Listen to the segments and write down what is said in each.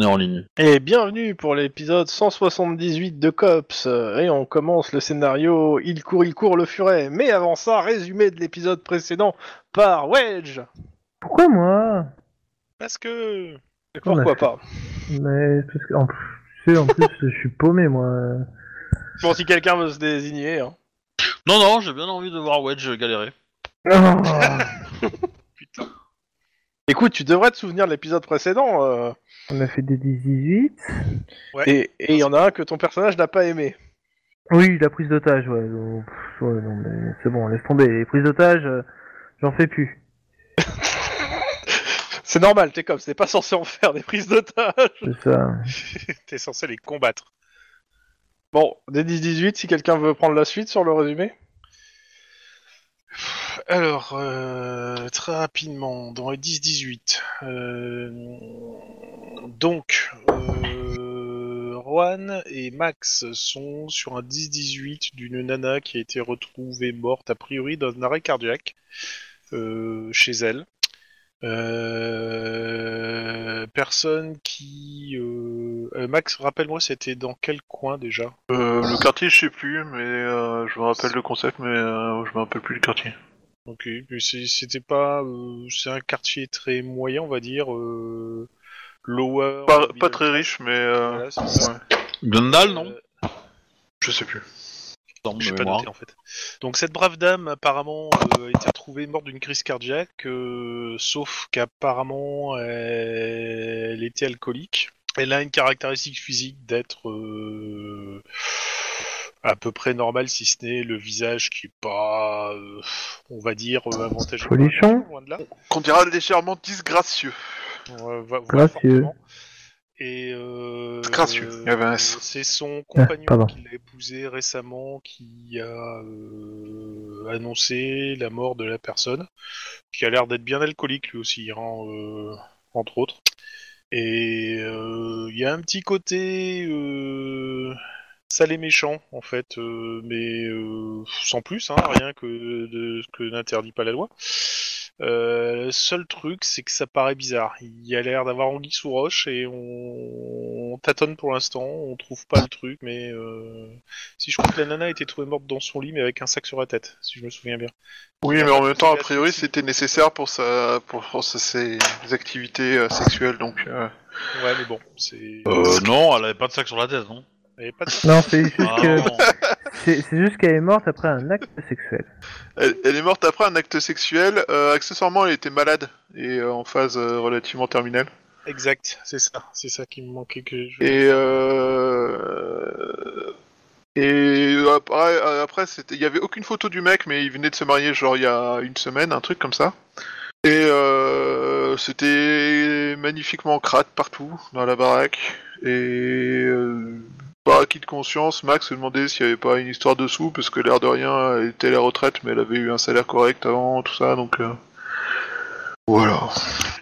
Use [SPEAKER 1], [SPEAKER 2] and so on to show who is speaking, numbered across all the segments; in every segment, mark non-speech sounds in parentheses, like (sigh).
[SPEAKER 1] est en ligne.
[SPEAKER 2] Et bienvenue pour l'épisode 178 de Cops. Euh, Et on commence le scénario Il court, il court le furet. Mais avant ça, résumé de l'épisode précédent par Wedge.
[SPEAKER 3] Pourquoi moi
[SPEAKER 2] Parce que.
[SPEAKER 3] Ouais.
[SPEAKER 2] Pourquoi pas
[SPEAKER 3] Mais parce que en plus, tu sais, en plus, (laughs) je suis paumé moi.
[SPEAKER 2] Bon, si quelqu'un veut se désigner. hein.
[SPEAKER 1] Non, non, j'ai bien envie de voir Wedge galérer.
[SPEAKER 3] Oh.
[SPEAKER 2] Écoute, tu devrais te souvenir de l'épisode précédent. euh,
[SPEAKER 3] On a fait des 18.
[SPEAKER 2] Et et il y en a un que ton personnage n'a pas aimé.
[SPEAKER 3] Oui, la prise d'otage, ouais. donc, pff, ouais, non, mais c'est bon, laisse tomber. Les prises d'otage, euh, j'en fais plus.
[SPEAKER 2] C'est normal, t'es comme, c'est pas censé en faire des prises d'otages.
[SPEAKER 3] C'est ça.
[SPEAKER 4] (laughs) T'es censé les combattre.
[SPEAKER 2] Bon, des 10-18, si quelqu'un veut prendre la suite sur le résumé.
[SPEAKER 4] Alors, euh, très rapidement, dans le 10-18, euh, donc, euh, Juan et Max sont sur un 10-18 d'une nana qui a été retrouvée morte, a priori, dans un arrêt cardiaque, euh, chez elle. Euh, personne qui... euh, euh, Max, rappelle-moi, c'était dans quel coin déjà
[SPEAKER 5] Euh, le quartier, je sais plus, mais euh, je me rappelle le concept, mais euh, je me rappelle plus le quartier.
[SPEAKER 4] Ok, mais c'est- c'était pas. euh, c'est un quartier très moyen, on va dire. euh, lower.
[SPEAKER 5] Pas,
[SPEAKER 4] middle
[SPEAKER 5] pas très riche, mais euh,
[SPEAKER 4] Voilà, c'est ça.
[SPEAKER 5] ouais,
[SPEAKER 1] Glendale, non
[SPEAKER 4] Euh,
[SPEAKER 5] je sais plus.
[SPEAKER 1] Dans
[SPEAKER 4] J'ai
[SPEAKER 1] mes
[SPEAKER 4] pas
[SPEAKER 1] mémoires.
[SPEAKER 4] noté en fait. Donc cette brave dame apparemment euh, a été retrouvée morte d'une crise cardiaque, euh, sauf qu'apparemment euh, elle était alcoolique. Elle a une caractéristique physique d'être euh, à peu près normale, si ce n'est le visage qui est pas, euh, on va dire, euh, avantageux. pour la
[SPEAKER 3] Folichon.
[SPEAKER 4] nature, loin de là.
[SPEAKER 5] Qu'on dira légèrement disgracieux.
[SPEAKER 4] Ouais, va- voit
[SPEAKER 3] Gracieux.
[SPEAKER 4] fortement. Et euh,
[SPEAKER 5] Gracieux.
[SPEAKER 4] euh,
[SPEAKER 5] Il y avait un S.
[SPEAKER 4] c'est son compagnon
[SPEAKER 3] Ah, pardon.
[SPEAKER 4] qui l'a épousé récemment qui a euh, annoncé la mort de la personne, qui a l'air d'être bien alcoolique lui aussi, hein, euh, entre autres. Et euh, il y a un petit côté euh, sale et méchant en fait, euh, mais euh, sans plus, hein, rien que de ce que n'interdit pas la loi. Euh, le seul truc, c'est que ça paraît bizarre. Il y a l'air d'avoir anguille sous roche et on, on tâtonne pour l'instant, on trouve pas le truc, mais euh, si je crois que la nana a été trouvée morte dans son lit mais avec un sac sur la tête, si je me souviens bien.
[SPEAKER 5] Oui, mais en même temps, a priori, c'était nécessaire pour sa pour, pour sa- ses activités euh, sexuelles, donc. euh,
[SPEAKER 4] Ouais, mais bon, c'est.
[SPEAKER 1] Euh, non, elle avait pas de sac sur la tête,
[SPEAKER 2] (laughs)
[SPEAKER 1] non
[SPEAKER 4] Elle est pas de-
[SPEAKER 3] Non, c'est juste
[SPEAKER 1] Ah,
[SPEAKER 3] que
[SPEAKER 1] non.
[SPEAKER 3] c'est c'est juste qu'elle est morte après un acte sexuel.
[SPEAKER 5] Elle, elle est morte après un acte sexuel. euh, accessoirement, elle était malade et euh, en phase euh, relativement terminale.
[SPEAKER 4] Exact, c'est ça, c'est ça qui me manquait que je.
[SPEAKER 5] Et euh... et après, après c'était- il y avait aucune photo du mec, mais il venait de se marier genre il y a une semaine, un truc comme ça. Et euh, c'était magnifiquement crade partout dans la baraque. Et euh, par acquis de conscience, Max se demandait s'il n'y avait pas une histoire dessous, parce que l'air de rien, elle était à la retraite, mais elle avait eu un salaire correct avant, tout ça, donc euh, voilà.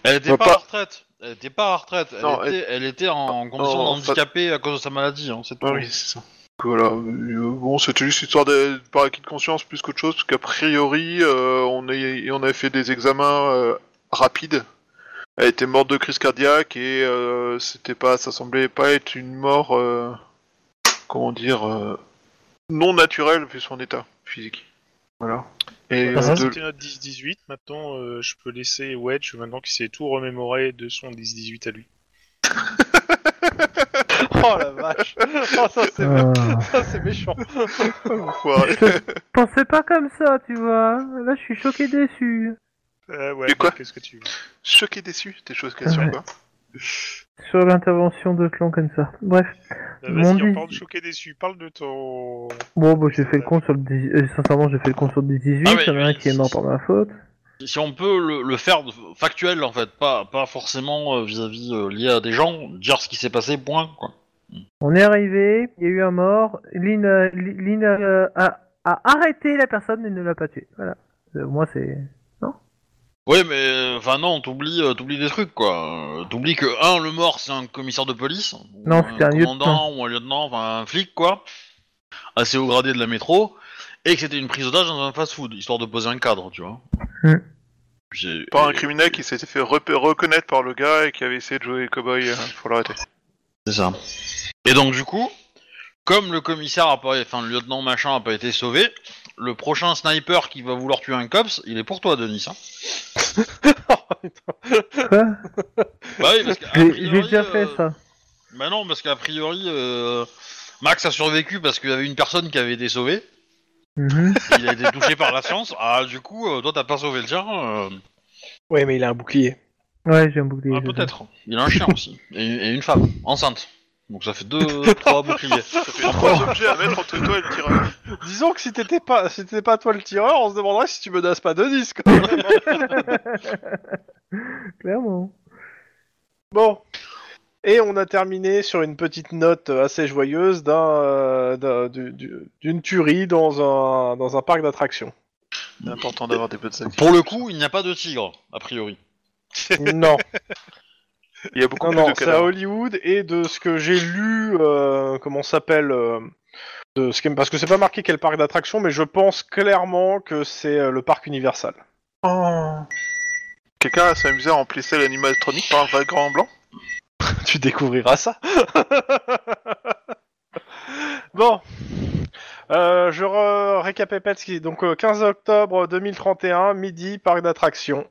[SPEAKER 1] Elle était
[SPEAKER 5] Bah,
[SPEAKER 1] pas,
[SPEAKER 5] pas-
[SPEAKER 1] à la retraite. Elle était pas à la retraite. Elle,
[SPEAKER 5] Non,
[SPEAKER 1] était, elle était en, en condition
[SPEAKER 5] non,
[SPEAKER 1] handicapée à cause de sa maladie, hein, c'est tout.
[SPEAKER 2] Oh,
[SPEAKER 5] Ah oui, c'est ça. Donc Voilà, euh, bon, c'était juste histoire de, par acquis de conscience plus qu'autre chose, parce qu'a priori, euh, on, a, on a fait des examens euh, rapides. Elle était morte de crise cardiaque et euh, c'était pas, ça semblait pas être une mort, euh, comment dire, euh, non naturelle vu son état physique. Voilà.
[SPEAKER 4] Voilà,
[SPEAKER 5] Et euh,
[SPEAKER 4] Ah, ça,
[SPEAKER 5] de-
[SPEAKER 4] c'était notre 10-18. Maintenant, euh, je peux laisser Wedge, maintenant qu'il s'est tout remémoré de son 10-18 à lui.
[SPEAKER 2] Oh la vache (laughs) Oh, ça c'est mé-
[SPEAKER 3] Ah.
[SPEAKER 2] ça, c'est méchant
[SPEAKER 5] l'enfoiré.
[SPEAKER 3] Pensez pas comme ça, tu vois. Là, je suis choqué déçu.
[SPEAKER 4] Euh, ouais,
[SPEAKER 5] Mais quoi
[SPEAKER 4] Qu'est-ce que tu veux
[SPEAKER 5] (laughs) choqué déçu, t'es choqué sur
[SPEAKER 3] Ouais.
[SPEAKER 5] quoi
[SPEAKER 3] Sur l'intervention de clan comme ça. Bref.
[SPEAKER 4] Euh,
[SPEAKER 3] Mon
[SPEAKER 4] Vas-y,
[SPEAKER 3] Dieu.
[SPEAKER 4] on parle de choquer déçu. Parle de ton.
[SPEAKER 3] Bon, bah, j'ai fait le compte sur le 18. euh, Sincèrement, j'ai fait le compte sur le 18.
[SPEAKER 1] Ah, mais-
[SPEAKER 3] Il y en a un qui est mort par ma faute.
[SPEAKER 1] Si on peut le, le faire de- factuel, en fait, pas, pas forcément euh, vis-à-vis euh, lié à des gens, dire ce qui s'est passé, point, quoi.
[SPEAKER 3] On est arrivé, il y a eu un mort. Lynn, euh, Li- Lynn, euh, a, a arrêté la personne et ne l'a pas tuée. Voilà. Euh, Moi, c'est.
[SPEAKER 1] Oui, mais enfin non, t'oublies, euh, t'oublies des trucs quoi. Euh, T'oublies que un, le mort, c'est un commissaire de police, ou
[SPEAKER 3] Non,
[SPEAKER 1] un
[SPEAKER 3] c'était un lieutenant.
[SPEAKER 1] commandant ou un lieutenant, enfin un flic quoi, assez haut gradé de
[SPEAKER 3] Hmm.
[SPEAKER 1] la métro, et que c'était une prise d'otage dans un fast-food, histoire de poser un cadre, tu vois. J'ai- euh,
[SPEAKER 5] Par un criminel qui s'était fait rep- reconnaître par le gars et qui avait essayé de jouer les cowboys euh, pour l'arrêter.
[SPEAKER 1] C'est ça. Et donc du coup, comme le commissaire a pas, enfin le lieutenant machin a pas été sauvé, le prochain sniper qui va vouloir tuer un cops, il est pour toi, Denis. hein.
[SPEAKER 3] Quoi
[SPEAKER 1] Bah oui, parce
[SPEAKER 3] (laughs)
[SPEAKER 1] qu'a
[SPEAKER 3] J'ai
[SPEAKER 1] priori,
[SPEAKER 3] j'ai déjà fait
[SPEAKER 1] euh,
[SPEAKER 3] ça.
[SPEAKER 1] Bah non, parce qu'a priori, euh, Max a survécu parce qu'il y avait une personne qui avait été sauvée.
[SPEAKER 3] Mhm.
[SPEAKER 1] Il a été touché par la science. Ah du coup, euh, toi t'as pas sauvé le tien. euh,
[SPEAKER 2] Ouais, mais il a un bouclier.
[SPEAKER 3] Ouais, j'ai un bouclier.
[SPEAKER 1] ah,
[SPEAKER 3] je sais.
[SPEAKER 1] peut-être. Il a un chien aussi et, et une femme enceinte. Donc ça fait
[SPEAKER 4] (laughs)
[SPEAKER 1] deux, trois boucliers.
[SPEAKER 5] Ça fait trois objets à mettre entre toi et le tireur.
[SPEAKER 2] Disons que si t'étais pas, si t'étais pas toi le tireur, on se demanderait si tu menaces pas Denis. quoi.
[SPEAKER 3] Clairement.
[SPEAKER 2] Bon. Et on a terminé sur une petite note assez joyeuse d'un, euh, d'un- du- du- d'une tuerie dans un, dans un parc d'attractions.
[SPEAKER 5] C'est important d'avoir des bonnes actions.
[SPEAKER 1] Pour le coup, il n'y a pas de tigre a priori.
[SPEAKER 2] non,
[SPEAKER 5] Il y a beaucoup
[SPEAKER 2] non,
[SPEAKER 5] plus
[SPEAKER 2] non,
[SPEAKER 5] de
[SPEAKER 2] c'est à
[SPEAKER 5] cadavres.
[SPEAKER 2] Hollywood et de ce que j'ai lu, euh, comment ça s'appelle, euh, de ce qui- parce que c'est pas marqué quel parc d'attractions, mais je pense clairement que c'est euh, le parc Universal. (laughs)
[SPEAKER 5] Oh. Quelqu'un s'est amusé à remplacer l'animatronique par un vagrant blanc
[SPEAKER 2] tu découvriras ça. bon. Euh, je re- récapépète ce qui est donc euh, 15 octobre 2031, midi, parc d'attractions,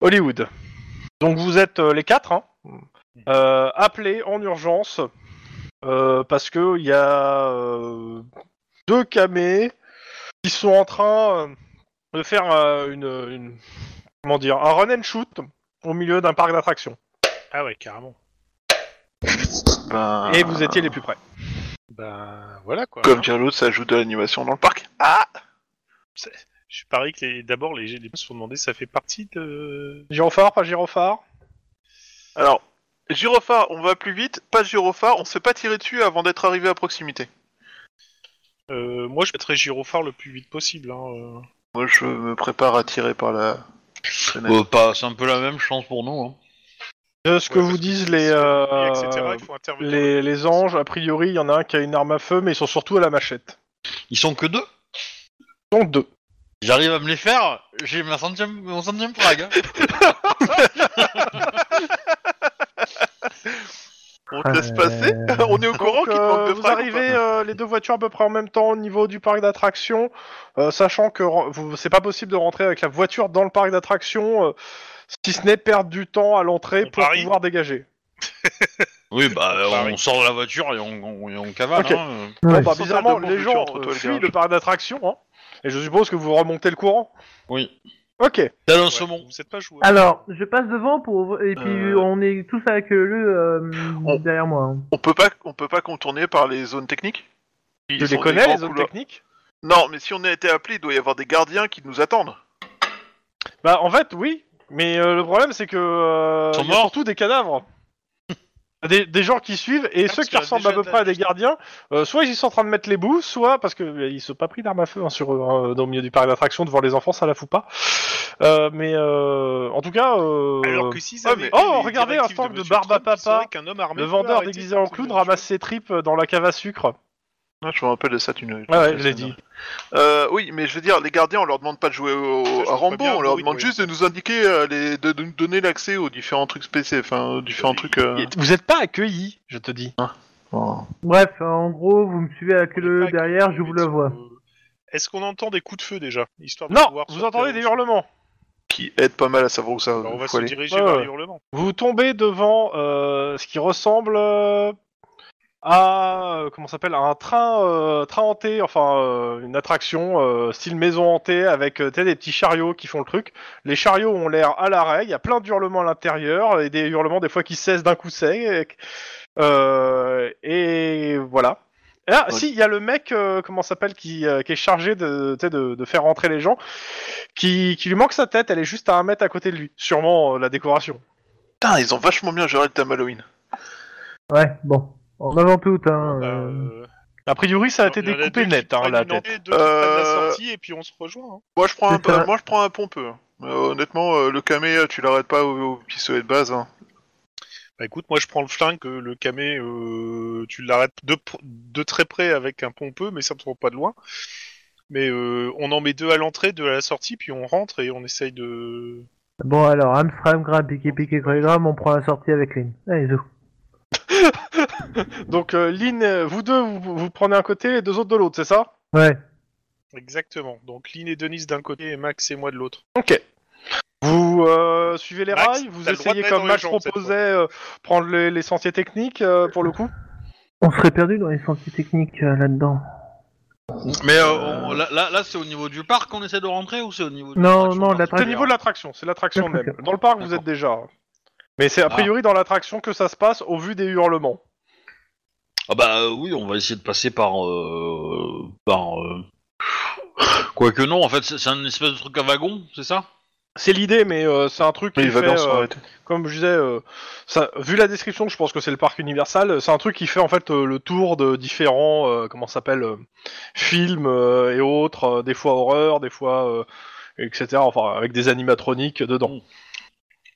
[SPEAKER 2] Hollywood. Donc vous êtes euh, les quatre, hein, euh, appelés en urgence euh, parce que il y a euh, deux camés qui sont en train euh, de faire euh, une, une- comment dire un run and shoot au milieu d'un parc d'attractions.
[SPEAKER 4] Ah ouais, carrément.
[SPEAKER 5] Ben,
[SPEAKER 2] Et Eh,
[SPEAKER 4] Ah.
[SPEAKER 2] vous étiez les plus près.
[SPEAKER 4] Ben voilà quoi.
[SPEAKER 5] Comme dire l'autre, ça ajoute de l'animation dans le parc. Ah
[SPEAKER 4] Je parie que les- d'abord les les gens se sont demandés ça fait partie de.
[SPEAKER 2] Gyrophare, pas gyrophare
[SPEAKER 5] Alors, gyrophare, on va plus vite. Pas gyrophare, on se fait pas tirer dessus avant d'être arrivé à proximité.
[SPEAKER 4] Euh, moi je mettrais gyrophare le plus vite possible. Hein. euh.
[SPEAKER 5] Moi, je me prépare à tirer par la. fenêtre.
[SPEAKER 1] Euh, pas, c'est un peu la même chance pour nous. Hein.
[SPEAKER 2] De ce que
[SPEAKER 4] Ouais,
[SPEAKER 2] vous
[SPEAKER 4] parce que
[SPEAKER 2] disent
[SPEAKER 4] si
[SPEAKER 2] les,
[SPEAKER 4] c'est
[SPEAKER 2] euh,
[SPEAKER 4] compris, etc., il faut intervenir.
[SPEAKER 2] les, les anges, a priori, il y en a un qui a une arme à feu, mais ils sont surtout à la machette.
[SPEAKER 1] Ils sont que deux.
[SPEAKER 2] Donc deux.
[SPEAKER 1] J'arrive à me les faire, j'ai ma centième, mon centième frag. hein.
[SPEAKER 5] On te laisse passer On est au courant
[SPEAKER 2] Donc,
[SPEAKER 5] qu'il te
[SPEAKER 2] euh,
[SPEAKER 5] manque de
[SPEAKER 2] vous
[SPEAKER 5] frags ou
[SPEAKER 2] arrivez euh, les deux voitures à peu près en même temps au niveau du parc d'attractions, euh, sachant que ren- vous- c'est pas possible de rentrer avec la voiture dans le parc d'attractions, euh, si ce n'est perdre du temps à l'entrée
[SPEAKER 4] On
[SPEAKER 2] pour
[SPEAKER 4] parie.
[SPEAKER 2] pouvoir dégager.
[SPEAKER 1] Oui, bah
[SPEAKER 4] (laughs) Ah
[SPEAKER 1] on
[SPEAKER 4] oui.
[SPEAKER 1] sort de la voiture et on, on- et on cavale.
[SPEAKER 2] Ok.
[SPEAKER 1] hein.
[SPEAKER 2] Bon,
[SPEAKER 3] Ouais.
[SPEAKER 2] bah,
[SPEAKER 5] Sans
[SPEAKER 2] bizarrement,
[SPEAKER 5] faire de
[SPEAKER 2] les
[SPEAKER 5] bon
[SPEAKER 2] gens
[SPEAKER 5] futur entre
[SPEAKER 2] euh,
[SPEAKER 5] toi et le
[SPEAKER 2] fuient
[SPEAKER 5] garage.
[SPEAKER 2] le parc d'attractions, hein, et je suppose que vous remontez le courant.
[SPEAKER 1] Oui.
[SPEAKER 2] Ok.
[SPEAKER 1] Tel un
[SPEAKER 4] Ouais,
[SPEAKER 1] saumon.
[SPEAKER 4] Vous êtes pas joueur.
[SPEAKER 3] Alors, je passe devant pour et puis
[SPEAKER 5] Euh.
[SPEAKER 3] on est tous avec euh, le euh,
[SPEAKER 5] On-
[SPEAKER 3] derrière moi. hein.
[SPEAKER 5] On peut pas, on peut pas contourner par les zones techniques. Ils
[SPEAKER 2] Tu
[SPEAKER 5] sont
[SPEAKER 2] les
[SPEAKER 5] des
[SPEAKER 2] connais,
[SPEAKER 5] grands
[SPEAKER 2] les zones
[SPEAKER 5] couloirs.
[SPEAKER 2] techniques
[SPEAKER 5] Non, mais si on a été appelé, il doit y avoir des gardiens qui nous attendent.
[SPEAKER 2] Bah en fait oui, mais euh, le problème c'est que euh,
[SPEAKER 1] Ils sont
[SPEAKER 2] il y a
[SPEAKER 1] morts.
[SPEAKER 2] surtout
[SPEAKER 4] (laughs)
[SPEAKER 2] des cadavres. Des, des gens qui suivent et
[SPEAKER 4] Ah, parce
[SPEAKER 2] ceux qui
[SPEAKER 4] qu'il y a
[SPEAKER 2] ressemblent
[SPEAKER 4] déjà
[SPEAKER 2] à peu
[SPEAKER 4] de la
[SPEAKER 2] près à des
[SPEAKER 4] liste.
[SPEAKER 2] gardiens, euh, soit ils sont en train de mettre les bouts, soit parce que euh, ils sont pas pris d'armes à feu hein, sur eux, hein, dans le milieu du parc d'attractions devant les enfants, ça la fout pas. Euh, mais euh, en tout cas, euh,
[SPEAKER 4] Alors que s'ils
[SPEAKER 5] ah,
[SPEAKER 4] avaient
[SPEAKER 5] mais-
[SPEAKER 4] été
[SPEAKER 2] Oh,
[SPEAKER 4] les
[SPEAKER 2] regardez un
[SPEAKER 4] directives
[SPEAKER 2] stand de
[SPEAKER 4] Monsieur
[SPEAKER 2] Barba
[SPEAKER 4] Trump, ils sauraient
[SPEAKER 2] Papa,
[SPEAKER 4] qu'un homme armé
[SPEAKER 2] le
[SPEAKER 4] peut
[SPEAKER 2] vendeur
[SPEAKER 4] arrêter
[SPEAKER 2] déguisé en
[SPEAKER 4] certaines
[SPEAKER 2] clown
[SPEAKER 4] voitures.
[SPEAKER 2] ramasse ses tripes dans la cave à sucre.
[SPEAKER 5] Ah, je me rappelle de ça, tu nous.
[SPEAKER 2] Ah Ouais, ouais, je l'ai dit.
[SPEAKER 5] Euh, oui, mais je veux dire, les gardiens, on leur demande pas de jouer au,
[SPEAKER 4] Ça, je
[SPEAKER 5] à
[SPEAKER 4] vois
[SPEAKER 5] Rambo,
[SPEAKER 4] bien,
[SPEAKER 5] on leur
[SPEAKER 4] oui,
[SPEAKER 5] demande
[SPEAKER 4] oui.
[SPEAKER 5] juste de nous indiquer, euh, les, de, de nous donner l'accès aux différents trucs spéciaux, enfin, aux différents trucs. euh,
[SPEAKER 2] Et Vous êtes pas accueillis, je te dis.
[SPEAKER 5] bon.
[SPEAKER 3] Bref, en gros, vous me suivez avec
[SPEAKER 4] On est
[SPEAKER 3] le
[SPEAKER 4] pas
[SPEAKER 3] derrière,
[SPEAKER 4] avec-
[SPEAKER 3] j'ouvre le voie.
[SPEAKER 4] Euh, Est-ce qu'on entend des coups de feu déjà histoire de
[SPEAKER 2] Non,
[SPEAKER 4] pouvoir
[SPEAKER 2] vous
[SPEAKER 4] sortir
[SPEAKER 2] entendez
[SPEAKER 4] au-
[SPEAKER 2] des hurlements.
[SPEAKER 5] Qui aident pas mal à savoir où ça
[SPEAKER 4] Alors, on va
[SPEAKER 5] faut
[SPEAKER 4] se
[SPEAKER 5] aller.
[SPEAKER 4] diriger
[SPEAKER 2] Ouais,
[SPEAKER 4] vers
[SPEAKER 2] ouais.
[SPEAKER 4] les hurlements.
[SPEAKER 2] Vous tombez devant euh, ce qui ressemble euh, à euh, comment ça s'appelle à un train euh, train hanté, enfin euh, une attraction euh, style maison hantée avec euh, tu sais, des petits chariots qui font le truc. Les chariots ont l'air à l'arrêt, il y a plein d'hurlements à l'intérieur et des hurlements des fois qui cessent d'un coup sec. Euh, et voilà. Et Ah,
[SPEAKER 5] Ouais.
[SPEAKER 2] si, il y a le mec, euh, comment ça s'appelle, qui, euh, qui est chargé de, tu sais, de, de faire rentrer les gens, qui, qui lui manque sa tête, elle est juste à un mètre à côté de lui. Sûrement euh, la décoration.
[SPEAKER 5] Putain, ils ont vachement bien géré le thème Halloween.
[SPEAKER 3] Ouais, bon. En avant tout, hein.
[SPEAKER 4] Bah,
[SPEAKER 3] euh,
[SPEAKER 4] euh,
[SPEAKER 2] A priori, ça a été
[SPEAKER 4] il y en a
[SPEAKER 2] découpé
[SPEAKER 4] deux
[SPEAKER 2] net,
[SPEAKER 4] qui
[SPEAKER 2] hein,
[SPEAKER 4] prennent
[SPEAKER 2] la
[SPEAKER 4] une entrée,
[SPEAKER 2] tête.
[SPEAKER 4] deux qui prennent la
[SPEAKER 5] Euh,
[SPEAKER 4] sortie et puis on se rejoint. hein.
[SPEAKER 5] Moi, je prends un,
[SPEAKER 3] C'est ça.
[SPEAKER 5] moi, je prends un pompeux. Euh, honnêtement, euh, le camé, euh, tu l'arrêtes pas au, au pistolet de base. hein.
[SPEAKER 4] Bah écoute, moi je prends le flingue, euh, le camé, euh, tu l'arrêtes de, pr- de très près avec un pompeux, mais ça ne te rend pas de loin. Mais euh, on en met deux à l'entrée, deux à la sortie, puis on rentre et on essaye de.
[SPEAKER 3] Bon, alors, Amstram, Grab, Piqué, Piqué, Graham, on prend la sortie avec Lynn. Allez, zou.
[SPEAKER 2] Donc, euh, Lynn, euh, vous deux, vous, vous prenez un côté, les deux autres de l'autre, c'est ça
[SPEAKER 3] Ouais.
[SPEAKER 4] Exactement. Donc Lynn et Denise d'un côté et Max et moi de l'autre.
[SPEAKER 2] Ok. Vous euh, suivez les
[SPEAKER 4] Max,
[SPEAKER 2] rails, vous
[SPEAKER 4] t'as le droit de
[SPEAKER 2] essayez
[SPEAKER 4] mettre
[SPEAKER 2] comme
[SPEAKER 4] dans les
[SPEAKER 2] Max
[SPEAKER 4] jambes, cette
[SPEAKER 2] proposait euh, prendre les, les sentiers techniques euh, pour le coup.
[SPEAKER 3] On serait perdu dans les sentiers techniques euh, là-dedans.
[SPEAKER 1] Mais euh, on- là, là, là, c'est au niveau du parc qu'on essaie de rentrer ou c'est au niveau du
[SPEAKER 3] Non, non, de la
[SPEAKER 2] C'est au
[SPEAKER 3] D'accord.
[SPEAKER 2] niveau de l'attraction, c'est l'attraction
[SPEAKER 3] D'accord.
[SPEAKER 2] même. Dans le parc, vous
[SPEAKER 1] D'accord.
[SPEAKER 2] êtes déjà. Mais c'est a priori dans l'attraction que ça se passe au vu des hurlements.
[SPEAKER 1] Ah bah euh, oui, on va essayer de passer par... Euh, par... Euh... Quoique non, en fait, c'est c'est un espèce de truc à wagon, c'est ça
[SPEAKER 2] C'est l'idée, mais euh, c'est un truc qui
[SPEAKER 5] les
[SPEAKER 2] fait,
[SPEAKER 5] wagons sont
[SPEAKER 2] euh,
[SPEAKER 5] arrêtés.
[SPEAKER 2] comme je disais, euh, ça, vu la description, je pense que c'est le parc universal. euh, C'est un truc qui fait en fait euh, le tour de différents, euh, comment ça s'appelle, euh, films euh, et autres, euh, des fois horreur, des fois euh, etc. Enfin, avec des animatroniques dedans.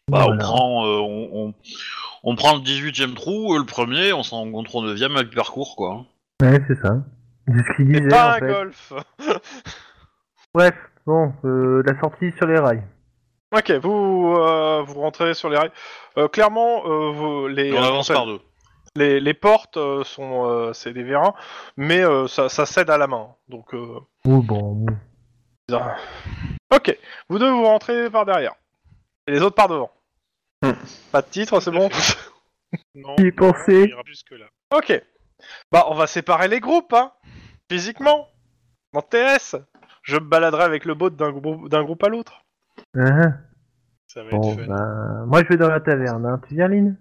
[SPEAKER 1] Bah,
[SPEAKER 3] Voilà.
[SPEAKER 1] on prend... euh, on, on- on prend le 18ème trou, euh, le premier, on s'en rencontre au 9ème avec le parcours, quoi.
[SPEAKER 3] Ouais, c'est ça. C'est ce qu'il
[SPEAKER 2] C'est
[SPEAKER 3] disait,
[SPEAKER 2] pas
[SPEAKER 3] en
[SPEAKER 2] un
[SPEAKER 3] fait.
[SPEAKER 2] golf. (laughs)
[SPEAKER 3] Bref, bon, euh, la sortie sur les rails.
[SPEAKER 2] ok, vous euh, vous rentrez sur les rails. Euh, clairement, euh, vous- les
[SPEAKER 1] Et on avance
[SPEAKER 2] euh,
[SPEAKER 1] par deux.
[SPEAKER 2] les, les portes euh, sont euh, c'est des vérins, mais euh, ça, ça cède à la main. Donc euh,
[SPEAKER 3] Oh, bon, bon.
[SPEAKER 2] Ah. Ok, vous deux vous rentrez par derrière. Et les autres par devant.
[SPEAKER 5] Hmm.
[SPEAKER 2] Pas de titre, c'est bon
[SPEAKER 4] Non.
[SPEAKER 3] J'y ai pensé.
[SPEAKER 4] on ira jusque-là.
[SPEAKER 2] Ok. Bah, on va séparer les groupes, hein Physiquement En TS Je me baladerai avec le bot d'un grou- d'un groupe à l'autre.
[SPEAKER 3] Hein
[SPEAKER 4] Ça va
[SPEAKER 3] Bon,
[SPEAKER 4] être fun.
[SPEAKER 3] bah, moi je vais dans la taverne, hein. tu viens, Lynn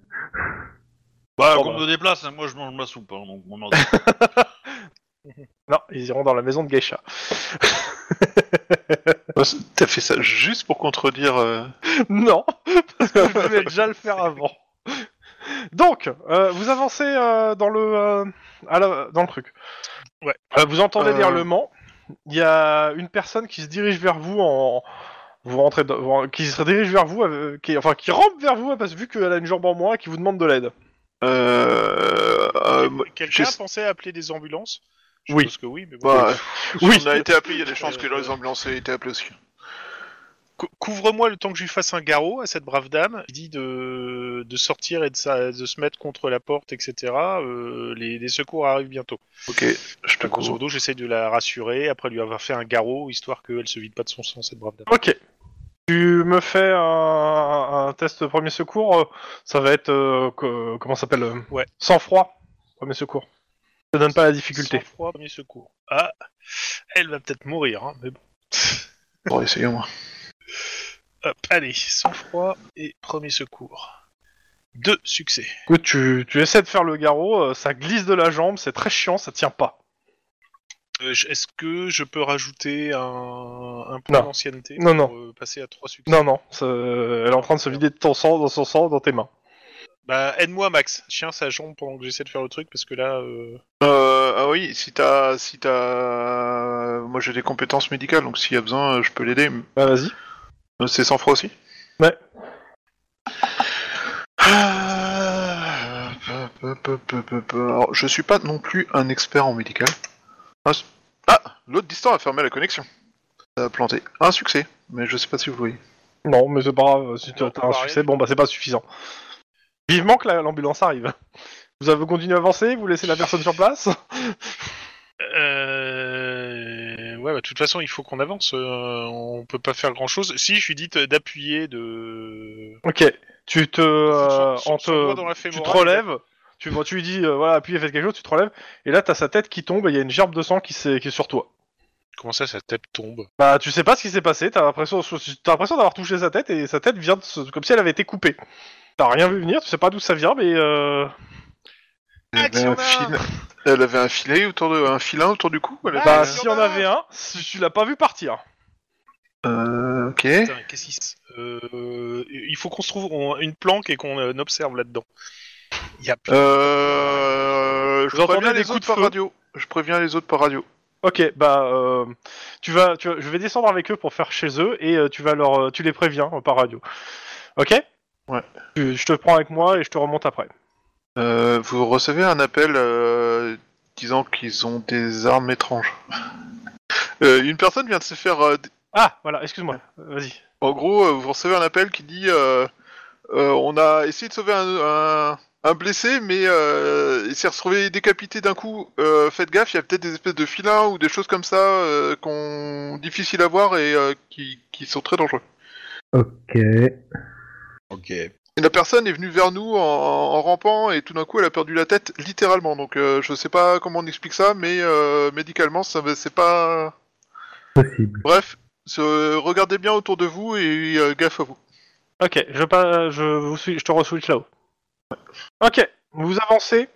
[SPEAKER 1] Bah,
[SPEAKER 2] Oh,
[SPEAKER 1] qu'on
[SPEAKER 2] bah.
[SPEAKER 1] me déplace, hein, moi je mange ma soupe, hein, donc on m'en- (laughs)
[SPEAKER 2] Non, ils iront dans la maison de Geisha.
[SPEAKER 5] Ouais, c'est- T'as fait ça juste pour contredire. euh,
[SPEAKER 2] non Parce que je voulais déjà le faire avant. Donc, euh, vous avancez euh, dans le euh, à la- dans le truc.
[SPEAKER 4] Ouais.
[SPEAKER 2] Euh, vous entendez
[SPEAKER 5] Euh.
[SPEAKER 2] des hurlements. Il y a une personne qui se dirige vers vous en vous rentrez dans- vous- qui se dirige vers vous euh, qui enfin qui rampe vers vous parce que vu qu'elle a une jambe en moins et qui vous demande de l'aide.
[SPEAKER 5] euh, euh,
[SPEAKER 4] Quelqu'un
[SPEAKER 5] j'ai-
[SPEAKER 4] pensait appeler des ambulances Je
[SPEAKER 2] Oui.
[SPEAKER 4] pense que oui, mais bon.
[SPEAKER 5] bah, si
[SPEAKER 2] Oui.
[SPEAKER 5] on a été appelé, il y a des chances que
[SPEAKER 4] Euh,
[SPEAKER 5] les ambulances aient été appelées aussi.
[SPEAKER 4] Cou- Couvre-moi le temps que je lui fasse un garrot à cette brave dame. Il dit de, de sortir et de, sa- de se mettre contre la porte, etc. Euh, les, les secours arrivent bientôt.
[SPEAKER 5] Ok, je te
[SPEAKER 4] Grosso
[SPEAKER 5] couvre.
[SPEAKER 4] modo, j'essaye de la rassurer après lui avoir fait un garrot, histoire qu'elle se vide pas de son sang, cette brave dame.
[SPEAKER 2] OK. Tu me fais un, un test de premier secours, euh, ça va être euh, co- comment ça s'appelle euh,
[SPEAKER 4] Ouais.
[SPEAKER 2] Sans froid. Premier secours. Ça donne pas la difficulté.
[SPEAKER 4] Sang froid, premier secours. Ah, elle va peut-être mourir, hein, mais bon.
[SPEAKER 5] Bon, essayons. moi.
[SPEAKER 4] Hop, allez, sang froid et premier secours. Deux succès.
[SPEAKER 2] Écoute, tu, tu essaies de faire le garrot, euh, ça glisse de la jambe, c'est très chiant, ça tient pas.
[SPEAKER 4] Euh, je- Est-ce que je peux rajouter un, un point
[SPEAKER 2] Non.
[SPEAKER 4] d'ancienneté
[SPEAKER 2] Non,
[SPEAKER 4] pour euh, passer à trois succès
[SPEAKER 2] Non, non, ça- elle est en train de se vider de ton sang, dans son sang, dans tes mains.
[SPEAKER 4] Bah, aide-moi, Max. Tiens, sa jambe pendant que j'essaie de faire le truc, parce que là, euh,
[SPEAKER 5] Euh, ah oui, si t'as, si t'as, moi j'ai des compétences médicales, donc s'il y a besoin, euh, je peux l'aider.
[SPEAKER 2] Bah vas-y.
[SPEAKER 5] Euh, C'est sans froid aussi.
[SPEAKER 2] Ouais.
[SPEAKER 5] Ah, peu, peu, peu, peu, peu. Alors, je suis pas non plus un expert en médical. Un su- Ah, l'autre distant a fermé la connexion. Ça a planté. Un succès, mais je sais pas si vous voyez.
[SPEAKER 2] Non, mais c'est pas grave, si tu as
[SPEAKER 4] Non,
[SPEAKER 2] un
[SPEAKER 4] bah,
[SPEAKER 2] succès,
[SPEAKER 4] rien.
[SPEAKER 2] bon bah c'est pas suffisant. Vivement que la- l'ambulance arrive. Vous avez continué à avancer, vous laissez la personne sur place
[SPEAKER 4] euh, ouais, bah, de toute façon, il faut qu'on avance. euh, on peut pas faire grand-chose. Si, je lui dis t- d'appuyer, de.
[SPEAKER 2] Ok, tu te... euh,
[SPEAKER 4] Son- son-
[SPEAKER 2] en
[SPEAKER 4] son doigt dans
[SPEAKER 2] te
[SPEAKER 4] la
[SPEAKER 2] tu
[SPEAKER 4] fémorale,
[SPEAKER 2] te relèves, tu, tu lui dis, euh, voilà, appuyez, faites quelque chose, tu te relèves, et là t'as sa tête qui tombe et il y a une gerbe de sang qui, s'est- qui est sur toi.
[SPEAKER 4] Comment ça, sa tête tombe
[SPEAKER 2] Bah, tu sais pas ce qui s'est passé, t'as l'impression, t'as l'impression d'avoir touché sa tête et sa tête vient de se- comme si elle avait été coupée. T'as rien vu venir, tu sais pas d'où ça vient, mais euh...
[SPEAKER 5] Elle avait, un
[SPEAKER 4] Actionneur
[SPEAKER 5] fil- elle avait un filet autour de, un filin autour du cou. Elle avait-
[SPEAKER 2] bah,
[SPEAKER 4] il
[SPEAKER 2] si
[SPEAKER 4] y en
[SPEAKER 2] on
[SPEAKER 4] a
[SPEAKER 2] avait un, si tu l'as pas vu partir.
[SPEAKER 5] Euh, ok.
[SPEAKER 4] Putain, qu'est-ce qu'il se- euh, Il faut qu'on se trouve on- une planque et qu'on euh, observe là-dedans. Il y a plein
[SPEAKER 5] Euh, je
[SPEAKER 2] Vous entendez
[SPEAKER 5] préviens
[SPEAKER 2] des
[SPEAKER 5] les
[SPEAKER 2] coups
[SPEAKER 5] autres
[SPEAKER 2] de
[SPEAKER 5] par
[SPEAKER 2] feu
[SPEAKER 5] radio. Je préviens les autres par radio.
[SPEAKER 2] Ok, bah, euh, tu vas, tu vas- je vais descendre avec eux pour faire chez eux et euh, tu vas leur, euh, tu les préviens euh, par radio. Ok.
[SPEAKER 5] Ouais.
[SPEAKER 2] Tu- je te prends avec moi et je te remonte après.
[SPEAKER 5] Euh, vous recevez un appel euh, disant qu'ils ont des armes étranges. (laughs) Euh, une personne vient de se faire. euh, d-
[SPEAKER 2] Ah, voilà, excuse-moi, Euh, vas-y.
[SPEAKER 5] en gros, euh, vous recevez un appel qui dit euh, euh, on a essayé de sauver un, un- un blessé, mais euh, il s'est retrouvé décapité d'un coup. Euh, faites gaffe, il y a peut-être des espèces de filins ou des choses comme ça euh, qu'on difficiles à voir et euh, qui, qui sont très dangereux.
[SPEAKER 3] Ok.
[SPEAKER 1] Ok.
[SPEAKER 5] Et la personne est venue vers nous en, en rampant et tout d'un coup elle a perdu la tête littéralement. Donc euh, je sais pas comment on explique ça, mais euh, médicalement ça va- c'est pas.
[SPEAKER 3] Possible.
[SPEAKER 5] Bref, se- regardez bien autour de vous et euh, gaffe à vous.
[SPEAKER 2] Ok, je, pas, je, vous suis, je te re-switch là-haut. Ok, vous avancez.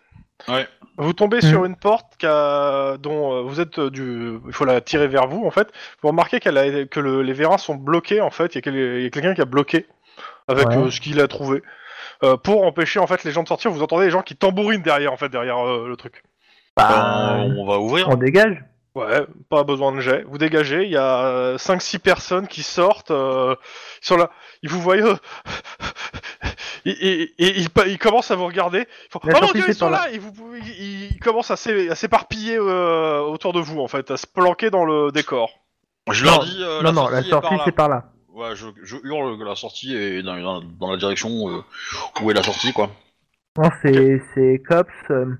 [SPEAKER 1] Ouais.
[SPEAKER 2] Vous tombez sur une porte qu'a- dont euh, vous êtes euh, du. Il faut la tirer vers vous en fait. Vous remarquez qu'elle a- que le- les vérins sont bloqués en fait. Il y a, quel- il y a quelqu'un qui a bloqué avec
[SPEAKER 3] Ouais.
[SPEAKER 2] euh, ce qu'il a trouvé euh, pour empêcher en fait les gens de sortir. Vous entendez les gens qui tambourinent derrière en fait derrière euh, le truc.
[SPEAKER 3] Bah,
[SPEAKER 1] Ben, on va ouvrir.
[SPEAKER 3] on dégage.
[SPEAKER 2] Ouais, pas besoin de jet. Vous dégagez, il y a euh, 5-6 personnes qui sortent. Euh, ils sont là. Ils vous voient. euh, (laughs) ils, ils, ils- ils pa- ils commencent à vous regarder. Ils font,
[SPEAKER 3] La
[SPEAKER 2] oh mon
[SPEAKER 3] torpille,
[SPEAKER 2] dieu,
[SPEAKER 3] c'est
[SPEAKER 2] ils sont
[SPEAKER 3] par là.
[SPEAKER 2] là et vous, pouvez- ils, ils commencent à s'é- à s'éparpiller euh, autour de vous, en fait, à se planquer dans le décor.
[SPEAKER 1] Je
[SPEAKER 3] Non,
[SPEAKER 1] leur dis. euh,
[SPEAKER 3] non, non, la
[SPEAKER 1] est
[SPEAKER 3] sortie,
[SPEAKER 1] par là.
[SPEAKER 3] c'est par là.
[SPEAKER 1] Ouais, je, je hurle que la sortie est dans, dans- dans la direction euh, où est la sortie, quoi.
[SPEAKER 3] Non, c'est c'est Cops. euh,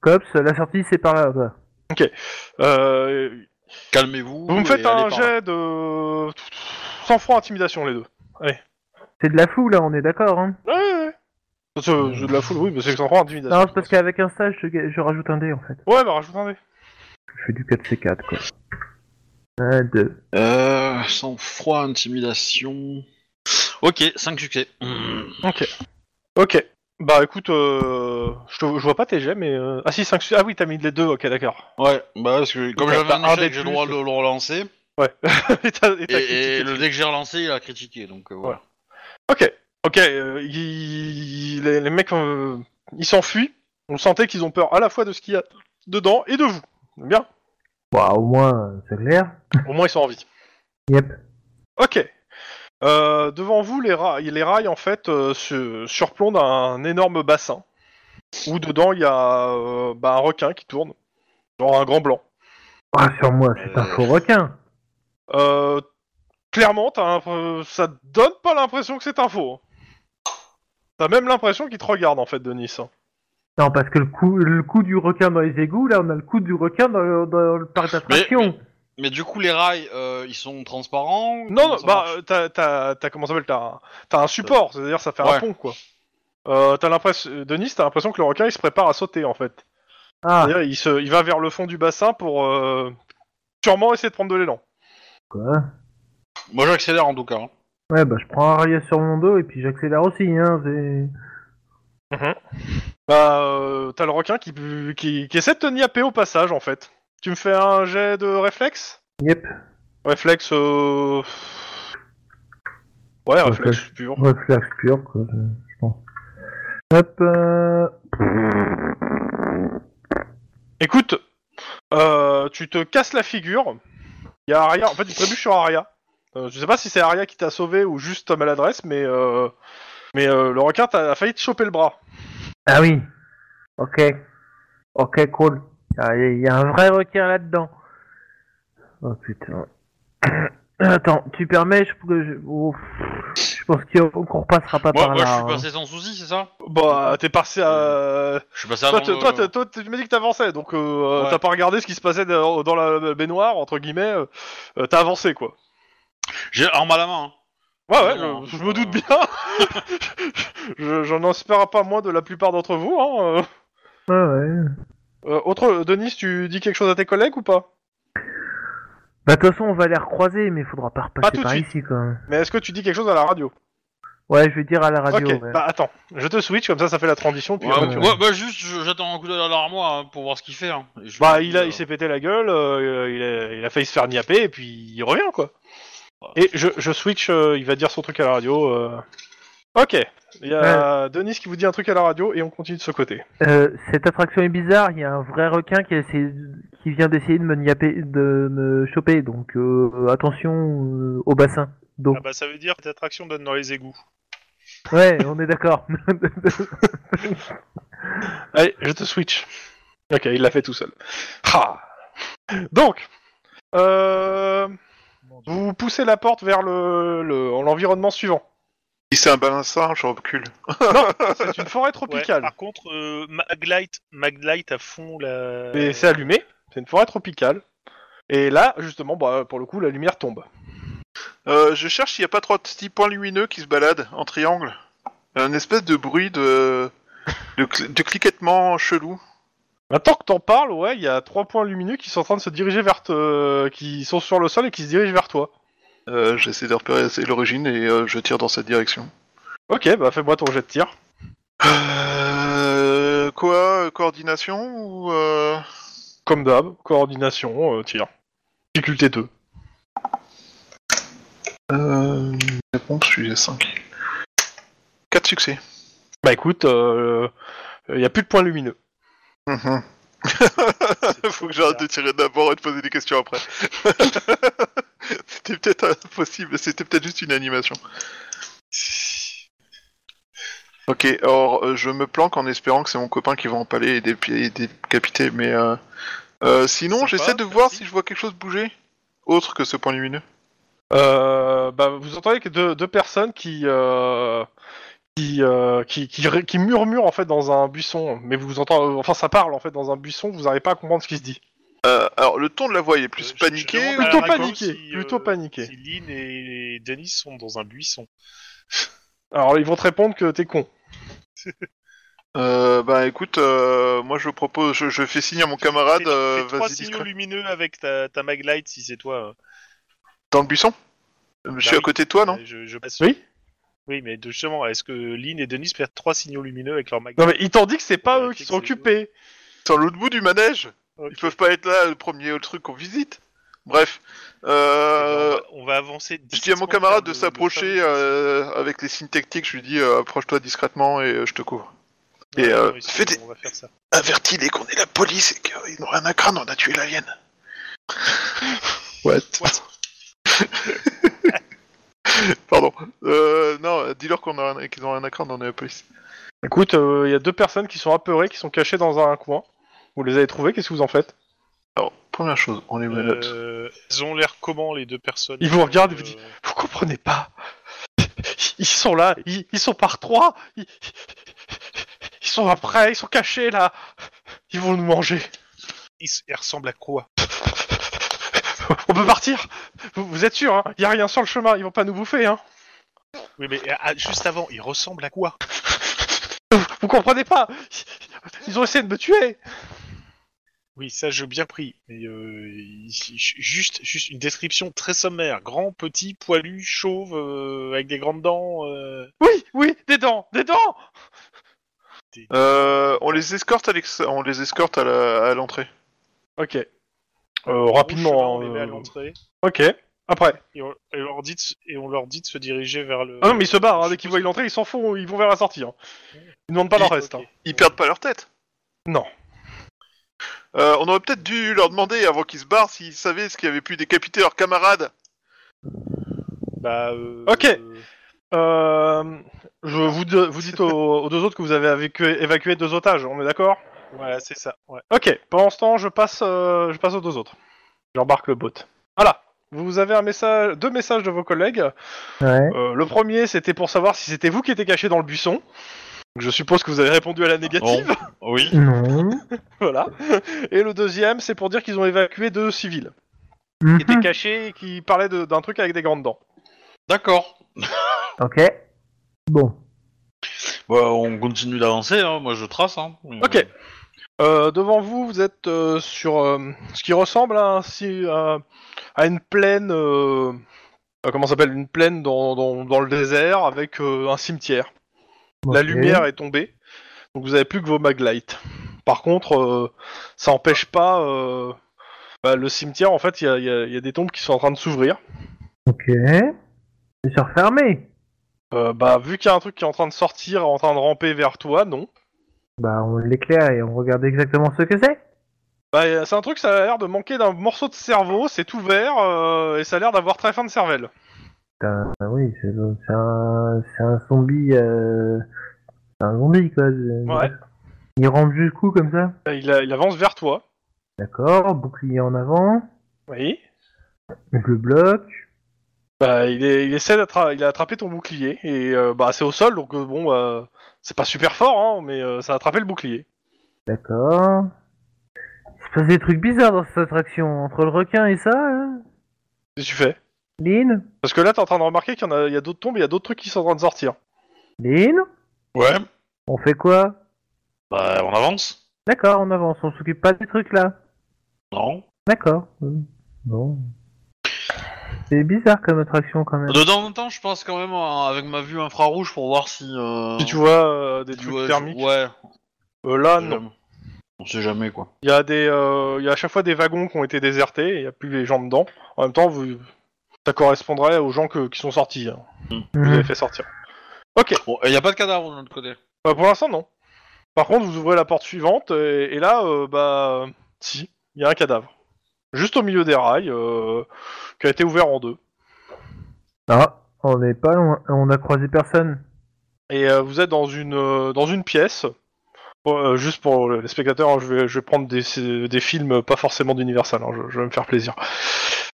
[SPEAKER 3] Cops, la sortie, c'est par là. quoi.
[SPEAKER 2] Euh,
[SPEAKER 1] Calmez-vous.
[SPEAKER 2] vous me
[SPEAKER 1] et
[SPEAKER 2] faites
[SPEAKER 1] allez par
[SPEAKER 2] un
[SPEAKER 1] là.
[SPEAKER 2] jet de. sans francs intimidation, les deux.
[SPEAKER 3] C'est de la foule, là, on est d'accord. Hein.
[SPEAKER 2] Ouais, ouais, ouais. Parce que, euh, de la foule, oui, mais c'est que sans francs intimidation.
[SPEAKER 3] Non, c'est parce qu'avec un stage, je, je rajoute un dé en fait.
[SPEAKER 2] Ouais, bah rajoute un dé.
[SPEAKER 3] Je fais du 4C4 quoi. 1, 2.
[SPEAKER 1] Euh, sans froid, intimidation. Ok, 5 succès. Mm.
[SPEAKER 2] Ok. Bah écoute, euh, je, te- je vois pas tes jets, mais... euh, Ah si, 5 Ah oui, t'as mis les deux, ok, d'accord. (laughs)
[SPEAKER 1] Ouais, bah parce que comme
[SPEAKER 2] T'as-
[SPEAKER 1] j'avais
[SPEAKER 2] t'as
[SPEAKER 1] un
[SPEAKER 2] un dé
[SPEAKER 1] échec,
[SPEAKER 2] de
[SPEAKER 1] j'ai le
[SPEAKER 2] plus.
[SPEAKER 1] droit de le relancer.
[SPEAKER 2] et t'as- et
[SPEAKER 1] Et,
[SPEAKER 2] t'as
[SPEAKER 1] et
[SPEAKER 2] critiqué.
[SPEAKER 1] le dé que j'ai relancé, il a critiqué, donc euh, voilà.
[SPEAKER 2] Ok, ok, euh, il- les, les mecs, euh, ils s'enfuient. On sentait qu'ils ont peur à la fois de ce qu'il y a dedans et de vous. Bien,
[SPEAKER 3] Bah, au moins, euh, c'est clair.
[SPEAKER 2] au moins ils sont en vie.
[SPEAKER 3] Yep.
[SPEAKER 2] Ok. Euh, devant vous, les rails, les rails en fait euh, se- surplombent un énorme bassin où dedans il y a euh, bah, un requin qui tourne, genre un grand blanc.
[SPEAKER 3] Ah, sur moi, c'est un
[SPEAKER 1] Euh.
[SPEAKER 3] faux requin.
[SPEAKER 2] Euh, clairement, t'as un- euh, ça te donne pas l'impression que c'est un faux. hein. T'as même l'impression qu'il te regarde en fait, Denis. hein.
[SPEAKER 3] Non, parce que le coup, le coup du requin dans les égouts, là, on a le coup du requin dans le, dans le parc d'attraction.
[SPEAKER 1] Mais du coup, les rails, euh, ils sont transparents
[SPEAKER 2] Non,
[SPEAKER 1] Comment
[SPEAKER 2] non,
[SPEAKER 1] ça
[SPEAKER 2] bah,
[SPEAKER 1] marche
[SPEAKER 2] euh, t'as, t'as, t'as- comment ça s'appelle, t'as, un- t'as un support, c'est-à-dire ça fait
[SPEAKER 1] Ouais.
[SPEAKER 2] un pont quoi. Euh, t'as l'impression, euh, Denis, t'as l'impression que le requin il se prépare à sauter en fait.
[SPEAKER 3] Ah,
[SPEAKER 2] C'est-à-dire il se, il va vers le fond du bassin pour euh, sûrement essayer de prendre de l'élan.
[SPEAKER 3] quoi
[SPEAKER 1] Moi, j'accélère en tout cas. hein.
[SPEAKER 3] Ouais, bah, je prends un rayon sur mon dos et puis j'accélère aussi, hein. c'est-
[SPEAKER 2] Bah, euh, t'as le requin qui, qui, qui essaie de te niapper au passage en fait. Tu me fais un jet de réflexe
[SPEAKER 3] Yep.
[SPEAKER 2] Réflexe. euh, Ouais,
[SPEAKER 3] Réflexe.
[SPEAKER 2] réflexe pur.
[SPEAKER 3] Réflexe pur, quoi, je je pense. Hop, euh...
[SPEAKER 2] Écoute, euh, tu te casses la figure. Il y a Aria. En fait, tu trébuches sur Aria. Euh, je sais pas si c'est Aria qui t'a sauvé ou juste ta maladresse, mais euh, mais euh, le requin t'a a failli te choper le bras.
[SPEAKER 3] Ah oui. Ok. Ok, cool. Ah, Il y, a un vrai requin là-dedans. Oh putain. (coughs) Attends, tu permets je, que je, oh, je pense qu'on qu'on repassera
[SPEAKER 2] Ah,
[SPEAKER 3] pas
[SPEAKER 1] Moi,
[SPEAKER 3] par
[SPEAKER 1] moi, bah, je
[SPEAKER 3] là.
[SPEAKER 1] suis
[SPEAKER 3] hein.
[SPEAKER 1] passé sans souci, c'est ça
[SPEAKER 2] Bah, t'es passé à.
[SPEAKER 1] Je suis passé
[SPEAKER 2] Toi,
[SPEAKER 1] avant.
[SPEAKER 2] t'es-
[SPEAKER 1] euh,
[SPEAKER 2] toi, t'es- toi, t'es- tu m'as dit que t'avançais, donc euh,
[SPEAKER 1] Ouais.
[SPEAKER 2] t'as pas regardé ce qui se passait dans dans la baignoire entre guillemets. euh, euh, t'as avancé quoi.
[SPEAKER 1] J'ai arme à la main. hein.
[SPEAKER 2] Ouais, ouais,
[SPEAKER 1] Non,
[SPEAKER 2] je,
[SPEAKER 1] hein,
[SPEAKER 2] je me doute
[SPEAKER 1] euh.
[SPEAKER 2] bien. (laughs) Je- J'en espère pas moins de la plupart d'entre vous. Hein.
[SPEAKER 3] Ouais, ouais.
[SPEAKER 2] Euh, euh, autre, Denis, tu dis quelque chose à tes collègues ou pas
[SPEAKER 3] Bah de toute façon on va les recroiser mais il faudra pas repasser
[SPEAKER 2] Pas tout de
[SPEAKER 3] par
[SPEAKER 2] suite.
[SPEAKER 3] ici quoi.
[SPEAKER 2] Mais est-ce que tu dis quelque chose à la radio,
[SPEAKER 3] Ouais je vais dire à la radio.
[SPEAKER 2] Ok,
[SPEAKER 3] ouais.
[SPEAKER 2] bah attends, je te switch, comme ça, ça fait la transition. Puis
[SPEAKER 1] Ouais,
[SPEAKER 2] après,
[SPEAKER 1] ouais,
[SPEAKER 2] tu-
[SPEAKER 1] ouais, bah juste, je- j'attends un coup d'œil à l'armoire hein, pour voir ce qu'il fait. hein. Et je-
[SPEAKER 2] Bah, il, a,
[SPEAKER 1] euh,
[SPEAKER 2] il s'est pété la gueule, euh, il, a, il a failli se faire niapper, et puis il revient, quoi. Et je, je switch, euh, il va dire son truc à la radio. euh. Ok, il y a Denis qui vous dit un truc à la radio, et on continue de ce côté.
[SPEAKER 3] Euh, cette attraction est bizarre, il y a un vrai requin qui, a essayé de- qui vient d'essayer de me niapper, de me choper donc euh, attention euh, au bassin. Donc
[SPEAKER 4] Ah bah ça veut dire que cette attraction donne dans les égouts.
[SPEAKER 3] ouais on est d'accord. (laughs)
[SPEAKER 2] Allez, je te switch. Ok, il l'a fait tout seul. Ha Donc, Euh, vous poussez la porte vers le, le- en l'environnement suivant.
[SPEAKER 5] Si c'est un balin singe, je recule.
[SPEAKER 2] C'est une forêt
[SPEAKER 4] Ouais,
[SPEAKER 2] tropicale.
[SPEAKER 4] par contre, euh, Maglite, Maglite à fond la. (laughs)
[SPEAKER 2] Mais c'est allumé, c'est une forêt tropicale. Et là, justement, bah, pour le coup, la lumière tombe.
[SPEAKER 5] Euh, je cherche s'il n'y a pas trois petits points lumineux qui se baladent en triangle. Un espèce de bruit de, de, cl- de cliquettement chelou.
[SPEAKER 2] Maintenant que t'en parles, ouais, il y a trois points lumineux qui sont en train de se diriger vers te... qui sont sur le sol et qui se dirigent vers toi.
[SPEAKER 5] Euh, J'essaie de repérer c'est l'origine et euh, je tire dans cette direction.
[SPEAKER 2] Ok, bah fais-moi ton jet de tir.
[SPEAKER 5] Euh, quoi euh, Coordination ou... euh,
[SPEAKER 2] Comme d'hab, coordination, euh, tir. Difficulté 2.
[SPEAKER 5] Euh, la pompe, je suis à 5. 4 succès.
[SPEAKER 2] Bah écoute, il euh, n'y a plus de points lumineux.
[SPEAKER 5] Mhm. (laughs)
[SPEAKER 2] (laughs)
[SPEAKER 5] Faut que j'arrête de tirer d'abord et de poser des questions après. (laughs) c'était peut-être impossible, c'était peut-être juste une animation. Ok, or euh, je me planque en espérant que c'est mon copain qui va empaler et, dé- et décapiter, mais euh, euh, sinon
[SPEAKER 4] Sympa,
[SPEAKER 5] j'essaie de voir
[SPEAKER 4] merci.
[SPEAKER 5] si je vois quelque chose bouger autre que ce point lumineux.
[SPEAKER 2] Euh, bah, vous entendez que deux, deux personnes qui, euh, qui, euh, qui, qui, ré- qui murmurent en fait dans un buisson, mais vous entendez, enfin ça parle en fait dans un buisson, vous n'arrez pas à comprendre ce qui se dit.
[SPEAKER 5] Euh, alors le ton de la voix il est plus
[SPEAKER 4] Euh, je-
[SPEAKER 5] paniqué.
[SPEAKER 4] je demande à
[SPEAKER 5] ou-
[SPEAKER 2] Plutôt
[SPEAKER 4] Draco
[SPEAKER 2] paniqué,
[SPEAKER 4] si,
[SPEAKER 2] plutôt
[SPEAKER 4] euh,
[SPEAKER 2] paniqué.
[SPEAKER 4] Si Lynn et Denis sont dans un buisson.
[SPEAKER 2] Alors ils vont te répondre que t'es con.
[SPEAKER 5] Euh, bah écoute, euh, moi je propose, je, je fais signe à mon camarade,
[SPEAKER 4] Fais- fais
[SPEAKER 5] euh,
[SPEAKER 4] trois
[SPEAKER 5] vas-y
[SPEAKER 4] signaux
[SPEAKER 5] discret.
[SPEAKER 4] lumineux avec ta, ta Maglite si c'est toi. euh,
[SPEAKER 5] Dans le buisson Je suis
[SPEAKER 4] Bah
[SPEAKER 5] à
[SPEAKER 4] oui.
[SPEAKER 5] côté de toi, non
[SPEAKER 4] Euh, je, je passe-
[SPEAKER 2] Oui.
[SPEAKER 4] Oui, mais justement, est-ce que Lynn et Denis perdent trois signaux lumineux avec leur Maglite
[SPEAKER 2] Non mais ils t'ont dit que c'est pas
[SPEAKER 4] Ouais,
[SPEAKER 2] eux
[SPEAKER 4] c'est
[SPEAKER 2] qui
[SPEAKER 4] que
[SPEAKER 2] sont
[SPEAKER 4] c'est eux.
[SPEAKER 2] occupés.
[SPEAKER 5] C'est à l'autre bout du manège
[SPEAKER 4] Ok.
[SPEAKER 5] Ils peuvent pas être là, le premier truc qu'on visite Bref, euh,
[SPEAKER 4] Eh ben, on, va, on va avancer.
[SPEAKER 5] je dis à mon
[SPEAKER 4] discrètement
[SPEAKER 5] camarade de
[SPEAKER 4] vers le-
[SPEAKER 5] s'approcher
[SPEAKER 4] le fameux-
[SPEAKER 5] euh, avec les signes tactiques, je lui dis euh, approche-toi discrètement et euh, je te couvre. et,
[SPEAKER 4] Ouais,
[SPEAKER 5] euh,
[SPEAKER 4] non, mais c'est
[SPEAKER 5] fais
[SPEAKER 4] bon,
[SPEAKER 5] des-
[SPEAKER 4] On va faire ça.
[SPEAKER 5] Avertis-les qu'on est la police et qu'ils n'ont rien à craindre, on a tué l'alien What (laughs) Pardon. Euh, non, dis-leur qu'on a rien- qu'ils ont rien à craindre, on est la police.
[SPEAKER 2] Écoute, euh, il y a deux personnes qui sont apeurées, qui sont cachées dans un coin. Vous les avez trouvées, qu'est-ce que vous en faites
[SPEAKER 5] Alors, première chose, on les menottes.
[SPEAKER 4] Euh, elles ont l'air comment les deux personnes
[SPEAKER 2] Ils vous regardent et vous
[SPEAKER 4] Euh,
[SPEAKER 2] disent- Vous comprenez pas (laughs) Ils sont là, ils, ils sont par trois, ils, ils sont après, ils sont cachés là. Ils vont nous manger.
[SPEAKER 4] ils s- Elles ressemblent à quoi
[SPEAKER 2] On peut partir vous, vous êtes sûr, hein Y a rien sur le chemin, ils vont pas nous bouffer, hein
[SPEAKER 4] Oui, mais ah, juste avant, ils ressemblent à quoi
[SPEAKER 2] Vous comprenez pas Ils ont essayé de me tuer
[SPEAKER 4] Oui, ça, je bien pris. Mais euh, il- juste, juste une description très sommaire. Grand, petit, poilu, chauve, euh, avec des grandes dents. euh,
[SPEAKER 2] Oui, oui, des dents, des dents
[SPEAKER 5] Euh, on les escorte à l'ex- on les escorte à la- à l'entrée.
[SPEAKER 2] Ok. Euh,
[SPEAKER 4] en
[SPEAKER 2] rapidement,
[SPEAKER 4] chemin, on les met à
[SPEAKER 2] euh,
[SPEAKER 4] l'entrée. Euh,
[SPEAKER 2] Ok. Après.
[SPEAKER 4] Et on, et on leur dit de, se- et on leur dit de se diriger vers le.
[SPEAKER 2] Ah non, mais ils se barrent, hein, dès
[SPEAKER 4] Je
[SPEAKER 2] qu'ils
[SPEAKER 4] suppose-
[SPEAKER 2] voient l'entrée, ils s'en font, ils vont vers la sortie. Hein. Ils demandent pas leur
[SPEAKER 5] Ils-
[SPEAKER 2] reste.
[SPEAKER 4] Ok.
[SPEAKER 2] hein.
[SPEAKER 5] Ils perdent pas leur tête.
[SPEAKER 2] Non.
[SPEAKER 5] Euh, on aurait peut-être dû leur demander avant qu'ils se barrent s'ils savaient ce qui avait pu décapiter leurs camarades.
[SPEAKER 4] Bah, euh,
[SPEAKER 2] Ok.
[SPEAKER 4] euh,
[SPEAKER 2] Euh, je vous, de- vous dites aux, aux deux autres que vous avez évacué, évacué deux otages, on est d'accord
[SPEAKER 4] voilà, c'est ça. Ouais.
[SPEAKER 2] Ok, pendant ce temps, je passe, euh, je passe aux deux autres. J'embarque le bot. Voilà, vous avez un message, deux messages de vos collègues.
[SPEAKER 3] Ouais.
[SPEAKER 2] Euh, le premier, c'était pour savoir si c'était vous qui étiez caché dans le buisson. Donc, je suppose que vous avez répondu à la négative.
[SPEAKER 1] Oui.
[SPEAKER 3] Non.
[SPEAKER 2] (laughs) voilà. Et le deuxième, c'est pour dire qu'ils ont évacué deux civils qui
[SPEAKER 3] Mhm.
[SPEAKER 2] étaient cachés et qui parlaient de- d'un truc avec des grandes dents.
[SPEAKER 1] D'accord.
[SPEAKER 3] Ok. Bon.
[SPEAKER 1] Bah, on continue d'avancer, hein. moi je trace. Hein.
[SPEAKER 2] Ok. Euh, devant vous, vous êtes euh, sur euh, ce qui ressemble à, un si- à- à une plaine. euh, euh, comment ça s'appelle Une plaine dans, dans- dans le désert avec euh, un cimetière. La
[SPEAKER 3] Ok.
[SPEAKER 2] lumière est tombée, donc vous avez plus que vos maglites. Par contre, euh, ça empêche pas. euh, bah, le cimetière, en fait, il y a, il y a- il y a des tombes qui sont en train de s'ouvrir.
[SPEAKER 3] Ok. Ils sont refermés.
[SPEAKER 2] Euh, bah, vu qu'il y a un truc qui est en train de sortir, en train de ramper vers toi, non.
[SPEAKER 3] Bah, on l'éclaire et on regarde exactement ce que c'est.
[SPEAKER 2] Bah, euh, c'est un truc, ça a l'air de manquer d'un morceau de cerveau, c'est ouvert euh, et ça a l'air d'avoir très fin de cervelle.
[SPEAKER 3] Putain, ah oui, c'est c'est un, c'est un zombie. Euh, c'est un zombie, quoi.
[SPEAKER 2] Ouais.
[SPEAKER 3] Il rampe jusqu'où comme ça
[SPEAKER 2] Euh, Il, a- il avance vers toi.
[SPEAKER 3] D'accord, bouclier en avant.
[SPEAKER 2] Oui.
[SPEAKER 3] Donc, je le bloque.
[SPEAKER 2] Bah, il, est, il essaie d'attraper, il a attrapé ton bouclier et euh, bah c'est au sol donc euh, bon bah, c'est pas super fort hein, mais euh, ça a attrapé le bouclier.
[SPEAKER 3] D'accord. Il se passe des trucs bizarres dans cette attraction. Entre le requin et ça, hein,
[SPEAKER 2] Qu'est-ce que tu fais
[SPEAKER 3] Lynn
[SPEAKER 2] Parce que là t'es en train de remarquer qu'il y en a, il y a d'autres tombes, il y a d'autres trucs qui sont en train de sortir.
[SPEAKER 3] Lynn
[SPEAKER 1] Ouais.
[SPEAKER 3] On fait quoi
[SPEAKER 1] Bah, on avance.
[SPEAKER 3] D'accord, on avance. On s'occupe pas des trucs là.
[SPEAKER 1] Non.
[SPEAKER 3] D'accord. Euh, Bon. C'est bizarre comme attraction quand même.
[SPEAKER 1] De temps en temps, je pense quand même euh, avec ma vue infrarouge pour voir si. euh,
[SPEAKER 2] Si tu vois euh, des
[SPEAKER 1] si
[SPEAKER 2] trucs
[SPEAKER 1] vois-
[SPEAKER 2] thermiques,
[SPEAKER 1] Ouais.
[SPEAKER 2] euh, là
[SPEAKER 1] on sait
[SPEAKER 2] non.
[SPEAKER 1] jamais. On sait jamais quoi.
[SPEAKER 2] Il y a des, euh, il y a à chaque fois des wagons qui ont été désertés, et il y a plus les gens dedans. En même temps, vous, ça correspondrait aux gens que- qui sont sortis, hein, que vous
[SPEAKER 1] euh,
[SPEAKER 3] Mhm.
[SPEAKER 2] avez fait sortir.
[SPEAKER 1] Bon, et y a pas de cadavre de notre côté.
[SPEAKER 2] Bah, pour l'instant non. Par contre, vous ouvrez la porte suivante et, et là, euh, bah, si, il y a un cadavre, juste au milieu des rails, euh, qui a été ouvert en deux.
[SPEAKER 3] Ah, on n'est pas loin. On a croisé personne.
[SPEAKER 2] Et euh, vous êtes dans une, euh, dans une pièce. Bon, euh, juste pour le- les spectateurs, hein, je, vais, je vais prendre des, c'est- des films euh, pas forcément d'Universal, hein, je, je vais me faire plaisir.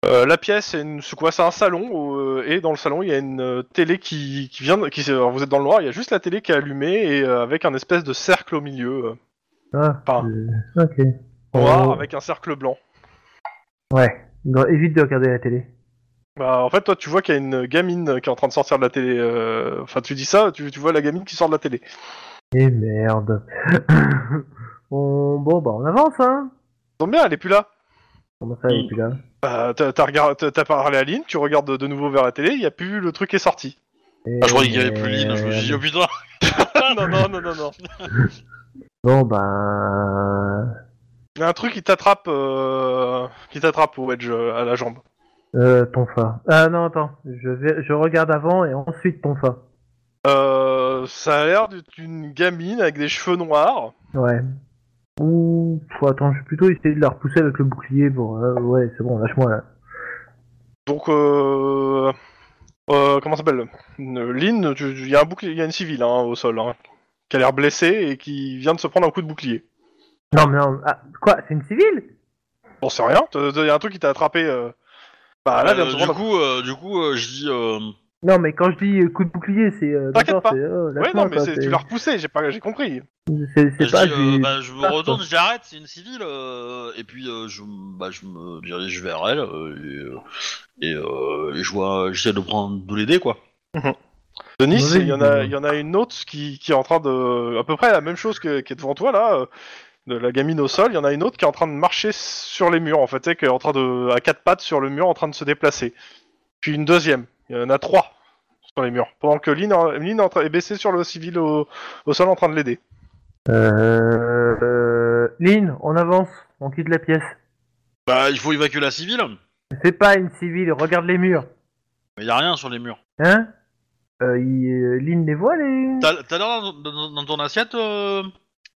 [SPEAKER 2] Euh, la pièce, c'est une- c'est quoi C'est un salon, où, euh, et dans le salon, il y a une euh, télé qui, qui vient. de- Qui, se- alors, vous êtes dans le noir, il y a juste la télé qui est allumée, et euh, avec un espèce de cercle au milieu, euh,
[SPEAKER 3] Ah,
[SPEAKER 2] Pas.
[SPEAKER 3] euh, ok.
[SPEAKER 2] noir,
[SPEAKER 3] Oh.
[SPEAKER 2] avec un cercle blanc.
[SPEAKER 3] Ouais. Donc, évite de regarder la télé.
[SPEAKER 2] Bah, en fait, toi, tu vois qu'il y a une gamine qui est en train de sortir de la télé. euh, Enfin, tu dis ça, tu, tu vois la gamine qui sort de la télé.
[SPEAKER 3] Et Eh, merde. (laughs) on... Bon, bah on avance, hein.
[SPEAKER 2] Donc bien, elle est plus là.
[SPEAKER 3] Comment ça,
[SPEAKER 2] Mm.
[SPEAKER 3] et puis là
[SPEAKER 2] Bah, t'as t'as regard- t'as- t'as parlé à Lynn, tu regardes de, de nouveau vers la télé, il y a plus le truc est sorti.
[SPEAKER 1] Ah, je croyais qu'il y avait plus Lynn, je me suis dit, oh putain
[SPEAKER 2] non, non, non, non, non.
[SPEAKER 3] Bon, bah...
[SPEAKER 2] Il y a un truc qui t'attrape, euh, qui t'attrape au wedge euh, à la jambe.
[SPEAKER 3] Euh, tonfa. Ah non, attends. Je, vais... je regarde avant et ensuite tonfa.
[SPEAKER 2] Euh, ça a l'air d'une gamine avec des cheveux noirs.
[SPEAKER 3] Ouais. Ouh, faut attends, je vais plutôt essayer de la repousser avec le bouclier pour... euh, ouais, c'est bon, lâche-moi, là.
[SPEAKER 2] Donc, euh, euh, comment ça s'appelle Euh, Lynn, tu- tu- il y a un bouclier, il y a une civile hein, au sol, hein, qui a l'air blessée et qui vient de se prendre un coup de bouclier.
[SPEAKER 3] Non, mais non... Ah, quoi C'est une civile
[SPEAKER 2] Bon, c'est rien. Il y a un truc qui t'a attrapé. euh, Bah là, elle vient de
[SPEAKER 1] Euh,
[SPEAKER 2] se
[SPEAKER 1] Du
[SPEAKER 2] prendre un
[SPEAKER 1] coup, euh, du coup, euh, je dis. euh,
[SPEAKER 3] Non, mais quand je dis euh, coup de bouclier, c'est... euh,
[SPEAKER 2] T'inquiète
[SPEAKER 3] d'accord,
[SPEAKER 2] pas.
[SPEAKER 3] c'est, euh,
[SPEAKER 2] Ouais,
[SPEAKER 3] lâche-moi,
[SPEAKER 2] non, mais
[SPEAKER 3] quoi,
[SPEAKER 2] c'est-
[SPEAKER 3] c'est-
[SPEAKER 2] tu l'as repoussé, j'ai pas, j'ai compris.
[SPEAKER 3] C'est c'est
[SPEAKER 1] je
[SPEAKER 3] pas...
[SPEAKER 1] dis, euh,
[SPEAKER 3] du-
[SPEAKER 1] bah, je me
[SPEAKER 3] pas,
[SPEAKER 1] retourne,
[SPEAKER 3] quoi.
[SPEAKER 1] je l'arrête, c'est une civile, euh, et puis euh, je, bah, je me dirige vers elle, euh, et, euh, et, euh, et je vois, j'essaie de prendre, de l'aider quoi.
[SPEAKER 2] Denis,
[SPEAKER 3] Mauvais
[SPEAKER 2] il y, en a,
[SPEAKER 3] idée.
[SPEAKER 2] il y en a une autre qui, qui est en train de. à peu près la même chose que, qui est devant toi, là, euh, de la gamine au sol, il y en a une autre qui est en train de marcher sur les murs, en fait, tu sais, qui est en train de. à quatre pattes sur le mur, en train de se déplacer. Puis une deuxième, il y en a trois sur les murs, pendant que Lynn, en- Lynn est en train- est baissée sur le civil au, au sol en train de l'aider.
[SPEAKER 3] Euh, euh, Lynn, on avance, on quitte la pièce.
[SPEAKER 1] Bah, il faut évacuer la civile,
[SPEAKER 3] C'est pas une civile, regarde les murs.
[SPEAKER 1] mais y a rien sur les murs.
[SPEAKER 3] Hein euh, il- euh, Lynn les voit les...
[SPEAKER 1] T'as t'as l'air dans, dans- dans ton assiette, euh,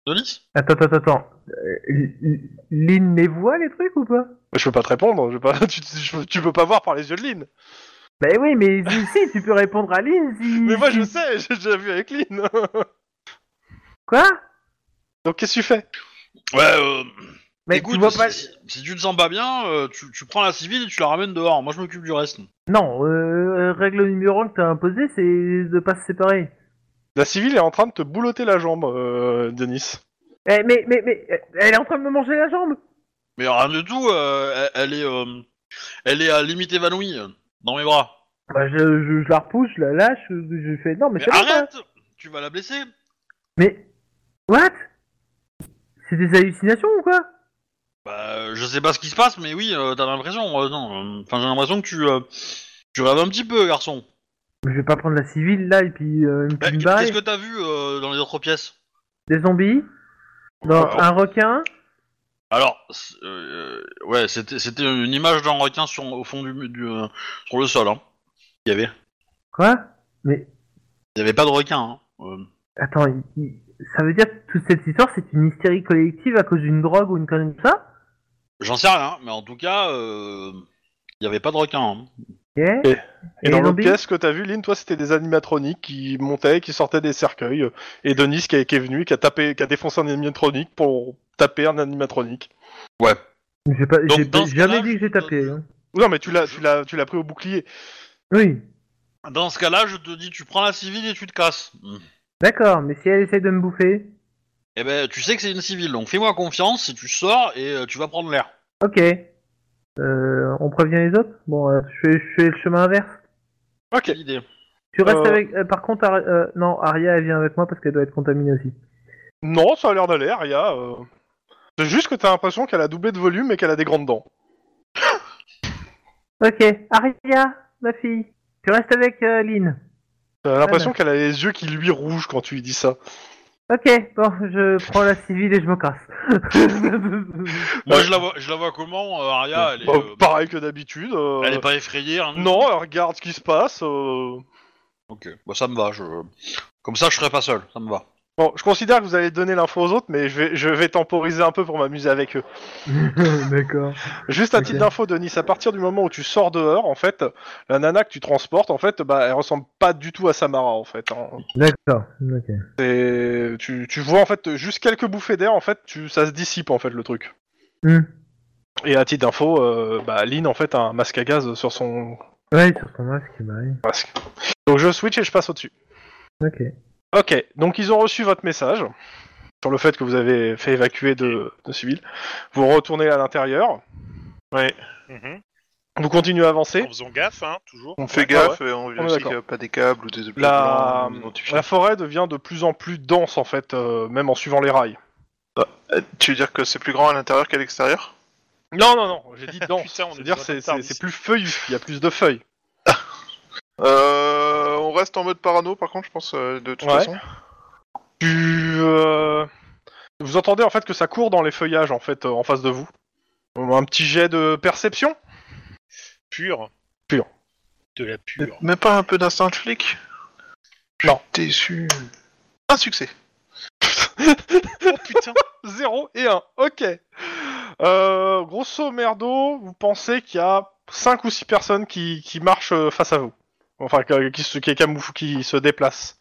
[SPEAKER 1] Denis
[SPEAKER 3] Attends, attends, attends. Euh, L- L- Lynn les voit les trucs ou pas
[SPEAKER 2] Je peux pas te répondre, je peux pas, (laughs) tu, tu- tu peux pas voir par les yeux de Lynn.
[SPEAKER 3] Bah oui, mais si, si, tu peux répondre à Lynn si...
[SPEAKER 2] Mais moi je
[SPEAKER 3] si-
[SPEAKER 2] sais, (laughs) j'ai déjà vu avec Lynn.
[SPEAKER 3] Quoi
[SPEAKER 2] Donc qu'est-ce que tu fais
[SPEAKER 1] Ouais, euh,
[SPEAKER 3] Mais
[SPEAKER 1] écoute,
[SPEAKER 3] tu vois
[SPEAKER 1] si,
[SPEAKER 3] pas...
[SPEAKER 1] si- si tu te sens pas bien, euh, tu, tu prends la civile et tu la ramènes dehors. Moi, je m'occupe du reste.
[SPEAKER 3] Non, euh, règle numéro 1 que t'as imposée, c'est de pas se séparer.
[SPEAKER 2] La civile est en train de te boulotter la jambe, euh, Denis.
[SPEAKER 3] Eh, mais, mais, mais, euh, elle est en train de me manger la jambe
[SPEAKER 1] Mais rien du tout, euh, elle, elle est, euh, elle est à limite évanouie euh, dans mes bras.
[SPEAKER 3] Bah je, je, je la repousse, je la lâche, je, je fais... Non, mais,
[SPEAKER 1] Mais
[SPEAKER 3] c'est pas ça.
[SPEAKER 1] arrête Tu vas la blesser
[SPEAKER 3] Mais... What C'est des hallucinations ou quoi
[SPEAKER 1] Bah, euh, je sais pas ce qui se passe, mais oui, euh, t'as l'impression. euh, non, euh, enfin, j'ai l'impression que tu, euh, tu rêves un petit peu, garçon.
[SPEAKER 3] Mais Je vais pas prendre la civile là et puis euh, une
[SPEAKER 1] Bah,
[SPEAKER 3] petite balle,
[SPEAKER 1] Qu'est-ce que t'as vu euh, dans les autres pièces
[SPEAKER 3] des zombies, dans
[SPEAKER 1] Attends.
[SPEAKER 3] un requin.
[SPEAKER 1] Alors, c'est- euh, ouais, c'était c'était une image d'un requin sur au fond du, du, euh, sur le sol. Hein. Il y avait,
[SPEAKER 3] Quoi Mais
[SPEAKER 1] il y avait pas de requin. Hein. Euh,
[SPEAKER 3] attends, il- il- ça veut dire que toute cette histoire c'est une hystérie collective à cause d'une drogue ou une connerie comme ça
[SPEAKER 1] J'en sais rien, mais en tout cas, euh, il y avait pas de requin. hein.
[SPEAKER 3] Eh
[SPEAKER 2] Et- Et,
[SPEAKER 3] Et
[SPEAKER 2] dans
[SPEAKER 3] les
[SPEAKER 2] l'autre
[SPEAKER 3] zombies
[SPEAKER 2] pièce que t'as vu, Lynn, toi, c'était des animatroniques qui montaient, qui sortaient des cercueils, euh, et Denis qui, est- qui est venu, qui a tapé, qui a défoncé un animatronique pour taper un animatronique.
[SPEAKER 3] J'ai pas-
[SPEAKER 1] Donc,
[SPEAKER 3] j'ai
[SPEAKER 1] dans
[SPEAKER 3] pas-
[SPEAKER 1] ce
[SPEAKER 3] jamais
[SPEAKER 1] cas-là,
[SPEAKER 3] dit que j'ai
[SPEAKER 1] je te
[SPEAKER 3] tapé.
[SPEAKER 1] donne-
[SPEAKER 3] hein.
[SPEAKER 2] Non, mais tu l'as, tu l'as, tu l'as pris au bouclier.
[SPEAKER 3] Oui,
[SPEAKER 1] hein. Dans ce cas-là, je te dis, tu prends la civile et tu te casses. Mm.
[SPEAKER 3] d'accord, mais si elle essaie de me bouffer,
[SPEAKER 1] Eh ben, tu sais que c'est une civile, donc fais-moi confiance, si tu sors et euh, tu vas prendre l'air.
[SPEAKER 3] ok. Euh, on prévient les autres Bon, euh, je, fais, je fais le chemin inverse.
[SPEAKER 2] Ok.
[SPEAKER 1] Quelle idée.
[SPEAKER 3] Tu restes
[SPEAKER 2] Euh.
[SPEAKER 3] avec. euh, par contre, Ari- euh, non, Aria, elle vient avec moi parce qu'elle doit être contaminée aussi.
[SPEAKER 2] Non, ça a l'air d'aller, Aria. euh. C'est juste que t'as l'impression qu'elle a doublé de volume et qu'elle a des grandes dents.
[SPEAKER 3] Ok, Aria, ma fille, tu restes avec euh, Lynn.
[SPEAKER 2] T'as l'impression
[SPEAKER 3] Ah,
[SPEAKER 2] qu'elle a les yeux qui lui rougent quand tu lui dis ça.
[SPEAKER 3] Ok, bon, je prends la civile et je me
[SPEAKER 2] (laughs)
[SPEAKER 3] casse.
[SPEAKER 1] Moi,
[SPEAKER 2] Ouais.
[SPEAKER 1] je la vois, je la vois comment, euh, Aria elle est,
[SPEAKER 2] Bah,
[SPEAKER 1] euh,
[SPEAKER 2] Pareil que d'habitude. euh,
[SPEAKER 1] elle est pas effrayée hein, du
[SPEAKER 2] Non,
[SPEAKER 1] tout
[SPEAKER 2] elle regarde ce qui se passe. euh.
[SPEAKER 1] Ok, bah, ça me va, je... Comme ça, je serai pas seul, ça me va.
[SPEAKER 2] Bon, je considère que vous allez donner l'info aux autres, mais je vais, je vais temporiser un peu pour m'amuser avec eux.
[SPEAKER 3] D'accord.
[SPEAKER 2] Juste à
[SPEAKER 3] Ok.
[SPEAKER 2] titre d'info, Denis, à partir du moment où tu sors dehors, en fait, la nana que tu transportes, en fait, bah, elle ressemble pas du tout à Samara, en fait. hein.
[SPEAKER 3] D'accord, ok.
[SPEAKER 2] C'est- Tu, tu vois, en fait, juste quelques bouffées d'air, en fait, tu, ça se dissipe, en fait, le truc.
[SPEAKER 3] Hmm.
[SPEAKER 2] Et à titre d'info, euh, bah, Lynn, en fait, a un masque à gaz sur son
[SPEAKER 3] Ouais, sur ton masque, bah oui.
[SPEAKER 2] masque. Donc je switch et je passe au-dessus.
[SPEAKER 3] Ok.
[SPEAKER 2] Ok, donc ils ont reçu votre message sur le fait que vous avez fait évacuer de, de civils. Vous retournez à l'intérieur,
[SPEAKER 4] Mhm.
[SPEAKER 2] vous continuez à avancer.
[SPEAKER 4] En faisant gaffe, hein, toujours.
[SPEAKER 5] On fait
[SPEAKER 2] Ouais,
[SPEAKER 5] gaffe, et on
[SPEAKER 2] On est
[SPEAKER 5] vérifie
[SPEAKER 2] d'accord.
[SPEAKER 5] qu'il n'y a pas des câbles ou des objets
[SPEAKER 2] La, euh,
[SPEAKER 5] blancs non identifiés.
[SPEAKER 2] la forêt devient de plus en plus dense en fait, euh, même en suivant les rails.
[SPEAKER 5] Euh, Tu veux dire que c'est plus grand à l'intérieur qu'à l'extérieur
[SPEAKER 2] Non, non, non, (laughs) j'ai dit dense.
[SPEAKER 4] Putain, on est
[SPEAKER 2] C'est-à-dire
[SPEAKER 4] dans un
[SPEAKER 2] c'est- c'est
[SPEAKER 4] retard
[SPEAKER 2] c'est
[SPEAKER 4] d'ici.
[SPEAKER 2] plus feuillu, il y a plus de feuilles.
[SPEAKER 5] euh, On reste en mode parano, par contre, je pense, euh, de toute
[SPEAKER 2] Ouais.
[SPEAKER 5] façon.
[SPEAKER 2] Tu, euh, Vous entendez en fait que ça court dans les feuillages en fait, euh, en face de vous. Un petit jet de perception
[SPEAKER 4] Pure.
[SPEAKER 2] Pure.
[SPEAKER 4] De la pure.
[SPEAKER 5] Même pas un peu d'instinct de flic
[SPEAKER 2] Non.
[SPEAKER 5] T'es déçu. Un succès.
[SPEAKER 4] Oh putain
[SPEAKER 2] 0 et 1, ok. Euh, grosso merdo, vous pensez qu'il y a 5 ou 6 personnes qui, qui marchent euh, face à vous. Enfin, qui, qui se, qui, camouf- qui se déplacent.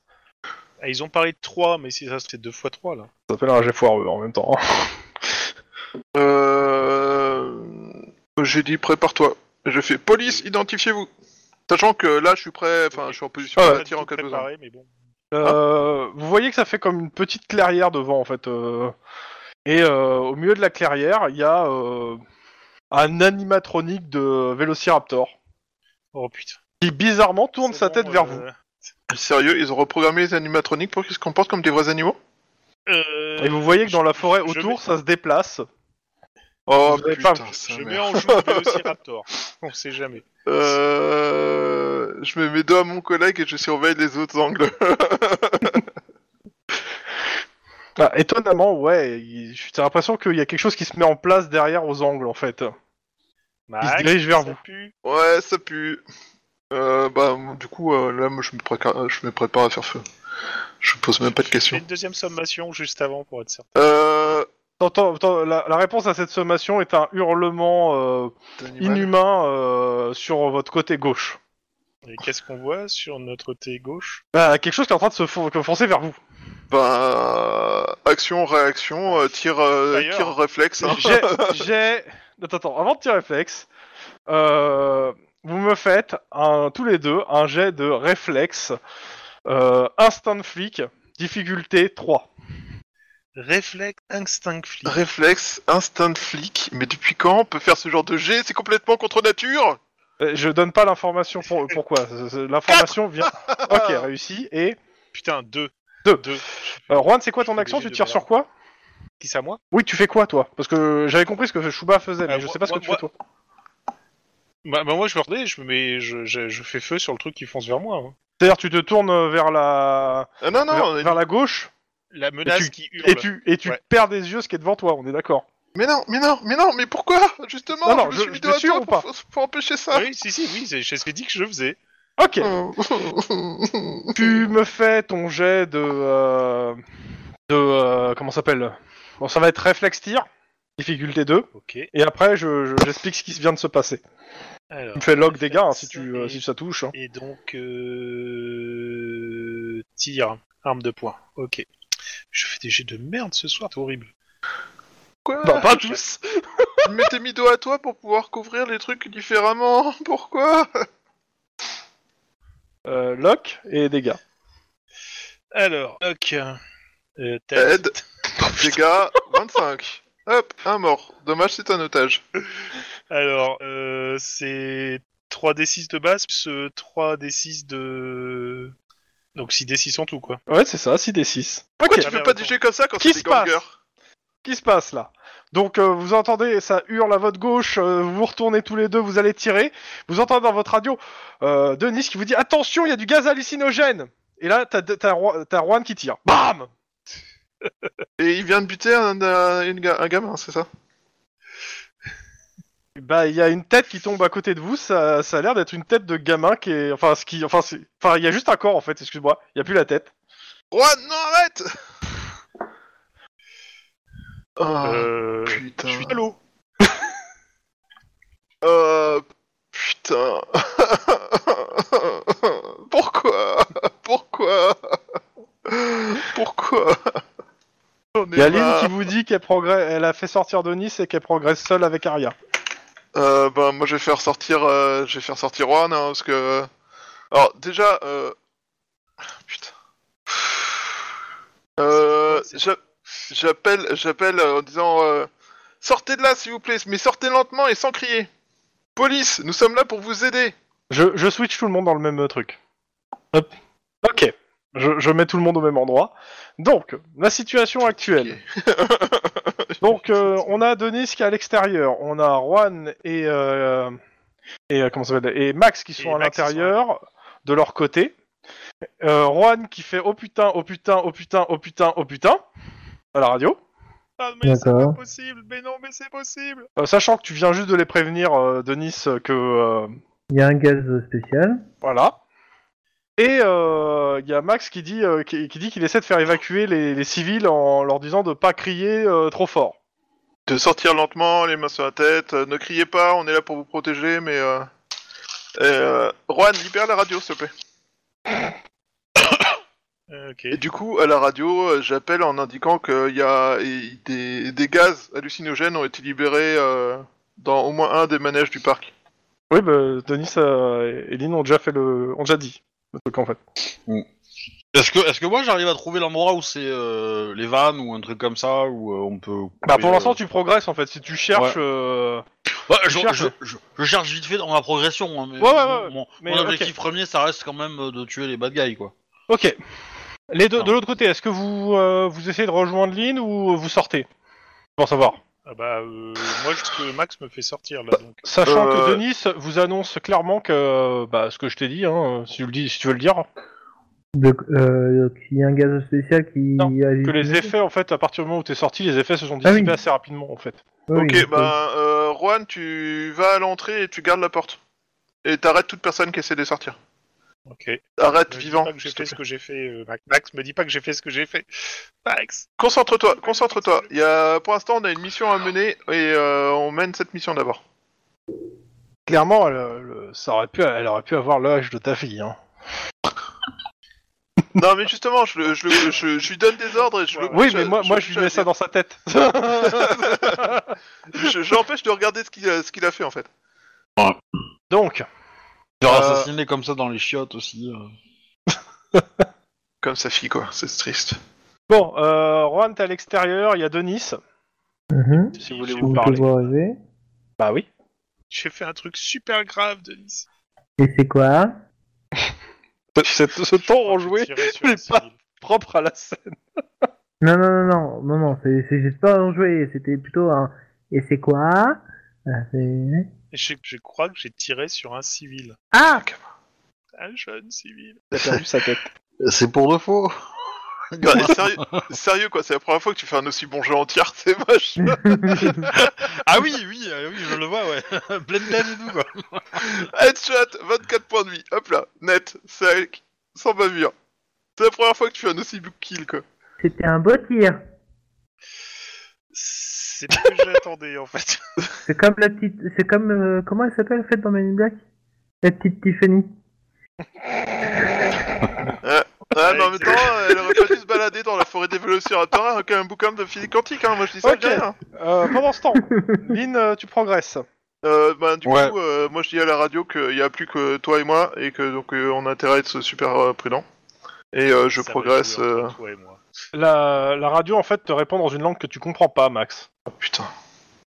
[SPEAKER 4] Ah, Ils ont parlé de 3, mais si ça c'était 2 fois 3 là.
[SPEAKER 2] Ça s'appelle un jet foireux en même temps.
[SPEAKER 5] Euh... J'ai dit prépare-toi. Je fais police, identifiez-vous. Sachant que là, je suis prêt, enfin, je suis en position
[SPEAKER 2] Ah ouais.
[SPEAKER 5] de tir en cas de besoin.
[SPEAKER 4] préparé, mais bon.
[SPEAKER 2] Euh, vous voyez que ça fait comme une petite clairière devant, en fait. euh. Et euh, au milieu de la clairière, il y a euh, un animatronique de Vélociraptor
[SPEAKER 4] Oh putain.
[SPEAKER 2] qui bizarrement tourne
[SPEAKER 4] C'est
[SPEAKER 2] sa
[SPEAKER 4] bon,
[SPEAKER 2] tête vers
[SPEAKER 4] euh,
[SPEAKER 2] vous.
[SPEAKER 5] Sérieux, ils ont reprogrammé les animatroniques pour qu'ils se comportent comme des vrais animaux
[SPEAKER 4] Euh,
[SPEAKER 2] Et vous voyez que dans la forêt
[SPEAKER 4] je
[SPEAKER 2] autour,
[SPEAKER 4] vais-
[SPEAKER 2] ça se déplace.
[SPEAKER 5] Oh
[SPEAKER 2] Vous avez
[SPEAKER 5] putain,
[SPEAKER 2] pas-
[SPEAKER 5] ça
[SPEAKER 4] je
[SPEAKER 5] merde.
[SPEAKER 4] mets en joue
[SPEAKER 2] (laughs)
[SPEAKER 4] le Vélociraptor. On sait jamais.
[SPEAKER 5] Euh... Je mets mes doigts à mon collègue et je surveille les autres angles.
[SPEAKER 2] Bah, étonnamment, ouais. il- J'ai l'impression qu'il y a quelque chose qui se met en place derrière aux angles, en fait.
[SPEAKER 4] Max,
[SPEAKER 2] dirige vers
[SPEAKER 4] ça
[SPEAKER 2] vous.
[SPEAKER 4] pue.
[SPEAKER 5] ouais, ça pue. Euh, bah, du coup, euh, là, moi, je me, préca- je me prépare à faire feu. Je me pose même pas de
[SPEAKER 4] J'ai
[SPEAKER 5] questions.
[SPEAKER 4] une deuxième sommation juste avant pour être certain.
[SPEAKER 5] Euh...
[SPEAKER 2] T'entends- t'entends- la, la réponse à cette sommation est un hurlement euh,
[SPEAKER 5] d'animal.
[SPEAKER 2] inhumain euh, sur votre côté gauche.
[SPEAKER 4] Et qu'est-ce qu'on voit sur notre thé gauche
[SPEAKER 2] Bah, quelque chose qui est en train de se fon- foncer vers vous.
[SPEAKER 5] Bah, action, réaction, euh, tir, euh,
[SPEAKER 4] D'ailleurs.
[SPEAKER 5] tir réflexe. hein.
[SPEAKER 2] J'ai. j'ai- Attends, attends, avant de tirer réflexe, euh, vous me faites un, tous les deux un jet de réflexe euh, instinct de flic, difficulté 3.
[SPEAKER 4] Réflexe instinct flic.
[SPEAKER 5] Réflexe, instinct de flic. Mais depuis quand on peut faire ce genre de jet C'est complètement contre nature
[SPEAKER 2] Euh, Je donne pas l'information pour,
[SPEAKER 4] (laughs)
[SPEAKER 2] pourquoi. C'est- c'est- L'information vient. Ok, réussi. Et.
[SPEAKER 4] Putain, 2.
[SPEAKER 2] Deux.
[SPEAKER 4] 2.
[SPEAKER 2] Euh, Juan, c'est quoi ton
[SPEAKER 4] Je fais
[SPEAKER 2] action
[SPEAKER 4] des
[SPEAKER 2] Tu
[SPEAKER 4] jets de
[SPEAKER 2] tires sur
[SPEAKER 4] merde.
[SPEAKER 2] quoi
[SPEAKER 4] Qui ça, moi
[SPEAKER 2] Oui, tu fais quoi toi Parce que j'avais compris ce que Shuba faisait, mais
[SPEAKER 4] Euh,
[SPEAKER 2] je
[SPEAKER 4] moi-
[SPEAKER 2] sais pas ce que
[SPEAKER 4] moi-
[SPEAKER 2] tu fais toi.
[SPEAKER 4] bah, bah, moi je me redais, je, me mets, je, je, je fais feu sur le truc qui fonce vers moi. hein.
[SPEAKER 2] C'est-à-dire, tu te tournes vers la
[SPEAKER 5] Ah non,
[SPEAKER 2] vers,
[SPEAKER 5] non, on est-
[SPEAKER 2] vers la gauche
[SPEAKER 4] La menace
[SPEAKER 2] Et tu-
[SPEAKER 4] qui hurle.
[SPEAKER 2] et tu et tu
[SPEAKER 4] Ouais.
[SPEAKER 2] perds des yeux ce qui est devant toi. On est d'accord.
[SPEAKER 5] mais non, mais non, mais non, mais pourquoi Justement,
[SPEAKER 2] Non, non,
[SPEAKER 5] je me
[SPEAKER 2] je-
[SPEAKER 5] suis mis
[SPEAKER 2] je
[SPEAKER 5] dos à
[SPEAKER 2] suis
[SPEAKER 5] toi
[SPEAKER 2] ou
[SPEAKER 5] pour, pour empêcher ça.
[SPEAKER 4] Oui, si, si, oui, c'est c'est ce que dit que je faisais. Hmm.
[SPEAKER 2] Ok. tu me fais ton jet de euh, de euh, comment ça s'appelle Bon, ça va être réflexe tir, difficulté 2.
[SPEAKER 4] Ok.
[SPEAKER 2] Et après, je je- j'explique ce qui vient de se passer.
[SPEAKER 4] Alors.
[SPEAKER 2] Tu me fais log dégâts hein, si
[SPEAKER 4] Réflexe
[SPEAKER 2] tu euh,
[SPEAKER 4] et-
[SPEAKER 2] si ça touche. hein.
[SPEAKER 4] Et donc, euh... tir, arme de poing. Ok. Je fais des jets de merde ce soir, c'est horrible.
[SPEAKER 5] (laughs) Quoi
[SPEAKER 2] Non, pas tous.
[SPEAKER 5] Je m'étais mis dos à toi pour pouvoir couvrir les trucs différemment. (laughs) Pourquoi
[SPEAKER 2] Oh, Euh, lock et dégâts.
[SPEAKER 4] Alors, ok. Euh, t'as-
[SPEAKER 5] Ted, dégâts, 25. Hop, un mort. Dommage, c'est un otage.
[SPEAKER 4] Alors, euh, c'est 3d6 de base, plus euh, 3d6 de... Donc 6d6 en tout, quoi.
[SPEAKER 2] Ouais, c'est ça, 6 des 6. Ok.
[SPEAKER 5] Tu peux pas
[SPEAKER 4] Attends.
[SPEAKER 5] diger comme ça quand
[SPEAKER 2] Qui
[SPEAKER 5] c'est
[SPEAKER 2] se
[SPEAKER 5] des gangers.
[SPEAKER 2] qui se passe là Donc euh, vous entendez, ça hurle à votre gauche, euh, vous vous retournez tous les deux, vous allez tirer. Vous entendez dans votre radio euh, Denis qui vous dit Attention, il y a du gaz hallucinogène Et là, t'as t'as Ro- t'as Juan qui tire. BAM
[SPEAKER 5] Et il vient de buter un, un- une ga- un gamin, c'est ça
[SPEAKER 2] Bah, il y a une tête qui tombe à côté de vous, ça, ça a l'air d'être une tête de gamin qui est. Enfin, ce qui, enfin, c'est- enfin, il y a juste un corps en fait, excuse-moi, il y a plus la tête.
[SPEAKER 5] Juan, non, arrête (laughs) Ah,
[SPEAKER 4] Euh,
[SPEAKER 5] putain.
[SPEAKER 4] Je suis à l'eau.
[SPEAKER 5] Euh, putain. (laughs) Pourquoi Pourquoi Pourquoi J'en ai
[SPEAKER 2] Il y a Lynn
[SPEAKER 5] marre.
[SPEAKER 2] qui vous dit qu'elle progresse, elle a fait sortir Denis et qu'elle progresse seule avec Aria.
[SPEAKER 5] Euh, ben, moi, je vais faire sortir, euh, je vais faire sortir Juan, hein, parce que. Alors, déjà, euh... putain. Euh, j'a- j'appelle, j'appelle euh, en disant, euh, sortez de là, s'il vous plaît, mais sortez lentement et sans crier. Police, nous sommes là pour vous aider.
[SPEAKER 2] Je, je switch tout le monde dans le même euh, truc. Hop. Ok. Je, je mets tout le monde au même endroit. Donc, la situation actuelle. Donc, euh, on a Denis qui est à l'extérieur. On a Juan et, euh, et, euh, comment ça s'appelle et Max qui sont
[SPEAKER 4] Et
[SPEAKER 2] à
[SPEAKER 4] Max qui
[SPEAKER 2] l'intérieur de leur côté. Euh, Juan qui fait oh putain, oh putain, oh putain, oh putain, oh putain à la radio.
[SPEAKER 4] Ah, mais c'est
[SPEAKER 3] D'accord.
[SPEAKER 4] pas possible, mais non, mais c'est possible
[SPEAKER 2] Euh, sachant que tu viens juste de les prévenir, euh, Denis, euh, que euh,
[SPEAKER 3] Il y a un gaz spécial.
[SPEAKER 2] Voilà. Et euh, il y a Max qui dit euh, qui, qui dit qu'il essaie de faire évacuer les, les civils en leur disant de pas crier euh, trop fort.
[SPEAKER 5] De sortir lentement, les mains sur la tête. euh, ne criez pas, on est là pour vous protéger, mais. Euh... Euh, Juan, libère la radio, s'il te plaît.
[SPEAKER 4] Euh, Ok.
[SPEAKER 5] Et du coup, à la radio, euh, j'appelle en indiquant qu'il y a et- des, des gaz hallucinogènes ont été libérés euh, dans au moins un des manèges du parc.
[SPEAKER 2] Oui, bah, Denis euh, et Lynn ont déjà fait le, ont déjà dit le truc en fait.
[SPEAKER 1] Est-ce que, est-ce que moi j'arrive à trouver l'endroit où c'est euh, les vannes ou un truc comme ça où euh, on peut.
[SPEAKER 2] Bah, pour
[SPEAKER 1] couper,
[SPEAKER 2] l'instant,
[SPEAKER 1] euh,
[SPEAKER 2] tu progresses en fait. Si tu cherches, euh,
[SPEAKER 1] Ouais, je,
[SPEAKER 2] cherches.
[SPEAKER 1] je- je- je cherche vite fait dans ma progression. hein, mais
[SPEAKER 2] Ouais, ouais, ouais, ouais.
[SPEAKER 1] Mon,
[SPEAKER 2] Mais,
[SPEAKER 1] mon
[SPEAKER 2] ok.
[SPEAKER 1] objectif premier, ça reste quand même euh, de tuer les bad guys, quoi.
[SPEAKER 2] ok. Les deux,
[SPEAKER 1] Non.
[SPEAKER 2] de l'autre côté, est-ce que vous euh, vous essayez de rejoindre Lynn ou vous sortez Pour savoir.
[SPEAKER 4] Ah bah, euh, moi, je que Max me fait sortir, là, donc.
[SPEAKER 2] Sachant que
[SPEAKER 5] Euh,
[SPEAKER 2] Denis vous annonce clairement que bah, ce que je t'ai dit, hein, si, tu le dis, si tu veux le dire,
[SPEAKER 3] De, euh, donc, il y a un gaz spécial qui.
[SPEAKER 2] Non,
[SPEAKER 3] agit-
[SPEAKER 2] que les effets, en fait, à partir du moment où t'es sorti, les effets se sont
[SPEAKER 3] Mm. Ah oui.
[SPEAKER 2] dissipés assez rapidement, en fait.
[SPEAKER 3] Oui, donc,
[SPEAKER 5] ok, ben
[SPEAKER 2] bah,
[SPEAKER 5] euh, Juan, tu vas à l'entrée et tu gardes la porte. Et t'arrêtes toute personne qui essaie de sortir.
[SPEAKER 4] Ok. Me
[SPEAKER 5] Arrête,
[SPEAKER 4] euh, dis
[SPEAKER 5] vivant.
[SPEAKER 4] pas que j'ai
[SPEAKER 5] s'il te
[SPEAKER 4] fait ce
[SPEAKER 5] plaît.
[SPEAKER 4] que j'ai fait, euh, Max. Max, me dis pas que j'ai fait ce que j'ai fait. Max
[SPEAKER 5] Concentre-toi, concentre-toi. Il y a, pour l'instant, on a une mission à mener et euh, on mène cette mission d'abord.
[SPEAKER 2] Clairement, elle, euh, ça aurait pu, elle aurait pu avoir l'âge de ta fille. Hein.
[SPEAKER 5] non, mais justement, je, le- je, le- je- je lui donne des ordres et je le-
[SPEAKER 2] Oui, mais moi, moi je lui mets
[SPEAKER 5] l'oblige à
[SPEAKER 2] ça dans sa tête. (laughs)
[SPEAKER 5] dire. Je, je l'empêche de regarder ce qu'il a, ce qu'il a fait en fait.
[SPEAKER 2] Donc,
[SPEAKER 1] Faire
[SPEAKER 2] Euh,
[SPEAKER 1] assassiner comme ça dans les chiottes aussi. euh.
[SPEAKER 5] Comme sa fille, quoi. C'est triste.
[SPEAKER 2] bon, euh, Juan, t'es à l'extérieur, il y a Denis,
[SPEAKER 3] mhm,
[SPEAKER 2] si vous voulez
[SPEAKER 4] J'ai-
[SPEAKER 2] vous
[SPEAKER 3] on peut
[SPEAKER 2] parler.
[SPEAKER 3] vous arriver.
[SPEAKER 2] Bah oui.
[SPEAKER 4] J'ai fait un truc super grave, Denis.
[SPEAKER 3] Et c'est quoi
[SPEAKER 2] C'est ce temps enjoué
[SPEAKER 4] Tirer sur
[SPEAKER 2] mais
[SPEAKER 4] un
[SPEAKER 2] pas-
[SPEAKER 4] civil.
[SPEAKER 2] propre à la scène.
[SPEAKER 3] Non, non, non, non, non, non, c'est c'est juste pas un jouet, c'était plutôt un. Et c'est quoi Ah, c'est-
[SPEAKER 4] Et Je, je crois que j'ai tiré sur un civil.
[SPEAKER 3] Ah
[SPEAKER 4] Un jeune civil.
[SPEAKER 2] Il a perdu sa tête.
[SPEAKER 1] C'est pour de faux.
[SPEAKER 5] Non, mais sérieux, sérieux, quoi, c'est la première fois que tu fais un aussi bon jeu en tiers, (laughs) c'est moche.
[SPEAKER 1] Ah oui, oui, euh, oui, je le vois, ouais. Pleine tête et tout, quoi.
[SPEAKER 5] Headshot, 24 points de vie, hop là, net, sec, sans bavure. C'est la première fois que tu fais un aussi big kill quoi.
[SPEAKER 3] (laughs) C'était un beau tir
[SPEAKER 4] C'est pas ce que j'attendais, en fait.
[SPEAKER 3] C'est comme la petite. C'est comme. euh, comment elle s'appelle, en fait, dans Men in Black La petite Tiffany.
[SPEAKER 5] Ouais, Ah, mais en même temps, euh, elle aurait pas dû se balader dans la forêt des vélociraptors avec hein, un bouquin de physique quantique, hein. moi je dis ça,
[SPEAKER 2] Ok.
[SPEAKER 5] je dis rien.
[SPEAKER 2] Euh,
[SPEAKER 3] (laughs)
[SPEAKER 2] pendant ce temps, Lynn, euh, tu progresses.
[SPEAKER 5] Euh, bah, du
[SPEAKER 1] Ouais.
[SPEAKER 5] coup, euh, moi je dis à la radio qu'il n'y a plus que toi et moi et que donc euh, on a intérêt à être super euh, prudent. Et euh, je
[SPEAKER 4] Ça va
[SPEAKER 5] progresse.
[SPEAKER 4] jouer entre
[SPEAKER 5] euh,
[SPEAKER 4] toi et moi.
[SPEAKER 2] La, la radio, en fait, te répond dans une langue que tu comprends pas, Max.
[SPEAKER 5] oh, putain.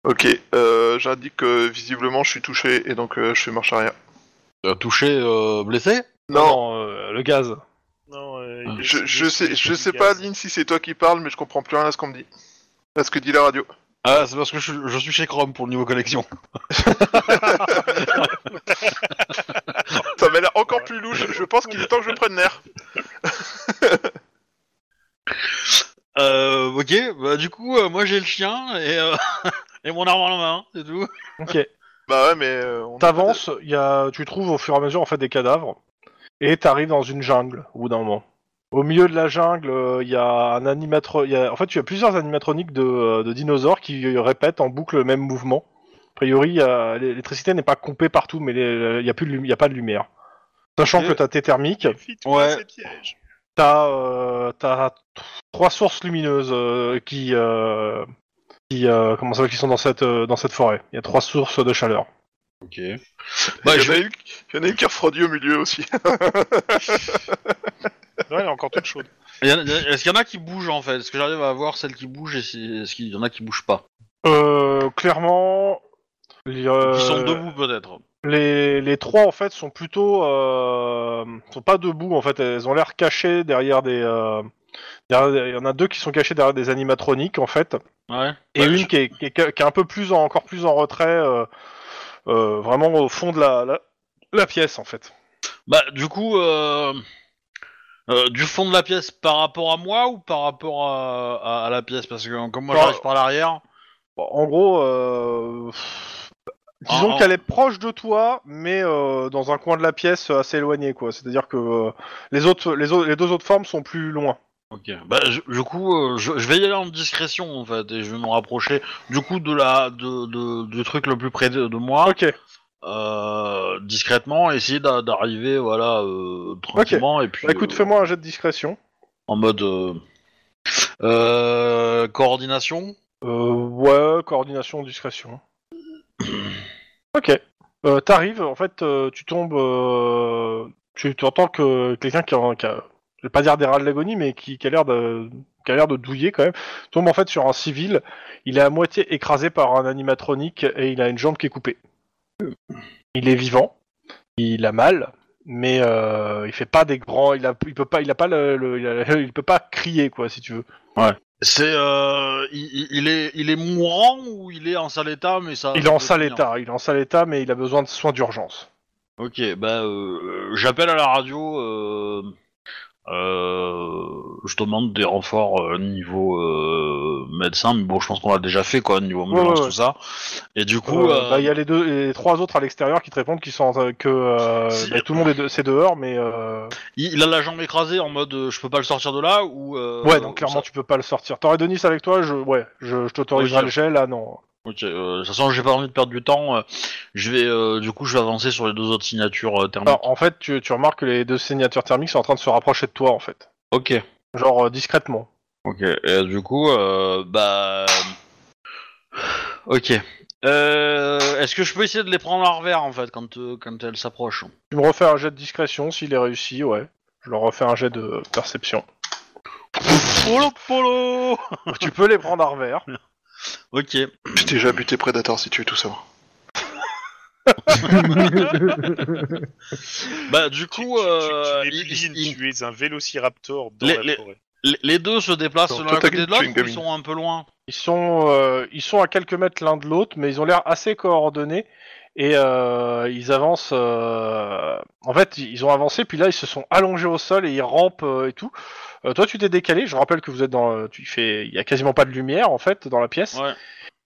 [SPEAKER 5] Ok, euh, j'indique que visiblement je suis touché et donc euh, je fais marche arrière.
[SPEAKER 1] Euh, touché, euh, blessé
[SPEAKER 5] Non,
[SPEAKER 2] euh, le gaz.
[SPEAKER 4] Non, euh,
[SPEAKER 2] Ah.
[SPEAKER 4] il est- il
[SPEAKER 5] je,
[SPEAKER 4] est-
[SPEAKER 5] je
[SPEAKER 4] il
[SPEAKER 5] sais,
[SPEAKER 4] est
[SPEAKER 5] je sais
[SPEAKER 4] efficace.
[SPEAKER 5] pas, Lynn, si c'est toi qui parles, mais je comprends plus rien à ce qu'on me dit. À ce que dit la radio.
[SPEAKER 1] Ah, c'est parce que je, je suis chez Chrome pour le niveau connexion.
[SPEAKER 5] Ça m'a l'air encore plus louche, je pense qu'il est temps que je prenne l'air.
[SPEAKER 1] Euh, ok, bah du coup, euh, moi j'ai le chien et, euh, (laughs) et mon arme en main, c'est tout.
[SPEAKER 2] Ok.
[SPEAKER 5] Bah ouais, mais euh, on
[SPEAKER 2] T'avances, il y a- tu trouves au fur et à mesure en fait des cadavres, et t'arrives dans une jungle au bout d'un moment. Au milieu de la jungle, euh, il y a un animatro... il y a- En fait, tu as plusieurs animatroniques de, euh, de dinosaures qui euh, répètent en boucle le même mouvement. A priori, il y a- l'électricité n'est pas coupée partout, mais les- il n'y a, plus de lumi- il y a pas de lumière. Sachant
[SPEAKER 1] Et-
[SPEAKER 2] que t'as tes thermiques,
[SPEAKER 4] Méfie-toi
[SPEAKER 1] Ouais.
[SPEAKER 4] de ces pièges.
[SPEAKER 2] t'as euh, t'as trois sources lumineuses euh, qui euh, qui euh, comment ça s'appelle, qui sont dans cette euh, dans cette forêt. Il y a trois sources de chaleur.
[SPEAKER 1] Ok. Bah,
[SPEAKER 5] il, y
[SPEAKER 1] je
[SPEAKER 5] en a
[SPEAKER 1] vais...
[SPEAKER 5] une, il y en a une qui refroidit au milieu (laughs) aussi.
[SPEAKER 4] Non, elle est encore toute (laughs) chaude.
[SPEAKER 1] il y en a- Est-ce qu'il y en a qui bougent en fait Est-ce que j'arrive à voir celles qui bougent et si... est-ce qu'il y en a qui bougent pas
[SPEAKER 2] Euh, clairement, les, euh,
[SPEAKER 1] Qui sont debout peut-être
[SPEAKER 2] les- les trois en fait sont plutôt euh, sont pas debout en fait. Elles ont l'air cachées derrière des. euh, derrière- il y en a deux qui sont cachées derrière des animatroniques en fait,
[SPEAKER 1] Ouais. Bah,
[SPEAKER 2] et une qui, est, qui est- qui est un peu plus en- encore plus en retrait, euh, euh, vraiment au fond de la, la, la pièce en fait.
[SPEAKER 1] Bah, du coup, euh, euh, du fond de la pièce par rapport à moi ou par rapport à, à- à la pièce Parce que euh, comme moi
[SPEAKER 2] Par-
[SPEAKER 1] j'arrive par l'arrière.
[SPEAKER 2] Bon, en gros, euh, disons
[SPEAKER 1] En- en-
[SPEAKER 2] qu'elle est proche de toi, mais euh, dans un coin de la pièce euh, assez éloigné quoi. C'est-à-dire que euh, les autres les, autres- les deux autres formes sont plus loin.
[SPEAKER 1] Ok. Bah, je- du coup, euh, je, je vais y aller en discrétion en fait et je vais me rapprocher du coup de la de, de- du truc le plus près de, de moi
[SPEAKER 2] Ok,
[SPEAKER 1] euh, discrètement, essayer d'a- d'arriver voilà euh, tranquillement et puis
[SPEAKER 2] bah, écoute,
[SPEAKER 1] euh,
[SPEAKER 2] fais-moi un jet de discrétion.
[SPEAKER 1] en mode euh, euh, coordination.
[SPEAKER 2] Euh, ouais, coordination, discrétion. ok. Euh, T'arrives, en fait, euh, tu tombes. euh, tu tu entends que quelqu'un qui, a- qui a. Je vais pas dire des rats de l'agonie, mais qui, qui a l'air de. Qui a l'air de douiller quand même, tombe en fait sur un civil. Il est à moitié écrasé par un animatronique et il a une jambe qui est coupée. Il est vivant, il a mal, mais euh, il fait pas des grands. Il, a, il peut pas, il a pas le, le- il, a- (laughs) il peut pas crier quoi, si tu veux.
[SPEAKER 1] C'est euh, il, il- il est il est mourant ou il est en sale état mais ça.
[SPEAKER 2] Il est en
[SPEAKER 1] ça
[SPEAKER 2] sale
[SPEAKER 1] peut tenir.
[SPEAKER 2] état, il est en sale état, mais il a besoin de soins d'urgence.
[SPEAKER 1] Ok, bah euh, j'appelle à la radio. Euh, euh, je demande des renforts euh, niveau euh, médecin, mais bon, je pense qu'on l'a déjà fait quoi, niveau ambulance
[SPEAKER 2] ouais, ouais.
[SPEAKER 1] tout ça. Et du
[SPEAKER 2] Euh,
[SPEAKER 1] coup,
[SPEAKER 2] bah, Il
[SPEAKER 1] euh,
[SPEAKER 2] y a les deux, les trois autres à l'extérieur qui te répondent qu'ils sont euh, que euh,
[SPEAKER 1] Si.
[SPEAKER 2] bah, tout le monde est, de- c'est dehors, mais euh,
[SPEAKER 1] il, il a la jambe écrasée en mode euh, je peux pas le sortir de là ou. euh,
[SPEAKER 2] ouais, donc
[SPEAKER 1] ça-
[SPEAKER 2] clairement tu peux pas le sortir. T'aurais Denis avec toi, je ouais, je, je t'autoriserai
[SPEAKER 1] Oui,
[SPEAKER 2] le gel là, non.
[SPEAKER 1] Ok, euh, de toute façon, j'ai pas envie de perdre du temps. euh, je vais, euh, du coup, je vais avancer sur les deux autres signatures euh, thermiques.
[SPEAKER 2] Alors, en fait, tu, tu remarques que les deux signatures thermiques sont en train de se rapprocher de toi en fait,
[SPEAKER 1] Ok.
[SPEAKER 2] genre euh, discrètement.
[SPEAKER 1] Ok, et du coup, euh, bah. Ok. Euh, Est-ce que je peux essayer de les prendre à revers en fait quand, euh, quand elles s'approchent
[SPEAKER 2] Tu me refais un jet de discrétion s'il est réussi, ouais. Je leur refais un jet de perception.
[SPEAKER 1] Polo polo
[SPEAKER 2] tu peux les prendre à revers.
[SPEAKER 1] Ok.
[SPEAKER 5] J'ai déjà buté Predator si tu veux tout savoir.
[SPEAKER 1] Bah du
[SPEAKER 4] Tu-
[SPEAKER 1] coup, euh,
[SPEAKER 4] tu, tu,
[SPEAKER 1] ils-
[SPEAKER 4] tu, es,
[SPEAKER 1] ils- ils-
[SPEAKER 4] tu es un vélociraptor dans
[SPEAKER 1] Les-
[SPEAKER 4] la
[SPEAKER 1] les-
[SPEAKER 4] forêt.
[SPEAKER 1] les- les deux se déplacent
[SPEAKER 5] Non,
[SPEAKER 1] l'un
[SPEAKER 5] toi,
[SPEAKER 1] à
[SPEAKER 5] t'as
[SPEAKER 1] côté de
[SPEAKER 5] qu'une
[SPEAKER 1] l'autre,
[SPEAKER 5] chewing
[SPEAKER 1] ou
[SPEAKER 5] gum.
[SPEAKER 1] ils sont un peu loin.
[SPEAKER 2] Ils sont, euh, ils sont à quelques mètres l'un de l'autre, mais ils ont l'air assez coordonnés et euh, ils avancent. euh, En fait, ils ont avancé, puis là, ils se sont allongés au sol et ils rampent euh, et tout. Euh, toi, tu t'es décalé. Je rappelle que vous êtes dans. euh, Tu fais. Il y a quasiment pas de lumière en fait dans la pièce.
[SPEAKER 1] Ouais.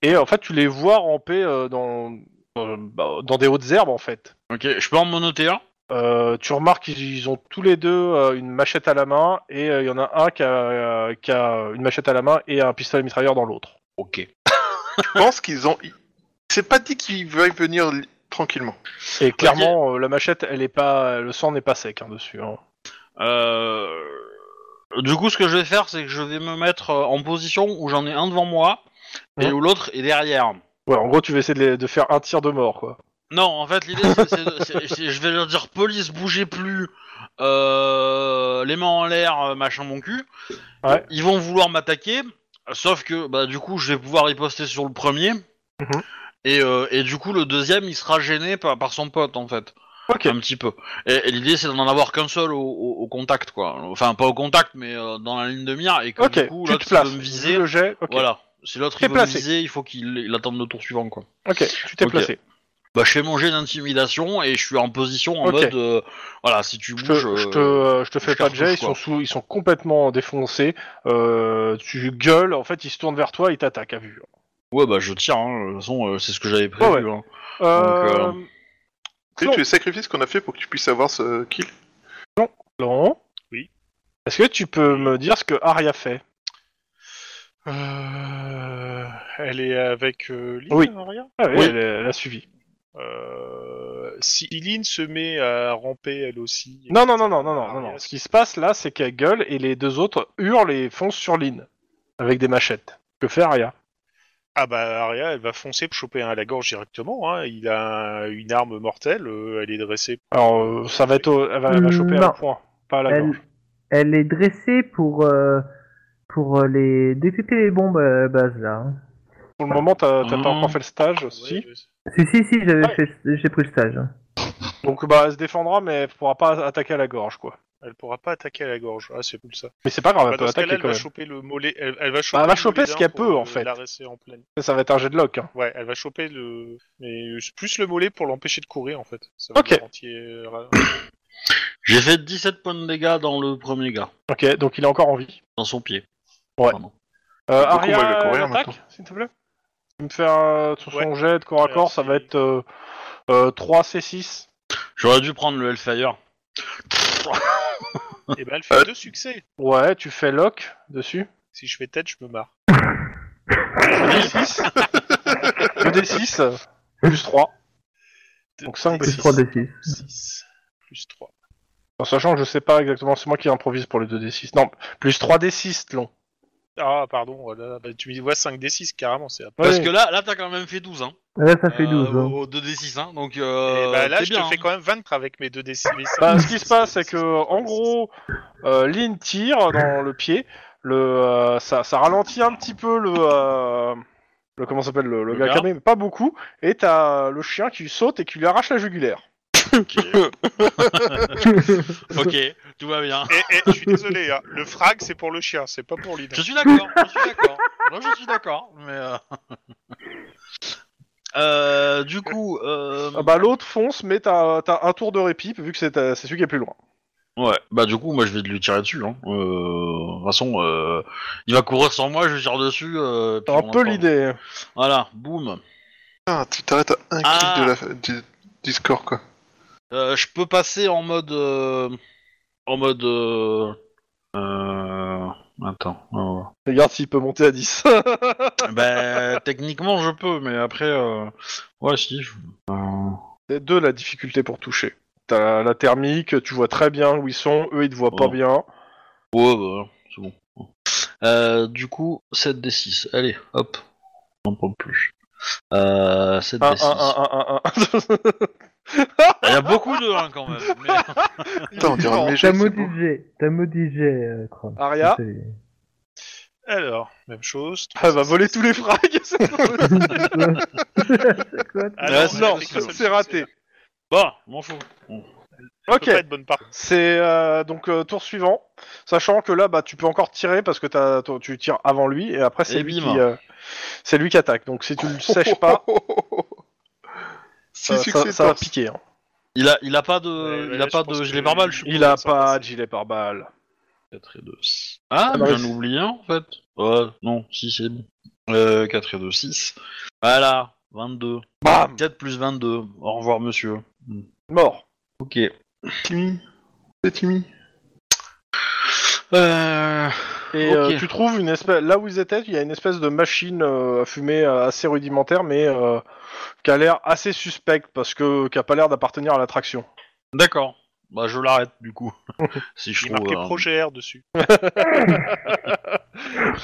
[SPEAKER 2] Et en fait, tu les vois ramper euh, dans dans, bah, dans des hautes herbes en fait.
[SPEAKER 1] Ok, je peux en monoter un.
[SPEAKER 2] Euh, tu remarques qu'ils ils ont tous les deux euh, une machette à la main et euh, il y en a un qui a, euh, qui a une machette à la main et un pistolet mitrailleur dans l'autre.
[SPEAKER 1] Ok.
[SPEAKER 5] Je pense qu'ils ont. C'est pas dit qu'ils veuillent venir li- tranquillement.
[SPEAKER 2] Et clairement, euh, la machette, elle est pas, le sang n'est pas sec hein, dessus. hein.
[SPEAKER 1] Euh, Du coup, ce que je vais faire, c'est que je vais me mettre euh, en position où j'en ai un devant moi et
[SPEAKER 2] Mhm.
[SPEAKER 1] où l'autre est derrière.
[SPEAKER 2] Ouais, en gros, tu vas essayer de, les- de faire un tir de mort, quoi.
[SPEAKER 1] Non, en fait, l'idée, c'est- c'est
[SPEAKER 2] (laughs)
[SPEAKER 1] de- c'est- c'est- je vais leur dire police, bougez plus, euh, les mains en l'air, euh, machin mon cul.
[SPEAKER 2] Ouais.
[SPEAKER 1] Ils vont vouloir m'attaquer, sauf que bah, du coup, je vais pouvoir riposter sur le premier.
[SPEAKER 2] Mhm.
[SPEAKER 1] Et, euh, et du coup, le deuxième, il sera gêné par, par son pote, en fait.
[SPEAKER 2] Ok.
[SPEAKER 1] Un petit peu. Et, et l'idée, c'est d'en avoir qu'un seul au, au- au contact, quoi. Enfin, pas au contact, mais euh, dans la ligne de mire. Et que
[SPEAKER 2] Ok,
[SPEAKER 1] du coup,
[SPEAKER 2] tu
[SPEAKER 1] l'autre,
[SPEAKER 2] te
[SPEAKER 1] s'il veut
[SPEAKER 2] places.
[SPEAKER 1] me viser.
[SPEAKER 2] Vu le jet, ok.
[SPEAKER 1] Voilà. Si l'autre,
[SPEAKER 2] T'es
[SPEAKER 1] il veut me
[SPEAKER 2] placé.
[SPEAKER 1] viser, il faut qu'il il attende le tour suivant, quoi.
[SPEAKER 2] Ok, tu t'es
[SPEAKER 1] Ok.
[SPEAKER 2] placé.
[SPEAKER 1] Bah, je fais mon jet d'intimidation et je suis en position en
[SPEAKER 2] Ok.
[SPEAKER 1] mode. euh, voilà, si tu
[SPEAKER 2] Je
[SPEAKER 1] bouges.
[SPEAKER 2] te, je te,
[SPEAKER 1] euh,
[SPEAKER 2] euh, je te fais
[SPEAKER 1] je te
[SPEAKER 2] pas de jet,
[SPEAKER 1] retouche,
[SPEAKER 2] ils sont,
[SPEAKER 1] quoi.
[SPEAKER 2] sous, ils sont complètement défoncés. Euh, tu gueules, en fait, ils se tournent vers toi, ils t'attaquent à vue.
[SPEAKER 1] Ouais, bah, je tire, hein. De toute façon, euh, c'est ce que j'avais prévu.
[SPEAKER 2] Ouais,
[SPEAKER 1] hein.
[SPEAKER 2] Euh...
[SPEAKER 1] Donc,
[SPEAKER 5] Tu sais,
[SPEAKER 2] Non.
[SPEAKER 5] tu les sacrifices qu'on a fait pour que tu puisses avoir ce kill
[SPEAKER 2] Laurent
[SPEAKER 4] Oui.
[SPEAKER 2] Est-ce que tu peux me dire ce que Arya fait
[SPEAKER 4] Euh, Elle est avec euh, Lynn,
[SPEAKER 2] Oui.
[SPEAKER 4] Aria
[SPEAKER 2] Ah oui,
[SPEAKER 1] Oui.
[SPEAKER 2] Elle, elle a suivi.
[SPEAKER 4] Euh, Si Lynn se met à ramper elle aussi.
[SPEAKER 2] Non, non, non, non, non, non, non,
[SPEAKER 4] Aria,
[SPEAKER 2] non. Ce qui se passe là, c'est qu'elle gueule et les deux autres hurlent et foncent sur Lynn avec des machettes. Que fait Arya
[SPEAKER 4] Ah bah Aria, elle va foncer pour choper un à la gorge directement. hein. Il a une arme mortelle, euh, elle est dressée.
[SPEAKER 2] Alors, euh, ça va être. au- Elle va, elle va choper à
[SPEAKER 3] Non.
[SPEAKER 2] un point, pas à la
[SPEAKER 3] Elle,
[SPEAKER 2] gorge.
[SPEAKER 3] elle est dressée pour, euh, pour euh, les détecter les bombes à base là. hein.
[SPEAKER 2] Pour le moment, t'as t'as
[SPEAKER 1] Ah.
[SPEAKER 2] pas encore fait le stage aussi.
[SPEAKER 4] Mmh. Ouais, je-
[SPEAKER 3] Si, si, si, j'avais
[SPEAKER 2] Ouais.
[SPEAKER 3] fait- j'ai pris le stage. hein.
[SPEAKER 2] Donc, bah, elle se défendra, mais elle pourra pas attaquer à la gorge, quoi.
[SPEAKER 4] Elle pourra pas attaquer à la gorge. Ah c'est cool ça.
[SPEAKER 2] Mais c'est pas grave, elle
[SPEAKER 4] Bah,
[SPEAKER 2] peut
[SPEAKER 4] dans ce cas-là,
[SPEAKER 2] attaquer
[SPEAKER 4] elle
[SPEAKER 2] quand
[SPEAKER 4] va
[SPEAKER 2] même. Bah,
[SPEAKER 4] choper le mollet. Elle, elle va choper,
[SPEAKER 2] elle va
[SPEAKER 4] le
[SPEAKER 2] choper
[SPEAKER 4] mollet
[SPEAKER 2] ce
[SPEAKER 4] d'un
[SPEAKER 2] qu'elle
[SPEAKER 4] pour,
[SPEAKER 2] peut, en
[SPEAKER 4] euh,
[SPEAKER 2] fait.
[SPEAKER 4] La rester en pleine.
[SPEAKER 2] Ça va être un jet de lock. Hein.
[SPEAKER 4] Ouais, elle va choper le. Mais plus le mollet pour l'empêcher de courir en fait. Ça va
[SPEAKER 2] Ok.
[SPEAKER 4] garantir- euh,
[SPEAKER 1] J'ai fait 17 points de dégâts dans le premier gars,
[SPEAKER 2] Ok, donc il est encore en vie.
[SPEAKER 1] dans son pied.
[SPEAKER 2] Euh,
[SPEAKER 5] Beaucoup,
[SPEAKER 2] Aria,
[SPEAKER 5] ouais, le courir,
[SPEAKER 4] hein,
[SPEAKER 2] elle attaque,
[SPEAKER 5] maintenant.
[SPEAKER 2] s'il te plaît. Tu me fais un, sur son jet de corps à corps, ça va
[SPEAKER 4] Merci.
[SPEAKER 2] être euh, euh, 3 C6.
[SPEAKER 1] J'aurais dû prendre le Hellfire.
[SPEAKER 4] (coughs) Et ben elle fait
[SPEAKER 5] Euh.
[SPEAKER 4] deux succès.
[SPEAKER 2] Ouais, tu fais lock dessus.
[SPEAKER 4] Si je fais tête, je me marre.
[SPEAKER 2] Le D6. Le D6, euh, plus 3. Donc 5
[SPEAKER 3] Plus
[SPEAKER 2] D6.
[SPEAKER 3] 3 de 6.
[SPEAKER 4] 6 plus 3.
[SPEAKER 2] En sachant que je sais pas exactement, c'est moi qui improvise pour le 2D6. Non, plus 3D6 long.
[SPEAKER 4] Ah pardon, oh là, là, bah, tu me dis ouais, 5 D6 carrément, c'est après.
[SPEAKER 1] Parce
[SPEAKER 2] Oui.
[SPEAKER 1] que là, là t'as quand même fait 12, hein.
[SPEAKER 3] Là, ça fait
[SPEAKER 1] Euh,
[SPEAKER 3] 12. hein.
[SPEAKER 1] au- au 2d6, hein. Donc, euh,
[SPEAKER 4] Et bah, là
[SPEAKER 1] t'es
[SPEAKER 4] je
[SPEAKER 1] bien,
[SPEAKER 4] te fais
[SPEAKER 1] hein.
[SPEAKER 4] quand même vaincre avec mes 2 D6. mes cinq
[SPEAKER 2] Bah,
[SPEAKER 4] D6,
[SPEAKER 2] ce qui se passe, c'est que en
[SPEAKER 4] D6.
[SPEAKER 2] gros, euh, Lynn tire dans le pied. Le, euh, ça, ça ralentit un petit peu le, euh, le comment ça s'appelle le, le
[SPEAKER 1] Le
[SPEAKER 2] gars
[SPEAKER 1] gars.
[SPEAKER 2] camé, mais pas beaucoup. Et t'as le chien qui saute et qui lui arrache la jugulaire.
[SPEAKER 1] (laughs)
[SPEAKER 2] (laughs) Euh,
[SPEAKER 3] (laughs)
[SPEAKER 1] Ok, tout va bien.
[SPEAKER 4] Eh, eh, je suis désolé, hein, le frag c'est pour le chien, c'est pas pour l'idée.
[SPEAKER 1] Je (laughs) suis d'accord, je suis d'accord. Moi, je suis d'accord, mais. euh, (laughs) Euh, du coup. Euh...
[SPEAKER 2] Ah bah l'autre fonce, mais t'as t'as un tour de répit vu que c'est euh, c'est celui qui est plus loin.
[SPEAKER 1] Ouais, bah du coup, moi je vais lui tirer dessus. Hein. Euh, de toute façon, euh, il va courir sans moi, je tire dessus. Euh, puis
[SPEAKER 2] T'as un
[SPEAKER 1] on
[SPEAKER 2] peu
[SPEAKER 1] attend.
[SPEAKER 2] l'idée.
[SPEAKER 1] Voilà, boum.
[SPEAKER 5] Ah, tu t'arrêtes à un
[SPEAKER 1] Ah.
[SPEAKER 5] kill de la... du... du score, quoi.
[SPEAKER 1] Euh, je peux passer en mode. euh, en mode. Euh, euh, attends. oh. on va voir.
[SPEAKER 2] Regarde s'il peut monter à 10.
[SPEAKER 1] ben, techniquement, je peux, mais après. Euh, ouais, si. je- euh,
[SPEAKER 2] C'est deux la difficulté pour toucher. T'as la, la thermique, tu vois très bien où ils sont, eux ils te voient pas
[SPEAKER 1] Oh.
[SPEAKER 2] bien.
[SPEAKER 1] Ouais, bah, c'est bon. Euh, du coup, 7d6. Allez, hop. On prend plus. Euh, 7d6.
[SPEAKER 2] Un, un, un, un, un, un.
[SPEAKER 5] (laughs)
[SPEAKER 1] Il y a beaucoup de 1 quand même. mais-
[SPEAKER 5] Putain, on dirait un
[SPEAKER 3] T'as
[SPEAKER 5] léger. c'est beau.
[SPEAKER 3] modigé, t'as modigé, euh, Chrome.
[SPEAKER 5] (laughs)
[SPEAKER 2] Aria
[SPEAKER 3] C'est- (laughs)
[SPEAKER 4] Alors, même chose.
[SPEAKER 2] Elle va voler tous les frags, (laughs) c'est pas possible.
[SPEAKER 3] C'est quoi
[SPEAKER 4] Ah
[SPEAKER 1] Ouais,
[SPEAKER 4] elle
[SPEAKER 2] Euh, non,
[SPEAKER 4] a fait
[SPEAKER 1] c'est-
[SPEAKER 4] qu'un seul
[SPEAKER 2] c'est raté.
[SPEAKER 4] succès,
[SPEAKER 1] Bon, m'en fous.
[SPEAKER 4] là. Elle
[SPEAKER 2] Ok,
[SPEAKER 4] peut pas être bonne partie.
[SPEAKER 2] c'est euh, donc euh, tour suivant, sachant que là bah tu peux encore tirer parce que t'as- t'as- tu tires avant lui et après c'est
[SPEAKER 1] Et
[SPEAKER 2] lui
[SPEAKER 1] bim.
[SPEAKER 2] qui euh, c'est lui qui attaque. Donc si tu le sèches
[SPEAKER 5] (laughs)
[SPEAKER 2] pas,
[SPEAKER 5] Six
[SPEAKER 2] euh,
[SPEAKER 5] succès
[SPEAKER 2] ça,
[SPEAKER 5] de
[SPEAKER 2] ça va
[SPEAKER 5] force.
[SPEAKER 2] piquer. hein.
[SPEAKER 1] Il a, il a pas de,
[SPEAKER 4] Ouais, ouais,
[SPEAKER 1] il a
[SPEAKER 4] je
[SPEAKER 1] pas
[SPEAKER 4] pense
[SPEAKER 1] de
[SPEAKER 4] que-
[SPEAKER 1] gilet pare-balles, je
[SPEAKER 2] Il a
[SPEAKER 4] ça va
[SPEAKER 2] pas
[SPEAKER 4] passer.
[SPEAKER 2] de gilet pare-balles.
[SPEAKER 1] 4 et 2. Ah,
[SPEAKER 2] Ah, bah
[SPEAKER 1] j'en
[SPEAKER 2] oui.
[SPEAKER 1] ai oublié un, en fait. Ouais, non, si, c'est bon. Euh, 4 et 2, 6. Voilà, 22.
[SPEAKER 2] Bam
[SPEAKER 1] 4 plus 22. Au revoir, monsieur.
[SPEAKER 2] Mort.
[SPEAKER 1] Ok.
[SPEAKER 5] Timmy. C'est Timmy.
[SPEAKER 1] Euh...
[SPEAKER 2] Et
[SPEAKER 1] ok.
[SPEAKER 2] euh, tu trouves une espèce là où ils étaient, il y a une espèce de machine euh, à fumer euh, assez rudimentaire, mais euh, (laughs) qui a l'air assez suspecte parce que qui a pas l'air d'appartenir à l'attraction.
[SPEAKER 1] D'accord. Bah, je l'arrête du
[SPEAKER 2] (laughs)
[SPEAKER 1] coup. si je
[SPEAKER 4] Il est marqué
[SPEAKER 1] trouve. euh, un-
[SPEAKER 4] Projet R dessus.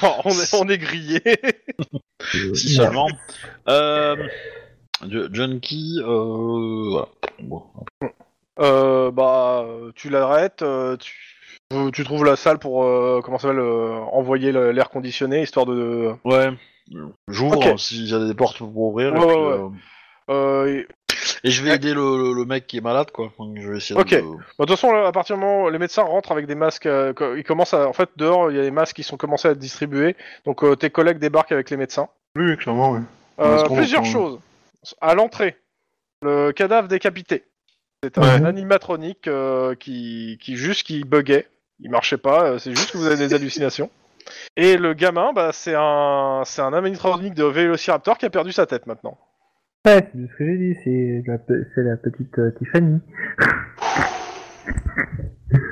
[SPEAKER 2] Oh, on, est, on est grillé. (laughs)
[SPEAKER 1] Si seulement. Euh, Jo- John Key, euh, voilà. Bon.
[SPEAKER 2] Euh, bah, tu l'arrêtes, euh, tu, euh, tu trouves la salle pour euh, comment ça s'appelle euh, envoyer le- l'air conditionné histoire de.
[SPEAKER 1] Ouais. J'ouvre
[SPEAKER 2] Ok.
[SPEAKER 1] hein, s'il y a des portes pour ouvrir. et,
[SPEAKER 2] Ouais,
[SPEAKER 1] puis,
[SPEAKER 2] ouais,
[SPEAKER 1] euh,
[SPEAKER 2] Euh, et-
[SPEAKER 1] et je vais aider le, le- le mec qui est malade, quoi. Donc, je vais essayer
[SPEAKER 2] Ok.
[SPEAKER 1] de.
[SPEAKER 2] bah, de toute façon, là, à partir du moment où les médecins rentrent avec des masques, euh, co- ils commencent à, en fait dehors, il y a des masques qui sont commencés à être distribués. Donc euh, tes collègues débarquent avec les médecins.
[SPEAKER 5] Oui, clairement, oui.
[SPEAKER 2] Euh,
[SPEAKER 5] Parce qu'on-
[SPEAKER 2] plusieurs
[SPEAKER 5] on-
[SPEAKER 2] choses. À l'entrée, le cadavre décapité. C'est un animatronique euh, qui, qui juste qui buguait. Il marchait pas, euh, c'est juste que vous avez des hallucinations. Et le gamin, bah, c'est un, c'est un animatronique de Vélociraptor qui a perdu sa tête maintenant.
[SPEAKER 3] Ouais, c'est ce que j'ai dit, c'est la, pe- c'est la petite euh, Tiffany.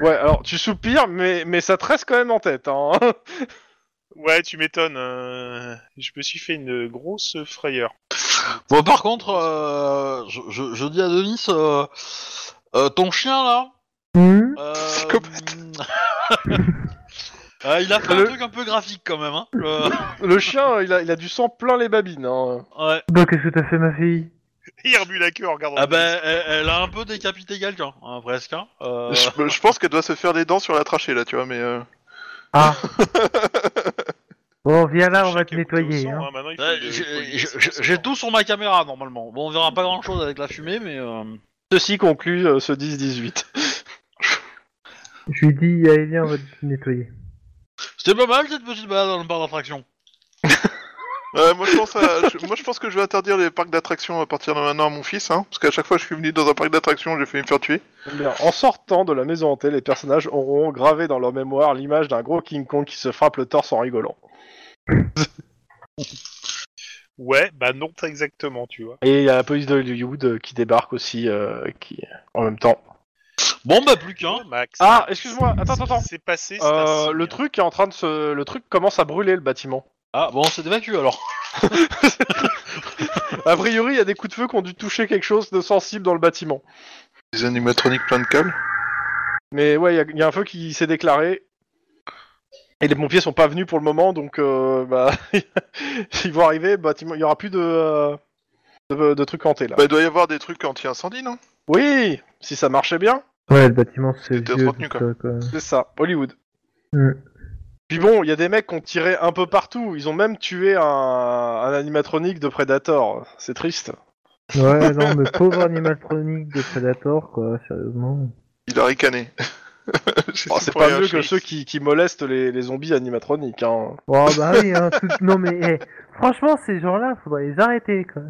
[SPEAKER 2] Ouais, alors tu soupires, mais, mais ça te reste quand même en tête. Hein. (laughs)
[SPEAKER 4] Ouais, tu m'étonnes. euh, Je me suis fait une grosse frayeur.
[SPEAKER 1] Bon, par contre, euh, je, je- je dis à Denis, euh, euh, ton chien là.
[SPEAKER 3] Hmm
[SPEAKER 1] euh,
[SPEAKER 5] Psychopathe.
[SPEAKER 1] (laughs) euh, il a fait un
[SPEAKER 2] Le-
[SPEAKER 1] truc un peu graphique quand même. Hein.
[SPEAKER 2] (laughs)
[SPEAKER 1] Le-
[SPEAKER 2] Le chien, euh, il a, il a du sang plein les babines. hein.
[SPEAKER 1] Ouais.
[SPEAKER 3] Bah, qu'est-ce que t'as fait, ma fille
[SPEAKER 4] Il remue la queue en regardant.
[SPEAKER 1] Ah ben, elle, elle a un peu décapité quelqu'un, hein, presque. hein.
[SPEAKER 4] (laughs)
[SPEAKER 1] Euh,
[SPEAKER 5] Je, je pense qu'elle doit se faire des dents sur la trachée, là, tu vois, mais... euh, (laughs)
[SPEAKER 3] Ah Bon, viens là,
[SPEAKER 4] Le
[SPEAKER 3] on
[SPEAKER 4] chien
[SPEAKER 3] va te
[SPEAKER 4] qui est goûté au
[SPEAKER 3] nettoyer.
[SPEAKER 4] sang,
[SPEAKER 3] hein.
[SPEAKER 4] hein, maintenant, il faut
[SPEAKER 1] Ouais,
[SPEAKER 4] le-
[SPEAKER 1] j'ai-
[SPEAKER 4] il faut le-
[SPEAKER 1] j'ai j'ai tout sur ma caméra normalement. Bon, on verra pas grand chose avec la fumée, mais. euh,
[SPEAKER 2] Ceci conclut euh, ce 10-18.
[SPEAKER 5] hein.
[SPEAKER 3] Je lui dis, allez, viens, on va te nettoyer.
[SPEAKER 1] C'était pas mal cette petite balade dans le parc d'attraction.
[SPEAKER 5] ouais, moi, je pense à- je- moi, je pense que je vais interdire les parcs d'attractions à partir de maintenant à mon fils, hein, parce qu'à chaque fois que je suis venu dans un parc d'attractions, j'ai fait me faire tuer.
[SPEAKER 2] Bien, En sortant de la maison hantée, les personnages auront gravé dans leur mémoire l'image d'un gros King Kong qui se frappe le torse en rigolant.
[SPEAKER 4] Ouais, bah non, pas exactement, tu vois.
[SPEAKER 2] Et il y a la police de Hollywood euh, qui débarque aussi, euh, qui en même temps.
[SPEAKER 1] Bon bah plus qu'un.
[SPEAKER 4] Ouais, Max.
[SPEAKER 2] Ah, excuse-moi, attends, attends, attends.
[SPEAKER 4] C'est passé. c'est un
[SPEAKER 2] Euh,
[SPEAKER 4] signe.
[SPEAKER 2] le truc est en train de se, le truc commence à brûler le bâtiment.
[SPEAKER 1] Ah bon, c'est évacué alors.
[SPEAKER 2] (laughs) A priori, il y a des coups de feu qui ont dû toucher quelque chose de sensible dans le bâtiment.
[SPEAKER 5] Des animatroniques plein de câbles.
[SPEAKER 2] Mais ouais, il y a- il y, a un feu qui s'est déclaré. Et les pompiers sont pas venus pour le moment, donc euh, bah, (laughs) ils vont arriver. Bâtiment, il y aura plus de, euh, de, de trucs hantés là.
[SPEAKER 5] Bah, il doit y avoir des trucs anti-incendie, non
[SPEAKER 2] Oui, si ça marchait bien.
[SPEAKER 3] Ouais, le bâtiment, c'est
[SPEAKER 5] C'était
[SPEAKER 3] vieux,
[SPEAKER 5] entretenu,
[SPEAKER 3] tout
[SPEAKER 5] quoi.
[SPEAKER 3] ça, quoi.
[SPEAKER 2] C'est ça, Hollywood.
[SPEAKER 3] Mm.
[SPEAKER 2] Puis bon, il y a des mecs qui ont tiré un peu partout. Ils ont même tué un, un animatronique de Predator. C'est triste.
[SPEAKER 3] Ouais, non, mais pauvre animatronique de Predator, quoi, sérieusement.
[SPEAKER 5] Il a ricané. (laughs)
[SPEAKER 2] Bon, Oh, c'est pas mieux que ceux qui, qui molestent les, les zombies animatroniques. Hein.
[SPEAKER 3] Oh, bah oui, hein, tout... non, mais eh, franchement, ces gens-là, faudrait les arrêter, quoi.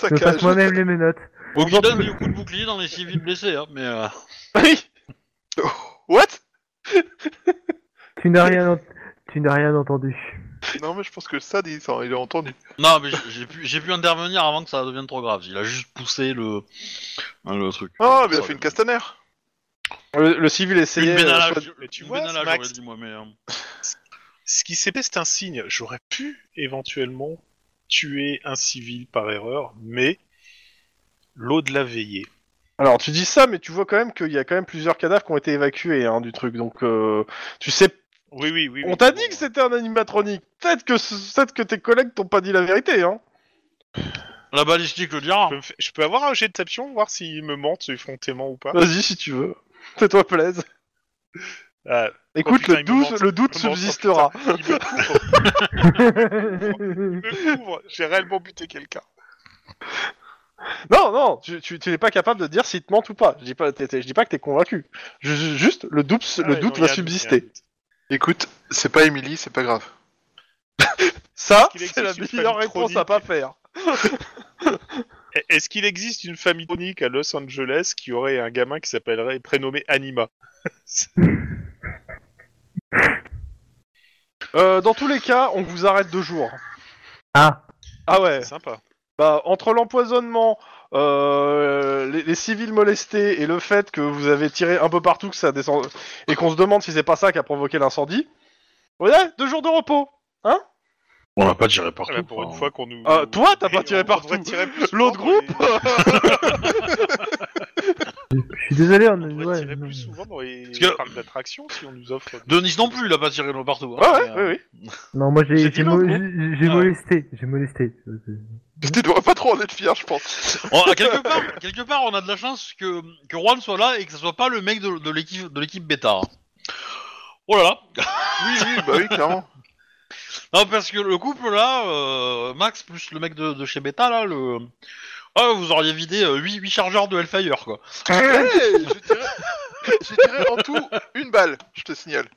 [SPEAKER 5] Ça
[SPEAKER 3] Je me
[SPEAKER 5] cage.
[SPEAKER 3] passe moi-même les menottes.
[SPEAKER 1] Faut
[SPEAKER 4] bah,
[SPEAKER 1] qu'ils donnent des coups de bouclier dans les civils blessés, hein, mais. euh,
[SPEAKER 2] Oui
[SPEAKER 5] What
[SPEAKER 3] Tu n'as rien, ent- tu n'as rien entendu.
[SPEAKER 5] (laughs)
[SPEAKER 3] (laughs)
[SPEAKER 5] Non, mais je pense que ça, il s'en- il a entendu.
[SPEAKER 1] Non, mais j'ai- j'ai pu, j'ai pu intervenir avant que ça devienne trop grave. Il a juste poussé le, hein, le truc.
[SPEAKER 5] Ah, mais il a fait une castaner.
[SPEAKER 2] le, le civil
[SPEAKER 1] Une
[SPEAKER 2] essayait. euh,
[SPEAKER 1] Benalla,
[SPEAKER 2] soit-
[SPEAKER 1] je-
[SPEAKER 4] mais tu
[SPEAKER 1] une
[SPEAKER 4] vois,
[SPEAKER 1] Benalla,
[SPEAKER 4] Max-
[SPEAKER 1] j'aurais dit moi, mais. euh,
[SPEAKER 4] Ce qui s'est passé, c'est un signe. J'aurais pu éventuellement tuer un civil par erreur, mais l'eau de la veillée.
[SPEAKER 2] Alors tu dis ça, mais tu vois quand même qu'il y a quand même plusieurs cadavres qui ont été évacués hein, du truc. Donc euh, tu sais,
[SPEAKER 4] Oui, oui, oui.
[SPEAKER 2] on t'a dit que c'était un animatronique. Peut-être que ce- peut-être que tes collègues t'ont pas dit la vérité. Hein.
[SPEAKER 1] La balistique le dira.
[SPEAKER 4] Je peux, me fa- je peux avoir un jet de taption, voir s'ils me mentent effrontément ou pas.
[SPEAKER 2] Vas-y si tu veux. Fais-toi plaise.
[SPEAKER 4] Ah,
[SPEAKER 2] Écoute,
[SPEAKER 4] putain,
[SPEAKER 2] le,
[SPEAKER 4] il me
[SPEAKER 2] doute-
[SPEAKER 4] ment.
[SPEAKER 2] le doute
[SPEAKER 4] Il me ment,
[SPEAKER 2] subsistera.
[SPEAKER 4] il me couvre,
[SPEAKER 3] ouais,
[SPEAKER 4] il me couvre. J'ai réellement buté quelqu'un.
[SPEAKER 2] Non, non, tu, tu, tu n'es pas capable de dire s'il te ment ou pas. Je dis pas, t'es- t'es- je dis pas que t'es convaincu. Je- je- juste, le, doute-
[SPEAKER 4] Ah
[SPEAKER 2] le
[SPEAKER 4] ouais, non, il
[SPEAKER 2] doute
[SPEAKER 4] y a un doute, il y
[SPEAKER 2] va
[SPEAKER 4] a un
[SPEAKER 2] subsister.
[SPEAKER 4] doute.
[SPEAKER 5] Écoute, c'est pas Emily, c'est pas grave.
[SPEAKER 2] Ça,
[SPEAKER 4] qu'il
[SPEAKER 2] c'est la
[SPEAKER 4] existe une
[SPEAKER 2] meilleure
[SPEAKER 4] famille trop
[SPEAKER 2] réponse à
[SPEAKER 4] dite.
[SPEAKER 2] pas faire.
[SPEAKER 4] E- Est-ce qu'il existe une famille tonique à Los Angeles qui aurait un gamin qui s'appellerait prénommé Anima
[SPEAKER 2] Euh, dans tous les cas, on vous arrête deux jours.
[SPEAKER 3] Ah.
[SPEAKER 2] Ah ouais.
[SPEAKER 4] Sympa.
[SPEAKER 2] Bah, entre l'empoisonnement, euh, les, les civils molestés et le fait que vous avez tiré un peu partout, que ça descend et qu'on se demande si c'est pas ça qui a provoqué l'incendie. Ouais, deux jours de repos.
[SPEAKER 1] On l'a pas tiré partout. hein.
[SPEAKER 4] Voilà, Ah, bah, pour une
[SPEAKER 1] enfin.
[SPEAKER 4] fois qu'on nous.
[SPEAKER 2] Euh, toi, t'as
[SPEAKER 4] Et
[SPEAKER 2] pas tiré
[SPEAKER 4] on- on
[SPEAKER 2] (laughs) partout.
[SPEAKER 4] devrait tirer plus souvent
[SPEAKER 2] L'autre
[SPEAKER 4] dans les-
[SPEAKER 2] groupe
[SPEAKER 3] Je suis désolé, on,
[SPEAKER 4] On devrait
[SPEAKER 3] ouais,
[SPEAKER 4] tirer
[SPEAKER 3] non.
[SPEAKER 4] plus souvent dans les
[SPEAKER 1] Parce que-
[SPEAKER 4] parcs d'attractions si on nous offre.
[SPEAKER 1] Denis non plus, il a pas tiré l'eau partout. hein,
[SPEAKER 4] Ouais, ouais,
[SPEAKER 1] mais,
[SPEAKER 4] oui,
[SPEAKER 1] euh,
[SPEAKER 4] oui.
[SPEAKER 3] Non, moi j'ai
[SPEAKER 1] J'ai dit
[SPEAKER 3] j'ai
[SPEAKER 1] non,
[SPEAKER 3] mo-
[SPEAKER 1] gros.
[SPEAKER 3] j'ai- j'ai
[SPEAKER 1] Ah ouais.
[SPEAKER 3] molesté, j'ai molesté.
[SPEAKER 5] Tu devrais pas trop en être fier, je pense.
[SPEAKER 1] on- quelque, part, quelque part, on a de la chance que, que Juan soit là et que ça soit pas le mec de, de l'équipe de l'équipe bêta. hein. Oh là là
[SPEAKER 5] Oui, oui, bah oui, clairement.
[SPEAKER 1] Non, parce que le couple là, euh, Max plus le mec de, de chez Beta là, le. Ah, vous auriez vidé 8, chargeurs de Hellfire quoi.
[SPEAKER 5] Hey, J'ai tiré... j'ai tiré en tout une balle, je te signale.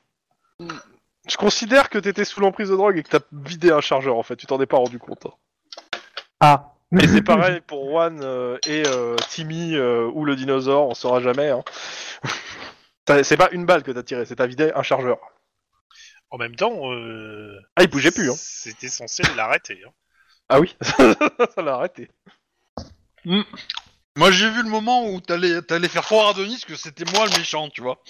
[SPEAKER 2] Je considère que t'étais sous l'emprise de drogue et que t'as vidé un chargeur en fait, tu t'en es pas rendu compte. hein.
[SPEAKER 3] Ah. (laughs)
[SPEAKER 2] Et c'est pareil pour Juan euh, et euh, Timmy euh, ou le dinosaure, on saura jamais. hein. T'as- c'est pas une balle que t'as tiré, c'est t'as vidé un chargeur.
[SPEAKER 4] En même temps, euh,
[SPEAKER 2] Ah, il bougeait plus. Hein.
[SPEAKER 4] c'était censé l'arrêter. Hein.
[SPEAKER 2] Ah oui, (laughs) ça l'a arrêté.
[SPEAKER 1] Moi j'ai vu le moment où t'allais t'allais faire croire à Denis que c'était moi le méchant, tu vois.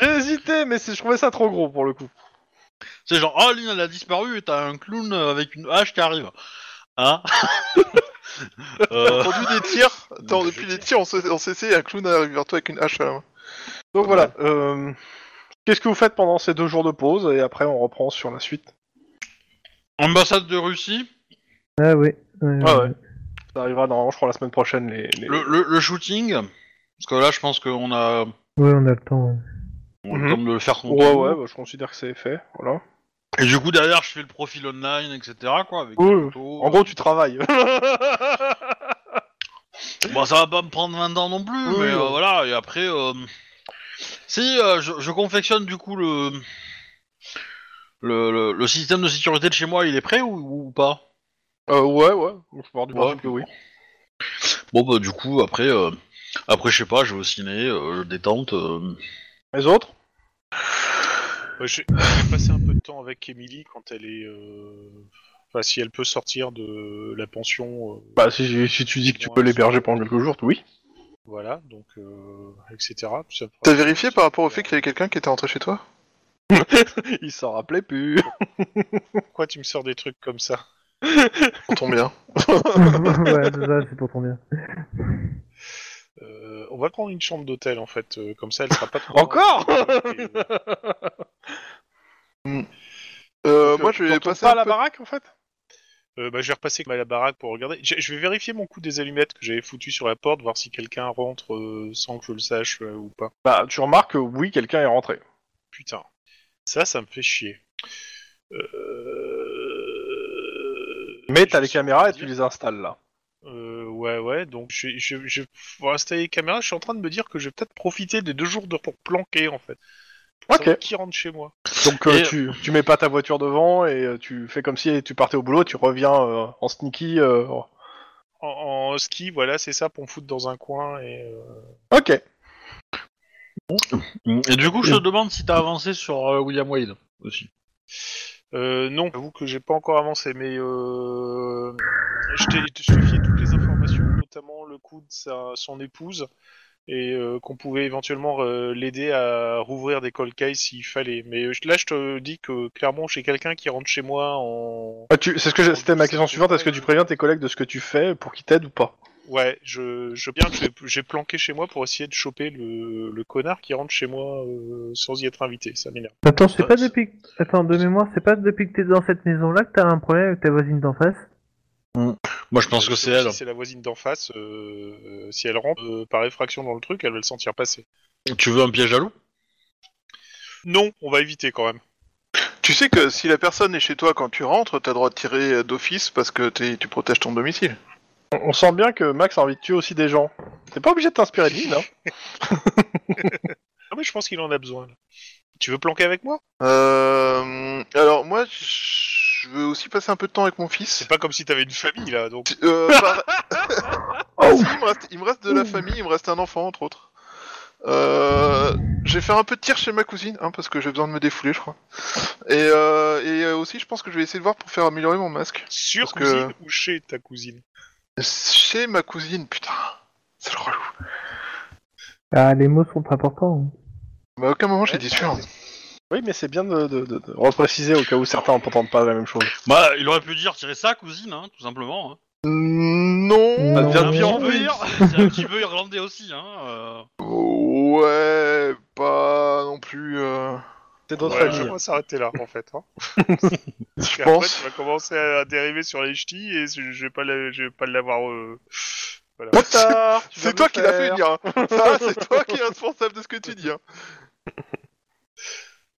[SPEAKER 2] J'ai hésité, mais c'est- je trouvais ça trop gros pour le coup.
[SPEAKER 1] C'est genre, oh Lynn elle a disparu et t'as un clown avec une hache qui arrive. Hein (laughs) Euh,
[SPEAKER 5] Entendu des (laughs) tirs, attends,
[SPEAKER 4] Non,
[SPEAKER 5] depuis
[SPEAKER 4] je
[SPEAKER 5] des
[SPEAKER 4] tire.
[SPEAKER 5] tirs, on s'est- on s'est essayé, un clown arrive vers toi avec une hache à la main.
[SPEAKER 2] Donc voilà. euh, Qu'est-ce que vous faites pendant ces deux jours de pause et après on reprend sur la suite
[SPEAKER 1] Ambassade de Russie,
[SPEAKER 3] Ah oui. ouais,
[SPEAKER 2] Ouais,
[SPEAKER 3] ouais.
[SPEAKER 2] Ça arrivera normalement, je crois, la semaine prochaine. Les, les-
[SPEAKER 1] le, le- le shooting, parce que là je pense qu'on a.
[SPEAKER 3] Ouais, on a le temps.
[SPEAKER 1] On a
[SPEAKER 2] Mhm.
[SPEAKER 1] le temps de le faire
[SPEAKER 2] Ouais,
[SPEAKER 1] compte.
[SPEAKER 2] ouais, bah, je considère que c'est fait. Voilà.
[SPEAKER 1] Et du coup derrière je fais le profil online, etc. quoi. Avec
[SPEAKER 2] Ouais.
[SPEAKER 1] les photos.
[SPEAKER 2] En gros, tu travailles. (laughs)
[SPEAKER 1] Bon, Bah, ça va pas me prendre 20 ans non plus,
[SPEAKER 2] Oui,
[SPEAKER 1] mais
[SPEAKER 2] oui,
[SPEAKER 1] euh,
[SPEAKER 2] oui.
[SPEAKER 1] voilà, et après... euh, Si, euh, je, je confectionne du coup le... Le, le- le système de sécurité de chez moi, il est prêt ou, ou pas
[SPEAKER 2] Euh, ouais, ouais, je pars du
[SPEAKER 1] Ouais.
[SPEAKER 2] principe que oui.
[SPEAKER 1] Bon, bah du coup, après, euh, après je sais pas, je vais au ciné, euh, détente... euh.
[SPEAKER 2] Les autres
[SPEAKER 4] Ouais, J'ai j'ai passé un peu de temps avec Emily quand elle est. euh, Enfin, si elle peut sortir de la pension. euh,
[SPEAKER 2] Bah, si, si tu dis que tu peux l'héberger pendant quelques jours, oui.
[SPEAKER 4] Voilà, donc. euh, etc. Ça me fera-
[SPEAKER 5] T'as vérifié par rapport au fait qu'il y avait quelqu'un qui était rentré chez toi
[SPEAKER 2] (laughs) Il s'en rappelait plus.
[SPEAKER 4] Pourquoi tu me sors des trucs comme ça
[SPEAKER 5] On tombe bien.
[SPEAKER 3] ouais, c'est ça, c'est pour ton bien.
[SPEAKER 4] Euh, On va prendre une chambre d'hôtel en fait, euh, comme ça elle sera pas trop.
[SPEAKER 2] Encore
[SPEAKER 4] Et, euh,
[SPEAKER 5] Euh,
[SPEAKER 2] Donc,
[SPEAKER 5] moi, je vais
[SPEAKER 2] t'entends
[SPEAKER 5] passer
[SPEAKER 2] pas
[SPEAKER 5] un
[SPEAKER 2] à la
[SPEAKER 5] peu-
[SPEAKER 2] baraque en fait
[SPEAKER 4] Euh, bah, je vais repasser à la baraque pour regarder. Je, je vais vérifier mon coup des allumettes que j'avais foutu sur la porte, voir si quelqu'un rentre euh, sans que je le sache euh, ou pas.
[SPEAKER 2] Bah, tu remarques que oui, quelqu'un est rentré.
[SPEAKER 4] Putain. Ça, ça me fait chier. Euh...
[SPEAKER 2] Mais t'as
[SPEAKER 4] je
[SPEAKER 2] les
[SPEAKER 4] sais
[SPEAKER 2] caméras
[SPEAKER 4] pas
[SPEAKER 2] et tu
[SPEAKER 4] dire.
[SPEAKER 2] les installes là.
[SPEAKER 4] Euh, ouais, ouais, donc je, je, je- pour installer les caméras, je suis en train de me dire que je vais peut-être profiter des deux jours de... pour planquer en fait. Pour
[SPEAKER 2] Ok.
[SPEAKER 4] savoir qui rentre chez moi.
[SPEAKER 2] Donc euh,
[SPEAKER 1] Et-
[SPEAKER 2] tu, tu mets pas ta voiture devant et euh, tu fais comme si tu partais au boulot, tu reviens euh, en sneaky. euh,
[SPEAKER 4] En, en ski, voilà, c'est ça, pour me foutre dans un coin et. euh,
[SPEAKER 2] Ok.
[SPEAKER 1] Et du coup, je
[SPEAKER 2] Mm.
[SPEAKER 1] te demande si t'as avancé sur euh, William Wade, aussi.
[SPEAKER 4] Euh, non, j'avoue que j'ai pas encore avancé, mais euh... je t'ai je t'ai fié toutes les informations, notamment le coup de sa, son épouse, et euh, qu'on pouvait éventuellement euh, l'aider à rouvrir des cold cases s'il fallait. Mais euh, là, je te dis que clairement, j'ai quelqu'un qui rentre chez moi en.
[SPEAKER 2] Ah, tu- c'est ce que j'ai- c'était ma question suivante. Est-ce que tu préviens tes collègues de ce que tu fais pour qu'ils t'aident ou pas
[SPEAKER 4] Ouais, je, je bien que j'ai- j'ai planqué chez moi pour essayer de choper le, le connard qui rentre chez moi euh, sans y être invité. Ça m'énerve.
[SPEAKER 3] Attends, c'est pas depuis. Attends, de mémoire, c'est pas depuis que t'es dans cette maison-là que t'as un problème avec ta voisine d'en face
[SPEAKER 1] Moi, je pense que c'est elle.
[SPEAKER 4] Si c'est la voisine d'en face, euh, euh, si elle rentre euh, par effraction dans le truc, elle va le sentir passer.
[SPEAKER 1] Tu veux un piège à loup
[SPEAKER 4] Non, on va éviter quand même.
[SPEAKER 5] Tu sais que si la personne est chez toi quand tu rentres, t'as le droit de tirer euh, d'office parce que t'es- tu protèges ton domicile.
[SPEAKER 2] On, on sent bien que Max a envie de tuer aussi des gens. T'es pas obligé de t'inspirer de lui, non
[SPEAKER 4] Ah mais je pense qu'il en a besoin. là. Tu veux planquer avec moi
[SPEAKER 5] Euh, alors, moi, je veux aussi passer un peu de temps avec mon fils.
[SPEAKER 4] C'est pas comme si t'avais une famille là, donc.
[SPEAKER 5] Euh,
[SPEAKER 2] (laughs)
[SPEAKER 5] par-
[SPEAKER 2] Oh.
[SPEAKER 5] Si, il, me reste, il me reste de la famille, il me reste un enfant, entre autres. Euh, je vais faire un peu de tir chez ma cousine, hein, parce que j'ai besoin de me défouler, je crois. Et, euh, et euh, aussi, je pense que je vais essayer de voir pour faire améliorer mon masque.
[SPEAKER 4] Sur
[SPEAKER 5] Parce
[SPEAKER 4] cousine ou chez ta cousine
[SPEAKER 5] Chez ma cousine, putain, c'est le relou.
[SPEAKER 3] Ah, les mots sont importants. hein.
[SPEAKER 5] Mais à aucun moment j'ai dit sûr.
[SPEAKER 2] Oui, mais c'est bien de, de, de, de repréciser au cas où certains n'entendent pas la même chose.
[SPEAKER 1] Bah, il aurait pu dire tirer ça, cousine, hein, tout simplement. hein.
[SPEAKER 5] Mm,
[SPEAKER 2] Non.
[SPEAKER 3] Ça
[SPEAKER 2] bien
[SPEAKER 3] devient de
[SPEAKER 2] pire en
[SPEAKER 1] peu-
[SPEAKER 2] pire.
[SPEAKER 1] (laughs) c'est un petit peu irlandais aussi, hein. euh.
[SPEAKER 5] Ouais, pas non plus. euh,
[SPEAKER 2] C'est d'autres
[SPEAKER 4] Ouais,
[SPEAKER 2] familles.
[SPEAKER 4] on va s'arrêter là, en fait. Hein.
[SPEAKER 5] Je
[SPEAKER 4] Et après,
[SPEAKER 5] pense.
[SPEAKER 4] tu vas commencer à dériver sur les ch'tis et je je vais pas la- je vais pas l'avoir. euh, Voilà.
[SPEAKER 2] Tard, tu vas
[SPEAKER 5] C'est
[SPEAKER 2] me
[SPEAKER 5] toi qui l'as fait
[SPEAKER 2] faire.
[SPEAKER 5] dire. hein. Ça, c'est toi qui es responsable de ce que tu dis. hein.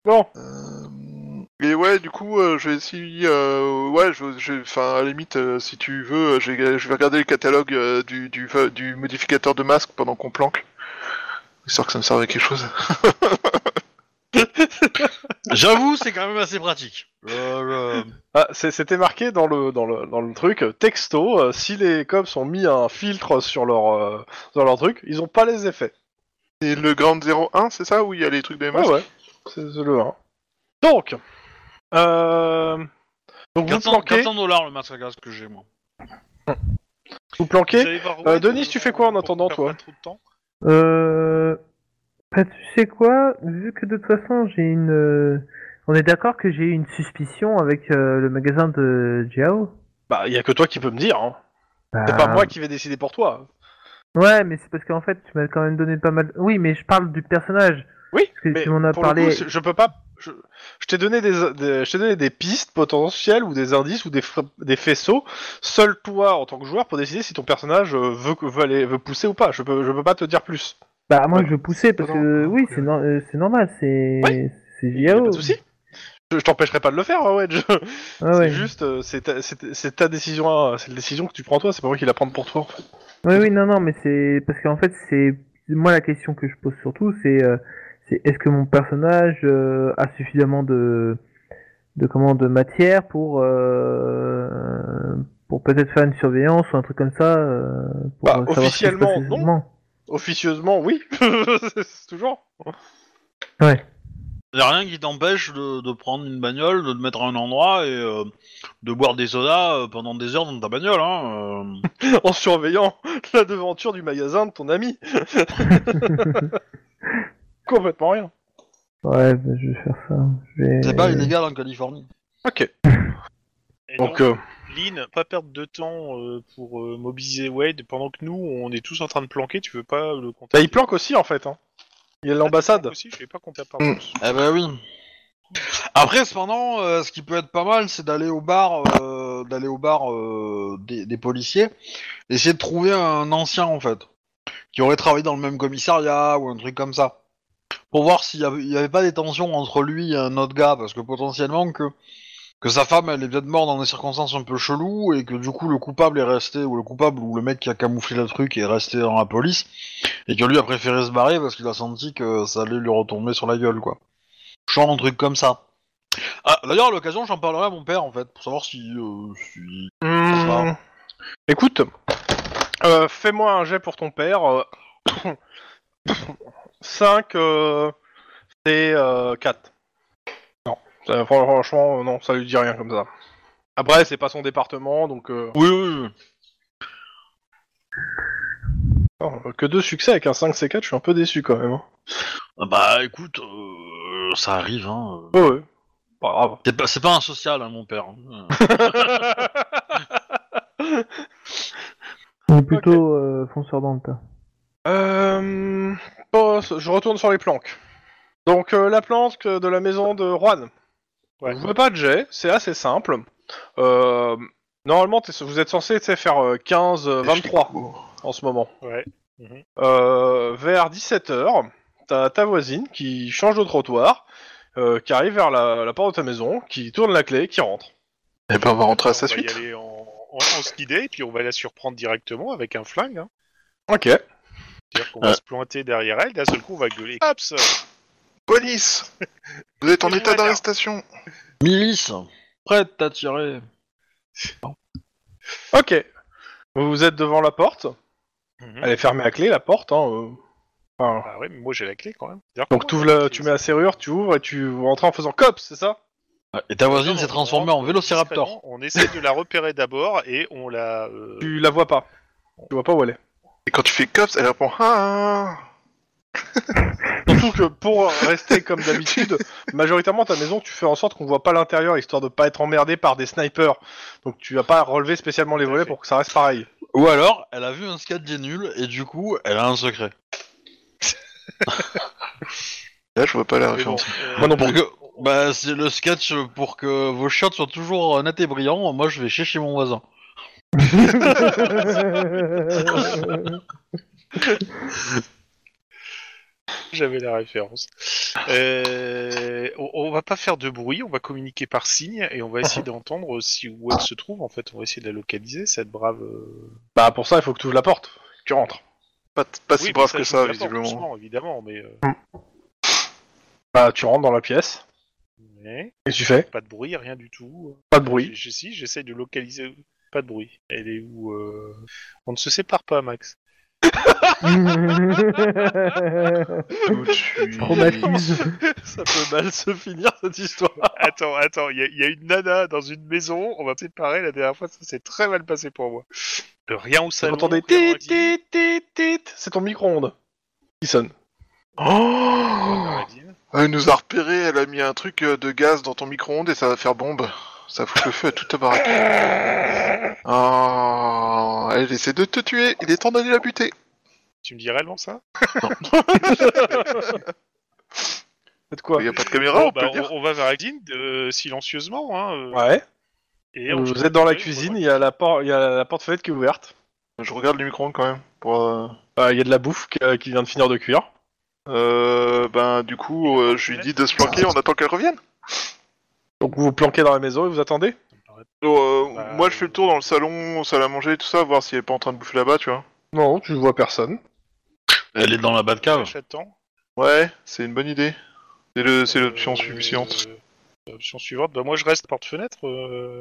[SPEAKER 2] Bon.
[SPEAKER 5] Et ouais, du coup, euh, je vais essayer. euh, ouais, je, je- enfin, à la limite, euh, si tu veux, euh, je vais, je vais regarder le catalogue euh, du, du, du modificateur de masque pendant qu'on planque. Histoire que ça me serve à quelque chose.
[SPEAKER 1] J'avoue, c'est quand même assez pratique. Euh, le-
[SPEAKER 2] Ah, c'est- C'était marqué dans le, dans le, dans le truc, euh, texto, euh, si les cops ont mis un filtre sur leur, euh, sur leur truc, ils ont pas les effets.
[SPEAKER 5] C'est le Grand 01, c'est ça Où il y a les trucs de
[SPEAKER 2] Ouais,
[SPEAKER 5] masques
[SPEAKER 2] ouais, c'est c'est le 1. Donc, euh, donc vous
[SPEAKER 1] 400,
[SPEAKER 2] planquez,
[SPEAKER 1] 400 dollars le masque à gaz que j'ai, moi.
[SPEAKER 2] vous planquez,
[SPEAKER 4] Vous allez voir
[SPEAKER 2] Euh,
[SPEAKER 4] Red,
[SPEAKER 2] Denis, tu fais quoi en
[SPEAKER 4] pour
[SPEAKER 2] attendant,
[SPEAKER 4] faire
[SPEAKER 2] toi
[SPEAKER 4] pas trop de temps
[SPEAKER 3] Euh... bah, tu sais quoi Vu que de toute façon, j'ai une... euh, On est d'accord que j'ai eu une suspicion avec euh, le magasin de Jiao Bah,
[SPEAKER 2] bah il y a que toi qui peux me dire, hein. c'est
[SPEAKER 3] Ah.
[SPEAKER 2] pas moi qui vais décider pour toi.
[SPEAKER 3] Ouais, mais c'est parce qu'en fait, tu m'as quand même donné pas mal... Oui, mais je parle du personnage.
[SPEAKER 2] Oui,
[SPEAKER 3] Parce que
[SPEAKER 2] mais
[SPEAKER 3] tu m'en as
[SPEAKER 2] pour le
[SPEAKER 3] parlé...
[SPEAKER 2] coup, c'est- je peux pas... Je, je t'ai donné des, des- je t'ai donné des pistes potentielles ou des indices ou des, fra- des faisceaux. Seul toi, en tant que joueur, pour décider si ton personnage euh, veut, que- veut, aller, veut pousser ou pas. Je peux, je peux pas te dire plus.
[SPEAKER 3] Bah, moi,
[SPEAKER 2] Ouais.
[SPEAKER 3] je poussais parce
[SPEAKER 5] Non,
[SPEAKER 3] que...
[SPEAKER 5] non,
[SPEAKER 3] Oui,
[SPEAKER 5] non,
[SPEAKER 3] c'est no- euh, c'est normal, c'est... C'est
[SPEAKER 2] Y a
[SPEAKER 3] Jiao.
[SPEAKER 2] Pas de souci. Je, je t'empêcherai pas de le faire, hein, Wedge.
[SPEAKER 3] Ah ouais.
[SPEAKER 2] (laughs) C'est juste, euh, c'est ta, c'est- c'est ta décision, hein, c'est la décision que tu prends toi, c'est pas moi qui la prends pour toi. en fait.
[SPEAKER 3] Oui, oui, non, non, mais c'est parce qu'en fait, c'est moi la question que je pose surtout, c'est euh, c'est est-ce que mon personnage euh, a suffisamment de de comment de matière pour euh, pour peut-être faire une surveillance ou un truc comme ça euh, pour
[SPEAKER 2] Bah,
[SPEAKER 3] savoir ce qui se passe
[SPEAKER 2] officiellement, non.
[SPEAKER 3] exactement.
[SPEAKER 2] Officieusement, oui, (laughs) c'est toujours.
[SPEAKER 1] Y a rien qui t'empêche de, de prendre une bagnole, de te mettre à un endroit et euh, de boire des sodas euh, pendant des heures dans ta bagnole, hein. euh.
[SPEAKER 2] En surveillant (laughs) la devanture du magasin de ton ami. Complètement rien.
[SPEAKER 3] Ouais, bah, je vais faire ça. Je vais-
[SPEAKER 1] C'est pas illégal en Californie.
[SPEAKER 2] Ok.
[SPEAKER 4] Et
[SPEAKER 2] Donc,
[SPEAKER 4] donc,
[SPEAKER 2] euh,
[SPEAKER 4] Lynn, pas perdre de temps euh, pour euh, mobiliser Wade pendant que nous, on est tous en train de planquer, tu veux pas le contacter
[SPEAKER 2] bah, il planque aussi en fait. Hein. Il y a l'ambassade. Hmm.
[SPEAKER 4] aussi, je vais pas compter à part.
[SPEAKER 5] Mm.
[SPEAKER 1] Eh ben oui. Après, cependant, euh, ce qui peut être pas mal, c'est d'aller au bar, euh, d'aller au bar euh, des, des policiers, essayer de trouver un ancien en fait, qui aurait travaillé dans le même commissariat ou un truc comme ça, pour voir s'il y avait, il y avait pas des tensions entre lui et un autre gars, parce que potentiellement que que sa femme, elle est peut-être morte dans des circonstances un peu cheloues et que du coup le coupable est resté ou le coupable ou le mec qui a camouflé le truc est resté dans la police et que lui a préféré se barrer parce qu'il a senti que ça allait lui retomber sur la gueule quoi genre un truc comme ça. Ah, D'ailleurs, à l'occasion, j'en parlerai à mon père, en fait, pour savoir si... euh, si-
[SPEAKER 2] Hmm. Écoute, euh, fais-moi un jet pour ton (coughs) père. Euh, 5, euh, c'est 4. Non, euh, ça- fran- franchement, euh, non, ça lui dit rien comme ça. Après, c'est pas son département, donc euh,
[SPEAKER 1] Oui, oui, oui.
[SPEAKER 2] non, euh, que deux succès avec un 5 C4, je suis un peu déçu quand même. hein.
[SPEAKER 1] Ah Bah, écoute, euh, ça arrive, hein. euh.
[SPEAKER 2] Ouais, ouais. Pas grave.
[SPEAKER 1] C'est pas, c'est pas un social, hein, mon père. hein.
[SPEAKER 2] (laughs)
[SPEAKER 3] Ou plutôt euh, fonceur dans le tas.
[SPEAKER 2] Euh, bon, je retourne sur les planques. Donc euh, la planque de la maison de Juan.
[SPEAKER 4] Ouais.
[SPEAKER 2] Vous ne pas de jet, c'est assez simple. Euh, normalement, t'es- vous êtes censé tu sais, faire euh, 15, euh, 23 en ce moment.
[SPEAKER 4] Ouais. Mhm.
[SPEAKER 2] Euh, vers 17h, t'as ta voisine qui change de trottoir, euh, qui arrive vers la, la porte de ta maison, qui tourne la clé, qui rentre.
[SPEAKER 5] Et ben, on va rentrer à sa
[SPEAKER 4] on
[SPEAKER 5] suite.
[SPEAKER 4] va y aller en, en, en se guider, et puis on va la surprendre directement avec un flingue. Hein.
[SPEAKER 2] Ok.
[SPEAKER 4] C'est-à-dire qu'on va se planter derrière elle, d'un seul coup, on va gueuler. Cops
[SPEAKER 5] Police Vous êtes en
[SPEAKER 4] Et
[SPEAKER 5] état
[SPEAKER 4] voilà.
[SPEAKER 5] d'arrestation
[SPEAKER 1] Milice, prête à tirer.
[SPEAKER 2] Ok. Vous êtes devant la porte. Elle est fermée à clé, la porte. Hein, euh. Enfin,
[SPEAKER 4] Ah ouais, mais moi j'ai la clé quand même. D'ailleurs,
[SPEAKER 2] Donc
[SPEAKER 4] comment
[SPEAKER 2] t'ouvres
[SPEAKER 4] on a
[SPEAKER 2] la-
[SPEAKER 4] la clé,
[SPEAKER 2] tu mets la serrure, tu ouvres et tu rentres en faisant cops, c'est ça
[SPEAKER 1] Et ta voisine
[SPEAKER 4] Non,
[SPEAKER 1] s'est
[SPEAKER 4] on
[SPEAKER 1] transformée en
[SPEAKER 4] rentre
[SPEAKER 1] vélociraptor.
[SPEAKER 4] discrètement, On essaie de la repérer d'abord et on la. euh,
[SPEAKER 2] Tu la vois pas. Tu vois pas où elle est.
[SPEAKER 5] Et quand tu fais cops, elle répond Ah
[SPEAKER 2] Surtout que pour rester comme d'habitude, (laughs) majoritairement ta maison, tu fais en sorte qu'on voit pas l'intérieur, histoire de pas être emmerdé par des snipers. Donc tu vas pas relever spécialement les volets
[SPEAKER 4] fait.
[SPEAKER 2] pour que ça reste pareil.
[SPEAKER 1] Ou alors, elle a vu un skate nul et du coup, elle a un secret.
[SPEAKER 5] Là, je vois pas la
[SPEAKER 4] Mais bon,
[SPEAKER 5] référence.
[SPEAKER 4] euh,
[SPEAKER 2] Moi non
[SPEAKER 1] Pour
[SPEAKER 2] plus.
[SPEAKER 1] que... Bah, c'est le sketch pour que vos shots soient toujours euh, nets et brillants. Moi, je vais chier chez mon
[SPEAKER 2] (laughs)
[SPEAKER 1] voisin.
[SPEAKER 4] J'avais la référence. Euh, on, on va pas faire de bruit, on va communiquer par signe et on va
[SPEAKER 2] (laughs)
[SPEAKER 4] essayer d'entendre si où elle se trouve. En fait, on va essayer de la localiser, cette brave. euh,
[SPEAKER 2] Bah pour ça, il faut que tu ouvres la porte. Tu rentres.
[SPEAKER 5] Pas, pas si
[SPEAKER 4] oui,
[SPEAKER 5] brave que
[SPEAKER 4] je
[SPEAKER 5] ça,
[SPEAKER 4] vous l'accorde,
[SPEAKER 5] visiblement.
[SPEAKER 4] doucement, évidemment, mais, euh,
[SPEAKER 2] Bah tu rentres dans la pièce.
[SPEAKER 4] mais
[SPEAKER 2] Et tu fais
[SPEAKER 4] pas de bruit, rien du tout.
[SPEAKER 2] Pas de bruit.
[SPEAKER 4] J- j- Si, j'essaie de localiser. Pas de bruit. Elle est où euh, On ne se sépare pas, Max.
[SPEAKER 3] Traumatisme.
[SPEAKER 2] ça peut mal se finir cette histoire.
[SPEAKER 4] Attends, attends, il y, a- il y a une nana dans une maison, on va se séparer la dernière fois, ça s'est très mal passé pour moi. Euh, Rien au salon.
[SPEAKER 2] T'entendais
[SPEAKER 4] rien au
[SPEAKER 2] tit tit tit tit. C'est ton micro-ondes qui sonne.
[SPEAKER 5] Oh
[SPEAKER 4] magasin, rien à dire.
[SPEAKER 5] Ah, Elle nous a repéré, elle a mis un truc euh, de gaz dans ton micro-ondes et ça va faire bombe. Ça fout le feu à toute ta baraque. Oh, elle essaie de te tuer, il est temps d'aller la buter.
[SPEAKER 4] Tu me dis réellement ça
[SPEAKER 2] C'est de quoi
[SPEAKER 5] Il n'y a pas de caméra, on
[SPEAKER 4] Bon,
[SPEAKER 5] peut
[SPEAKER 4] bah,
[SPEAKER 5] le dire.
[SPEAKER 4] on, on va vers Agdine euh, silencieusement. Hein, euh,
[SPEAKER 2] Ouais.
[SPEAKER 4] et on-
[SPEAKER 2] Vous êtes dans la
[SPEAKER 4] oui,
[SPEAKER 2] cuisine,
[SPEAKER 4] on-
[SPEAKER 2] il y a la porte, il y a la porte fenêtre qui est ouverte.
[SPEAKER 5] Je regarde le micro-ondes quand même. Pour, euh,
[SPEAKER 2] Euh, Il y a de la bouffe qui euh, qui vient de finir de cuire.
[SPEAKER 5] euh, ben, du coup, euh, je lui dis de se planquer, on attend qu'elle revienne.
[SPEAKER 2] Donc vous vous planquez dans la maison et vous attendez.
[SPEAKER 5] Euh,
[SPEAKER 4] Bah,
[SPEAKER 5] moi, je fais le tour dans le salon, salle à manger, tout ça, voir si elle est pas en train de bouffer là-bas, tu vois.
[SPEAKER 2] Non, tu vois personne.
[SPEAKER 1] Elle est dans la Batcave.
[SPEAKER 4] J'attends.
[SPEAKER 5] Ouais, c'est une bonne idée. C'est le- c'est l'option
[SPEAKER 4] Euh,
[SPEAKER 5] suivante.
[SPEAKER 4] L'option suivante, bah moi je reste porte-fenêtre. euh,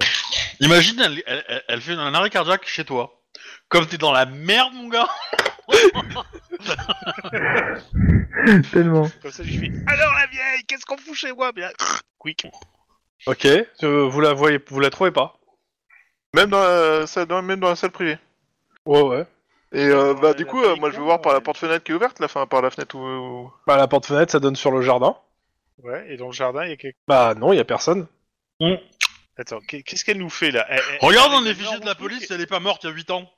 [SPEAKER 1] Imagine, elle, elle- elle- elle fait un arrêt cardiaque chez toi. Comme t'es dans la merde, mon gars.
[SPEAKER 3] (laughs) Tellement.
[SPEAKER 4] comme ça, je fais Alors la vieille, qu'est-ce qu'on fout chez moi Bien, Quick.
[SPEAKER 2] Ok. Euh, vous la voyez, vous la trouvez pas.
[SPEAKER 5] Même dans la salle, dans- même dans la salle privée.
[SPEAKER 2] Ouais ouais.
[SPEAKER 5] Et euh,
[SPEAKER 4] Dans
[SPEAKER 5] bah
[SPEAKER 4] la-
[SPEAKER 5] du
[SPEAKER 4] la
[SPEAKER 5] coup, euh, moi
[SPEAKER 4] pellicule,
[SPEAKER 5] je veux voir par la
[SPEAKER 4] ouais.
[SPEAKER 5] porte-fenêtre qui est ouverte, là, enfin par la fenêtre où... où-
[SPEAKER 2] Bah la porte fenêtre, ça donne sur le jardin.
[SPEAKER 4] Ouais, et dans le jardin, il y a quelque...
[SPEAKER 2] Bah non, il y a personne.
[SPEAKER 4] Attends, qu'est- qu'est-ce qu'elle nous fait là Elle- elle-
[SPEAKER 1] Regarde
[SPEAKER 4] elle
[SPEAKER 1] dans
[SPEAKER 4] est
[SPEAKER 1] les fichiers de la
[SPEAKER 4] énorme,
[SPEAKER 1] police,
[SPEAKER 4] et-
[SPEAKER 1] elle est pas morte il y a 8 ans.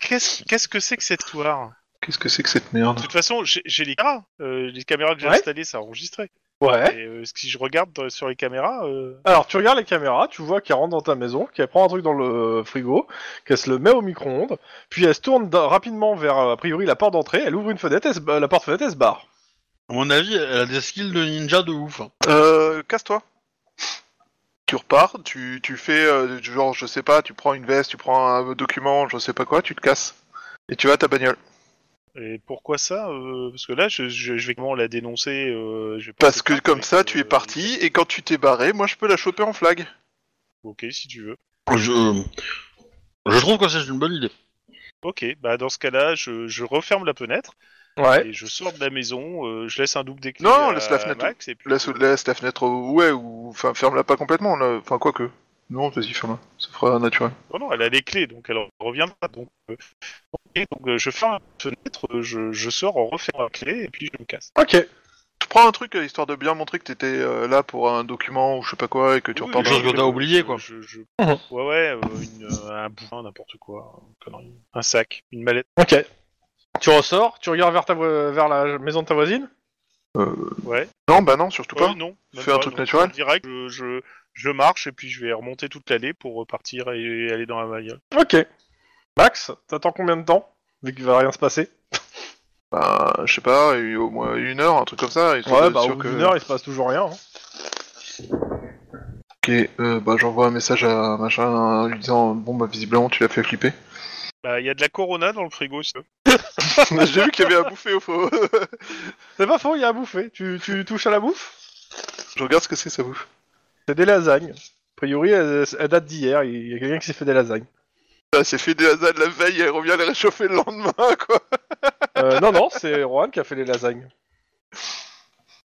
[SPEAKER 4] Qu'est-ce qu'est-ce que c'est que cette histoire
[SPEAKER 5] Qu'est-ce que c'est que cette
[SPEAKER 4] De
[SPEAKER 5] merde
[SPEAKER 4] toute façon, j'ai j'ai les caméras. euh, les caméras que j'ai
[SPEAKER 2] Ouais.
[SPEAKER 4] installées, ça a enregistré.
[SPEAKER 2] Ouais.
[SPEAKER 4] Et euh, si je regarde dans- sur les caméras, euh,
[SPEAKER 2] Alors tu regardes les caméras, tu vois qu'elle rentre dans ta maison, qu'elle prend un truc dans le euh, frigo, qu'elle se le met au micro-ondes, puis elle se tourne da- rapidement vers euh, a priori la porte d'entrée, elle ouvre une fenêtre, elle se ba- la porte fenêtre elle se barre.
[SPEAKER 1] À mon avis, elle a des skills de ninja de ouf.
[SPEAKER 5] Euh, casse-toi. Tu repars, tu, tu fais, euh, du genre, je sais pas, tu prends une veste, tu prends un document, je sais pas quoi, tu te casses. Et tu vas à ta bagnole.
[SPEAKER 4] et pourquoi ça euh, Parce que là, je, je- je vais comment la dénoncer euh, je vais pas
[SPEAKER 5] Parce que
[SPEAKER 4] faire
[SPEAKER 5] comme
[SPEAKER 4] avec,
[SPEAKER 5] ça, tu
[SPEAKER 4] euh,
[SPEAKER 5] es parti, et quand tu t'es barré, moi je peux la choper en flag.
[SPEAKER 4] Ok, si tu veux.
[SPEAKER 1] Je, je trouve que c'est une bonne idée.
[SPEAKER 4] Ok, bah dans ce cas-là, je, je referme la fenêtre
[SPEAKER 2] Ouais.
[SPEAKER 4] et je sors de la maison. euh, je laisse un double des clés
[SPEAKER 5] Non,
[SPEAKER 4] à-
[SPEAKER 5] laisse la
[SPEAKER 4] à
[SPEAKER 5] fenêtre
[SPEAKER 4] Max, et puis,
[SPEAKER 5] Laisse,
[SPEAKER 4] euh,
[SPEAKER 5] laisse la fenêtre, au- ouais, ou... Enfin, ferme-la pas complètement, là. Enfin, quoique. Non, vas-y, ferme-la. Ça fera naturel.
[SPEAKER 4] euh, Non, non, elle a les clés, donc elle reviendra. Donc, euh, ok, donc euh, je ferme la fenêtre, euh, je, je sors, on referme la clé et puis je me casse.
[SPEAKER 2] Ok.
[SPEAKER 5] Tu prends un truc, euh, histoire de bien montrer que t'étais euh, là pour un document ou je sais pas quoi, et que tu
[SPEAKER 4] Oui,
[SPEAKER 5] repars
[SPEAKER 1] quelque
[SPEAKER 5] dans
[SPEAKER 1] chose
[SPEAKER 5] la-
[SPEAKER 1] que t'as oublié, quoi.
[SPEAKER 4] Je, je-
[SPEAKER 2] Mhm.
[SPEAKER 4] Ouais, ouais, euh, une, euh, un bouquin, n'importe quoi, une connerie. un sac, une mallette.
[SPEAKER 2] Ok. Tu ressors, tu regardes vers ta vo- vers la maison de ta voisine.
[SPEAKER 4] Ouais.
[SPEAKER 5] Non, bah non, surtout pas.
[SPEAKER 4] Euh, non. même
[SPEAKER 5] Fais un
[SPEAKER 4] pas,
[SPEAKER 5] truc
[SPEAKER 4] non.
[SPEAKER 5] naturel.
[SPEAKER 4] Direct, je, je, je marche et puis je vais remonter toute l'allée pour repartir et aller dans la bagnole.
[SPEAKER 2] Ok. Max, t'attends combien de temps Vu qu'il va rien se passer.
[SPEAKER 5] Bah, je sais pas, eu au moins une heure, un truc comme ça. histoire
[SPEAKER 2] Ouais,
[SPEAKER 5] d'être
[SPEAKER 2] bah au
[SPEAKER 5] sûr
[SPEAKER 2] bout
[SPEAKER 5] que-
[SPEAKER 2] d'une heure il se passe toujours rien. hein.
[SPEAKER 5] Ok, euh, bah j'envoie un message à machin en lui disant bon bah visiblement tu l'as fait flipper.
[SPEAKER 4] Bah, il y a de la Corona dans le frigo, si tu veux.
[SPEAKER 5] (laughs) J'ai vu qu'il y avait à bouffer au faux.
[SPEAKER 2] C'est pas faux, il y a à bouffer. Tu, tu touches à la bouffe
[SPEAKER 5] (laughs) je regarde ce que c'est ça bouffe.
[SPEAKER 2] C'est des lasagnes. A priori, elle, elle date d'hier. Il y a quelqu'un qui s'est fait des lasagnes. (laughs)
[SPEAKER 5] Ah, c'est fait des hasards de la veille, elle revient les réchauffer le lendemain (laughs) quoi.
[SPEAKER 2] Euh, non, non, c'est Rohan qui a fait les lasagnes.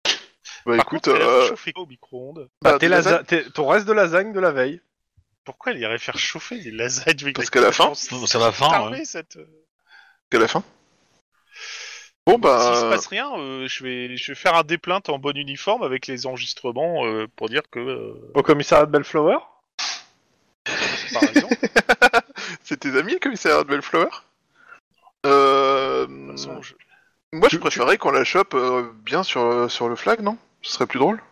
[SPEAKER 5] Bah
[SPEAKER 4] Par
[SPEAKER 5] écoute,
[SPEAKER 4] contre, elle a
[SPEAKER 5] euh,
[SPEAKER 4] fait chauffer au micro-ondes.
[SPEAKER 5] bah,
[SPEAKER 2] Bah, tes
[SPEAKER 5] des
[SPEAKER 2] lasa-
[SPEAKER 5] lasagnes.
[SPEAKER 2] tes- ton reste de lasagne de la veille.
[SPEAKER 4] Pourquoi elle irait faire chauffer des lasagnes
[SPEAKER 5] Parce qu'à la fin-
[SPEAKER 4] euh,
[SPEAKER 1] C'est la fin, ouais.
[SPEAKER 4] cette...
[SPEAKER 5] qu'à la fin. Bon
[SPEAKER 4] S'il se
[SPEAKER 5] bah,
[SPEAKER 4] passe rien, euh, je, vais, je vais faire un déplainte en bon uniforme avec les enregistrements euh, pour dire que, euh,
[SPEAKER 2] Au commissariat de Bellflower
[SPEAKER 4] par
[SPEAKER 5] (laughs)
[SPEAKER 4] exemple, de
[SPEAKER 5] c'est tes amis le commissariat de Bellflower euh...
[SPEAKER 4] toute façon, je-
[SPEAKER 5] Moi, je
[SPEAKER 4] tu-
[SPEAKER 5] préférerais qu'on la chope euh, bien sur, sur le flag, non Ce serait plus drôle.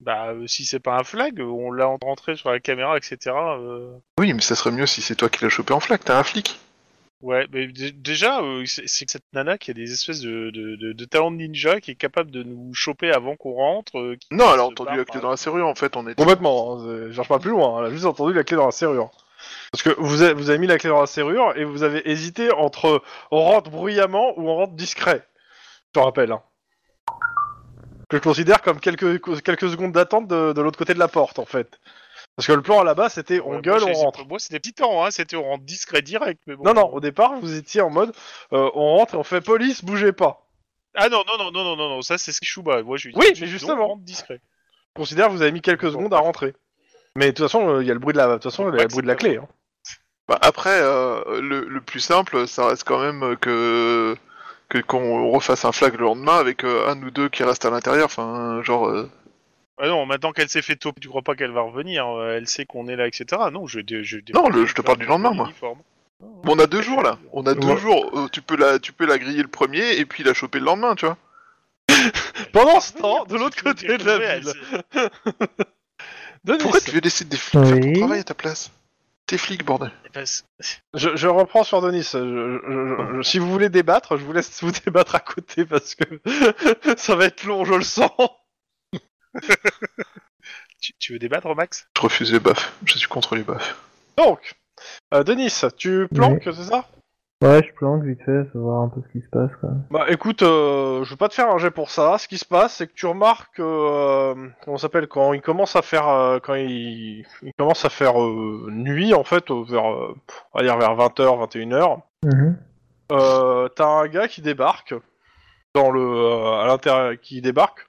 [SPEAKER 4] bah, euh, si c'est pas un flag, on l'a rentré sur la caméra, etc. euh,
[SPEAKER 5] Oui, mais ça serait mieux si c'est toi qui l'as chopé en flag, t'es un flic.
[SPEAKER 4] Ouais, mais dé- déjà, euh, c'est c'est que cette nana qui a des espèces de, de, de- de talents de ninja, qui est capable de nous choper avant qu'on rentre. euh, qui
[SPEAKER 5] Non, elle a
[SPEAKER 4] se
[SPEAKER 5] entendu
[SPEAKER 4] barre
[SPEAKER 5] la clé
[SPEAKER 4] par-
[SPEAKER 5] dans la serrure, en fait, on est...
[SPEAKER 2] Complètement, hein, c'est- je cherche pas plus loin, elle a juste entendu la clé dans la serrure. Parce que vous avez, vous avez mis la clé dans la serrure et vous avez hésité entre on rentre bruyamment ou on rentre discret. Je te rappelle. hein. Que je considère comme quelques, quelques secondes d'attente de, de l'autre côté de la porte en fait. Parce que le plan là-bas c'était on
[SPEAKER 4] Ouais,
[SPEAKER 2] gueule,
[SPEAKER 4] moi,
[SPEAKER 2] on
[SPEAKER 4] j'ai-
[SPEAKER 2] rentre.
[SPEAKER 4] Moi, c'était petit temps, hein, c'était on rentre discret direct. Mais bon.
[SPEAKER 2] Non, non, au départ vous étiez en mode euh, on rentre et on fait police, bougez pas.
[SPEAKER 4] Ah non, non, non, non, non, non, non, ça c'est ce Shuba. Moi, je lui ai
[SPEAKER 2] Oui,
[SPEAKER 4] tout de
[SPEAKER 2] mais
[SPEAKER 4] suite,
[SPEAKER 2] justement.
[SPEAKER 4] non, on rentre discret.
[SPEAKER 2] Je considère que vous avez mis quelques
[SPEAKER 4] Bon,
[SPEAKER 2] secondes à
[SPEAKER 4] bref.
[SPEAKER 2] rentrer. Mais de toute façon, euh, il y a le bruit de la, de toute façon,
[SPEAKER 4] Faut
[SPEAKER 2] il y
[SPEAKER 4] pas
[SPEAKER 2] a le
[SPEAKER 4] que
[SPEAKER 2] bruit de
[SPEAKER 4] ça
[SPEAKER 2] la clé. hein.
[SPEAKER 5] Bah, après, euh, le, le plus simple, ça reste quand même que que- qu'on refasse un flag le lendemain avec euh, un ou deux qui restent à l'intérieur, enfin, genre... euh,
[SPEAKER 4] Ah non, maintenant qu'elle s'est fait taupe, tu crois pas qu'elle va revenir euh, Elle sait qu'on est là, etc. Non, je. dé- je dé-
[SPEAKER 5] Non, le- je te parle du lendemain, moi.
[SPEAKER 4] Uniforme.
[SPEAKER 5] Bon, on a deux jours, là. On a deux
[SPEAKER 2] Ouais.
[SPEAKER 5] jours. Euh, tu, peux la, tu peux la griller le premier et puis la choper le lendemain, tu vois.
[SPEAKER 2] Pendant
[SPEAKER 4] (laughs)
[SPEAKER 2] ce temps,
[SPEAKER 4] Parce
[SPEAKER 2] de
[SPEAKER 4] que
[SPEAKER 2] l'autre
[SPEAKER 4] je me
[SPEAKER 2] côté de
[SPEAKER 4] suis
[SPEAKER 2] la
[SPEAKER 4] retrouvé,
[SPEAKER 2] ville.
[SPEAKER 4] elle
[SPEAKER 2] Denis,
[SPEAKER 5] Pourquoi tu veux laisser des flics faire ton
[SPEAKER 3] Oui.
[SPEAKER 5] travail à ta place T'es flic, bordel.
[SPEAKER 4] s'est- elle s'est-
[SPEAKER 2] je, je reprends sur Denis. Je- je- je- si vous voulez débattre, je vous laisse vous débattre à côté parce que (laughs) ça va être long, je le sens.
[SPEAKER 4] Tu, tu veux débattre, Max
[SPEAKER 5] Je refuse les baffes. Je suis contre les baffes.
[SPEAKER 2] Donc, euh, Denis, tu planques, c'est ça
[SPEAKER 3] Ouais, je planque vite fait, faut voir un peu ce qui se passe, quoi.
[SPEAKER 2] Bah écoute, euh, je vais pas te faire un jet pour ça. Ce qui se passe, c'est que tu remarques que euh, comment ça s'appelle quand il commence à faire euh, quand il, il commence à faire euh, nuit en fait euh, vers euh, pff, on va dire vers 20h, 21h.
[SPEAKER 3] Mhm.
[SPEAKER 2] Euh, t'as un gars qui débarque dans le euh, à l'intérieur qui débarque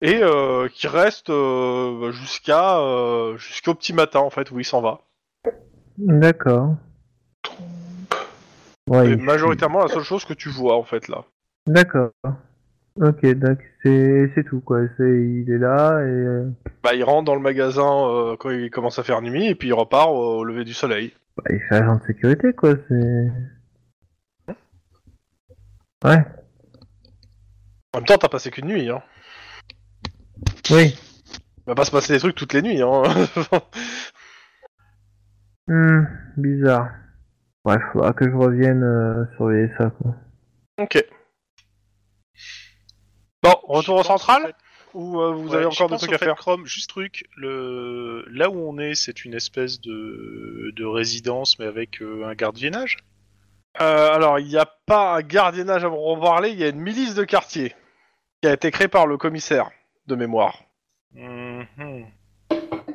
[SPEAKER 2] et euh, qui reste euh, jusqu'à euh, jusqu'au petit matin en fait où il s'en va.
[SPEAKER 3] D'accord. Ouais,
[SPEAKER 2] Et
[SPEAKER 3] il-
[SPEAKER 2] majoritairement la seule chose que tu vois en fait là.
[SPEAKER 3] D'accord. Ok, donc c'est c'est tout, quoi. C'est il est là et... euh,
[SPEAKER 2] Bah, il rentre dans le magasin euh, quand il commence à faire nuit et puis il repart au lever du soleil.
[SPEAKER 3] Bah, il fait agent de sécurité, quoi, c'est... Ouais,
[SPEAKER 2] En même temps, t'as passé qu'une nuit. Hein.
[SPEAKER 3] oui.
[SPEAKER 2] Il va pas se passer des trucs toutes les nuits. Hein. (laughs)
[SPEAKER 3] Hmm, bizarre. Bref, faudra que je revienne euh, surveiller ça, quoi.
[SPEAKER 2] ok. Bon, retour
[SPEAKER 4] J'y
[SPEAKER 2] au
[SPEAKER 4] pense, en
[SPEAKER 2] central
[SPEAKER 4] fait.
[SPEAKER 2] Ou euh, vous
[SPEAKER 4] Ouais,
[SPEAKER 2] avez
[SPEAKER 4] j'y
[SPEAKER 2] encore des
[SPEAKER 4] pense
[SPEAKER 2] trucs
[SPEAKER 4] au
[SPEAKER 2] à
[SPEAKER 4] fait,
[SPEAKER 2] faire
[SPEAKER 4] Chrome, juste truc, le... là où on est, c'est une espèce de, de résidence, mais avec euh, un gardiennage.
[SPEAKER 2] Euh, Alors, il n'y a pas un gardiennage à vous parler, il y a une milice de quartier qui a été créée par le commissaire de mémoire.
[SPEAKER 4] Mhm.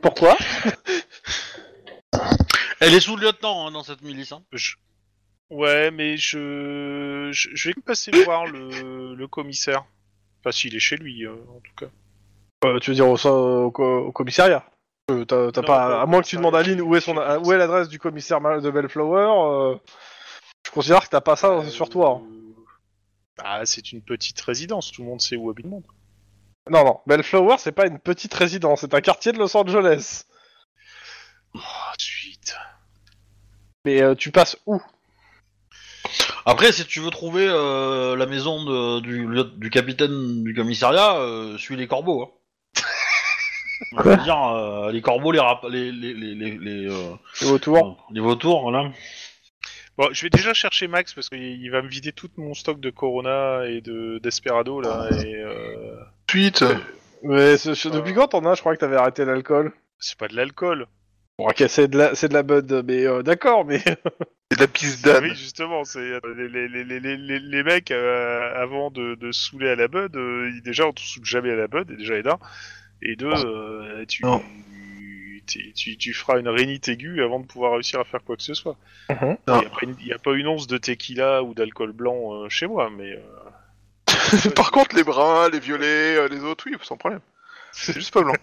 [SPEAKER 2] Pourquoi
[SPEAKER 1] Elle est sous le lieutenant hein, dans cette milice. hein.
[SPEAKER 4] Je- Ouais, mais je... je je vais passer voir le, le commissaire. Enfin, s'il est chez lui, euh, en tout cas.
[SPEAKER 2] Euh, Tu veux dire au, sein- au co- au commissariat Euh, t'as- t'as
[SPEAKER 4] Non,
[SPEAKER 2] pas,
[SPEAKER 4] pas au
[SPEAKER 2] à moins que
[SPEAKER 4] commissariat,
[SPEAKER 2] tu demandes à Lynn où est, son,
[SPEAKER 4] chez le
[SPEAKER 2] où est l'adresse du commissaire de Bellflower, euh, je considère que t'as pas ça
[SPEAKER 4] Euh,
[SPEAKER 2] sur toi. hein.
[SPEAKER 4] Bah, c'est une petite résidence, tout le monde sait où habite le monde.
[SPEAKER 2] Non, non, Bellflower, c'est pas une petite résidence, c'est un quartier de Los Angeles.
[SPEAKER 4] Ah, suite.
[SPEAKER 2] Mais euh, tu passes où
[SPEAKER 1] Après, si tu veux trouver euh, la maison de- du, lieu- du capitaine du commissariat, euh, suis les corbeaux. hein. Je veux dire, euh, les corbeaux, les, rap- les, les, les, les, les, euh,
[SPEAKER 2] Et autour
[SPEAKER 1] les vautours, voilà.
[SPEAKER 4] Bon, je vais déjà chercher Max parce qu'il il va me vider tout mon stock de Corona et de Desperado là.
[SPEAKER 2] Oh.
[SPEAKER 4] Et euh,
[SPEAKER 5] Ensuite,
[SPEAKER 2] Mais ce- ce- depuis quand t'en as Je crois que t'avais arrêté l'alcool.
[SPEAKER 4] c'est pas de l'alcool.
[SPEAKER 2] Bon, ok, c'est de la, c'est de la bud, mais euh, d'accord, mais. (laughs)
[SPEAKER 5] c'est de la pisse d'âne.
[SPEAKER 4] Oui, justement, c'est les, les, les, les, les- les- les mecs euh, avant de, de saouler à la bud, euh, ils- déjà on ne saoule jamais à la bud, et déjà et d'un, et deux, euh, tu,
[SPEAKER 1] Non.
[SPEAKER 4] tu, tu, tu feras une rhinite aiguë avant de pouvoir réussir à faire quoi que ce soit.
[SPEAKER 2] Mhm.
[SPEAKER 4] Il n'y a, pas une- il y a pas une once de tequila ou d'alcool blanc euh, chez moi, mais euh,
[SPEAKER 5] (laughs) Par contre, les bruns, les violets, euh, les autres, oui, sans problème. C'est juste pas blanc.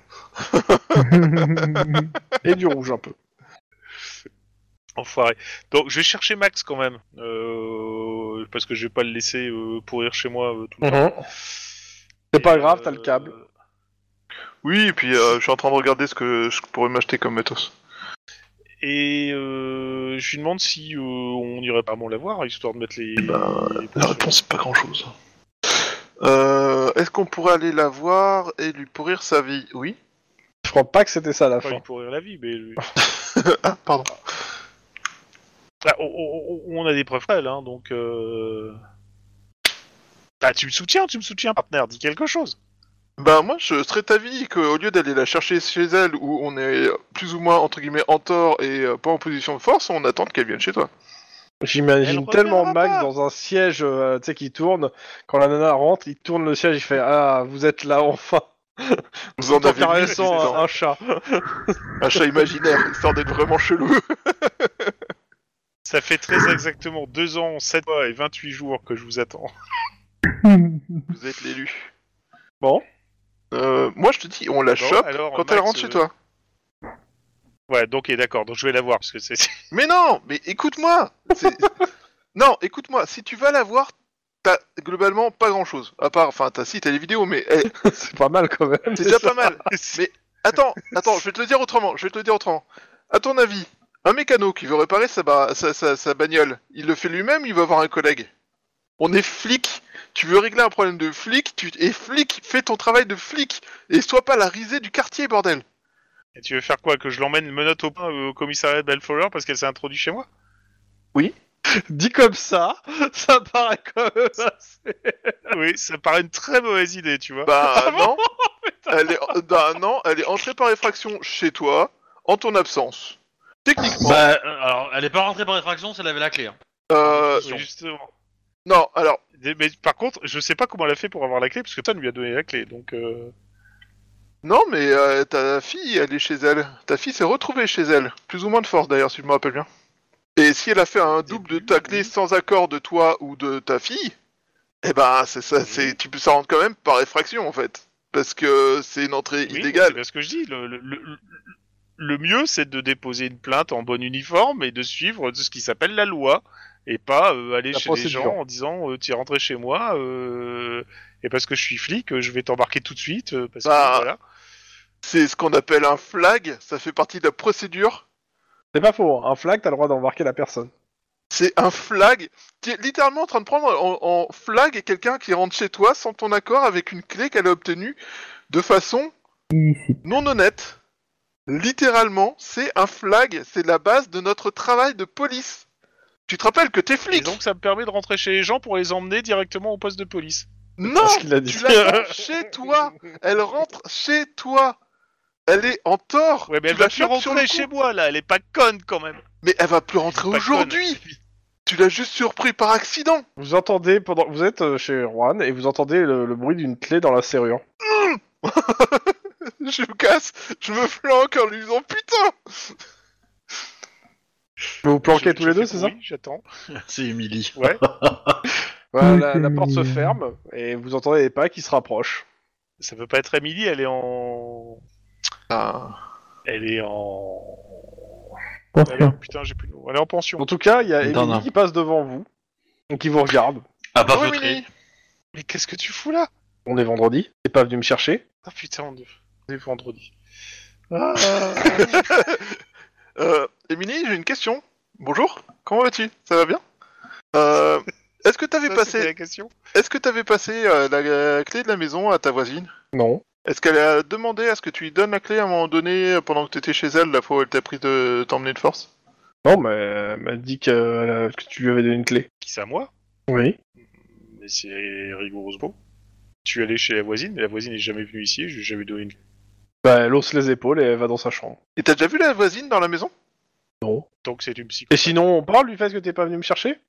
[SPEAKER 2] Et du rouge un peu.
[SPEAKER 4] Enfoiré. Donc je vais chercher Max quand même. Euh, euh, parce que je vais pas le laisser euh, pourrir chez moi euh, tout le temps.
[SPEAKER 2] Mhm. C'est
[SPEAKER 4] Et,
[SPEAKER 2] pas grave, t'as
[SPEAKER 4] euh,
[SPEAKER 2] le câble.
[SPEAKER 5] (laughs) Oui, et puis euh, je suis en train de regarder ce que je pourrais m'acheter comme matos.
[SPEAKER 4] Et euh, je lui demande si euh, on irait pas bon la voir, histoire de mettre les. les
[SPEAKER 5] Eh ben, La réponse, c'est pas grand chose. Euh, Est-ce qu'on pourrait aller la voir et lui pourrir sa vie Oui. (laughs)
[SPEAKER 2] Je crois pas que c'était ça la
[SPEAKER 4] Pas
[SPEAKER 2] fin.
[SPEAKER 4] lui pourrir la vie, mais.
[SPEAKER 5] ah, pardon.
[SPEAKER 4] Ah, on, on- on- on a des preuves réelles, hein, donc. Euh... Ah, tu me soutiens, tu me soutiens, partenaire, dis quelque chose.
[SPEAKER 5] Ben moi, je serais d'avis qu'au lieu d'aller la chercher chez elle, où on est plus ou moins entre guillemets en tort et euh, pas en position de force, on attend qu'elle vienne chez toi.
[SPEAKER 2] J'imagine
[SPEAKER 4] Elle
[SPEAKER 2] tellement
[SPEAKER 4] reviendra
[SPEAKER 2] Max
[SPEAKER 4] pas.
[SPEAKER 2] dans un siège, euh, tu sais, qui tourne. Quand la nana rentre, il tourne le siège, il fait Ah, vous êtes là enfin
[SPEAKER 5] Vous en
[SPEAKER 2] Tout en
[SPEAKER 5] avez vu
[SPEAKER 2] caressant un, un chat.
[SPEAKER 5] un chat imaginaire, histoire d'être vraiment chelou.
[SPEAKER 4] Ça fait
[SPEAKER 5] (coughs)
[SPEAKER 4] très exactement deux ans, 7 mois et 28 jours que je vous attends.
[SPEAKER 5] Vous êtes l'élu.
[SPEAKER 2] Bon.
[SPEAKER 5] Euh, moi, je te dis, on la
[SPEAKER 4] Bon,
[SPEAKER 5] chope
[SPEAKER 4] alors,
[SPEAKER 5] quand
[SPEAKER 4] Max,
[SPEAKER 5] elle rentre
[SPEAKER 4] euh,
[SPEAKER 5] chez toi.
[SPEAKER 4] Ouais, donc, et d'accord, donc je vais la voir, parce que c'est. (laughs) c'est-
[SPEAKER 5] Mais non, mais écoute-moi.
[SPEAKER 4] (laughs)
[SPEAKER 5] C'est- non, écoute-moi. Si tu vas la voir, t'as globalement pas grand-chose. À part, enfin, t'as si t'as les vidéos, mais eh,
[SPEAKER 2] (laughs) C'est pas mal quand même.
[SPEAKER 5] c'est déjà
[SPEAKER 4] (laughs)
[SPEAKER 5] pas mal. Mais attends, attends, je vais te le dire autrement. Je vais te le dire autrement. À ton avis, un mécano qui veut réparer sa, ba- sa, sa- sa bagnole, il le fait lui-même, il va voir un collègue. On est flic. Tu veux régler un problème de flic, tu es flic, fais ton travail de flic et sois pas la risée du quartier, bordel.
[SPEAKER 4] Et tu veux faire quoi Que je l'emmène menotte au pain euh, au commissariat de Bellflower parce qu'elle s'est introduite chez moi
[SPEAKER 2] (laughs) Dit comme ça, ça paraît quand même assez.
[SPEAKER 4] Ah Oui, ça paraît une très mauvaise idée, tu vois. (laughs)
[SPEAKER 5] Bah non, elle est, bah, non, elle est entrée par effraction chez toi, en ton absence. Techniquement.
[SPEAKER 1] Bah, euh, alors, elle est pas rentrée par effraction, c'est elle avait la clé. hein.
[SPEAKER 5] euh,
[SPEAKER 4] Oui, justement.
[SPEAKER 5] non, alors,
[SPEAKER 4] Des- Mais par contre, je sais pas comment elle a fait pour avoir la clé, parce que toi, lui a donné la clé, donc... euh,
[SPEAKER 5] non, mais euh, ta fille, elle est chez elle. Ta fille s'est retrouvée chez elle, plus ou moins de force d'ailleurs, si je me rappelle bien. Et si elle a fait un double de ta clé sans accord de toi ou de ta fille, eh ben, c'est ça, c'est, tu peux ça rentre quand même par effraction en fait, parce que c'est une entrée
[SPEAKER 4] oui,
[SPEAKER 5] illégale.
[SPEAKER 4] C'est bien ce que je dis. Le, le- le- le mieux, c'est de déposer une plainte en bon uniforme et de suivre ce qui s'appelle la loi, et pas euh, aller
[SPEAKER 2] La
[SPEAKER 4] chez les
[SPEAKER 2] procédure.
[SPEAKER 4] gens en disant euh, « T'es rentré chez moi, euh, et parce que je suis flic, euh, je vais t'embarquer tout de suite, euh, parce
[SPEAKER 5] Bah,
[SPEAKER 4] que voilà.
[SPEAKER 5] C'est ce qu'on appelle un flag. Ça fait partie de la procédure
[SPEAKER 2] C'est pas faux, hein. un flag, t'as le droit d'embarquer la personne.
[SPEAKER 5] C'est un flag. Tu es littéralement en train de prendre en, en flag quelqu'un qui rentre chez toi sans ton accord avec une clé qu'elle a obtenue de façon
[SPEAKER 3] Ici.
[SPEAKER 5] non honnête. Littéralement, c'est un flag. C'est la base de notre travail de police. Tu te rappelles que t'es
[SPEAKER 4] Et
[SPEAKER 5] flic
[SPEAKER 4] donc, ça me permet de rentrer chez les gens pour les emmener directement au poste de police.
[SPEAKER 5] Non
[SPEAKER 2] C'est ce qu'il a Ah, dit.
[SPEAKER 4] (laughs)
[SPEAKER 5] Tu l'attends chez toi Elle rentre chez toi Elle est en tort
[SPEAKER 4] Ouais, mais
[SPEAKER 5] Tu
[SPEAKER 4] elle va
[SPEAKER 5] la
[SPEAKER 4] plus
[SPEAKER 5] chopes sur le
[SPEAKER 4] rentrer
[SPEAKER 5] coup.
[SPEAKER 4] chez moi, là. Elle est pas conne, quand même.
[SPEAKER 5] Mais elle va plus rentrer
[SPEAKER 4] Pas conne.
[SPEAKER 5] aujourd'hui Tu l'as juste surpris par accident
[SPEAKER 2] Vous entendez, pendant vous êtes euh, chez Juan, et vous entendez le, le bruit d'une clé dans la serrure.
[SPEAKER 5] Je me casse, je me flanque en lui disant putain
[SPEAKER 2] Vous vous
[SPEAKER 4] Je-
[SPEAKER 2] planquez tous
[SPEAKER 4] je
[SPEAKER 2] les deux,
[SPEAKER 4] fais
[SPEAKER 2] c'est ça
[SPEAKER 4] oui, J'attends.
[SPEAKER 1] (laughs) C'est Émilie.
[SPEAKER 2] Voilà,
[SPEAKER 3] Oui,
[SPEAKER 2] la,
[SPEAKER 3] c'est
[SPEAKER 2] la porte se
[SPEAKER 3] mignon.
[SPEAKER 2] ferme, et vous entendez les pas qui se rapprochent.
[SPEAKER 4] Ça peut pas être Emily, elle est en.
[SPEAKER 5] Ah.
[SPEAKER 4] Elle est en. Elle est en...
[SPEAKER 3] Attention.
[SPEAKER 4] Putain, j'ai plus de mots. Elle est en pension.
[SPEAKER 2] En tout cas, il y a
[SPEAKER 1] Attends,
[SPEAKER 2] Emily
[SPEAKER 1] non.
[SPEAKER 2] qui passe devant vous, et qui vous regarde.
[SPEAKER 1] À Ah, pas
[SPEAKER 5] Oui,
[SPEAKER 1] feutré.
[SPEAKER 5] Mini.
[SPEAKER 4] Mais qu'est-ce que tu fous là
[SPEAKER 2] On est vendredi, t'es pas venu me chercher.
[SPEAKER 4] Ah putain, on est, on est vendredi.
[SPEAKER 5] Euh, Émilie, j'ai une question. Bonjour, comment vas-tu Ça va bien Euh, Est-ce que t'avais
[SPEAKER 4] Ça, c'était
[SPEAKER 5] passé,
[SPEAKER 4] la question
[SPEAKER 5] est-ce que t'avais passé euh, la, la clé de la maison à ta voisine
[SPEAKER 2] Non.
[SPEAKER 5] Est-ce qu'elle a demandé à ce que tu lui donnes la clé à un moment donné euh, pendant que t'étais chez elle, la fois où elle t'a pris de t'emmener de force
[SPEAKER 2] Non, mais elle m'a dit que, euh, que tu lui avais donné une clé.
[SPEAKER 4] Qui c'est à moi
[SPEAKER 2] Oui.
[SPEAKER 4] Mais c'est rigoureusement. Je suis allé chez la voisine, mais la voisine n'est jamais venue ici, je lui ai jamais donné une.
[SPEAKER 2] Bah, elle hausse les épaules et elle va dans sa chambre.
[SPEAKER 5] Et t'as déjà vu la voisine dans la maison
[SPEAKER 2] Non.
[SPEAKER 4] Donc c'est une psycho.
[SPEAKER 2] Et sinon, on parle du fait que t'es pas venu me chercher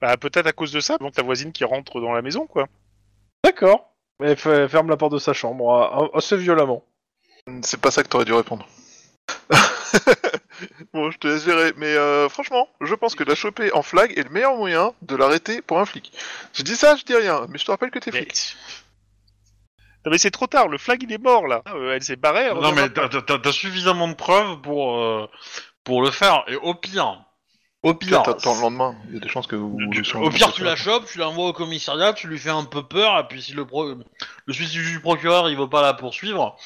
[SPEAKER 4] Bah peut-être à cause de ça, donc la voisine qui rentre dans la maison, quoi.
[SPEAKER 2] D'accord. Elle fe- ferme la porte de sa chambre, euh, assez violemment.
[SPEAKER 5] C'est pas ça que t'aurais dû répondre. (laughs) bon, je te laisse gérer, mais euh, franchement, je pense que de la choper en flag est le meilleur moyen de l'arrêter pour un flic. Je dis ça, je dis rien, mais je te rappelle que t'es
[SPEAKER 4] Mais...
[SPEAKER 5] flic.
[SPEAKER 4] Non mais c'est trop tard, le flag il est mort là. Euh, elle s'est barrée. elle
[SPEAKER 1] Non,
[SPEAKER 4] reviendra
[SPEAKER 1] mais t'as- t'as t'as suffisamment de preuves pour, euh, pour le faire. Et au pire, Au pire,
[SPEAKER 5] T'attends le lendemain, il y a des chances que vous...
[SPEAKER 1] tu-
[SPEAKER 5] sur-
[SPEAKER 1] au pire, tu la chopes, tu l'envoies au commissariat, tu lui fais un peu peur, et puis si le, pro- le suisse du juge procureur il veut pas la poursuivre,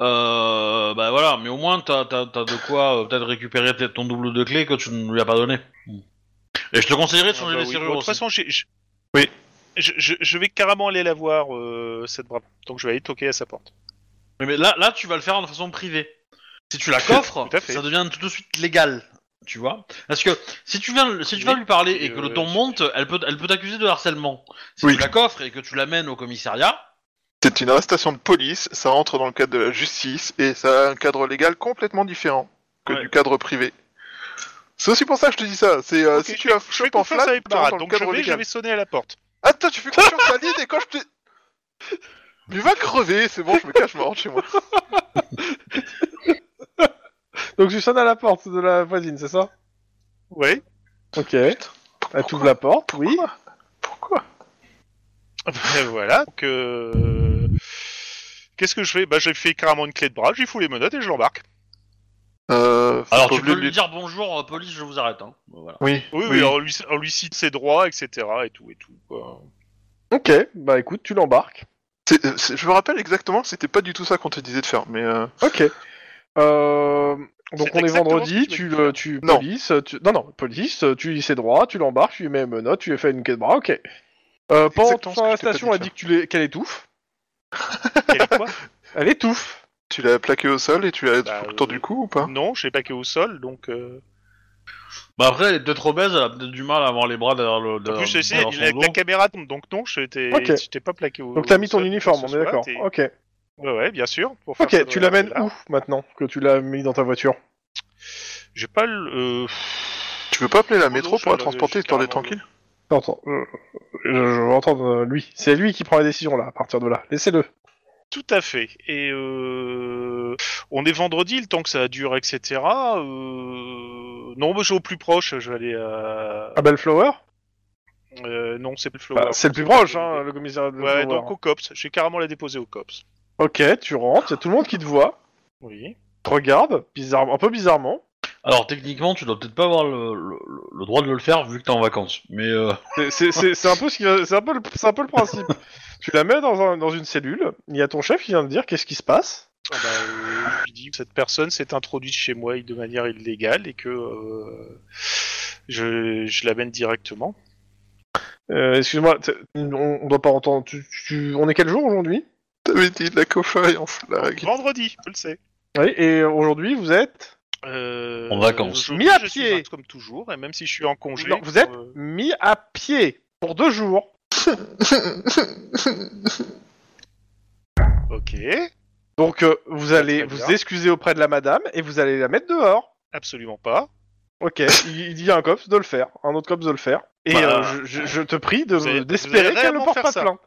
[SPEAKER 1] euh, bah voilà, mais au moins t'as as, de quoi euh, peut-être récupérer peut-être ton double de clé que tu ne lui as pas donné. Et je te conseillerais de
[SPEAKER 4] Ah
[SPEAKER 1] changer
[SPEAKER 4] bah
[SPEAKER 1] les
[SPEAKER 4] oui.
[SPEAKER 1] serrures
[SPEAKER 4] Bon, De toute
[SPEAKER 1] aussi.
[SPEAKER 4] façon, j'ai- je...
[SPEAKER 5] Oui.
[SPEAKER 4] Je, je- je vais carrément aller la voir, euh, cette brave. Donc je vais aller toquer à sa porte.
[SPEAKER 1] Mais, mais là, là, tu vas le faire de façon privée. Si tu la coffres,
[SPEAKER 4] Tout à fait.
[SPEAKER 1] ça devient tout de suite légal. Tu vois Parce que si tu viens, si tu vas
[SPEAKER 4] Oui,
[SPEAKER 1] lui parler
[SPEAKER 4] et
[SPEAKER 1] et que le
[SPEAKER 4] euh,
[SPEAKER 1] ton monte, elle peut, elle peut t'accuser de harcèlement. Si
[SPEAKER 5] Oui.
[SPEAKER 1] tu la coffres et que tu l'amènes au commissariat,
[SPEAKER 5] C'est une arrestation de police, ça rentre dans le cadre de la justice, et ça a un cadre légal complètement différent que
[SPEAKER 4] Ouais.
[SPEAKER 5] du cadre privé. C'est aussi pour ça que je te dis ça, c'est euh,
[SPEAKER 4] Ok,
[SPEAKER 5] si tu la
[SPEAKER 4] Je fais
[SPEAKER 5] chopes en
[SPEAKER 4] confiance
[SPEAKER 5] flat,
[SPEAKER 4] à
[SPEAKER 5] tu rentres
[SPEAKER 4] Ibarra,
[SPEAKER 5] dans le
[SPEAKER 4] donc je
[SPEAKER 5] cadre
[SPEAKER 4] vais, je
[SPEAKER 5] légal.
[SPEAKER 4] vais sonner à la porte.
[SPEAKER 5] Attends, tu fais confiance à Lynn et quand je te... (laughs) Mais va crever, c'est bon, je me cache, je me rentre chez moi.
[SPEAKER 2] Donc tu sonnes à la porte de la voisine, c'est ça
[SPEAKER 4] Oui.
[SPEAKER 2] Ok. Elle t'ouvre la porte, oui.
[SPEAKER 5] Pourquoi
[SPEAKER 4] Ben voilà. Donc, euh, qu'est-ce que je fais Bah, je fais carrément une clé de bras, j'y fous les menottes et je l'embarque.
[SPEAKER 5] Euh... faut
[SPEAKER 1] alors
[SPEAKER 5] pas
[SPEAKER 1] tu peux
[SPEAKER 5] oublier de
[SPEAKER 1] lui dire bonjour, euh, police, je vous arrête. Hein. Voilà.
[SPEAKER 5] Oui,
[SPEAKER 4] Oui, oui. alors, on, lui, on lui cite ses droits, etc. Et tout, et tout. Quoi.
[SPEAKER 2] Ok, bah écoute, tu l'embarques.
[SPEAKER 5] C'est- euh, c'est- je me rappelle exactement que c'était pas du tout ça qu'on te disait de faire, mais euh,
[SPEAKER 2] Ok. Euh, donc
[SPEAKER 4] C'est
[SPEAKER 2] on est
[SPEAKER 4] exactement
[SPEAKER 2] vendredi,
[SPEAKER 4] ce que tu
[SPEAKER 2] tu,
[SPEAKER 4] veux
[SPEAKER 2] le, tu
[SPEAKER 5] Non.
[SPEAKER 2] police, tu- non non, police, tu lis ses droits, tu l'embarques, tu lui mets une menotte, tu lui fais une queue de bras, ok. Euh, pendant
[SPEAKER 5] exactement ce
[SPEAKER 2] toute
[SPEAKER 5] que je
[SPEAKER 2] son
[SPEAKER 5] t'ai pas
[SPEAKER 2] arrestation,
[SPEAKER 5] dit
[SPEAKER 2] elle
[SPEAKER 5] de
[SPEAKER 2] dit que tu l'es- qu'elle étouffe.
[SPEAKER 4] Quel
[SPEAKER 2] (laughs)
[SPEAKER 4] est quoi
[SPEAKER 2] Elle étouffe.
[SPEAKER 5] tu l'as plaqué au sol et tu l'as
[SPEAKER 4] Bah,
[SPEAKER 5] autour du cou ou
[SPEAKER 2] Hein?
[SPEAKER 5] pas
[SPEAKER 4] Non, je l'ai pas que au sol, donc. euh,
[SPEAKER 1] Bah après, elle est peut-être obèse, elle a peut-être du mal à avoir les bras derrière le.
[SPEAKER 4] En
[SPEAKER 2] Euh,
[SPEAKER 1] derrière-
[SPEAKER 4] plus, je sais,
[SPEAKER 1] derrière
[SPEAKER 4] il-
[SPEAKER 1] son
[SPEAKER 4] la,
[SPEAKER 1] dos.
[SPEAKER 4] la caméra tombe, donc non, je t'ai
[SPEAKER 2] Ok.
[SPEAKER 4] je t'ai pas plaqué au
[SPEAKER 2] Donc t'as mis ton
[SPEAKER 4] sol,
[SPEAKER 2] uniforme,
[SPEAKER 4] quoi que
[SPEAKER 2] on
[SPEAKER 4] ce
[SPEAKER 2] est
[SPEAKER 4] soit,
[SPEAKER 2] d'accord.
[SPEAKER 4] t'es-
[SPEAKER 2] Ok.
[SPEAKER 4] Ouais, ouais, bien sûr. pour faire ça
[SPEAKER 2] Ok,
[SPEAKER 4] dans
[SPEAKER 2] tu
[SPEAKER 4] la-
[SPEAKER 2] l'amènes
[SPEAKER 4] là.
[SPEAKER 2] où maintenant que tu l'as mis dans ta voiture
[SPEAKER 4] J'ai pas le. euh,
[SPEAKER 5] Tu veux pas appeler la métro
[SPEAKER 4] non, je
[SPEAKER 5] pour la
[SPEAKER 4] l'ai-
[SPEAKER 5] transporter
[SPEAKER 4] j'ai
[SPEAKER 5] histoire d'être
[SPEAKER 4] carrément
[SPEAKER 5] tranquille
[SPEAKER 2] J'entends. Je, euh, je, je vais entendre, euh, lui. C'est lui qui prend la décision là, à partir de là. Laissez-le.
[SPEAKER 4] Tout à fait. Et euh, on est vendredi, le temps que ça dure, etc. Euh, Non, mais je vais au plus proche. Je vais aller à.
[SPEAKER 2] À Bellflower
[SPEAKER 4] Euh, non, c'est le flow.
[SPEAKER 2] Bah, C'est le plus proche, hein, le commissariat de
[SPEAKER 4] Ouais,
[SPEAKER 2] Bellflower.
[SPEAKER 4] donc au COPS. J'ai carrément la déposé au COPS.
[SPEAKER 2] Ok, tu rentres, y a tout le monde qui te voit,
[SPEAKER 4] Oui.
[SPEAKER 2] te regarde, bizarre, un peu bizarrement.
[SPEAKER 1] Alors techniquement, tu dois peut-être pas avoir le, le- le droit de le faire vu que t'es en vacances. Mais euh,
[SPEAKER 2] C'est- C'est c'est- c'est un peu ce qui va- c'est un peu le, c'est un peu le principe. tu la mets dans, un- dans une cellule, il y a ton chef qui vient de dire qu'est-ce qui se passe.
[SPEAKER 4] Ah bah, euh, je lui dis que cette personne s'est introduite chez moi de manière illégale et que euh, je, je l'amène directement.
[SPEAKER 2] Euh, Excuse-moi, t'es- on, on doit pas entendre. tu- tu- on est quel jour aujourd'hui
[SPEAKER 5] T'avais dit de la cofaille en flag.
[SPEAKER 4] Vendredi, je le sais.
[SPEAKER 2] Oui, et aujourd'hui vous êtes
[SPEAKER 4] Euh,
[SPEAKER 1] En vacances.
[SPEAKER 4] je-
[SPEAKER 2] Mis à
[SPEAKER 4] je suis
[SPEAKER 2] pied.
[SPEAKER 4] vache comme toujours, et même si je suis en congé.
[SPEAKER 2] Non, vous êtes
[SPEAKER 4] euh,
[SPEAKER 2] mis à pied pour deux jours.
[SPEAKER 4] Ok,
[SPEAKER 2] Donc euh, vous allez
[SPEAKER 4] très
[SPEAKER 2] vous
[SPEAKER 4] bien.
[SPEAKER 2] excuser auprès de la madame et vous allez la mettre dehors.
[SPEAKER 4] absolument pas.
[SPEAKER 2] Ok, il, il dit à un cops de le faire, un autre cops de le faire. Et
[SPEAKER 4] Bah,
[SPEAKER 2] euh, je, je- je te prie de-
[SPEAKER 4] vous allez- vous
[SPEAKER 2] d'espérer
[SPEAKER 4] allez
[SPEAKER 2] qu'elle ne
[SPEAKER 4] réellement
[SPEAKER 2] porte
[SPEAKER 4] faire
[SPEAKER 2] pas
[SPEAKER 4] ça.
[SPEAKER 2] plainte.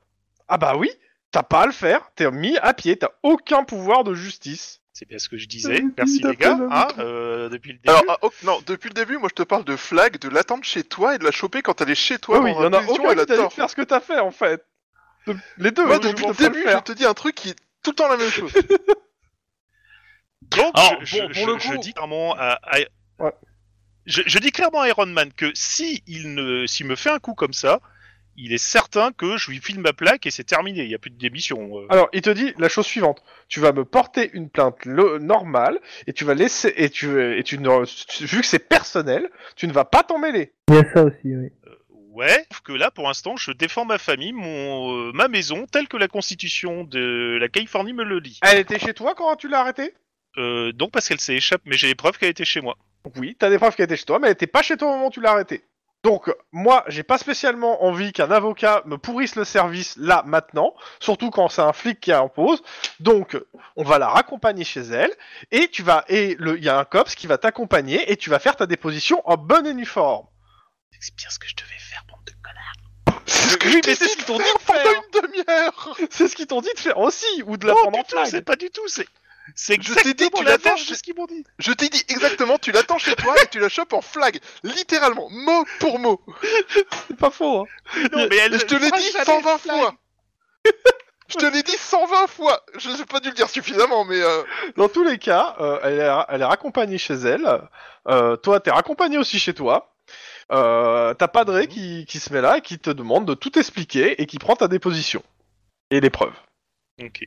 [SPEAKER 2] Ah bah oui, t'as pas à le faire, t'es mis à pied, t'as aucun pouvoir de justice.
[SPEAKER 4] C'est bien ce que je disais.
[SPEAKER 5] Oui,
[SPEAKER 2] Euh,
[SPEAKER 4] Merci
[SPEAKER 5] tout à
[SPEAKER 4] les gars.
[SPEAKER 5] fait,
[SPEAKER 4] hein, euh, depuis le début.
[SPEAKER 5] Alors, ah, oh, non, depuis le début, moi je te parle de flag, de l'attendre chez toi et de la choper quand elle est chez toi.
[SPEAKER 2] Ah oui,
[SPEAKER 5] dans
[SPEAKER 2] il y en
[SPEAKER 5] la
[SPEAKER 2] a
[SPEAKER 5] position,
[SPEAKER 2] aucun
[SPEAKER 5] elle
[SPEAKER 2] qui t'a dit de
[SPEAKER 5] adore.
[SPEAKER 2] faire ce que t'as fait en fait. De- Les deux,
[SPEAKER 5] Moi,
[SPEAKER 2] donc,
[SPEAKER 5] depuis
[SPEAKER 2] je
[SPEAKER 5] le
[SPEAKER 2] comprends
[SPEAKER 5] début,
[SPEAKER 2] le
[SPEAKER 5] je
[SPEAKER 2] faire.
[SPEAKER 5] te dis un truc qui est tout le temps
[SPEAKER 2] (laughs)
[SPEAKER 5] la même chose.
[SPEAKER 4] Donc,
[SPEAKER 1] Alors,
[SPEAKER 4] je,
[SPEAKER 1] pour-
[SPEAKER 4] je-
[SPEAKER 1] pour le
[SPEAKER 4] je- je
[SPEAKER 1] coup-
[SPEAKER 4] dis clairement à, à-
[SPEAKER 2] Ouais.
[SPEAKER 4] je, je dis clairement à Iron Man que si il ne, s'il me fait un coup comme ça, il est certain que je lui filme ma plaque et c'est terminé. Il n'y a plus de démission. euh.
[SPEAKER 2] Alors, il te dit la chose suivante tu vas me porter une plainte lo- normale et tu vas laisser et tu et tu ne- tu- vu que c'est personnel, tu ne vas pas t'en mêler.
[SPEAKER 3] Il y a ça aussi, oui.
[SPEAKER 4] Ouais, sauf que là, pour l'instant, je défends ma famille, mon, euh, ma maison, telle que la Constitution de la Californie me le dit.
[SPEAKER 2] Elle était chez toi quand tu l'as arrêtée
[SPEAKER 4] Euh, donc parce qu'elle s'est échappée, mais j'ai les preuves qu'elle était chez moi.
[SPEAKER 2] Oui, t'as des preuves qu'elle était chez toi, mais elle était pas chez toi au moment où tu l'as arrêtée. Donc moi, j'ai pas spécialement envie qu'un avocat me pourrisse le service là maintenant, surtout quand c'est un flic qui impose. Donc on va la raccompagner chez elle et tu vas et le il y a un cops qui va t'accompagner et tu vas faire ta déposition en bonne uniforme.
[SPEAKER 4] C'est bien ce que je devais faire, bande de connards.
[SPEAKER 5] C'est ce que
[SPEAKER 2] Oui,
[SPEAKER 5] je
[SPEAKER 2] mais
[SPEAKER 5] t'ai
[SPEAKER 2] c'est
[SPEAKER 5] dit
[SPEAKER 2] ce qu'ils t'ont dit de
[SPEAKER 5] pendant
[SPEAKER 2] faire.
[SPEAKER 5] une demi-heure.
[SPEAKER 2] C'est ce qu'ils t'ont dit de faire aussi, ou de la
[SPEAKER 4] Non,
[SPEAKER 2] prendre en
[SPEAKER 4] du tout,
[SPEAKER 2] flag.
[SPEAKER 4] c'est pas du tout, c'est... C'est
[SPEAKER 5] Je t'ai dit, tu
[SPEAKER 4] exactement
[SPEAKER 5] l'attends
[SPEAKER 4] l'inverse
[SPEAKER 5] chez-
[SPEAKER 4] de ce qu'ils m'ont dit.
[SPEAKER 5] Je t'ai dit exactement, tu l'attends chez toi et tu la chopes en flag, littéralement, mot pour mot.
[SPEAKER 2] C'est pas faux. Hein.
[SPEAKER 4] Non, mais elle, euh,
[SPEAKER 5] Et je te l'ai
[SPEAKER 4] fera
[SPEAKER 5] dit
[SPEAKER 4] jamais
[SPEAKER 5] 120
[SPEAKER 4] flag.
[SPEAKER 5] fois. (laughs) Je te l'ai dit 120 fois Je n'ai pas dû le dire suffisamment, mais... euh,
[SPEAKER 2] Dans tous les cas, euh, elle, est, elle est raccompagnée chez elle. Euh, toi, t'es raccompagné aussi chez toi. Euh, T'as Padré qui, qui se met là et qui te demande de tout expliquer et qui prend ta déposition et les preuves.
[SPEAKER 4] Ok.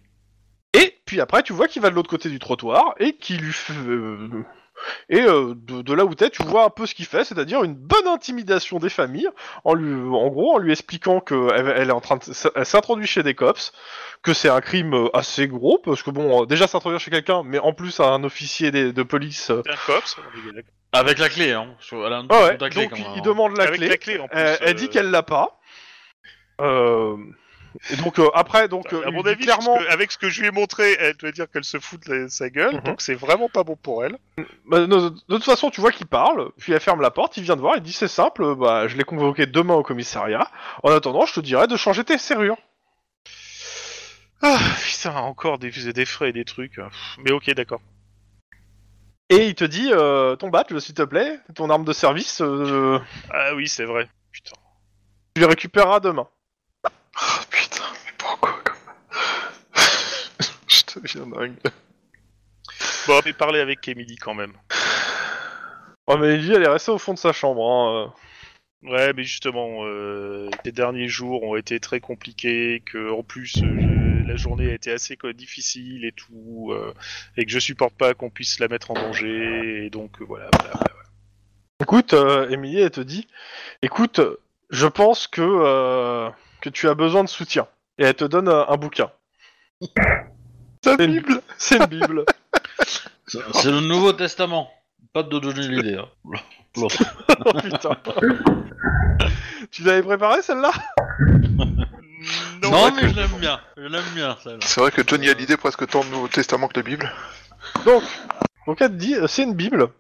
[SPEAKER 2] Et puis après, tu vois qu'il va de l'autre côté du trottoir et qui lui fait. euh, et euh, de, de là où t'es, tu vois un peu ce qu'il fait, c'est-à-dire une bonne intimidation des familles, en, lui, en gros en lui expliquant qu'elle elle est en train de s- elle s'introduit chez des cops, que c'est un crime euh, assez gros, parce que bon, euh, déjà s'introduire chez quelqu'un, mais en plus à un officier des- de, police. euh,
[SPEAKER 4] C'est un cops. on est bien d'accord.
[SPEAKER 1] Avec la clé, hein. sur- Elle a un
[SPEAKER 2] Ah ouais,
[SPEAKER 1] la clé,
[SPEAKER 2] donc
[SPEAKER 1] quand
[SPEAKER 2] il,
[SPEAKER 1] même,
[SPEAKER 2] il
[SPEAKER 1] hein.
[SPEAKER 2] demande la
[SPEAKER 4] Avec
[SPEAKER 2] clé.
[SPEAKER 4] la clé en plus.
[SPEAKER 2] Euh, elle dit qu'elle l'a pas. Euh, et donc euh, après, donc euh,
[SPEAKER 4] bah, À
[SPEAKER 2] il
[SPEAKER 4] mon
[SPEAKER 2] dit
[SPEAKER 4] avis,
[SPEAKER 2] clairement,
[SPEAKER 4] parce que- avec ce que je lui ai montré, elle doit dire qu'elle se fout de la- sa gueule,
[SPEAKER 2] Mhm.
[SPEAKER 4] donc c'est vraiment pas bon pour elle.
[SPEAKER 2] Bah, non, de toute façon, tu vois qu'il parle, puis elle ferme la porte, il vient te voir, il dit c'est simple, bah, je l'ai convoqué demain au commissariat. En attendant, je te dirais de changer tes serrures.
[SPEAKER 4] Ah, putain, encore des, des frais et des trucs. hein. Pff, Mais ok, d'accord.
[SPEAKER 2] Et il te dit euh, ton badge, s'il te plaît, ton arme de service, euh,
[SPEAKER 4] Ah oui, c'est vrai. Putain.
[SPEAKER 2] tu les récupéreras demain.
[SPEAKER 5] Oh putain, mais pourquoi comme... Je deviens dingue.
[SPEAKER 4] Bon, mais parler avec Emily quand même.
[SPEAKER 2] Oh, mais Ellie, elle est restée au fond de sa chambre. hein, euh.
[SPEAKER 4] Ouais, mais justement, euh, les derniers jours ont été très compliqués, que en plus euh, j'ai- la journée a été assez quoi, difficile et tout, euh, et que je supporte pas qu'on puisse la mettre en danger, et donc euh, voilà. voilà, voilà.
[SPEAKER 2] Écoute, euh, Émilie, elle te dit écoute, je pense que, euh, que tu as besoin de soutien. Et elle te donne euh, un, un bouquin.
[SPEAKER 5] Ta
[SPEAKER 2] (laughs) C'est une-
[SPEAKER 5] Bible
[SPEAKER 2] C'est une Bible.
[SPEAKER 1] C'est c'est le Nouveau Testament. Pas de donner l'idée. hein. L'autre.
[SPEAKER 2] oh putain. tu l'avais préparée celle-là
[SPEAKER 1] Non,
[SPEAKER 5] ouais,
[SPEAKER 1] mais
[SPEAKER 5] que-
[SPEAKER 1] je l'aime bien. Je l'aime bien celle-là.
[SPEAKER 5] C'est vrai que Johnny a l'idée presque tant de Nouveau Testament que la Bible.
[SPEAKER 2] Donc elle te dit, euh, c'est une Bible.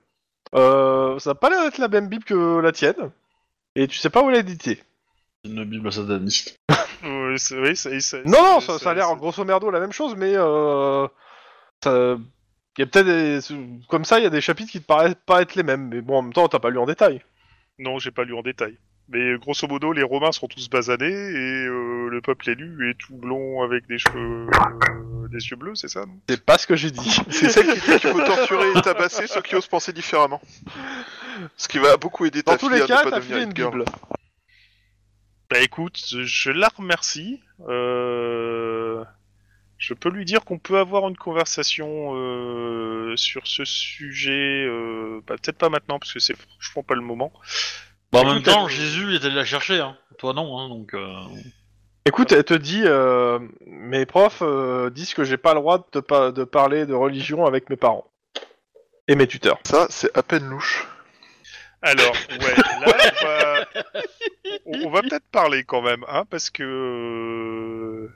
[SPEAKER 2] Euh, ça n'a pas l'air d'être la même Bible que la tienne. Et tu sais pas où elle est éditée.
[SPEAKER 1] C'est une Bible sataniste.
[SPEAKER 4] Euh, c'est- oui, c'est- c'est-
[SPEAKER 2] Non, non,
[SPEAKER 4] c'est-
[SPEAKER 2] ça,
[SPEAKER 4] c'est-
[SPEAKER 2] ça a l'air
[SPEAKER 4] c'est-
[SPEAKER 2] grosso merdo la même chose, mais euh, ça- il y a peut-être des... comme ça, il y a des chapitres qui te paraissent pas être les mêmes. Mais bon, en même temps, t'as pas lu en détail.
[SPEAKER 4] Non, j'ai pas lu en détail. Mais euh, grosso modo, les Romains sont tous basanés, et euh, le peuple élu est tout blond avec des cheveux, euh, des yeux bleus, c'est ça non
[SPEAKER 2] C'est pas ce que j'ai dit.
[SPEAKER 5] C'est celle qui dit qu'il faut torturer et tabasser ceux qui osent penser différemment. Ce qui va beaucoup aider ta
[SPEAKER 2] Dans tous
[SPEAKER 5] fille
[SPEAKER 2] les
[SPEAKER 5] à
[SPEAKER 2] cas,
[SPEAKER 5] ne pas
[SPEAKER 2] t'as
[SPEAKER 5] devenir
[SPEAKER 2] filé une
[SPEAKER 5] une girl.
[SPEAKER 2] Bible.
[SPEAKER 4] Bah écoute, je la remercie. Euh, Je peux lui dire qu'on peut avoir une conversation euh, sur ce sujet, euh, bah, peut-être pas maintenant parce que c'est franchement pas le moment.
[SPEAKER 1] Bah, en même
[SPEAKER 4] Écoute,
[SPEAKER 1] temps,
[SPEAKER 4] elle-
[SPEAKER 1] Jésus il est allé la chercher. Hein. Toi non, hein, donc. euh,
[SPEAKER 2] Écoute, elle te dit, euh, mes profs euh, disent que j'ai pas le droit de, te pa- de parler de religion avec mes parents et mes tuteurs.
[SPEAKER 5] Ça, c'est à peine louche.
[SPEAKER 4] Alors, ouais, là, on va, on- on va peut-être parler quand même, hein, parce que euh,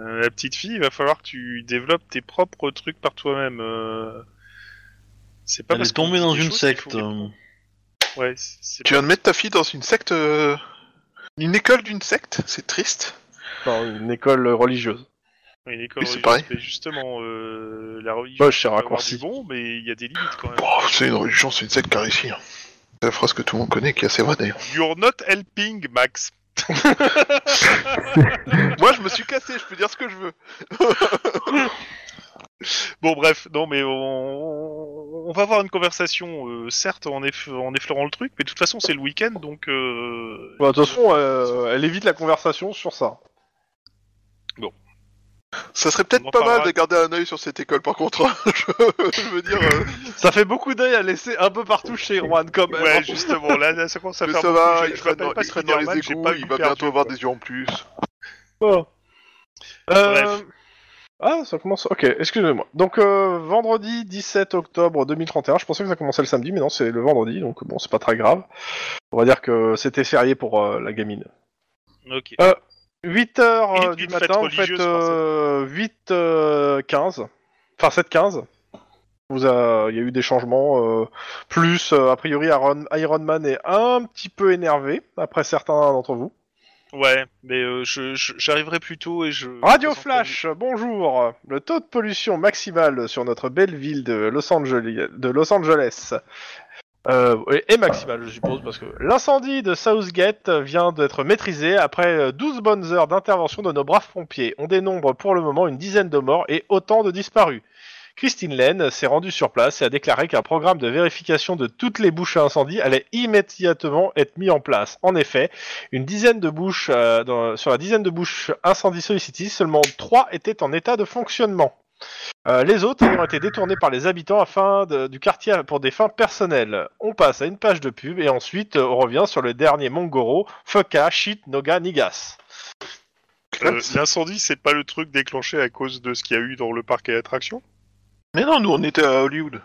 [SPEAKER 4] euh, la petite fille, il va falloir que tu développes tes propres trucs par toi-même. euh. C'est pas
[SPEAKER 1] Elle
[SPEAKER 4] parce
[SPEAKER 1] est tombée
[SPEAKER 4] qu'on dit
[SPEAKER 1] dans une
[SPEAKER 4] des choses qu'il
[SPEAKER 1] secte.
[SPEAKER 4] faut-
[SPEAKER 1] euh,
[SPEAKER 4] Ouais, c'est- c'est
[SPEAKER 5] Tu viens de mettre ta fille dans une secte... euh, Une école d'une secte C'est triste.
[SPEAKER 2] Enfin, une école religieuse.
[SPEAKER 4] Oui, l'école
[SPEAKER 5] Oui, c'est
[SPEAKER 4] religieuse,
[SPEAKER 5] pareil.
[SPEAKER 4] mais justement, euh, la religion,
[SPEAKER 2] Boche, c'est
[SPEAKER 4] peut avoir
[SPEAKER 2] raccourci.
[SPEAKER 4] du bon, mais il y a des limites quand même.
[SPEAKER 5] Bon, c'est une religion, c'est une secte car ici. hein. C'est la phrase que tout le monde connaît, qui est assez vraie d'ailleurs.
[SPEAKER 4] You're not helping, Max.
[SPEAKER 5] Moi, je me suis cassé, je peux dire ce que je veux.
[SPEAKER 4] Bon, bref, non, mais on, on va avoir une conversation, euh, certes, en, eff- en effleurant le truc, mais de toute façon, c'est le week-end, donc... euh,
[SPEAKER 2] Bah, De toute façon, euh, elle évite la conversation sur ça.
[SPEAKER 5] Ça serait
[SPEAKER 4] On en
[SPEAKER 5] peut-être pas mal
[SPEAKER 4] parlera.
[SPEAKER 5] de garder un œil sur cette école, par contre. hein. (laughs) je, je veux dire, euh,
[SPEAKER 2] Ça fait beaucoup d'œil à laisser un peu partout chez Juan, quand même.
[SPEAKER 4] Ouais, justement, là, là, ça commence à
[SPEAKER 5] (laughs) mais
[SPEAKER 4] faire
[SPEAKER 5] ça
[SPEAKER 4] beaucoup.
[SPEAKER 5] va,
[SPEAKER 4] Je-
[SPEAKER 5] Bah, il
[SPEAKER 4] je
[SPEAKER 5] traîne
[SPEAKER 4] m'appelle
[SPEAKER 5] dans,
[SPEAKER 4] pas
[SPEAKER 5] il traîne dans les
[SPEAKER 4] Spider-Man, j'ai
[SPEAKER 5] égouts,
[SPEAKER 4] pas
[SPEAKER 5] il
[SPEAKER 4] vu
[SPEAKER 5] va
[SPEAKER 4] perdu,
[SPEAKER 5] bientôt avoir
[SPEAKER 4] quoi.
[SPEAKER 5] des yeux en plus.
[SPEAKER 2] Oh. Euh,
[SPEAKER 4] Bref.
[SPEAKER 2] Ah, ça commence. Ok, excusez-moi. Donc, euh, vendredi 17 octobre 2031. Je pensais que ça commençait le samedi, mais non, c'est le vendredi, donc bon, c'est pas très grave. On va dire que c'était férié pour euh, la gamine.
[SPEAKER 4] Ok.
[SPEAKER 2] 8h
[SPEAKER 4] Et
[SPEAKER 2] euh, du
[SPEAKER 4] une fête
[SPEAKER 2] matin, euh, vous faites
[SPEAKER 4] religieuse
[SPEAKER 2] 8h15, euh, enfin 7h15. Vous a- Il y a eu des changements, euh, plus euh, a priori Iron, Iron Man est un petit peu énervé, après certains d'entre vous.
[SPEAKER 4] Ouais, mais euh, je- je- j'arriverai plus tôt et je...
[SPEAKER 2] Oh, Radio
[SPEAKER 4] je présenterai-
[SPEAKER 2] Flash, bonjour. Le taux de pollution maximal sur notre belle ville de Los, Angeli- de Los Angeles Euh, et- et maximale, je suppose, parce que l'incendie de Southgate vient d'être maîtrisé après euh, 12 bonnes heures d'intervention de nos braves pompiers. On dénombre pour le moment une dizaine de morts et autant de disparus. Christine Lane s'est rendue sur place et a déclaré qu'un programme de vérification de toutes les bouches à incendie allait immédiatement être mis en place. En effet, une dizaine de bouches, euh, dans- sur la dizaine de bouches incendie sollicitées, seulement trois étaient en état de fonctionnement. Euh, les autres ayant été détournés par les habitants afin de- du quartier pour des fins personnelles. On passe à une page de pub et ensuite euh, on revient sur le dernier Mongoro, Fuka, Shit, Noga, Nigas.
[SPEAKER 4] Euh, L'incendie, c'est pas le truc déclenché à cause de ce qu'il y a eu dans le parc et attraction
[SPEAKER 5] Mais non, nous on était à Hollywood.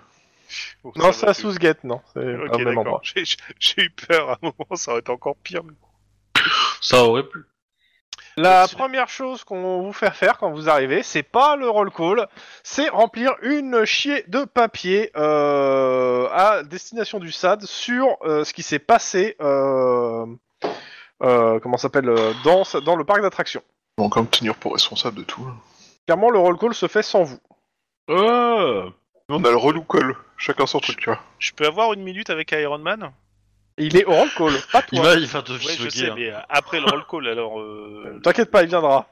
[SPEAKER 2] Non, Ah, c'est à Sousgate, non. C'est au
[SPEAKER 4] Ok,
[SPEAKER 2] même endroit.
[SPEAKER 4] d'accord. J'ai- J'ai j'ai eu peur à un moment, ça aurait été encore pire. mais-
[SPEAKER 6] Ça aurait pu.
[SPEAKER 2] La première chose qu'on vous fait faire quand vous arrivez, c'est pas le roll call, c'est remplir une chier de papier euh, à destination du SAD sur euh, ce qui s'est passé, euh, euh, comment ça s'appelle, euh, dans, dans le parc d'attractions.
[SPEAKER 5] On va quand même tenir pour responsable de tout.
[SPEAKER 2] Clairement, le roll call se fait sans vous.
[SPEAKER 6] Oh
[SPEAKER 5] Nous on a le relou call, chacun son truc, tu vois.
[SPEAKER 4] Je peux avoir une minute avec Iron Man
[SPEAKER 2] Il est au roll call, pas
[SPEAKER 6] il
[SPEAKER 2] toi.
[SPEAKER 6] va, il va te
[SPEAKER 4] Ouais, je
[SPEAKER 6] fissuquer,
[SPEAKER 4] sais,
[SPEAKER 6] hein.
[SPEAKER 4] mais euh, après le roll call, alors. euh,
[SPEAKER 2] T'inquiète pas, il viendra.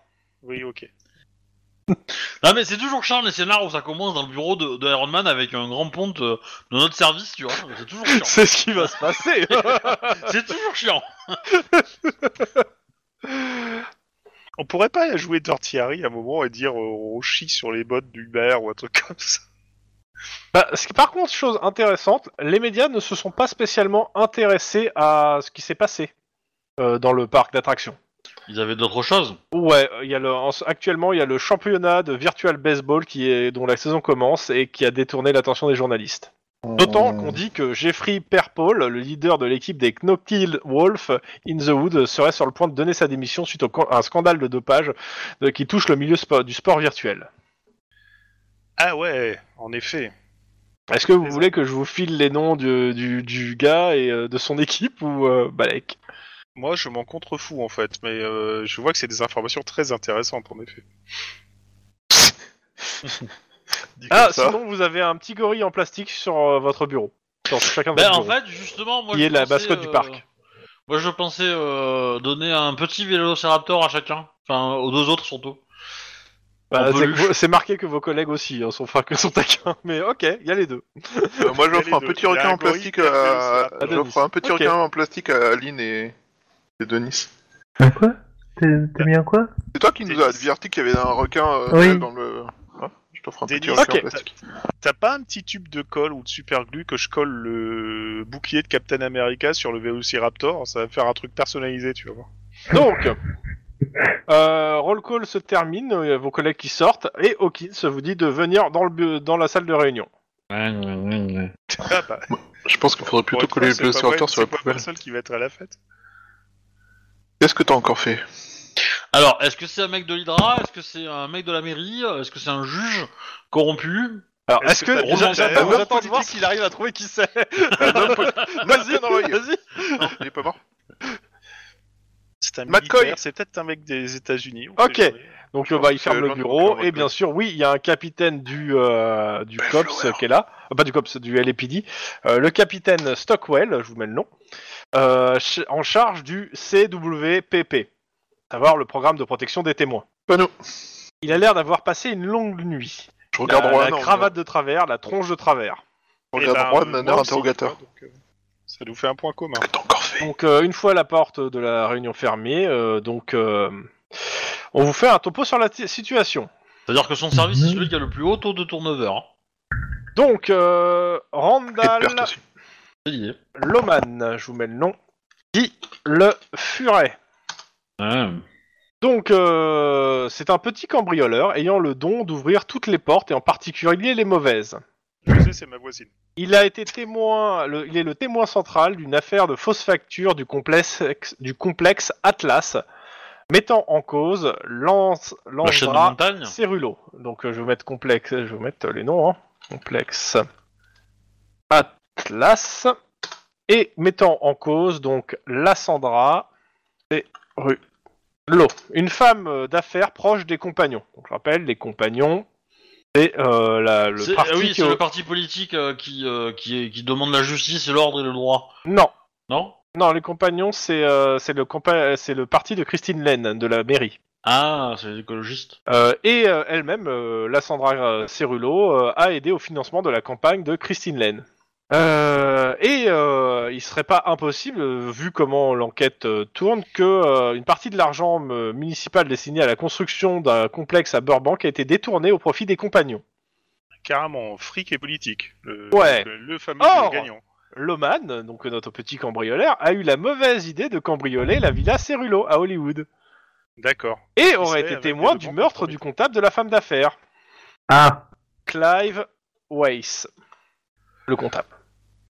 [SPEAKER 4] Oui, ok.
[SPEAKER 6] Non, mais c'est toujours chiant les scénars où ça commence dans le bureau de, de Iron Man avec un grand ponte euh, de notre service, tu vois. C'est toujours chiant.
[SPEAKER 2] (laughs) C'est ce qui va se passer.
[SPEAKER 6] c'est toujours chiant.
[SPEAKER 4] On pourrait pas jouer Dirty Harry à un moment et dire euh, on chie sur les bottes d'Uber ou un truc comme ça
[SPEAKER 2] Bah, ce qui- par contre, chose intéressante, les médias ne se sont pas spécialement intéressés à ce qui s'est passé euh, dans le parc d'attractions.
[SPEAKER 6] Ils avaient d'autres choses.
[SPEAKER 2] Ouais, euh, il y a le, en- actuellement, il y a le championnat de virtual baseball qui est, dont la saison commence et qui a détourné l'attention des journalistes. D'autant qu'on dit que Jeffrey Perpole, le leader de l'équipe des Knockkill Wolf in the Wood, serait sur le point de donner sa démission suite au, con- à un scandale de dopage euh, qui touche le milieu spo- du sport virtuel.
[SPEAKER 4] Ah ouais, en effet.
[SPEAKER 2] Est-ce que vous voulez que je vous file les noms du, du, du gars et euh, de son équipe ou euh, Balek
[SPEAKER 4] Moi, je m'en contrefous en fait, mais euh, je vois que c'est des informations très intéressantes en effet. Dit comme
[SPEAKER 2] Ah,
[SPEAKER 4] ça.
[SPEAKER 2] sinon vous avez un petit gorille en plastique sur euh, votre bureau. Sur chacun de
[SPEAKER 6] Ben,
[SPEAKER 2] vos
[SPEAKER 6] en
[SPEAKER 2] bureaux.
[SPEAKER 6] fait, justement, moi
[SPEAKER 2] Qui
[SPEAKER 6] je
[SPEAKER 2] est la
[SPEAKER 6] pensais,
[SPEAKER 2] mascotte du
[SPEAKER 6] euh,
[SPEAKER 2] parc.
[SPEAKER 6] Moi je pensais euh, donner un petit vélociraptor à chacun. Enfin, aux deux autres surtout.
[SPEAKER 2] Bah,
[SPEAKER 6] en
[SPEAKER 2] c'est,
[SPEAKER 6] peluche.
[SPEAKER 2] que vous- c'est marqué que vos collègues aussi hein, sont, enfin, que (laughs) sont taquins, mais ok, il y a les deux.
[SPEAKER 5] Euh, moi
[SPEAKER 4] Il y a
[SPEAKER 5] j'offre
[SPEAKER 4] les
[SPEAKER 5] un
[SPEAKER 4] deux.
[SPEAKER 5] petit
[SPEAKER 4] Il y a
[SPEAKER 5] requin
[SPEAKER 4] un
[SPEAKER 5] en
[SPEAKER 4] gorille,
[SPEAKER 5] plastique
[SPEAKER 4] il y a un
[SPEAKER 5] à...
[SPEAKER 4] vélociraptor.
[SPEAKER 2] À Denis.
[SPEAKER 5] J'offre un petit
[SPEAKER 2] Ok.
[SPEAKER 5] requin en plastique à Aline et, et Denis.
[SPEAKER 3] Un Ah, quoi T'as t'as mis un quoi
[SPEAKER 5] C'est toi qui nous as
[SPEAKER 4] Denis.
[SPEAKER 5] averti qu'il y avait un requin euh,
[SPEAKER 3] Oui.
[SPEAKER 5] dans le... Hein je t'offre un petit
[SPEAKER 4] Denis.
[SPEAKER 5] requin
[SPEAKER 2] Ok.
[SPEAKER 5] en plastique.
[SPEAKER 4] T'as pas un petit tube de colle ou de super glue que je colle le bouclier de Captain America sur le Velociraptor Ça va faire un truc personnalisé, tu vas voir.
[SPEAKER 2] Donc, euh, roll call se termine, euh, vos collègues qui sortent, et Hawkins vous dit de venir dans, le, bu- dans la salle de réunion.
[SPEAKER 4] (laughs) Ah bah,
[SPEAKER 5] Je pense qu'il faudrait
[SPEAKER 4] pour
[SPEAKER 5] plutôt
[SPEAKER 4] être
[SPEAKER 5] coller
[SPEAKER 4] franc,
[SPEAKER 5] le
[SPEAKER 4] c'est pas moi-
[SPEAKER 5] vélociraptor sur la
[SPEAKER 4] c'est pas moi
[SPEAKER 5] poubelle.
[SPEAKER 4] le seul qui va être à la fête.
[SPEAKER 5] Qu'est-ce que t'as encore fait
[SPEAKER 6] Alors, est-ce que c'est un mec de l'Hydra Est-ce que c'est un mec de la mairie Est-ce que c'est un juge corrompu
[SPEAKER 2] Alors, est-ce,
[SPEAKER 4] Est-ce que
[SPEAKER 2] que.
[SPEAKER 4] t'as
[SPEAKER 2] que
[SPEAKER 4] déjà-
[SPEAKER 6] t'as
[SPEAKER 2] j'attends,
[SPEAKER 6] déjà
[SPEAKER 2] j'attends de
[SPEAKER 6] politique
[SPEAKER 2] voir s'il arrive à trouver qui c'est.
[SPEAKER 5] Vas-y,
[SPEAKER 2] Vas-y.
[SPEAKER 5] Non, il est pas mort.
[SPEAKER 4] C'est un
[SPEAKER 5] Matt Coy.
[SPEAKER 4] militaire, c'est peut-être un mec des États-Unis. on sait
[SPEAKER 2] Ok.
[SPEAKER 4] jamais.
[SPEAKER 2] Donc euh, bah, il
[SPEAKER 5] que
[SPEAKER 2] ferme le
[SPEAKER 5] l'un
[SPEAKER 2] bureau
[SPEAKER 5] d'entre eux
[SPEAKER 2] et bien
[SPEAKER 5] recrute.
[SPEAKER 2] sûr oui il y a un capitaine du euh, du
[SPEAKER 5] Bellflower.
[SPEAKER 2] cops euh, qui est là Ah, pas du cops du LAPD Euh, le capitaine Stockwell je vous mets le nom euh, ch- en charge du CWPP savoir le programme de protection des témoins.
[SPEAKER 5] Pas nous.
[SPEAKER 2] Il a l'air d'avoir passé une longue nuit.
[SPEAKER 5] Je
[SPEAKER 2] La,
[SPEAKER 5] regarde Rohan.
[SPEAKER 2] la
[SPEAKER 5] en-
[SPEAKER 2] cravate de travers, la tronche de travers.
[SPEAKER 5] Je
[SPEAKER 4] Eh
[SPEAKER 5] regarde
[SPEAKER 4] ben,
[SPEAKER 5] Rohan
[SPEAKER 4] euh,
[SPEAKER 5] d'un
[SPEAKER 4] moi
[SPEAKER 5] air
[SPEAKER 4] aussi, tu
[SPEAKER 5] interrogateur.
[SPEAKER 4] vois, donc, euh, Ça nous fait un point commun.
[SPEAKER 5] Qu'est-ce que t'as encore fait
[SPEAKER 2] Donc euh, une fois la porte de la réunion fermée, euh, donc euh, on vous fait un topo sur la ti- situation.
[SPEAKER 6] C'est-à-dire que son service, c'est celui qui a le plus haut taux de turnover. hein.
[SPEAKER 2] Donc, euh,
[SPEAKER 5] Et de
[SPEAKER 2] Randall
[SPEAKER 5] perte aussi.
[SPEAKER 6] C'est l'idée.
[SPEAKER 2] Loman, je vous mets le nom, dit le furet. Donc, euh, c'est un petit cambrioleur ayant le don d'ouvrir toutes les portes et en particulier les mauvaises.
[SPEAKER 4] Je sais, c'est ma voisine.
[SPEAKER 2] Il a été témoin, le- il est le témoin central d'une affaire de fausse facture du complexe, du complexe Atlas, mettant en cause Lance,
[SPEAKER 6] La chaîne de
[SPEAKER 2] Landra
[SPEAKER 6] montagne
[SPEAKER 2] Cérulo. Donc euh, je vais mettre complexe, je vais mettre euh, les noms. hein. Complexe. Atlas. Et mettant en cause donc Lassandra Cérulo. Une femme euh, d'affaires proche des compagnons. Donc je rappelle, les compagnons, C'est euh, la-
[SPEAKER 6] C'est-
[SPEAKER 2] le
[SPEAKER 6] ah
[SPEAKER 2] parti
[SPEAKER 6] oui,
[SPEAKER 2] qui-
[SPEAKER 6] c'est le parti politique euh, qui, euh, qui, est- qui demande la justice, l'ordre et le droit.
[SPEAKER 2] Non,
[SPEAKER 6] Non
[SPEAKER 2] non, les compagnons, c'est euh, c'est le, compa- c'est le parti de Christine Lane, de la mairie.
[SPEAKER 6] Ah, c'est les écologistes.
[SPEAKER 2] Euh, et euh, elle-même, euh, la Sandra euh, Cerullo, euh, a aidé au financement de la campagne de Christine Lane. Euh, et euh, il serait pas impossible, euh, vu comment l'enquête euh, tourne, que euh, une partie de l'argent euh, municipal destiné à la construction d'un complexe à Burbank a été détournée au profit des compagnons.
[SPEAKER 4] Carrément, fric et politique. Le,
[SPEAKER 2] Ouais.
[SPEAKER 4] Le, le fameux
[SPEAKER 2] Or
[SPEAKER 4] gagnant.
[SPEAKER 2] Loman, donc euh, notre petit cambrioleur, a eu la mauvaise idée de cambrioler la villa Cerullo à Hollywood
[SPEAKER 4] D'accord.
[SPEAKER 2] et
[SPEAKER 4] serait
[SPEAKER 2] aurait été
[SPEAKER 4] avec
[SPEAKER 2] témoin
[SPEAKER 4] les
[SPEAKER 2] du
[SPEAKER 4] deux
[SPEAKER 2] meurtre du comptable de la femme d'affaires,
[SPEAKER 3] Ah,
[SPEAKER 2] Clive Weiss, le comptable.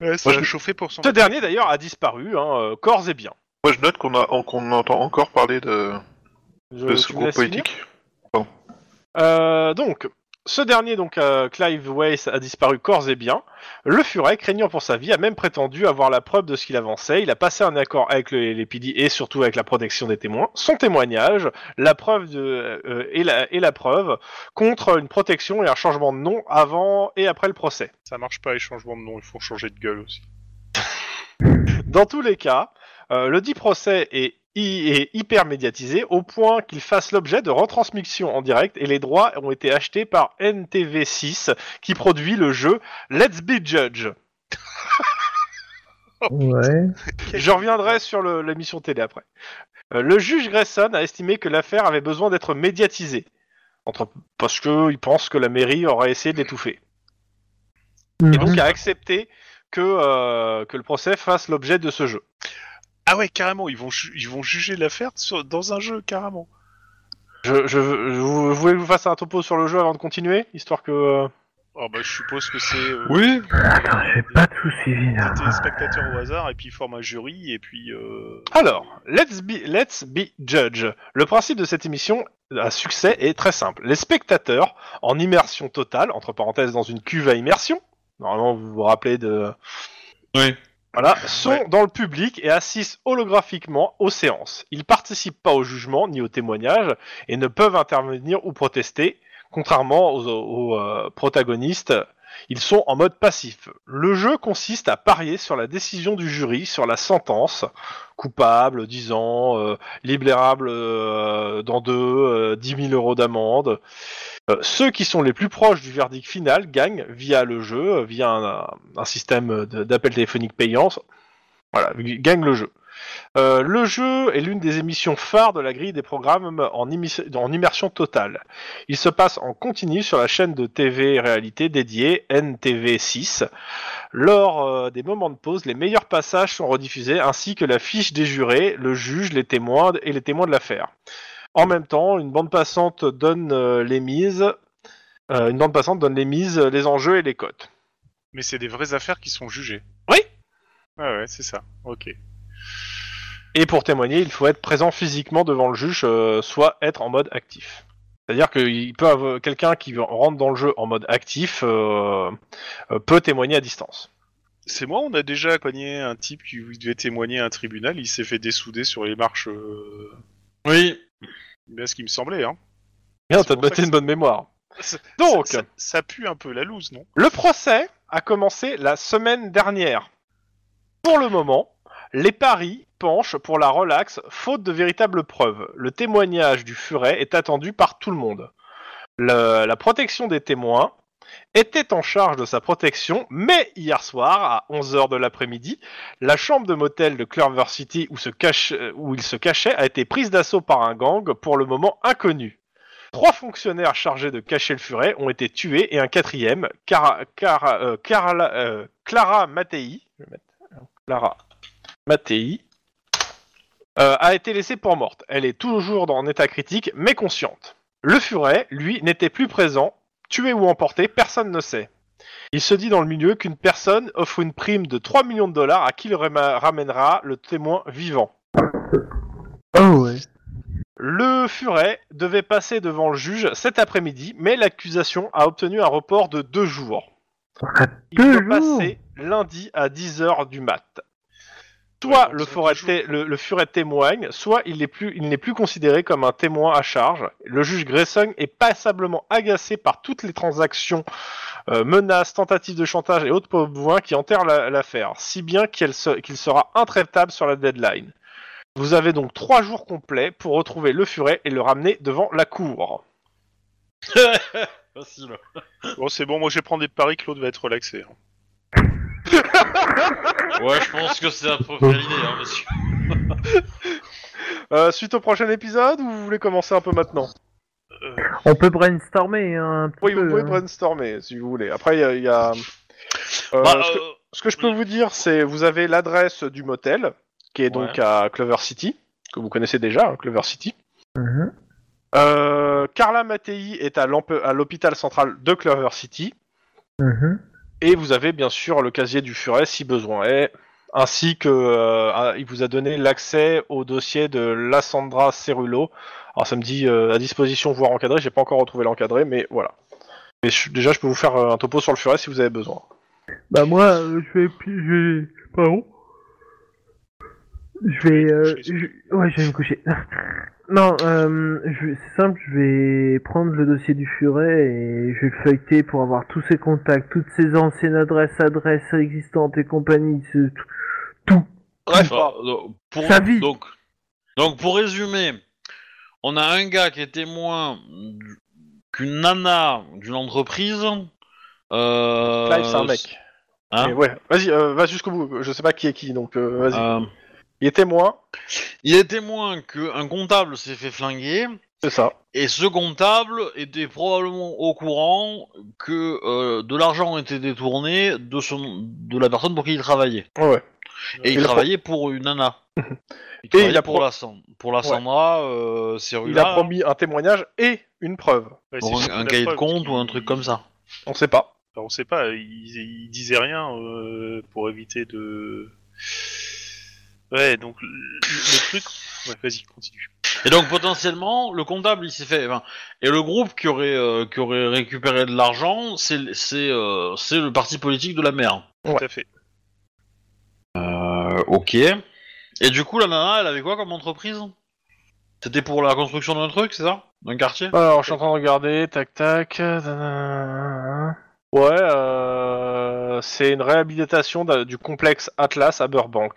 [SPEAKER 4] Ouais, ça
[SPEAKER 5] Moi,
[SPEAKER 4] a
[SPEAKER 5] je-
[SPEAKER 4] chauffé pour son.
[SPEAKER 2] Ce dernier d'ailleurs a disparu, hein, euh, corps et bien.
[SPEAKER 5] Moi, je note qu'on a- en- qu'on entend encore parler de,
[SPEAKER 2] Je,
[SPEAKER 5] de
[SPEAKER 2] tu
[SPEAKER 5] ce
[SPEAKER 2] me
[SPEAKER 5] groupe
[SPEAKER 2] laisses finir
[SPEAKER 5] politique.
[SPEAKER 2] Euh, donc, ce dernier, donc euh, Clive Weiss, a disparu corps et bien. Le furet, craignant pour sa vie, a même prétendu avoir la preuve de ce qu'il avançait. Il a passé un accord avec le, les PD et surtout avec la protection des témoins. Son témoignage, la preuve de, euh, et, la, et la preuve contre une protection et un changement de nom avant et après le procès.
[SPEAKER 4] Ça marche pas les changements de nom, il faut changer de gueule aussi.
[SPEAKER 2] Dans tous les cas, euh, le dit procès est, hy- est hyper médiatisé au point qu'il fasse l'objet de retransmissions en direct et les droits ont été achetés par NTV6 qui produit le jeu Let's Be Judge.
[SPEAKER 3] ouais.
[SPEAKER 2] Je reviendrai sur le- l'émission télé après. Euh, le juge Grayson a estimé que l'affaire avait besoin d'être médiatisée. Entre, parce qu'il pense que la mairie aurait essayé de l'étouffer.
[SPEAKER 3] Mhm.
[SPEAKER 2] Et donc a accepté que, euh, que le procès fasse l'objet de ce jeu.
[SPEAKER 4] Ah ouais, carrément, ils vont, ju- ils vont juger l'affaire sur- dans un jeu, carrément.
[SPEAKER 2] Je, je, je vous, vous voulez que je vous fasse un topo sur le jeu avant de continuer, histoire que. euh,
[SPEAKER 4] Oh bah, je suppose que c'est. euh,
[SPEAKER 1] Oui.
[SPEAKER 3] Attends, j'ai pas tout suivi là.
[SPEAKER 4] des spectateurs au hasard et puis ils forment un jury et puis euh,
[SPEAKER 2] Alors, let's be, let's be judge. Le principe de cette émission à succès est très simple. Les spectateurs, en immersion totale, entre parenthèses dans une cuve à immersion, normalement vous vous rappelez de.
[SPEAKER 6] Oui.
[SPEAKER 2] Voilà, sont dans le public et assistent holographiquement aux séances. Ils participent pas au jugement ni au témoignage et ne peuvent intervenir ou protester, contrairement aux, aux, euh, protagonistes. Ils sont en mode passif. Le jeu consiste à parier sur la décision du jury, sur la sentence, coupable, 10 ans, euh, libérable euh, dans deux, euh, 10 000 euros d'amende. Euh, ceux qui sont les plus proches du verdict final gagnent via le jeu, euh, via un, un système de- d'appel téléphonique payant. Voilà, gagnent le jeu. Euh, le jeu est l'une des émissions phares de la grille des programmes en, imi- en immersion totale. Il se passe en continu sur la chaîne de TV réalité dédiée NTV6. Lors euh, des moments de pause, les meilleurs passages sont rediffusés ainsi que la fiche des jurés, le juge, les témoins et les témoins de l'affaire. En même temps, une bande passante donne euh, les mises, euh, une bande passante donne les mises, euh, les enjeux et les cotes.
[SPEAKER 4] mais c'est des vraies affaires qui sont jugées. Ah
[SPEAKER 2] Oui.
[SPEAKER 4] Ouais ouais, c'est ça. OK.
[SPEAKER 2] Et pour témoigner, il faut être présent physiquement devant le juge, euh, soit être en mode actif. C'est-à-dire que il peut avoir quelqu'un qui rentre dans le jeu en mode actif euh, euh, peut témoigner à distance.
[SPEAKER 4] C'est moi, on a déjà accompagné un type qui devait témoigner à un tribunal, il s'est fait dessouder sur les marches euh,
[SPEAKER 6] Oui.
[SPEAKER 4] bien ce qui me semblait hein.
[SPEAKER 2] Bien,
[SPEAKER 4] C'est
[SPEAKER 2] t'as
[SPEAKER 4] pour ça
[SPEAKER 2] battu
[SPEAKER 4] que
[SPEAKER 2] une bonne mémoire.
[SPEAKER 4] C'est-
[SPEAKER 2] Donc,
[SPEAKER 4] ça, ça- ça pue un peu la loose, non
[SPEAKER 2] Le procès a commencé la semaine dernière. Pour le moment, les paris penchent pour la relaxe, faute de véritables preuves. Le témoignage du furet est attendu par tout le monde. Le- la protection des témoins était en charge de sa protection, mais hier soir, à 11h de l'après-midi, la chambre de motel de Clover City où, se cache- où il se cachait a été prise d'assaut par un gang pour le moment inconnu. Trois fonctionnaires chargés de cacher le furet ont été tués et un quatrième, Cara- Cara- euh, Carla- euh, Clara Mattei, je vais mettre- hein, Clara Mattei, euh, a été laissée pour morte. Elle est toujours en état critique, mais consciente. Le furet, lui, n'était plus présent. Tué ou emporté, personne ne sait. Il se dit dans le milieu qu'une personne offre une prime de 3 millions de dollars à qui le rama- ramènera le témoin vivant.
[SPEAKER 3] Oh ouais.
[SPEAKER 2] Le furet devait passer devant le juge cet après-midi, mais l'accusation a obtenu un report de deux jours. Il
[SPEAKER 3] Deux
[SPEAKER 2] doit
[SPEAKER 3] jours
[SPEAKER 2] passer lundi à 10h du mat. soit
[SPEAKER 4] Ouais,
[SPEAKER 2] le,
[SPEAKER 4] ça,
[SPEAKER 2] forêt
[SPEAKER 4] toujours.
[SPEAKER 2] té- le, le furet témoigne, soit il n'est plus, il n'est plus considéré comme un témoin à charge. Le juge Grayson est passablement agacé par toutes les transactions, euh, menaces, tentatives de chantage et autres pourvois qui enterrent la- l'affaire, si bien qu'elle se- qu'il sera intraitable sur la deadline. Vous avez donc trois jours complets pour retrouver le furet et le ramener devant la cour.
[SPEAKER 1] Facile.
[SPEAKER 4] Bon, c'est bon, moi je vais prendre des paris, Claude va être relaxé. hein.
[SPEAKER 1] Ouais, je pense que c'est à peu près l'idée, hein, monsieur.
[SPEAKER 2] Euh, suite au prochain épisode ou vous voulez commencer un peu maintenant
[SPEAKER 3] On peut brainstormer un petit
[SPEAKER 2] Oui, vous
[SPEAKER 3] peu,
[SPEAKER 2] pouvez
[SPEAKER 3] hein.
[SPEAKER 2] brainstormer si vous voulez. Après, il y a... il y a- Euh,
[SPEAKER 1] Bah,
[SPEAKER 2] ce que-
[SPEAKER 1] euh,
[SPEAKER 2] Ce que je peux
[SPEAKER 1] Oui.
[SPEAKER 2] vous dire, c'est vous avez l'adresse du motel, qui est donc à Clover City, que vous connaissez déjà, hein, Clover City.
[SPEAKER 3] Mhm.
[SPEAKER 2] Euh, Carla Mattei est à l'emp- à l'hôpital central de Clover City,
[SPEAKER 3] Mhm.
[SPEAKER 2] et vous avez bien sûr le casier du furet si besoin est, ainsi que euh, un- il vous a donné l'accès au dossier de Lassandra Cerullo. Alors ça me dit euh, à disposition, voire encadré, j'ai pas encore retrouvé l'encadré, mais voilà. Mais je- déjà, je peux vous faire euh, un topo sur le furet si vous avez besoin.
[SPEAKER 3] Bah moi, euh, je vais... pi- Je vais... Pardon Je vais... euh,
[SPEAKER 4] coucher,
[SPEAKER 3] je- Ouais, je vais me coucher. (laughs) non, euh, je... vais- c'est simple, je vais prendre le dossier du furet et je vais le feuilleter pour avoir tous ses contacts, toutes ses anciennes adresses, adresses existantes et compagnie, ce- tout.
[SPEAKER 2] Bref,
[SPEAKER 1] Enfin, donc, euh, pour,
[SPEAKER 3] Sa vie.
[SPEAKER 1] Donc, donc, pour résumer, on a un gars qui est témoin du- qu'une nana d'une entreprise. Euh,
[SPEAKER 2] Clive, c'est un mec.
[SPEAKER 1] hein,
[SPEAKER 2] Mais ouais, vas-y, euh, va jusqu'au bout. Je sais pas qui est qui, donc euh, vas-y.
[SPEAKER 1] euh,
[SPEAKER 2] Il est témoin,
[SPEAKER 1] il est témoin qu'un comptable s'est fait flinguer.
[SPEAKER 2] c'est ça.
[SPEAKER 1] Et ce comptable était probablement au courant que euh, de l'argent était détourné de, son, de la personne pour qui il travaillait.
[SPEAKER 2] Ouais, ouais.
[SPEAKER 1] Et il,
[SPEAKER 2] Il a-
[SPEAKER 1] travaillait pour une
[SPEAKER 2] (laughs)
[SPEAKER 1] nana. Il
[SPEAKER 2] Et
[SPEAKER 1] travaillait
[SPEAKER 2] il a
[SPEAKER 1] pour,
[SPEAKER 2] pro-
[SPEAKER 1] la, San- pour la Sandra, euh, Cerula,
[SPEAKER 2] Il a promis un témoignage et une preuve.
[SPEAKER 4] Ouais,
[SPEAKER 1] pour
[SPEAKER 4] Bah, c'est
[SPEAKER 1] un, un
[SPEAKER 4] la
[SPEAKER 1] cahier de
[SPEAKER 4] preuve
[SPEAKER 1] compte
[SPEAKER 4] qu'il-
[SPEAKER 1] ou un truc comme ça.
[SPEAKER 2] On sait pas.
[SPEAKER 4] Enfin, on sait pas, il, il disait rien euh, pour éviter de. Ouais, donc le, le truc. Ouais, vas-y, continue.
[SPEAKER 1] Et donc potentiellement, le comptable, il s'est fait. enfin, et le groupe qui aurait, euh, qui aurait récupéré de l'argent, c'est c'est, euh, c'est le parti politique de la mère.
[SPEAKER 2] Ouais.
[SPEAKER 4] Tout à fait.
[SPEAKER 1] Euh, ok. Et du coup, la nana, elle avait quoi comme entreprise C'était pour la construction d'un truc, c'est ça D'un quartier
[SPEAKER 2] Alors, je suis en train de regarder, tac tac. euh, tadadadada. Ouais, euh, c'est une réhabilitation d'un- du complexe Atlas à Burbank.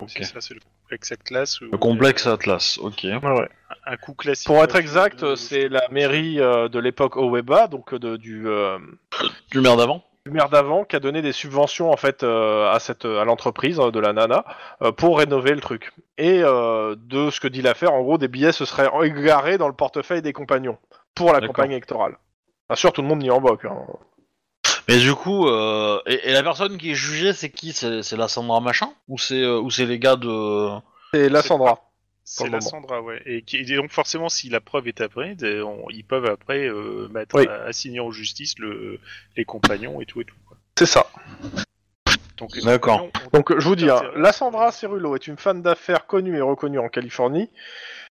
[SPEAKER 1] Ok.
[SPEAKER 4] C'est ça, c'est le complexe Atlas.
[SPEAKER 1] Le complexe Atlas, ok.
[SPEAKER 4] Un coup classique.
[SPEAKER 2] Pour être
[SPEAKER 4] mafieux
[SPEAKER 2] exact,
[SPEAKER 4] de-
[SPEAKER 2] c'est la mairie euh, de l'époque Oweba, donc euh, de, du, euh,
[SPEAKER 1] Du maire d'avant
[SPEAKER 2] du maire d'avant, qui a donné des subventions en fait euh, à cette à l'entreprise euh, de la nana euh, pour rénover le truc. Et euh, de ce que dit l'affaire, en gros, des billets se seraient égarés dans le portefeuille des compagnons pour la
[SPEAKER 1] D'accord.
[SPEAKER 2] campagne électorale. Bien sûr, tout le monde n'y en boque. hein.
[SPEAKER 1] Mais du coup, euh, et, et la personne qui est jugée, c'est qui C'est c'est la Sandra Machin Ou c'est euh, ou c'est les gars de. euh,
[SPEAKER 2] C'est la Sandra.
[SPEAKER 4] C'est
[SPEAKER 2] le
[SPEAKER 4] la
[SPEAKER 2] moment.
[SPEAKER 4] Sandra, ouais. Et, qui- et donc forcément, si la preuve est après, des- on- ils peuvent après euh, mettre,
[SPEAKER 2] Oui.
[SPEAKER 4] assigner en justice le, les compagnons et tout et tout. quoi.
[SPEAKER 2] C'est ça.
[SPEAKER 4] Donc, les
[SPEAKER 1] D'accord.
[SPEAKER 4] compagnons ont-
[SPEAKER 2] Donc euh, je vous dis, hein,
[SPEAKER 4] Intérêt.
[SPEAKER 2] la Sandra Cerullo est une femme d'affaires connue et reconnue en Californie.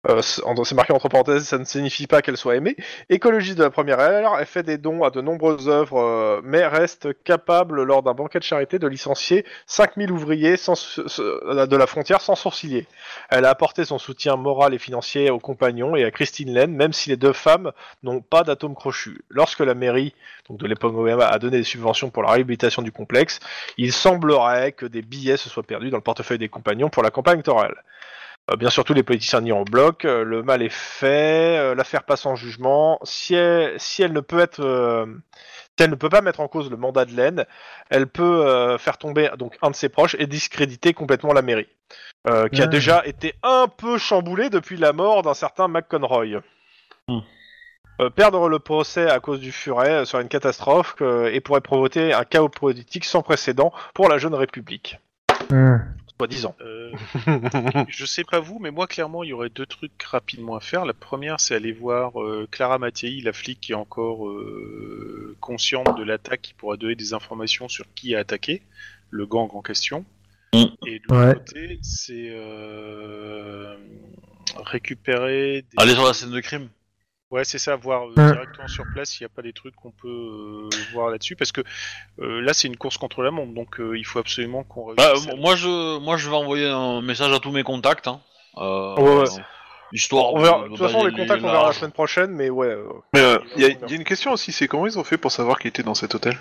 [SPEAKER 2] Euh, c'est en- c'est marqué entre parenthèses, ça ne signifie pas qu'elle soit aimée. Écologiste de la première heure, elle fait des dons à de nombreuses œuvres, euh, mais reste capable, lors d'un banquet de charité, de licencier 5000 ouvriers sans, sou- sou- euh, de la frontière sans sourciller. Elle a apporté son soutien moral et financier aux compagnons et à Christine Lane, même si les deux femmes n'ont pas d'atome crochu. Lorsque la mairie donc de l'époque Obama, a donné des subventions pour la réhabilitation du complexe, il semblerait que des billets se soient perdus dans le portefeuille des compagnons pour la campagne électorale. Euh, bien sûr, tous les politiciens n'y en bloc, euh, le mal est fait, euh, l'affaire passe en jugement. Si elle, si elle ne peut être, euh, si elle ne peut pas mettre en cause le mandat de laine, elle peut euh, faire tomber donc un de ses proches et discréditer complètement la mairie, euh, qui a
[SPEAKER 3] Ah.
[SPEAKER 2] déjà été un peu chamboulée depuis la mort d'un certain McConroy.
[SPEAKER 1] Hmm.
[SPEAKER 2] Euh, perdre le procès à cause du furet serait une catastrophe euh, et pourrait provoquer un chaos politique sans précédent pour la jeune République, soi-disant.
[SPEAKER 4] Euh, je sais pas vous, mais moi clairement, il y aurait deux trucs rapidement à faire. La première, c'est aller voir euh, Clara Mattei, la flic qui est encore euh, consciente de l'attaque, qui pourra donner des informations sur qui a attaqué le gang en question.
[SPEAKER 1] Mm.
[SPEAKER 4] Et de l'autre
[SPEAKER 3] Ouais.
[SPEAKER 4] côté, c'est euh, récupérer. Des...
[SPEAKER 1] Allez sur la scène de crime.
[SPEAKER 4] Ouais, c'est ça, voir euh,
[SPEAKER 3] Ouais.
[SPEAKER 4] directement sur place s'il n'y a pas des trucs qu'on peut euh, voir là-dessus, parce que euh, là c'est une course contre la montre, donc euh, il faut absolument qu'on
[SPEAKER 1] Bah,
[SPEAKER 4] réussisse à-
[SPEAKER 1] euh, moi, je, moi, je vais envoyer un message à tous mes contacts. Hein, euh,
[SPEAKER 2] Ouais, ouais.
[SPEAKER 1] euh, Histoire.
[SPEAKER 2] Bah, On verra- De toute façon,
[SPEAKER 1] balayer
[SPEAKER 2] les contacts, on verra la semaine prochaine, mais ouais. euh,
[SPEAKER 5] Mais euh, il y, a- il y a une question aussi, c'est comment ils ont fait pour savoir qui était dans cet hôtel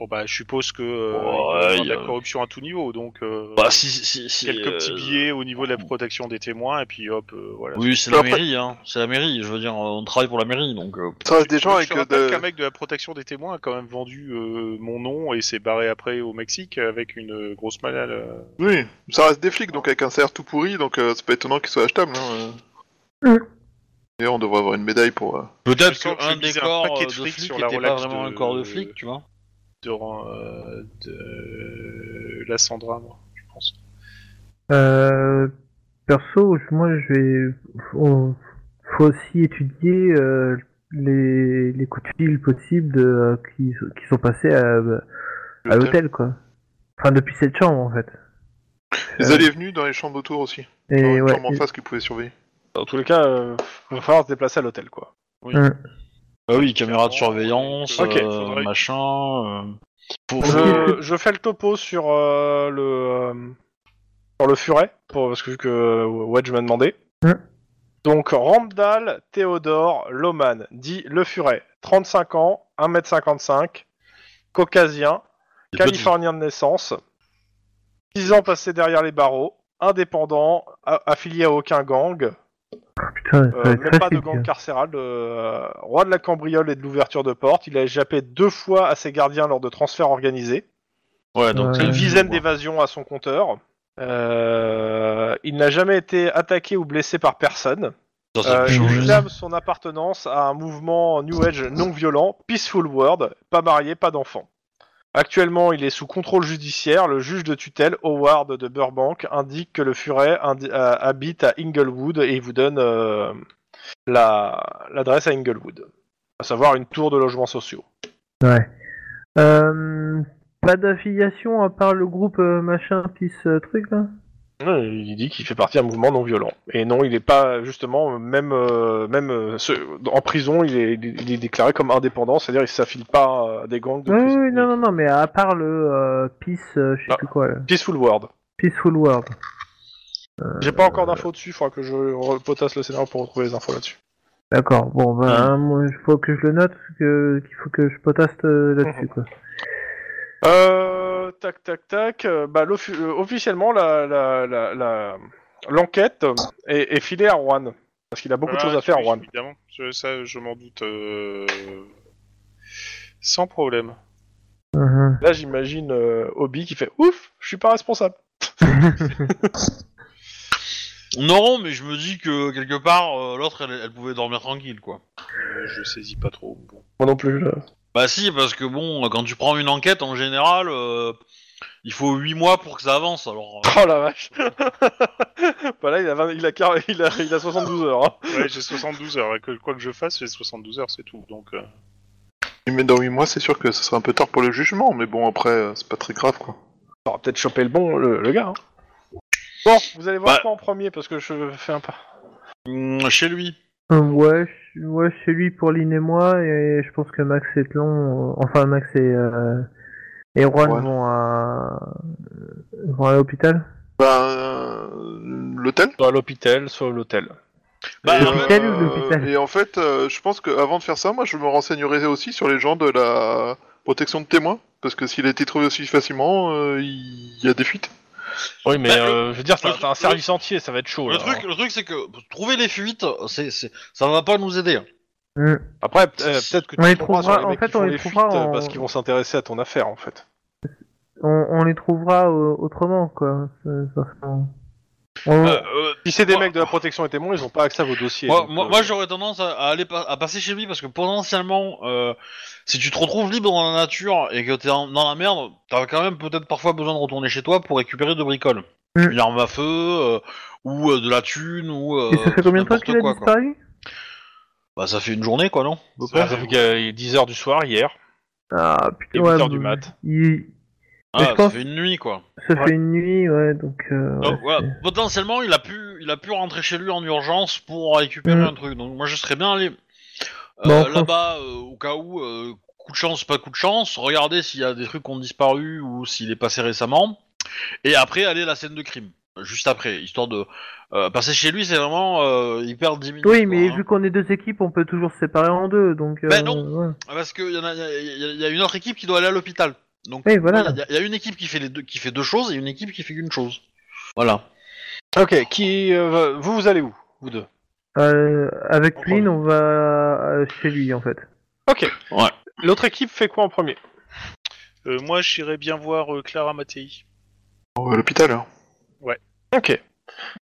[SPEAKER 4] Bon, bah, je suppose que euh, il
[SPEAKER 1] Ouais,
[SPEAKER 4] doit y avoir
[SPEAKER 1] il
[SPEAKER 4] de
[SPEAKER 1] y a-
[SPEAKER 4] la corruption à tout niveau, donc euh,
[SPEAKER 1] Bah, si, si, si,
[SPEAKER 4] quelques
[SPEAKER 1] euh,
[SPEAKER 4] petits billets au niveau de la protection des témoins, et puis hop, euh, voilà.
[SPEAKER 1] Oui, c'est la
[SPEAKER 5] Après-
[SPEAKER 1] mairie, hein. C'est la mairie. Je veux dire, euh, on travaille pour la mairie, donc. euh,
[SPEAKER 5] Ça reste des gens
[SPEAKER 4] Je
[SPEAKER 5] avec
[SPEAKER 4] te
[SPEAKER 5] euh,
[SPEAKER 4] rappelle
[SPEAKER 5] de-
[SPEAKER 4] qu'un mec de la protection des témoins a quand même vendu euh, mon nom et s'est barré après au Mexique avec une euh, grosse malade. euh.
[SPEAKER 5] Oui, ça reste des flics, donc avec un salaire tout pourri, donc euh, c'est pas étonnant qu'ils soient achetables. hein, euh.
[SPEAKER 3] Mm.
[SPEAKER 5] D'ailleurs, on devrait avoir une médaille pour... euh,
[SPEAKER 1] Peut-être
[SPEAKER 4] je sens que
[SPEAKER 1] qu'un
[SPEAKER 4] je
[SPEAKER 1] des
[SPEAKER 4] visais un
[SPEAKER 1] corps
[SPEAKER 4] paquet
[SPEAKER 1] euh,
[SPEAKER 4] de
[SPEAKER 1] de
[SPEAKER 4] fric
[SPEAKER 1] flic
[SPEAKER 4] sur la
[SPEAKER 1] n'était pas
[SPEAKER 4] relaxe
[SPEAKER 1] vraiment un
[SPEAKER 4] de-
[SPEAKER 1] corps de flic, tu vois.
[SPEAKER 4] durant euh, de la Sandra, moi, je pense.
[SPEAKER 3] Euh, perso, je- moi, je vais. on- faut aussi étudier euh, les, les coups de fil possibles de- euh, qui, qui sont passés à, à l'hôtel, quoi. Enfin, depuis cette chambre, en fait.
[SPEAKER 5] Les
[SPEAKER 3] Euh,
[SPEAKER 5] allées et venues dans les chambres autour aussi.
[SPEAKER 3] Et
[SPEAKER 5] dans les
[SPEAKER 3] ouais,
[SPEAKER 5] chambres en face qu'ils pouvaient surveiller.
[SPEAKER 2] Dans tous les cas, euh, il va falloir se déplacer à l'hôtel, quoi.
[SPEAKER 1] Bah oui, caméra
[SPEAKER 4] Clairement,
[SPEAKER 1] de surveillance,
[SPEAKER 4] avec, euh,
[SPEAKER 1] euh,
[SPEAKER 4] faudrait-
[SPEAKER 1] machin. euh, pour-
[SPEAKER 2] Je, je fais le topo sur euh, le euh, sur le furet pour, parce que vu que Wedge m'a demandé.
[SPEAKER 3] Mm.
[SPEAKER 2] Donc Randall Théodore Loman dit le furet, 35 ans, 1m55, caucasien,
[SPEAKER 1] Il est petit.
[SPEAKER 2] californien de naissance, 6 ans passés derrière les barreaux, indépendant, a- affilié à aucun gang,
[SPEAKER 3] putain, ça
[SPEAKER 2] euh,
[SPEAKER 3] va être
[SPEAKER 2] même pas de
[SPEAKER 3] facile,
[SPEAKER 2] gang
[SPEAKER 3] ça.
[SPEAKER 2] carcéral, euh, roi de la cambriole et de l'ouverture de porte. Il a échappé deux fois à ses gardiens lors de transferts organisés.
[SPEAKER 1] Ouais, donc
[SPEAKER 3] Ouais.
[SPEAKER 1] c'est
[SPEAKER 2] Une
[SPEAKER 3] Euh,
[SPEAKER 2] dizaine d'évasions à son compteur. Euh, il n'a jamais été attaqué ou blessé par personne.
[SPEAKER 1] Ça, ça
[SPEAKER 2] Euh,
[SPEAKER 1] peut
[SPEAKER 2] il
[SPEAKER 1] changer.
[SPEAKER 2] réclame son appartenance à un mouvement New Age non violent, Peaceful World, pas marié, pas d'enfant. Actuellement, il est sous contrôle judiciaire. Le juge de tutelle, Howard de Burbank, indique que le furet indi- euh, habite à Inglewood et il vous donne euh, la- l'adresse à Inglewood, à savoir une tour de logements sociaux.
[SPEAKER 3] Ouais. Euh, pas d'affiliation à part le groupe euh, machin, pis ce truc, là
[SPEAKER 2] Non, il dit qu'il fait partie d'un mouvement non violent. Et non, il n'est pas justement même euh, même euh, ce- en prison, il est, il est déclaré comme indépendant, c'est-à-dire il s'affile pas à des gangs de
[SPEAKER 3] Oui,
[SPEAKER 2] prison.
[SPEAKER 3] oui, non, non, non, mais à part le euh, Peace, euh, je sais
[SPEAKER 2] Ah.
[SPEAKER 3] plus quoi, là.
[SPEAKER 2] Peaceful World.
[SPEAKER 3] Peaceful World.
[SPEAKER 2] J'ai pas encore d'infos dessus, il faudra que je potasse le scénario pour retrouver les infos là-dessus.
[SPEAKER 3] D'accord, bon, ben,
[SPEAKER 2] Mm.
[SPEAKER 3] hein, moi, il faut que je le note, parce que- qu'il faut que je potaste euh,
[SPEAKER 2] (laughs)
[SPEAKER 3] là-dessus, quoi.
[SPEAKER 2] Euh, tac, tac, tac. euh, Bah, l'offi- euh, officiellement, la la- la- la- l'enquête est, est filée à Rouen. Parce qu'il a beaucoup de
[SPEAKER 4] Ah,
[SPEAKER 2] choses à faire,
[SPEAKER 4] oui,
[SPEAKER 2] Rouen.
[SPEAKER 4] Évidemment, Je- ça je m'en doute. euh, Sans problème.
[SPEAKER 3] Mhm.
[SPEAKER 2] Là, j'imagine euh, Obi qui fait Ouf, je suis pas responsable.
[SPEAKER 1] Non, mais je me dis que quelque part, euh, l'autre, elle, elle pouvait dormir tranquille, quoi.
[SPEAKER 4] Euh, je saisis pas trop. Bon.
[SPEAKER 2] Moi non plus. là.
[SPEAKER 1] Bah si, parce que bon, quand tu prends une enquête, en général, euh, il faut 8 mois pour que ça avance, alors... euh,
[SPEAKER 2] Oh la vache (laughs) Bah là, il a, 20 il a, quar- il a, il a 72 heures. hein.
[SPEAKER 4] Ouais, j'ai 72 heures. et Que, quoi que je fasse, j'ai 72 heures, c'est tout. Donc, euh,
[SPEAKER 5] Mais dans 8 mois, c'est sûr que ce sera un peu tard pour le jugement, mais bon, après, euh, c'est pas très grave, quoi.
[SPEAKER 2] On va peut-être choper le bon, le, le gars. hein. Bon, vous allez voir
[SPEAKER 1] Bah.
[SPEAKER 2] quoi en premier parce que je fais un pas.
[SPEAKER 1] mm, chez lui.
[SPEAKER 3] Euh, Ouais, je- ouais, chez lui pour Lynn et moi, et je pense que Max et Tlon, euh, enfin Max et, euh, et Juan
[SPEAKER 5] Juan.
[SPEAKER 3] vont à, vont à l'hôpital.
[SPEAKER 5] Ben, euh, l'hôtel
[SPEAKER 2] Soit à l'hôpital, soit à l'hôtel.
[SPEAKER 1] Bah,
[SPEAKER 5] Et,
[SPEAKER 1] non, mais-
[SPEAKER 3] l'hôpital ou l'hôpital
[SPEAKER 5] Euh, Et en fait, euh, je pense qu'avant de faire ça, moi, je me renseignerai aussi sur les gens de la protection de témoins, parce que s'il a été trouvé aussi facilement, euh, il y a des fuites.
[SPEAKER 2] Oui, mais
[SPEAKER 1] Bah, le- euh,
[SPEAKER 2] je veux dire,
[SPEAKER 1] t'as- le- t'as un service
[SPEAKER 2] entier, ça va être chaud.
[SPEAKER 1] le, truc, le truc, c'est que trouver les fuites, c'est, c'est- ça va pas nous aider.
[SPEAKER 3] Mm.
[SPEAKER 2] Après, p- euh, peut-être que tu
[SPEAKER 3] On les
[SPEAKER 2] tomberas
[SPEAKER 3] trouvera-
[SPEAKER 2] sur les
[SPEAKER 3] en
[SPEAKER 2] mecs
[SPEAKER 3] fait,
[SPEAKER 2] qui font
[SPEAKER 3] on les
[SPEAKER 2] les
[SPEAKER 3] trouvera
[SPEAKER 2] fuites, euh,
[SPEAKER 3] en-
[SPEAKER 2] parce qu'ils vont s'intéresser à ton affaire en fait.
[SPEAKER 3] on, on les trouvera euh, autrement, quoi. Euh, parce qu'on- on-
[SPEAKER 1] Euh, euh,
[SPEAKER 2] Si c'est des
[SPEAKER 1] Moi-
[SPEAKER 2] mecs de la protection des témoins, ils ont pas accès à vos dossiers.
[SPEAKER 1] moi,
[SPEAKER 2] donc,
[SPEAKER 1] moi,
[SPEAKER 2] euh,
[SPEAKER 1] moi, j'aurais tendance à, à aller pa- à passer chez lui, parce que potentiellement, euh, si tu te retrouves libre dans la nature et que t'es en- dans la merde, t'as quand même peut-être parfois besoin de retourner chez toi pour récupérer de bricoles.
[SPEAKER 3] Mm.
[SPEAKER 1] Une arme à feu, euh, ou euh, de la thune, ou...
[SPEAKER 3] Et ça
[SPEAKER 1] euh,
[SPEAKER 3] fait combien de temps
[SPEAKER 1] n'importe
[SPEAKER 3] qu'il a
[SPEAKER 1] quoi, quoi.
[SPEAKER 3] disparu
[SPEAKER 1] Bah ça fait une journée, quoi, non
[SPEAKER 2] ça fait que, euh, 10h du soir hier,
[SPEAKER 3] Ah
[SPEAKER 2] et
[SPEAKER 3] putain,
[SPEAKER 2] 8h
[SPEAKER 3] ouais,
[SPEAKER 2] du mat.
[SPEAKER 3] il-
[SPEAKER 1] Ah,
[SPEAKER 3] je
[SPEAKER 1] ça
[SPEAKER 3] pense-
[SPEAKER 1] fait une nuit, quoi.
[SPEAKER 3] ça fait une nuit, ouais, donc... euh, ouais,
[SPEAKER 1] Donc voilà, potentiellement il a pu, il a pu rentrer chez lui en urgence pour récupérer
[SPEAKER 3] Mm.
[SPEAKER 1] un truc. Donc moi je serais bien allé Euh,
[SPEAKER 3] Bon.
[SPEAKER 1] Là-bas, euh, au cas où, euh, coup de chance, pas coup de chance, regardez s'il y a des trucs qui ont disparu ou s'il est passé récemment. Et après, aller à la scène de crime, juste après, histoire de... euh, passer chez lui, c'est vraiment... euh, il perd 10 minutes.
[SPEAKER 3] Oui,
[SPEAKER 1] quoi,
[SPEAKER 3] mais
[SPEAKER 1] hein.
[SPEAKER 3] vu qu'on est deux équipes, on peut toujours se séparer en deux, donc. euh,
[SPEAKER 1] Ben non.
[SPEAKER 3] ouais.
[SPEAKER 1] Parce qu'il y, en a- y, a- y a- y a une autre équipe qui doit aller à l'hôpital. Donc,
[SPEAKER 3] Oui,
[SPEAKER 1] il
[SPEAKER 3] voilà.
[SPEAKER 1] y, a- y a une équipe qui fait, les deux, qui fait deux choses et une équipe qui fait qu'une chose. Voilà.
[SPEAKER 2] Ok, qui, euh, vous, vous allez où, vous deux
[SPEAKER 3] Euh, avec
[SPEAKER 2] On
[SPEAKER 3] Lynn, on va euh, chez lui en fait.
[SPEAKER 2] Ok.
[SPEAKER 1] Ouais.
[SPEAKER 2] L'autre équipe fait quoi en premier
[SPEAKER 4] Euh, moi, j'irais bien voir euh, Clara Mattei.
[SPEAKER 5] Oh, à l'hôpital. hein.
[SPEAKER 2] Ok.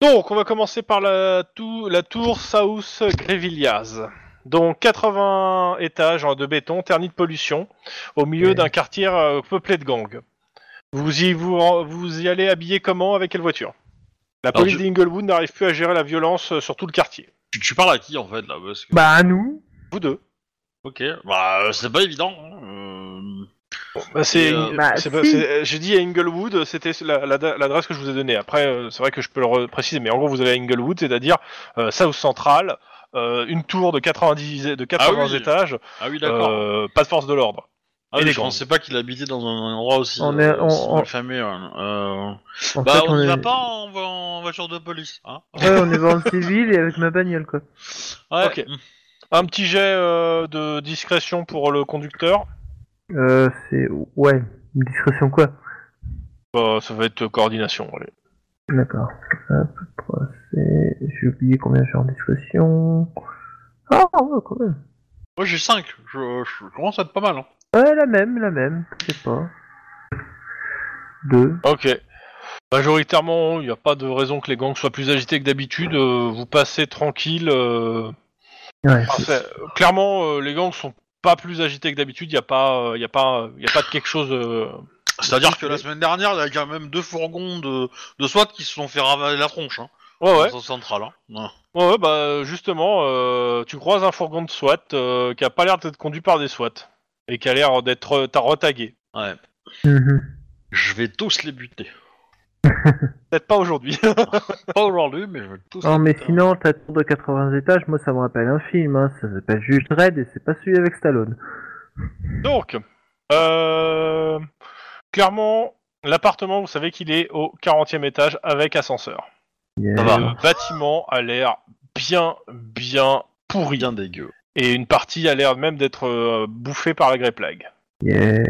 [SPEAKER 2] Donc, on va commencer par la, tou- la tour South Grevillaz. Donc, 80 étages hein, de béton, terni de pollution, au milieu
[SPEAKER 3] Ouais.
[SPEAKER 2] d'un quartier euh, peuplé de gangs. Vous y, vous, ren- vous y allez habillé comment Avec quelle voiture La
[SPEAKER 1] Alors,
[SPEAKER 2] police
[SPEAKER 1] je-
[SPEAKER 2] d'Inglewood n'arrive plus à gérer la violence euh, sur tout le quartier.
[SPEAKER 1] Tu, tu parles à qui, en fait, là parce que-
[SPEAKER 3] Bah à nous.
[SPEAKER 2] Vous deux.
[SPEAKER 1] Ok. Bah, euh, c'est pas évident. hein, euh.
[SPEAKER 2] Bah, c'est,
[SPEAKER 1] Et, euh,
[SPEAKER 3] bah,
[SPEAKER 2] c'est pas-
[SPEAKER 3] si.
[SPEAKER 2] c'est- euh, j'ai dit à Inglewood, c'était la- la- l'adresse que je vous ai donnée. Après, euh, c'est vrai que je peux le re- préciser, mais en gros, vous allez à Inglewood, c'est-à-dire euh, South Central, euh, une tour de 90, de 80
[SPEAKER 1] Ah oui.
[SPEAKER 2] étages,
[SPEAKER 1] Ah oui, d'accord.
[SPEAKER 2] euh, pas de force de l'ordre.
[SPEAKER 1] Ah
[SPEAKER 2] Et
[SPEAKER 1] oui,
[SPEAKER 2] les
[SPEAKER 1] je
[SPEAKER 2] gangs.
[SPEAKER 1] pensais pas qu'il habitait dans un endroit aussi, euh,
[SPEAKER 3] On
[SPEAKER 1] on
[SPEAKER 3] est-
[SPEAKER 1] est,
[SPEAKER 3] on- on-
[SPEAKER 1] hein,
[SPEAKER 3] En
[SPEAKER 1] Bah,
[SPEAKER 3] fait,
[SPEAKER 1] on n'y
[SPEAKER 3] est...
[SPEAKER 1] va pas en, vo- en voiture de police, hein
[SPEAKER 3] Ouais, on est dans le civil et avec ma bagnole quoi.
[SPEAKER 1] Ouais.
[SPEAKER 2] Ok. Un petit jet euh, de discrétion pour le conducteur.
[SPEAKER 3] Euh, c'est ouais, une discrétion quoi.
[SPEAKER 2] Bah, ça va être coordination. allez.
[SPEAKER 3] D'accord. Hop, procès. J'ai oublié combien j'ai en discrétion. Ah ouais, quand même.
[SPEAKER 1] Moi j'ai 5, je, je commence à être pas mal. Hein.
[SPEAKER 3] Ouais, la même, la même. Je sais pas. Deux.
[SPEAKER 2] Ok. Majoritairement, il n'y a pas de raison que les gangs soient plus agités que d'habitude. euh, vous passez tranquille. euh,
[SPEAKER 3] Ouais.
[SPEAKER 2] Enfin, c'est- euh, clairement, euh, les gangs sont pas plus agités que d'habitude. Il n'y a pas, il y a pas, il y a pas de quelque chose. euh,
[SPEAKER 1] C'est-à-dire que la semaine dernière, il y a quand même deux fourgons de, de SWAT qui se sont fait ravaler la tronche, hein,
[SPEAKER 2] Ouais, ouais.
[SPEAKER 1] dans le central. Hein. Ouais.
[SPEAKER 2] Ouais, ouais, bah justement, euh, tu croises un fourgon de SWAT euh, qui a pas l'air d'être conduit par des SWAT et qui a l'air d'être euh, t'as retagué.
[SPEAKER 1] Ouais.
[SPEAKER 3] Mhm.
[SPEAKER 1] Je vais tous les buter.
[SPEAKER 2] Peut-être pas aujourd'hui. (laughs)
[SPEAKER 1] Pas aujourd'hui, mais je vais tous
[SPEAKER 3] Non,
[SPEAKER 1] les
[SPEAKER 3] mais
[SPEAKER 1] buter.
[SPEAKER 3] sinon, ta tour de 80 étages, moi ça me rappelle un film. Hein. Ça s'appelle Juge Dredd et c'est pas celui avec Stallone.
[SPEAKER 2] Donc, euh, clairement, l'appartement, vous savez qu'il est au 40e étage avec ascenseur.
[SPEAKER 3] Yeah.
[SPEAKER 1] Ça va.
[SPEAKER 2] Le bâtiment a l'air bien, bien pourri.
[SPEAKER 1] Bien dégueu.
[SPEAKER 2] Et une partie a l'air même d'être euh, bouffée par la grey plague.
[SPEAKER 3] Yeah.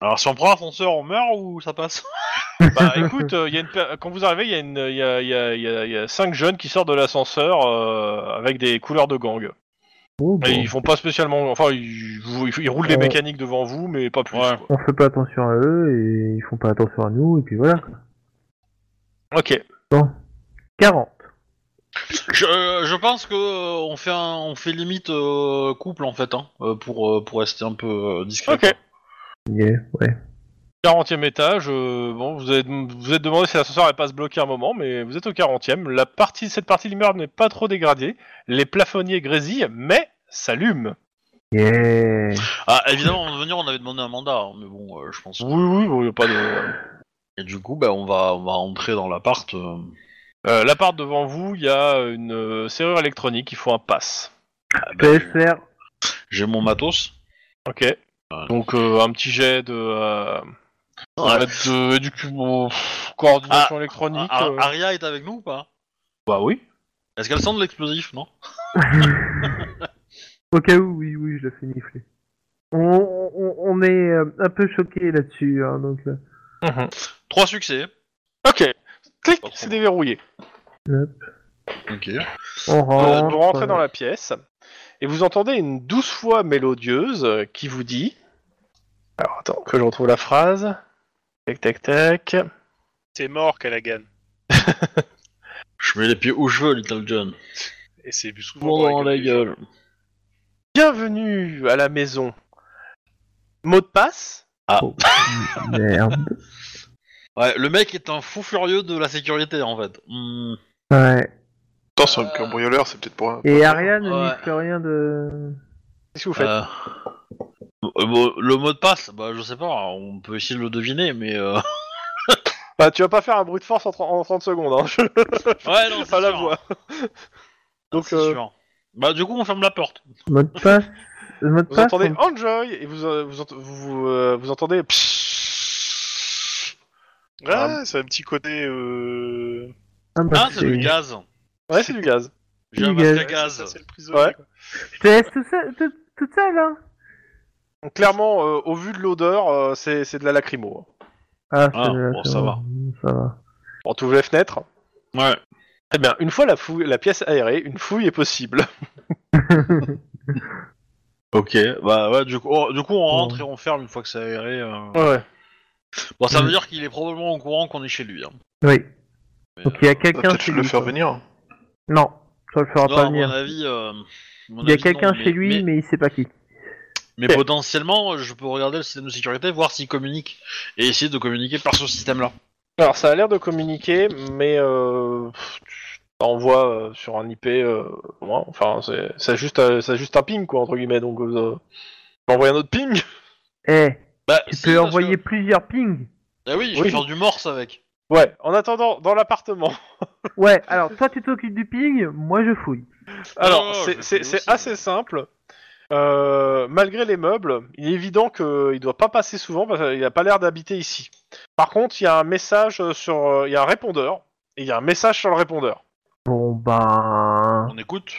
[SPEAKER 1] Alors si on prend l'ascenseur, on meurt ou ça passe
[SPEAKER 2] Bah écoute, euh, il y a une per- quand vous arrivez, il y, a une- il y a, il y a- il y a- il y a cinq jeunes qui sortent de l'ascenseur euh, avec des couleurs de gang.
[SPEAKER 3] Oh, bon.
[SPEAKER 2] Et ils font pas spécialement... Enfin, ils, vous- ils roulent des
[SPEAKER 3] Ouais.
[SPEAKER 2] mécaniques devant vous, mais pas plus.
[SPEAKER 1] Ouais.
[SPEAKER 2] quoi.
[SPEAKER 3] On fait pas attention à eux et ils font pas attention à nous et puis voilà. quoi.
[SPEAKER 2] Ok.
[SPEAKER 3] Bon. 40.
[SPEAKER 1] Je, euh, je pense que euh, on fait un, on fait limite euh, couple en fait hein, euh, pour euh, pour rester un peu euh, discret.
[SPEAKER 2] Ok.
[SPEAKER 3] Yeah, ouais.
[SPEAKER 2] 40e étage, euh, bon, vous êtes, vous êtes demandé si l'ascenseur n'est pas se bloquer un moment, mais vous êtes au 40e. La partie, cette partie de l'immeuble n'est pas trop dégradée, les plafonniers grésillent, mais s'allument.
[SPEAKER 3] Yeah.
[SPEAKER 1] Ah évidemment en venir on avait demandé un mandat hein, mais bon euh, je pense.
[SPEAKER 2] Oui, oui, oui, y a pas de...
[SPEAKER 1] Et du coup bah on va on va rentrer dans l'appart. euh.
[SPEAKER 2] Euh, L'appart devant vous, il y a une euh, serrure électronique, il faut un pass.
[SPEAKER 1] Ah, bah,
[SPEAKER 3] PSR.
[SPEAKER 1] J'ai mon matos.
[SPEAKER 2] Ok. Donc euh, un petit jet de... euh, de éduc- bon, pff, coordination électronique.
[SPEAKER 1] Ah,
[SPEAKER 2] euh.
[SPEAKER 1] Aria est avec nous ou pas
[SPEAKER 2] Bah oui.
[SPEAKER 1] Est-ce qu'elle sent de l'explosif non
[SPEAKER 3] Au cas où, oui, oui, je la fais nifler. On, on, on est euh, un peu choqué là-dessus, hein, donc. euh,
[SPEAKER 1] Trois succès.
[SPEAKER 2] Ok. Clic, c'est déverrouillé.
[SPEAKER 1] Ok.
[SPEAKER 3] on
[SPEAKER 2] Euh,
[SPEAKER 3] rentre.
[SPEAKER 2] vous rentrez dans la pièce et vous entendez une douce voix mélodieuse euh, qui vous dit. Alors attends que je retrouve la phrase. Tac tac tac.
[SPEAKER 4] C'est mort, Callaghan.
[SPEAKER 1] Je mets les pieds où je veux Little John.
[SPEAKER 4] Et c'est souvent
[SPEAKER 1] Bon dans la
[SPEAKER 4] des gens.
[SPEAKER 1] gueule.
[SPEAKER 2] Bienvenue à la maison. Mot de passe
[SPEAKER 3] (laughs) Merde.
[SPEAKER 1] Ouais le mec est un fou furieux de la sécurité en fait. Hmm.
[SPEAKER 3] Ouais.
[SPEAKER 5] Attends, sur le cambrioleur, c'est peut-être pour un.
[SPEAKER 3] Et Ariane ne
[SPEAKER 1] Ouais.
[SPEAKER 3] n'y fait rien de.
[SPEAKER 2] Qu'est-ce que vous faites
[SPEAKER 1] Euh, euh, bon, le mot de passe, bah je sais pas, on peut essayer de le deviner, mais
[SPEAKER 6] (laughs)
[SPEAKER 1] euh,
[SPEAKER 2] Bah tu vas pas faire un bruit de force en, tr- en 30 secondes. Hein. (laughs) Je-
[SPEAKER 1] ouais non, c'est
[SPEAKER 2] à la
[SPEAKER 1] sûr.
[SPEAKER 2] voix.
[SPEAKER 1] Non,
[SPEAKER 2] Donc,
[SPEAKER 1] c'est
[SPEAKER 2] euh,
[SPEAKER 1] sûr.
[SPEAKER 6] Bah du coup on ferme la porte.
[SPEAKER 3] Mot de passe. Le mot de
[SPEAKER 2] Vous
[SPEAKER 3] passe,
[SPEAKER 2] entendez
[SPEAKER 3] on-
[SPEAKER 2] Enjoy et vous euh, vous, ent- vous, vous, euh, vous entendez. pssst.
[SPEAKER 4] Ah, c'est un petit côté. Euh...
[SPEAKER 3] Ah, bah,
[SPEAKER 6] Ah c'est du
[SPEAKER 3] c'est-
[SPEAKER 6] gaz.
[SPEAKER 2] Ouais, c'est du gaz.
[SPEAKER 6] J'ai un
[SPEAKER 3] Du gaz.
[SPEAKER 6] masque à
[SPEAKER 4] ça,
[SPEAKER 6] gaz.
[SPEAKER 4] c'est le prisonnier.
[SPEAKER 2] Ouais.
[SPEAKER 4] quoi.
[SPEAKER 3] Je te laisse tout seul, tout, toute seule, hein
[SPEAKER 2] Donc, clairement, euh, au vu de l'odeur, euh, c'est c'est de la lacrymo. hein.
[SPEAKER 6] Ah,
[SPEAKER 3] c'est-
[SPEAKER 6] bon,
[SPEAKER 3] c'est
[SPEAKER 6] ça
[SPEAKER 3] Ça va.
[SPEAKER 2] On ouvre les fenêtres.
[SPEAKER 6] Ouais.
[SPEAKER 2] Eh bien, une fois la, fouille, la pièce aérée, une fouille est possible.
[SPEAKER 6] Ok. Bah ouais du coup, oh, du coup on rentre et on ferme une fois que c'est aéré. euh.
[SPEAKER 2] Ouais.
[SPEAKER 6] Bon ça
[SPEAKER 3] Mm.
[SPEAKER 6] veut dire qu'il est probablement au courant qu'on est chez lui. Hein.
[SPEAKER 3] Oui.
[SPEAKER 6] Mais,
[SPEAKER 3] Donc il y a
[SPEAKER 5] On va
[SPEAKER 3] quelqu'un
[SPEAKER 5] peut-être
[SPEAKER 3] chez
[SPEAKER 5] le
[SPEAKER 3] lui.
[SPEAKER 5] faire
[SPEAKER 3] quoi.
[SPEAKER 5] venir.
[SPEAKER 3] Non, ça le fera
[SPEAKER 6] Non,
[SPEAKER 3] pas
[SPEAKER 6] à mon
[SPEAKER 3] venir.
[SPEAKER 6] avis. euh, à mon
[SPEAKER 3] Il y a
[SPEAKER 6] avis, non,
[SPEAKER 3] quelqu'un
[SPEAKER 6] mais-
[SPEAKER 3] chez lui, mais...
[SPEAKER 6] mais-
[SPEAKER 3] il sait pas qui.
[SPEAKER 6] Mais potentiellement, euh, je peux regarder le système de sécurité, voir s'il communique et essayer de communiquer par ce système-là.
[SPEAKER 2] Alors, ça a l'air de communiquer, mais euh, pff, ça envoie euh, sur un IP. euh, loin. Enfin, c'est ça a juste, euh, ça a juste un ping, quoi, entre guillemets. Donc, euh, on envoie un autre ping.
[SPEAKER 3] Eh,
[SPEAKER 6] Bah,
[SPEAKER 3] tu
[SPEAKER 6] si,
[SPEAKER 3] peux
[SPEAKER 6] parce
[SPEAKER 3] envoyer
[SPEAKER 6] que-
[SPEAKER 3] plusieurs pings.
[SPEAKER 6] Ah oui, je
[SPEAKER 2] Oui.
[SPEAKER 6] vais faire du morse avec.
[SPEAKER 2] Ouais, en attendant, dans l'appartement.
[SPEAKER 3] Ouais, alors toi tu t'occupes du ping, moi je fouille.
[SPEAKER 2] Alors,
[SPEAKER 6] Oh,
[SPEAKER 2] c'est-
[SPEAKER 6] je
[SPEAKER 2] c'est
[SPEAKER 6] fouille
[SPEAKER 2] c'est
[SPEAKER 6] aussi.
[SPEAKER 2] assez simple. Euh, malgré les meubles, il est évident qu'il ne doit pas passer souvent parce qu'il n'a pas l'air d'habiter ici. Par contre, il y a un message sur. euh, Il y a un répondeur et il y a un message sur le répondeur.
[SPEAKER 3] Bon ben...
[SPEAKER 6] On écoute.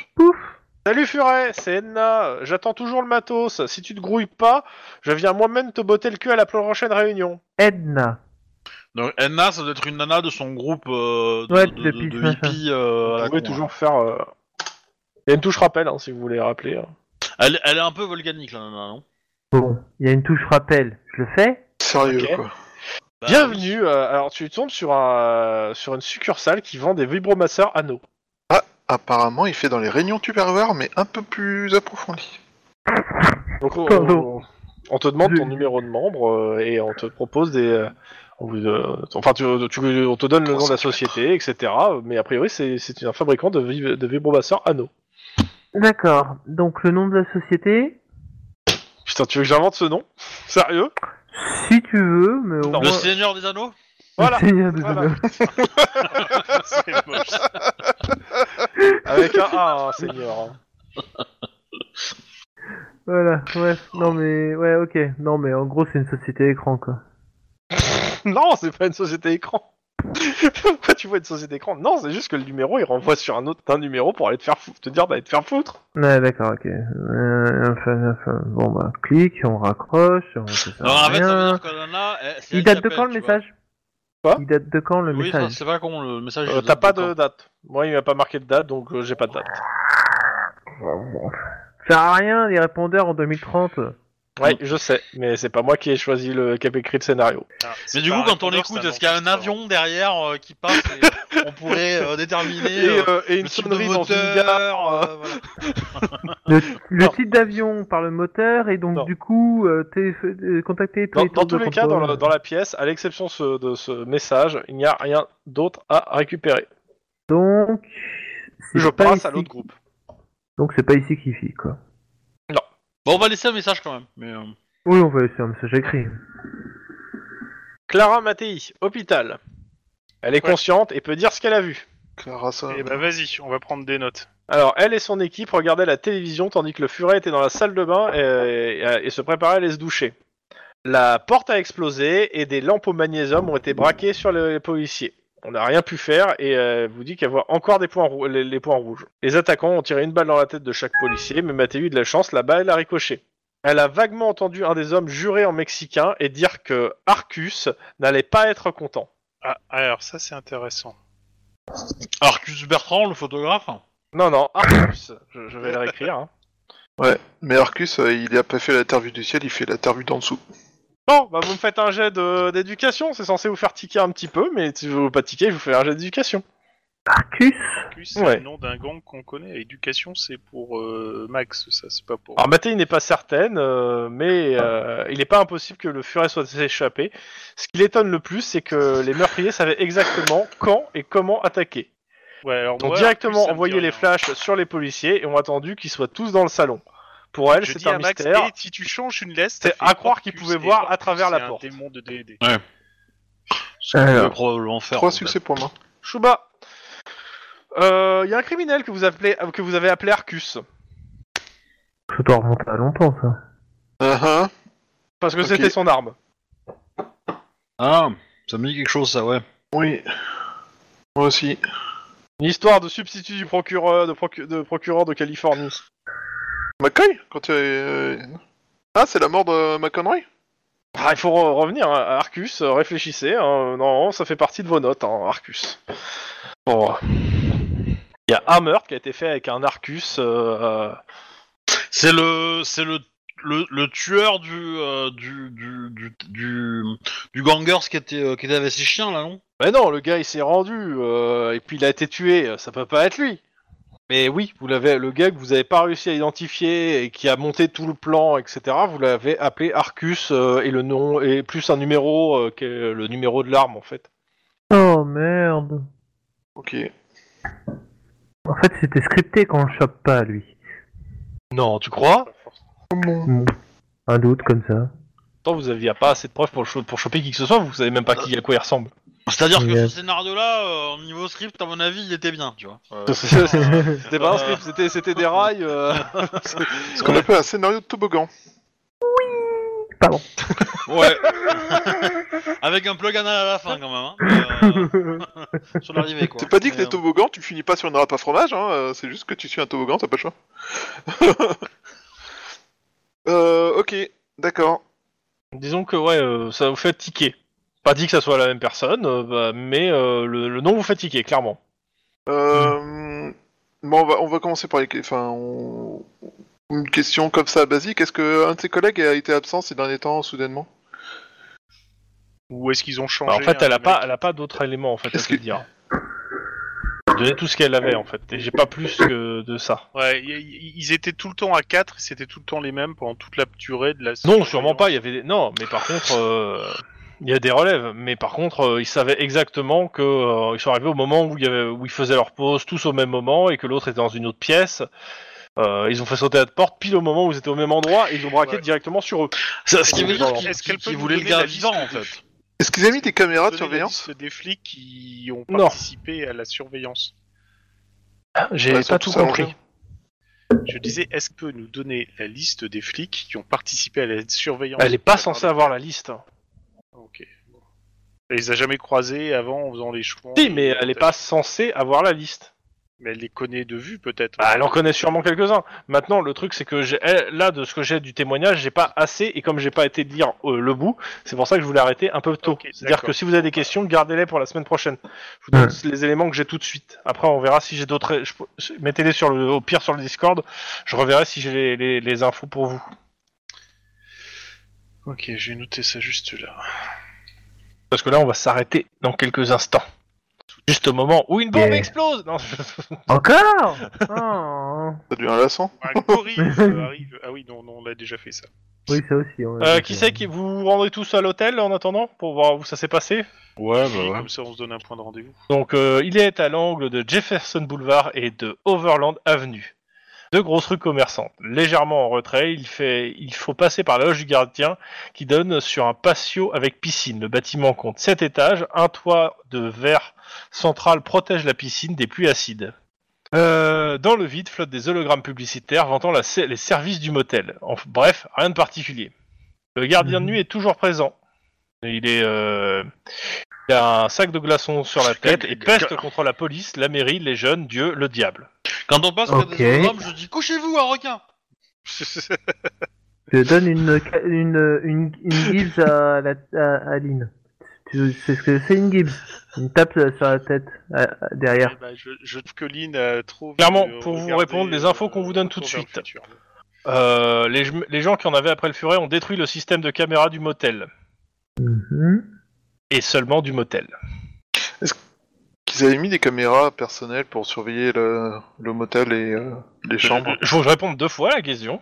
[SPEAKER 2] Salut Furet, c'est Edna. J'attends toujours le matos. Si tu te grouilles pas, je viens moi-même te botter le cul à la prochaine réunion.
[SPEAKER 3] Edna.
[SPEAKER 6] Donc Enna, ça doit être une nana de son groupe euh, de,
[SPEAKER 3] Ouais,
[SPEAKER 6] de-
[SPEAKER 3] depuis
[SPEAKER 6] de-
[SPEAKER 3] ce
[SPEAKER 6] de
[SPEAKER 3] matin.
[SPEAKER 6] hippies.
[SPEAKER 1] Bah,
[SPEAKER 6] euh, à la
[SPEAKER 2] Vous pouvez
[SPEAKER 6] con,
[SPEAKER 2] toujours faire. euh, Il y a une touche rappel hein, si vous voulez rappeler. hein.
[SPEAKER 6] hein. Elle, elle est un peu volcanique, la nana, non
[SPEAKER 3] Bon, il y a une touche rappel, je le fais
[SPEAKER 5] Sérieux,
[SPEAKER 2] Ok.
[SPEAKER 5] quoi.
[SPEAKER 6] Bah,
[SPEAKER 2] Bienvenue. euh, alors, tu tombes sur, un, sur une succursale qui vend des vibromasseurs anneaux.
[SPEAKER 5] Apparemment, il fait dans les réunions tupperware, mais un peu plus approfondi.
[SPEAKER 2] Donc, on,
[SPEAKER 3] Pardon.
[SPEAKER 2] on te demande ton
[SPEAKER 3] Je-
[SPEAKER 2] numéro de membre euh, et on te propose des. euh, on vous, euh, enfin, tu, tu- on te donne le nom de la société, etc. Mais a priori, c'est c'est un fabricant de, vib- de vibromasseurs anneaux.
[SPEAKER 3] D'accord, donc le nom de la société
[SPEAKER 2] Putain, tu veux que j'invente ce nom Sérieux
[SPEAKER 3] Si tu veux, mais au
[SPEAKER 2] Non,
[SPEAKER 6] Le
[SPEAKER 3] moins...
[SPEAKER 6] Seigneur des Anneaux
[SPEAKER 3] (laughs)
[SPEAKER 2] Voilà
[SPEAKER 3] Seigneur des
[SPEAKER 2] Voilà.
[SPEAKER 3] Anneaux.
[SPEAKER 4] C'est moche.
[SPEAKER 2] Avec un A, hein, seigneur. hein.
[SPEAKER 3] Voilà, ouais, non mais, ouais, ok, non mais en gros c'est une société écran quoi.
[SPEAKER 2] (laughs) Non, c'est pas une société écran (laughs) Pourquoi tu vois une société écran Non, c'est juste que le numéro, il renvoie sur un autre un numéro pour aller te faire fou- te dire d'aller te faire foutre.
[SPEAKER 3] Ouais, d'accord, ok. Euh, enfin, enfin, bon bah, clique, on raccroche, on ça sert
[SPEAKER 6] Non,
[SPEAKER 3] à
[SPEAKER 6] en fait, ça veut
[SPEAKER 3] rien.
[SPEAKER 6] dire que la nana. elle- c'est
[SPEAKER 3] Il
[SPEAKER 6] elle
[SPEAKER 3] date
[SPEAKER 6] qui
[SPEAKER 3] de quand le
[SPEAKER 6] appelle, tu vois.
[SPEAKER 3] message
[SPEAKER 2] Quoi
[SPEAKER 3] Il date de quand le
[SPEAKER 6] Oui, ça,
[SPEAKER 3] message
[SPEAKER 6] c'est pas con, le message.
[SPEAKER 2] Euh,
[SPEAKER 6] il
[SPEAKER 2] T'as
[SPEAKER 6] date
[SPEAKER 2] pas
[SPEAKER 6] quand
[SPEAKER 2] de date. Moi, il m'a pas marqué de date, donc euh, j'ai pas de date.
[SPEAKER 3] Ça sert à rien, les répondeurs en 2030.
[SPEAKER 2] Ouais, je sais, mais c'est pas moi qui ai choisi le, qui ai écrit le scénario.
[SPEAKER 4] Ah, c'est
[SPEAKER 6] Mais du
[SPEAKER 4] pas
[SPEAKER 6] coup,
[SPEAKER 4] un
[SPEAKER 6] quand on
[SPEAKER 4] répondeur,
[SPEAKER 6] écoute,
[SPEAKER 4] c'est
[SPEAKER 6] est-ce qu'il y a un
[SPEAKER 4] enregistreur.
[SPEAKER 6] avion derrière euh, qui passe et
[SPEAKER 2] (laughs)
[SPEAKER 6] On pourrait euh, déterminer.
[SPEAKER 2] Et,
[SPEAKER 6] euh,
[SPEAKER 2] euh, et
[SPEAKER 6] le
[SPEAKER 2] une
[SPEAKER 6] type de
[SPEAKER 2] sonnerie dans une
[SPEAKER 6] moteur,
[SPEAKER 2] gare. euh,
[SPEAKER 6] euh, voilà.
[SPEAKER 3] Le, le
[SPEAKER 2] Non.
[SPEAKER 3] titre d'avion par le moteur, et donc
[SPEAKER 2] Non.
[SPEAKER 3] du coup, euh, télé- euh, contacter tous
[SPEAKER 2] Dans,
[SPEAKER 3] les
[SPEAKER 2] dans
[SPEAKER 3] tours
[SPEAKER 2] tous
[SPEAKER 3] de
[SPEAKER 2] les cas, dans,
[SPEAKER 3] contrôle.
[SPEAKER 2] la- dans la pièce, à l'exception ce- de ce message, il n'y a rien d'autre à récupérer.
[SPEAKER 3] Donc, c'est
[SPEAKER 2] Je
[SPEAKER 3] pas
[SPEAKER 2] passe
[SPEAKER 3] ici.
[SPEAKER 2] à l'autre groupe.
[SPEAKER 3] Donc c'est pas ici qu'il fit, quoi.
[SPEAKER 6] Bon, on va laisser un message quand même. Mais, euh,
[SPEAKER 3] Oui, on va laisser un message écrit.
[SPEAKER 2] Clara Mattei, hôpital. Elle est
[SPEAKER 4] Ouais.
[SPEAKER 2] consciente et peut dire ce qu'elle a vu.
[SPEAKER 5] Clara, ça.
[SPEAKER 4] Eh bah vas-y, on va prendre des notes.
[SPEAKER 2] Alors, elle et son équipe regardaient la télévision tandis que le furet était dans la salle de bain et, et- et se préparait à aller se doucher. La porte a explosé et des lampes au magnésium ont été braquées sur les, les policiers. On n'a rien pu faire et euh, elle vous dit qu'elle voit encore des points rou- les, les points rouges. Les attaquants ont tiré une balle dans la tête de chaque policier, mais Mathéu a eu de la chance, la balle a ricoché. Elle a vaguement entendu un des hommes jurer en mexicain et dire que Arcus n'allait pas être content.
[SPEAKER 4] Ah, alors ça c'est intéressant.
[SPEAKER 6] Arcus Bertrand, le photographe. hein.
[SPEAKER 2] Non, non, Arcus, je, je vais le réécrire. hein.
[SPEAKER 5] Mais Arcus, euh, il a pas fait l'interview du ciel, il fait l'interview d'en dessous.
[SPEAKER 2] Bon, bah vous me faites un jet de- d'éducation, c'est censé vous faire tiquer un petit peu, mais si vous pas tiquer, je vous fais un jet d'éducation.
[SPEAKER 3] Marcus
[SPEAKER 4] Arcus, c'est
[SPEAKER 2] Ouais.
[SPEAKER 4] le nom d'un gang qu'on connaît. Éducation, c'est pour euh, Max, ça, c'est pas pour.
[SPEAKER 2] Alors Mathé, il n'est pas certaine, euh, mais
[SPEAKER 4] Ah.
[SPEAKER 2] euh, il n'est pas impossible que le furet soit échappé. Ce qui l'étonne le plus, c'est que les meurtriers savaient exactement quand et comment attaquer.
[SPEAKER 4] ouais, alors
[SPEAKER 2] Ils ont
[SPEAKER 4] moi, Arcus,
[SPEAKER 2] directement
[SPEAKER 4] ça me
[SPEAKER 2] envoyé
[SPEAKER 4] dit
[SPEAKER 2] les
[SPEAKER 4] rien.
[SPEAKER 2] flashs sur les policiers et ont attendu qu'ils soient tous dans le salon. Pour elle,
[SPEAKER 4] Je
[SPEAKER 2] c'est
[SPEAKER 4] dis
[SPEAKER 2] un
[SPEAKER 4] à Max,
[SPEAKER 2] mystère.
[SPEAKER 4] eh, si tu changes une leste,
[SPEAKER 2] C'est
[SPEAKER 4] ça fait
[SPEAKER 2] à croire qu'il
[SPEAKER 4] Corpus,
[SPEAKER 2] pouvait
[SPEAKER 4] et
[SPEAKER 2] voir à
[SPEAKER 4] Corpus,
[SPEAKER 2] travers la
[SPEAKER 4] c'est
[SPEAKER 2] porte.
[SPEAKER 4] Un démon de D&D.
[SPEAKER 6] Ce qu'on
[SPEAKER 3] Alors. Euh,
[SPEAKER 6] peut probablement faire.
[SPEAKER 5] Trois
[SPEAKER 6] en fait.
[SPEAKER 5] succès pour moi.
[SPEAKER 2] Chouba, Euh, Il y a un criminel que vous, appelez, que vous avez appelé Arcus.
[SPEAKER 3] Ça doit remonter à longtemps, ça.
[SPEAKER 5] Uh-huh.
[SPEAKER 2] Parce que
[SPEAKER 5] Ok.
[SPEAKER 2] c'était son arme.
[SPEAKER 6] Ah, ça me dit quelque chose, ça, ouais.
[SPEAKER 5] Oui. Moi aussi.
[SPEAKER 2] Une histoire de substitut du procureur de, procu- de procureur de Californie.
[SPEAKER 5] McCoy Quand euh, Ah, c'est la mort de McConroy
[SPEAKER 2] Ah, il faut re- revenir à Arcus, euh, réfléchissez. hein. Non, ça fait partie de vos notes, hein, Arcus. Bon. Il y a un meurtre qui a été fait avec un Arcus. euh, euh,
[SPEAKER 6] C'est le, c'est le, le, le tueur du, euh, du, du, du, du, du gangers qui était, euh, qui était avec ses chiens, là, non
[SPEAKER 2] Mais non, le gars il s'est rendu euh, et puis il a été tué, ça peut pas être lui. Mais oui, vous l'avez, le gars que vous avez pas réussi à identifier et qui a monté tout le plan, etc. Vous l'avez appelé Arcus euh, et le nom et plus un numéro euh, qui est le numéro de l'arme en fait.
[SPEAKER 3] Oh merde.
[SPEAKER 5] Ok.
[SPEAKER 3] En fait, c'était scripté qu'on le chope pas, lui.
[SPEAKER 2] Non, tu crois
[SPEAKER 3] Un doute comme
[SPEAKER 2] (laughs)
[SPEAKER 3] ça.
[SPEAKER 2] Pourtant, vous aviez pas assez de preuves pour, le cho- pour choper qui que ce soit, vous savez même pas qui à quoi il ressemble.
[SPEAKER 6] C'est-à-dire que
[SPEAKER 3] Yeah.
[SPEAKER 6] ce scénario-là, euh, au niveau script, à mon avis, il était bien, tu vois. Euh,
[SPEAKER 2] (laughs)
[SPEAKER 3] (laughs)
[SPEAKER 2] c'était pas un script, c'était, c'était des rails. euh.
[SPEAKER 5] Ce qu'on appelle un scénario de toboggan.
[SPEAKER 6] ouais. (laughs) Avec un plug-in à la fin, quand même. Hein. Euh, sur l'arrivée, quoi.
[SPEAKER 5] T'as pas dit que
[SPEAKER 6] Mais,
[SPEAKER 5] les toboggans, tu finis pas sur une râpe à fromage, hein, euh, c'est juste que tu suis un toboggan, t'as pas le choix. (laughs) euh, ok, d'accord.
[SPEAKER 2] Disons que ouais, euh, ça vous fait tiquer. Pas dit que ça soit la même personne, euh, bah, mais euh, le, le nom vous fait tiquer, clairement.
[SPEAKER 5] Euh, bon, on va, on va commencer par les... que- Enfin, on- une question comme ça, basique. Est-ce que un de ses collègues a été absent ces derniers temps, soudainement
[SPEAKER 4] Ou est-ce qu'ils ont changé
[SPEAKER 2] Bah, en fait, elle
[SPEAKER 4] hein,
[SPEAKER 2] a
[SPEAKER 4] les
[SPEAKER 2] pas,
[SPEAKER 4] mecs
[SPEAKER 2] elle a pas d'autres éléments en fait à
[SPEAKER 5] Est-ce
[SPEAKER 2] te
[SPEAKER 5] que-
[SPEAKER 2] dire. Donnez tout ce qu'elle avait en fait, et j'ai pas plus que de ça.
[SPEAKER 4] Ouais, y- y- ils étaient tout le temps à 4, c'était tout le temps les mêmes pendant toute la durée de la
[SPEAKER 2] Non, sûrement pas. Il y avait des... non, mais par contre, euh, il y a des relèves. Mais par contre, euh, ils savaient exactement que euh, ils sont arrivés au moment où, il y avait- où ils faisaient leur pause tous au même moment et que l'autre était dans une autre pièce. Euh, ils ont fait sauter la porte pile au moment où ils étaient au même endroit et ils ont braqué
[SPEAKER 4] Ouais.
[SPEAKER 2] directement sur eux.
[SPEAKER 6] euh, Ça, ce qui veut dire
[SPEAKER 4] Est-ce
[SPEAKER 6] qu'il
[SPEAKER 4] qu'elle
[SPEAKER 6] qu'il-
[SPEAKER 4] peut
[SPEAKER 6] qu'il
[SPEAKER 4] nous
[SPEAKER 6] voulait le
[SPEAKER 4] donner
[SPEAKER 6] gars
[SPEAKER 4] la liste
[SPEAKER 6] vivant, en
[SPEAKER 4] de-
[SPEAKER 6] fait.
[SPEAKER 5] Est-ce qu'ils avaient mis des caméras
[SPEAKER 4] Donner la
[SPEAKER 5] de surveillance
[SPEAKER 4] liste des flics qui ont
[SPEAKER 2] Non.
[SPEAKER 4] participé à la surveillance.
[SPEAKER 2] Ah, J'ai
[SPEAKER 5] Ouais,
[SPEAKER 2] pas
[SPEAKER 5] surtout
[SPEAKER 2] tout
[SPEAKER 5] ça,
[SPEAKER 2] compris.
[SPEAKER 5] Roger.
[SPEAKER 4] Je disais, est-ce que nous donner la liste des flics qui ont participé à la surveillance
[SPEAKER 2] Elle est pas censée avoir la liste.
[SPEAKER 4] Ok. bon. Elle les a jamais croisés avant en faisant les chevaux.
[SPEAKER 2] Si, mais elle est pas censée avoir la liste.
[SPEAKER 4] Mais elle les connaît de vue peut-être.
[SPEAKER 2] Bah, elle en connaît sûrement quelques-uns. Maintenant, le truc, c'est que j'ai- elle- là, de ce que j'ai du témoignage, j'ai pas assez, et comme j'ai pas été de lire euh, le bout, c'est pour ça que je voulais arrêter un peu tôt.
[SPEAKER 4] Ok,
[SPEAKER 2] C'est-à-dire
[SPEAKER 4] d'accord.
[SPEAKER 2] que si vous avez des questions, gardez-les pour la semaine prochaine. Je vous donne les éléments que j'ai tout de suite. Après, on verra si j'ai d'autres. je- je- Mettez-les sur le, au pire sur le Discord. Je reverrai si j'ai les, les- les infos pour vous.
[SPEAKER 4] Ok, j'ai noté ça juste (laughs) là.
[SPEAKER 2] Parce que là, on va s'arrêter dans quelques instants. Juste au moment où une bombe
[SPEAKER 3] Yeah.
[SPEAKER 2] explose. Non,
[SPEAKER 3] Encore Oh.
[SPEAKER 5] Ça devient lassant.
[SPEAKER 4] Ah, Corinne
[SPEAKER 2] (laughs)
[SPEAKER 4] euh, arrive. Ah oui, non, non, on l'a déjà fait ça.
[SPEAKER 3] Oui, ça aussi. on l'a
[SPEAKER 2] Euh,
[SPEAKER 3] dit,
[SPEAKER 2] qui
[SPEAKER 3] ça.
[SPEAKER 2] c'est qui vous vous rendez tous à l'hôtel en attendant pour voir où ça s'est passé Ah,
[SPEAKER 6] Ouais,
[SPEAKER 2] bah,
[SPEAKER 4] Et Comme ça, on se donne un point de rendez-vous.
[SPEAKER 2] Donc euh, il est à l'angle de Jefferson Boulevard et de Overland Avenue. Deux grosses rues commerçantes. Légèrement en retrait, il, fait, il faut passer par la loge du gardien qui donne sur un patio avec piscine. Le bâtiment compte 7 étages, un toit de verre central protège la piscine des pluies acides. Euh, dans le vide flottent des hologrammes publicitaires vantant la se- les services du motel. En f- bref, rien de particulier. Le gardien de nuit est toujours présent. Il est euh, il a un sac de glaçons sur la tête et peste contre la police, la mairie, les jeunes, Dieu, le diable.
[SPEAKER 6] Quand on passe près
[SPEAKER 3] Ok.
[SPEAKER 6] des hommes, je dis couchez-vous, un requin
[SPEAKER 3] Je donne une, ca- une, une, une Gibbs à, la, à, à Lynn. Tu sais ce que c'est une Gibbs Une tape euh, sur la tête, euh, derrière.
[SPEAKER 4] Eh ben, je, je trouve que Lynn a trop.
[SPEAKER 2] Clairement,
[SPEAKER 4] euh,
[SPEAKER 2] pour vous
[SPEAKER 4] regardé,
[SPEAKER 2] répondre, les infos qu'on vous donne tout de
[SPEAKER 4] Retour vers
[SPEAKER 2] suite.
[SPEAKER 4] le futur.
[SPEAKER 2] Euh, les, les gens qui en avaient après le furet ont détruit le système de caméra du motel.
[SPEAKER 3] Mhm.
[SPEAKER 2] Et seulement du motel.
[SPEAKER 5] Qu'ils avaient mis des caméras personnelles pour surveiller le, le motel et euh, les chambres.
[SPEAKER 2] Je faut que je réponde deux fois à la question.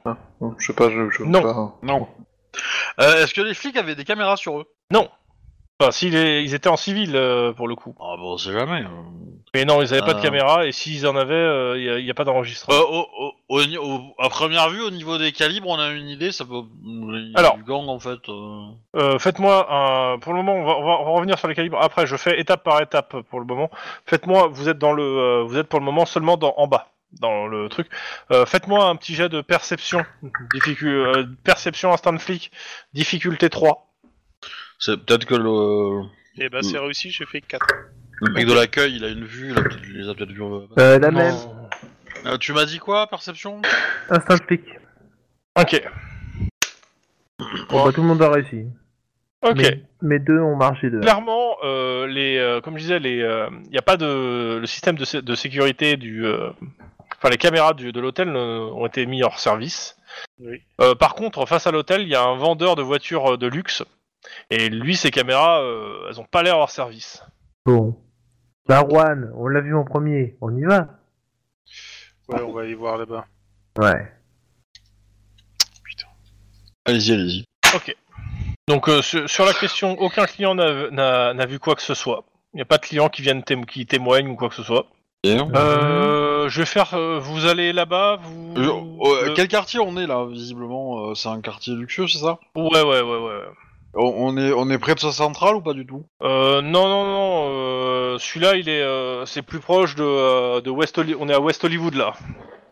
[SPEAKER 5] Je sais pas, je... je
[SPEAKER 2] Non.
[SPEAKER 5] pas.
[SPEAKER 6] Euh, Est-ce que les flics avaient des caméras sur eux
[SPEAKER 2] Non. Enfin, s'il est- ils étaient en civil euh, pour le coup.
[SPEAKER 6] bah,
[SPEAKER 1] Ah bon, on sait jamais. euh.
[SPEAKER 2] Mais non, ils avaient pas de
[SPEAKER 1] Ah.
[SPEAKER 2] caméra et s'ils en avaient, il n'y a, pas d'enregistrement.
[SPEAKER 1] Euh, au- au- au ni- au- à première vue, au niveau des calibres, on a une idée, ça peut.
[SPEAKER 2] Alors.
[SPEAKER 1] Du gang, en fait. euh.
[SPEAKER 2] Euh, Faites-moi un. Pour le moment, on va, on va- on va revenir sur les calibres. Après, je fais étape par étape euh, pour le moment. Faites-moi. Vous êtes dans le. euh, vous êtes pour le moment seulement dans en bas dans le truc. Euh, Faites-moi un petit jet de perception. Difficu- euh, perception instant flic. Difficulté 3.
[SPEAKER 1] C'est peut-être que le,
[SPEAKER 4] Et bah
[SPEAKER 2] Mm.
[SPEAKER 4] c'est réussi, j'ai fait 4.
[SPEAKER 1] le mec de l'accueil, il a une vue, il, a peut-être- il les a peut-être vus. euh,
[SPEAKER 3] Euh, la
[SPEAKER 2] Non.
[SPEAKER 3] même.
[SPEAKER 1] Euh, tu m'as dit quoi, perception
[SPEAKER 3] Instant flic.
[SPEAKER 2] Ok.
[SPEAKER 3] Bon, bah, tout le monde a réussi.
[SPEAKER 2] Ok.
[SPEAKER 3] Mais, mais deux ont marché deux.
[SPEAKER 2] Clairement, euh, les, euh, comme je disais, les, il n'y a pas de, le système de, sé- de sécurité du, euh, enfin les caméras du- de l'hôtel euh, ont été mis hors service.
[SPEAKER 4] Oui.
[SPEAKER 2] Euh, par contre, face à l'hôtel, il y a un vendeur de voitures euh, de luxe et lui, ses caméras, euh, elles ont pas l'air hors service.
[SPEAKER 3] Bon. Bah, Juan, on l'a vu en premier. On y va
[SPEAKER 4] Ouais, on va aller voir là-bas.
[SPEAKER 3] Ouais.
[SPEAKER 1] Allez-y, allez-y.
[SPEAKER 2] Donc euh, sur, sur la question, aucun client n'a- n'a n'a vu quoi que ce soit. Il n'y a pas de clients qui viennent témo- qui témoignent ou quoi que ce soit.
[SPEAKER 1] Mhm.
[SPEAKER 2] Euh, je vais faire. euh, vous allez là-bas. Vous.
[SPEAKER 1] Euh, euh,
[SPEAKER 2] le-
[SPEAKER 1] Quel quartier on est là Visiblement, euh, c'est un quartier luxueux, c'est ça
[SPEAKER 2] Ouais, ouais, ouais, ouais.
[SPEAKER 1] on, on est, on est près de sa centrale ou pas du tout
[SPEAKER 2] Euh, non, non, non. euh, Celui-là, il est, euh, c'est plus proche de, euh, de West. Holly- On est à West Hollywood là.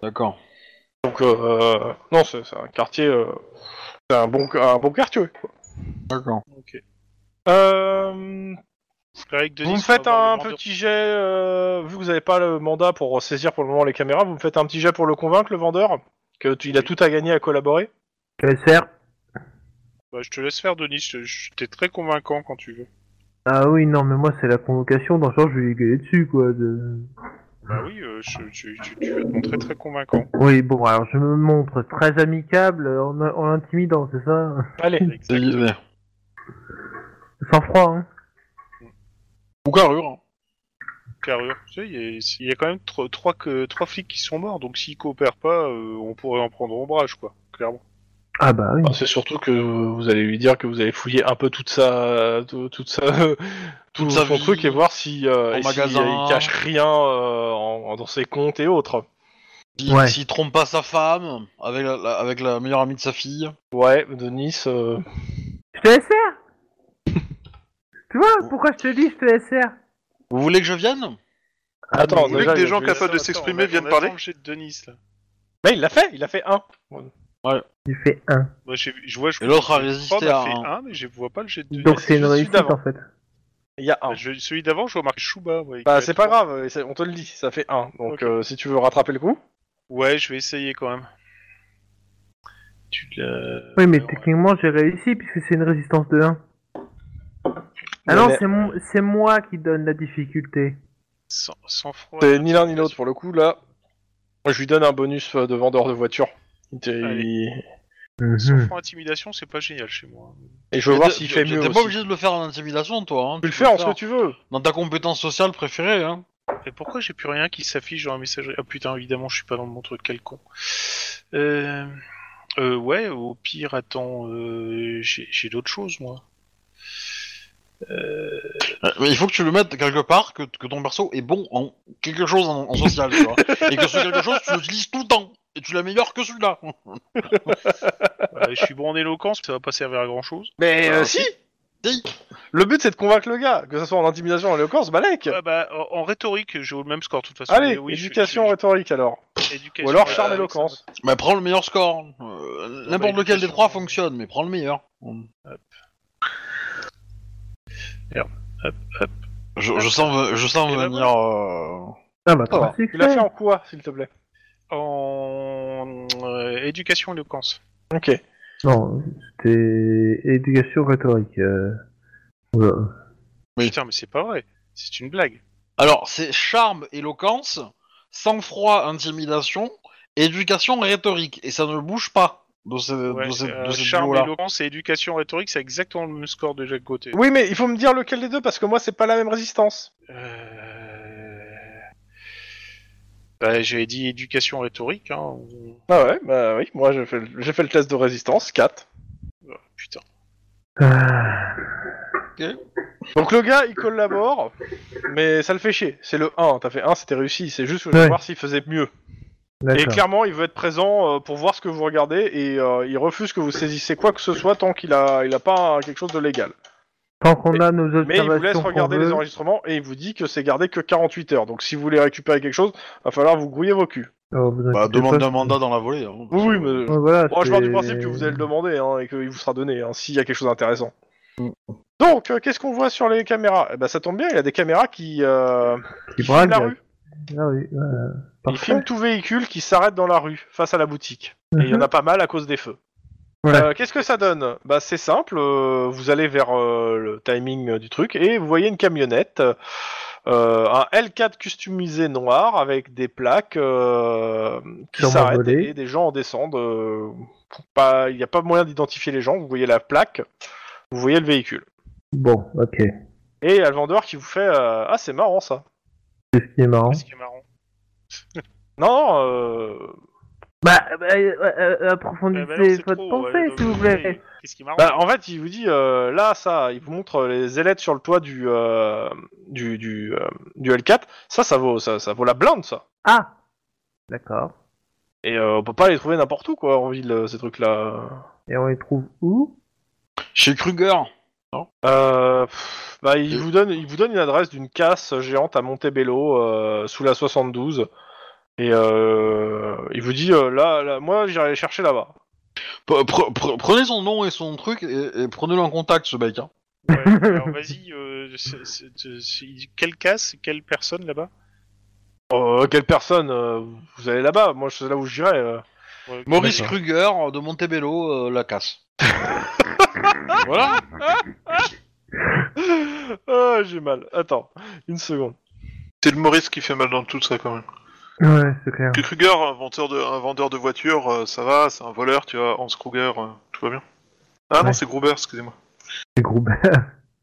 [SPEAKER 1] D'accord.
[SPEAKER 2] Donc euh, euh, non, c'est c'est un quartier, euh, c'est un bon, un bon quartier. quoi.
[SPEAKER 1] D'accord.
[SPEAKER 2] Euh,
[SPEAKER 4] Avec Denis,
[SPEAKER 2] vous me
[SPEAKER 4] on va
[SPEAKER 2] faites
[SPEAKER 4] voir
[SPEAKER 2] un
[SPEAKER 4] le vendeur.
[SPEAKER 2] petit jet, euh, vu que vous n'avez pas le mandat pour euh, saisir pour le moment les caméras, vous me faites un petit jet pour le convaincre, le vendeur, que tu- il a tout à gagner à collaborer.
[SPEAKER 3] Je vais le faire.
[SPEAKER 4] Bah, je te laisse faire, Denis. Je, je- t'es très convaincant quand tu veux.
[SPEAKER 3] Ah oui, non, mais moi, c'est la convocation. Dans le genre, je vais lui gueuler dessus, quoi. de-
[SPEAKER 4] Bah oui, euh, je- tu, tu, tu vas te montrer très convaincant.
[SPEAKER 3] Oui, bon, alors, je me montre très amicable euh, en, en intimidant, c'est ça
[SPEAKER 2] Allez.
[SPEAKER 1] C'est
[SPEAKER 4] Exact.
[SPEAKER 3] Sans froid, hein
[SPEAKER 1] Ou carrure. hein.
[SPEAKER 4] Carrure. Tu sais, il y, a- il y a quand même tro- trois, que, trois flics qui sont morts, donc s'ils coopèrent pas, euh, on pourrait en prendre ombrage, quoi. Clairement.
[SPEAKER 3] Ah bah oui.
[SPEAKER 2] Bah, c'est surtout que vous allez lui dire que vous allez fouiller un peu toute sa, tout- toute sa, (laughs) tout
[SPEAKER 1] Toute sa
[SPEAKER 2] son
[SPEAKER 1] vie.
[SPEAKER 2] truc et voir si, euh,
[SPEAKER 1] En
[SPEAKER 2] et si,
[SPEAKER 1] magasin.
[SPEAKER 2] euh, il cache rien euh, en- dans ses comptes et autres.
[SPEAKER 1] S'il
[SPEAKER 3] Ouais.
[SPEAKER 1] s'il trompe pas sa femme, avec la, la- avec la meilleure amie de sa fille.
[SPEAKER 2] Ouais, Denis. euh,
[SPEAKER 3] Je te laisse faire (laughs) Tu vois, pourquoi je te dis, je te laisse faire
[SPEAKER 1] Vous voulez que je vienne
[SPEAKER 2] Attends,
[SPEAKER 5] voulez
[SPEAKER 2] déjà,
[SPEAKER 5] que
[SPEAKER 2] il
[SPEAKER 5] des
[SPEAKER 2] a
[SPEAKER 5] gens
[SPEAKER 2] déjà-
[SPEAKER 5] capables de s'exprimer viennent parler
[SPEAKER 4] J'ai de Denis là.
[SPEAKER 2] Mais il l'a fait, il a fait un.
[SPEAKER 3] Il fait un.
[SPEAKER 4] Moi, j'ai- je vois, je
[SPEAKER 1] Et l'autre a
[SPEAKER 4] Fromm
[SPEAKER 1] résisté
[SPEAKER 4] a
[SPEAKER 1] à
[SPEAKER 4] fait
[SPEAKER 1] un.
[SPEAKER 4] un, mais je vois pas le jet de Denis.
[SPEAKER 3] Donc, c'est une
[SPEAKER 2] celui
[SPEAKER 3] réussite, hein.
[SPEAKER 2] d'avant.
[SPEAKER 3] en fait.
[SPEAKER 2] Il y a un.
[SPEAKER 4] Bah, je- celui d'avant, je vois marqué Chouba. ouais, il
[SPEAKER 2] Bah,
[SPEAKER 4] fait
[SPEAKER 2] c'est Ah, pas
[SPEAKER 4] trois.
[SPEAKER 2] grave, et c'est- on te le dit, ça fait un. Donc,
[SPEAKER 4] Ok.
[SPEAKER 2] euh, si tu veux rattraper le coup.
[SPEAKER 4] Ouais, je vais essayer quand même. Tu l'as.
[SPEAKER 3] Oui, mais
[SPEAKER 2] Euh,
[SPEAKER 4] Ouais, ouais.
[SPEAKER 3] techniquement, j'ai réussi, puisque c'est une résistance de 1. Ah non,
[SPEAKER 2] Mais-
[SPEAKER 3] c'est mon- c'est moi qui donne la difficulté.
[SPEAKER 4] Sans, sans froid.
[SPEAKER 2] C'est ni l'un ni l'autre pour le coup, là. Moi, je lui donne un bonus euh, de vendeur de voiture. Il t'est-
[SPEAKER 4] Allez. Sans
[SPEAKER 3] Mhm.
[SPEAKER 4] froid intimidation, c'est pas génial chez moi.
[SPEAKER 2] Et je veux
[SPEAKER 1] Mais
[SPEAKER 2] voir
[SPEAKER 1] t'es-
[SPEAKER 2] s'il fait
[SPEAKER 1] t'es-
[SPEAKER 2] mieux.
[SPEAKER 1] T'es pas
[SPEAKER 2] aussi.
[SPEAKER 1] obligé de le faire en intimidation, toi. hein.
[SPEAKER 2] Tu le
[SPEAKER 1] peux
[SPEAKER 2] fais en ce que tu veux.
[SPEAKER 1] Dans ta compétence sociale préférée, hein.
[SPEAKER 4] Et pourquoi j'ai plus rien qui s'affiche dans la messagerie Ah putain, évidemment, je suis pas dans mon truc, quel con. Euh... euh, ouais, au pire, attends, euh, j'ai j'ai d'autres choses,
[SPEAKER 2] (laughs)
[SPEAKER 4] moi. Euh...
[SPEAKER 1] Euh, Mais il faut que tu le mettes quelque part, que, que ton perso est bon en quelque chose en, en social, tu vois. Et que ce quelque chose, tu l'utilises tout le temps. Et tu l'améliores que celui-là.
[SPEAKER 4] ouais, je suis bon en éloquence, ça va pas servir à grand chose.
[SPEAKER 2] Mais
[SPEAKER 1] euh,
[SPEAKER 2] Ah, si
[SPEAKER 1] Si.
[SPEAKER 2] Le but c'est de convaincre le gars, que ce soit en intimidation ou en éloquence, balèque
[SPEAKER 4] Ah bah, en, en rhétorique, j'ai le même score, de toute façon.
[SPEAKER 2] Allez,
[SPEAKER 4] Mais oui, je-
[SPEAKER 2] éducation,
[SPEAKER 4] je-
[SPEAKER 2] rhétorique alors.
[SPEAKER 4] je- éducation, euh,
[SPEAKER 2] Ou alors
[SPEAKER 4] ouais,
[SPEAKER 2] charme,
[SPEAKER 4] avec
[SPEAKER 2] éloquence.
[SPEAKER 1] Bah, prends le meilleur score. Euh,
[SPEAKER 4] bah,
[SPEAKER 1] N'importe lequel des
[SPEAKER 4] éducation.
[SPEAKER 1] trois fonctionne, mais prends le meilleur.
[SPEAKER 4] Merde. Hop, hop.
[SPEAKER 1] Je, je sens, je sens
[SPEAKER 4] Et bah,
[SPEAKER 1] venir. euh,
[SPEAKER 3] Ah bah,
[SPEAKER 1] va.
[SPEAKER 3] trois
[SPEAKER 2] Tu l'as Oh, fait
[SPEAKER 3] succès
[SPEAKER 2] en quoi, s'il te plaît
[SPEAKER 4] ça. En euh, éducation, éloquence.
[SPEAKER 2] Ok.
[SPEAKER 3] Non, c'était éducation rhétorique. euh. Oula.
[SPEAKER 1] Oui.
[SPEAKER 4] Putain, mais c'est pas vrai. C'est une blague.
[SPEAKER 1] Alors, c'est charme, éloquence, sang-froid, intimidation, éducation, rhétorique. Et ça ne bouge pas de ces, de
[SPEAKER 4] Ouais,
[SPEAKER 1] ces- de
[SPEAKER 4] euh,
[SPEAKER 1] ces
[SPEAKER 4] charme,
[SPEAKER 1] duos-là.
[SPEAKER 4] éloquence et éducation rhétorique, c'est exactement le même score de Jacques Gauthier.
[SPEAKER 2] Oui, mais il faut me dire lequel des deux parce que moi c'est pas la même résistance.
[SPEAKER 4] Euh... Bah, j'avais dit éducation rhétorique. Hein. ou-
[SPEAKER 2] Ah ouais, bah oui, moi j'ai fait, le- j'ai fait le test de résistance, 4.
[SPEAKER 4] Putain.
[SPEAKER 3] Ah.
[SPEAKER 1] Ok.
[SPEAKER 2] Donc le gars, il collabore, mais ça le fait chier. C'est le 1, t'as fait 1, c'était réussi. C'est juste que je
[SPEAKER 3] Ouais.
[SPEAKER 2] voulais voir s'il faisait mieux. Et
[SPEAKER 3] D'accord.
[SPEAKER 2] clairement, il veut être présent euh, pour voir ce que vous regardez et euh, il refuse que vous saisissez quoi que ce soit tant qu'il a, il a pas un- quelque chose de légal.
[SPEAKER 3] Tant qu'on a nos
[SPEAKER 2] Mais il
[SPEAKER 3] observations
[SPEAKER 2] vous laisse
[SPEAKER 3] qu'on
[SPEAKER 2] regarder les
[SPEAKER 3] veut,
[SPEAKER 2] enregistrements et il vous dit que c'est gardé que 48 heures. Donc si vous voulez récupérer quelque chose, va falloir vous grouiller vos culs.
[SPEAKER 3] oh, vous
[SPEAKER 6] Bah,
[SPEAKER 3] inquiétez
[SPEAKER 6] demande
[SPEAKER 3] pas.
[SPEAKER 6] un mandat dans la volée. hein.
[SPEAKER 2] Oui, oui, mais
[SPEAKER 3] Ouais, voilà,
[SPEAKER 2] Bon, je pars du
[SPEAKER 3] c'est-
[SPEAKER 2] principe que vous allez le demander hein, et qu'il vous sera donné hein, s'il y a quelque chose d'intéressant. Donc, euh, qu'est-ce qu'on voit sur les caméras eh ben, Ça tombe bien, il y a des caméras qui, euh,
[SPEAKER 3] Qui
[SPEAKER 2] filment
[SPEAKER 3] brague.
[SPEAKER 2] la rue.
[SPEAKER 3] Ah oui, euh,
[SPEAKER 2] Ils
[SPEAKER 3] parfait.
[SPEAKER 2] filment tout véhicule qui s'arrête dans la rue, face à la boutique. Et il y en a pas mal à cause des feux.
[SPEAKER 3] Mhm. Ouais.
[SPEAKER 2] Euh, Qu'est-ce que ça donne Bah c'est simple, euh, vous allez vers euh, le timing euh, du truc et vous voyez une camionnette, euh, un L4 customisé noir avec des plaques euh, qui
[SPEAKER 3] Sûrement
[SPEAKER 2] s'arrêtent
[SPEAKER 3] volées.
[SPEAKER 2] et des gens en descendent. euh, pour pas- Il n'y a pas moyen d'identifier les gens, vous voyez la plaque, vous voyez le véhicule.
[SPEAKER 3] Bon, ok.
[SPEAKER 2] Et il y a le vendeur qui vous fait euh, Ah c'est marrant ça.
[SPEAKER 3] C'est ce qui est marrant.
[SPEAKER 4] C'est ce qui est marrant.
[SPEAKER 2] Non, non, euh,
[SPEAKER 3] Bah, bah, euh, euh, approfondissez
[SPEAKER 4] Bah, bah, non, c'est
[SPEAKER 3] votre
[SPEAKER 4] trop,
[SPEAKER 3] pensée,
[SPEAKER 4] ouais, donc,
[SPEAKER 3] s'il vous
[SPEAKER 4] oui,
[SPEAKER 3] plaît.
[SPEAKER 4] Qu'est-ce qui est marrant
[SPEAKER 2] Bah, en fait, il vous dit euh, là, ça, il vous montre les ailettes sur le toit du euh, du du, euh, du L4. Ça, ça vaut ça, ça vaut la blinde, ça.
[SPEAKER 3] Ah D'accord.
[SPEAKER 2] Et euh, on peut pas les trouver n'importe où, quoi, en ville, euh, ces trucs-là.
[SPEAKER 3] Et on les trouve où
[SPEAKER 1] Chez Kruger.
[SPEAKER 2] Euh, pff, bah, il vous donne, il vous donne une adresse d'une casse géante à Montebello, euh, sous la 72. Et euh, il vous dit euh, là, là, moi, j'irai les chercher là-bas.
[SPEAKER 1] Pre- pre- pre- prenez son nom et son truc et, et prenez-le en contact, ce mec. hein.
[SPEAKER 4] Ouais,
[SPEAKER 2] (laughs)
[SPEAKER 4] alors vas-y, euh, c'est- c'est- c'est- c'est- quelle casse, quelle personne là-bas
[SPEAKER 2] Euh, quelle personne euh, Vous allez là-bas Moi, c'est là où j'irai. euh. (laughs)
[SPEAKER 4] Ouais,
[SPEAKER 1] Maurice
[SPEAKER 4] d'accord.
[SPEAKER 1] Kruger euh, de Montebello, euh, la casse.
[SPEAKER 2] Voilà Ah, j'ai mal. Attends, une seconde.
[SPEAKER 5] C'est le Maurice qui fait mal dans tout ça quand même.
[SPEAKER 3] Ouais, c'est clair.
[SPEAKER 5] Que Kruger, inventeur de, un vendeur de voitures, euh, ça va, c'est un voleur, tu vois, Hans Kruger, euh, tout va bien. Ah
[SPEAKER 3] Ouais.
[SPEAKER 5] non, c'est Gruber, excusez-moi.
[SPEAKER 3] C'est (laughs) Grouber.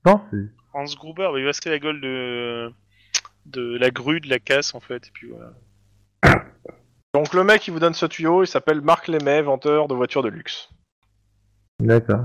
[SPEAKER 3] Non, c'est-
[SPEAKER 4] Hans Gruber, bah, il va se casser la gueule de... de la grue, de la casse en fait. Et puis voilà.
[SPEAKER 2] Donc le mec, il vous donne ce tuyau, il s'appelle Marc Lemay, venteur de voitures de luxe.
[SPEAKER 3] D'accord.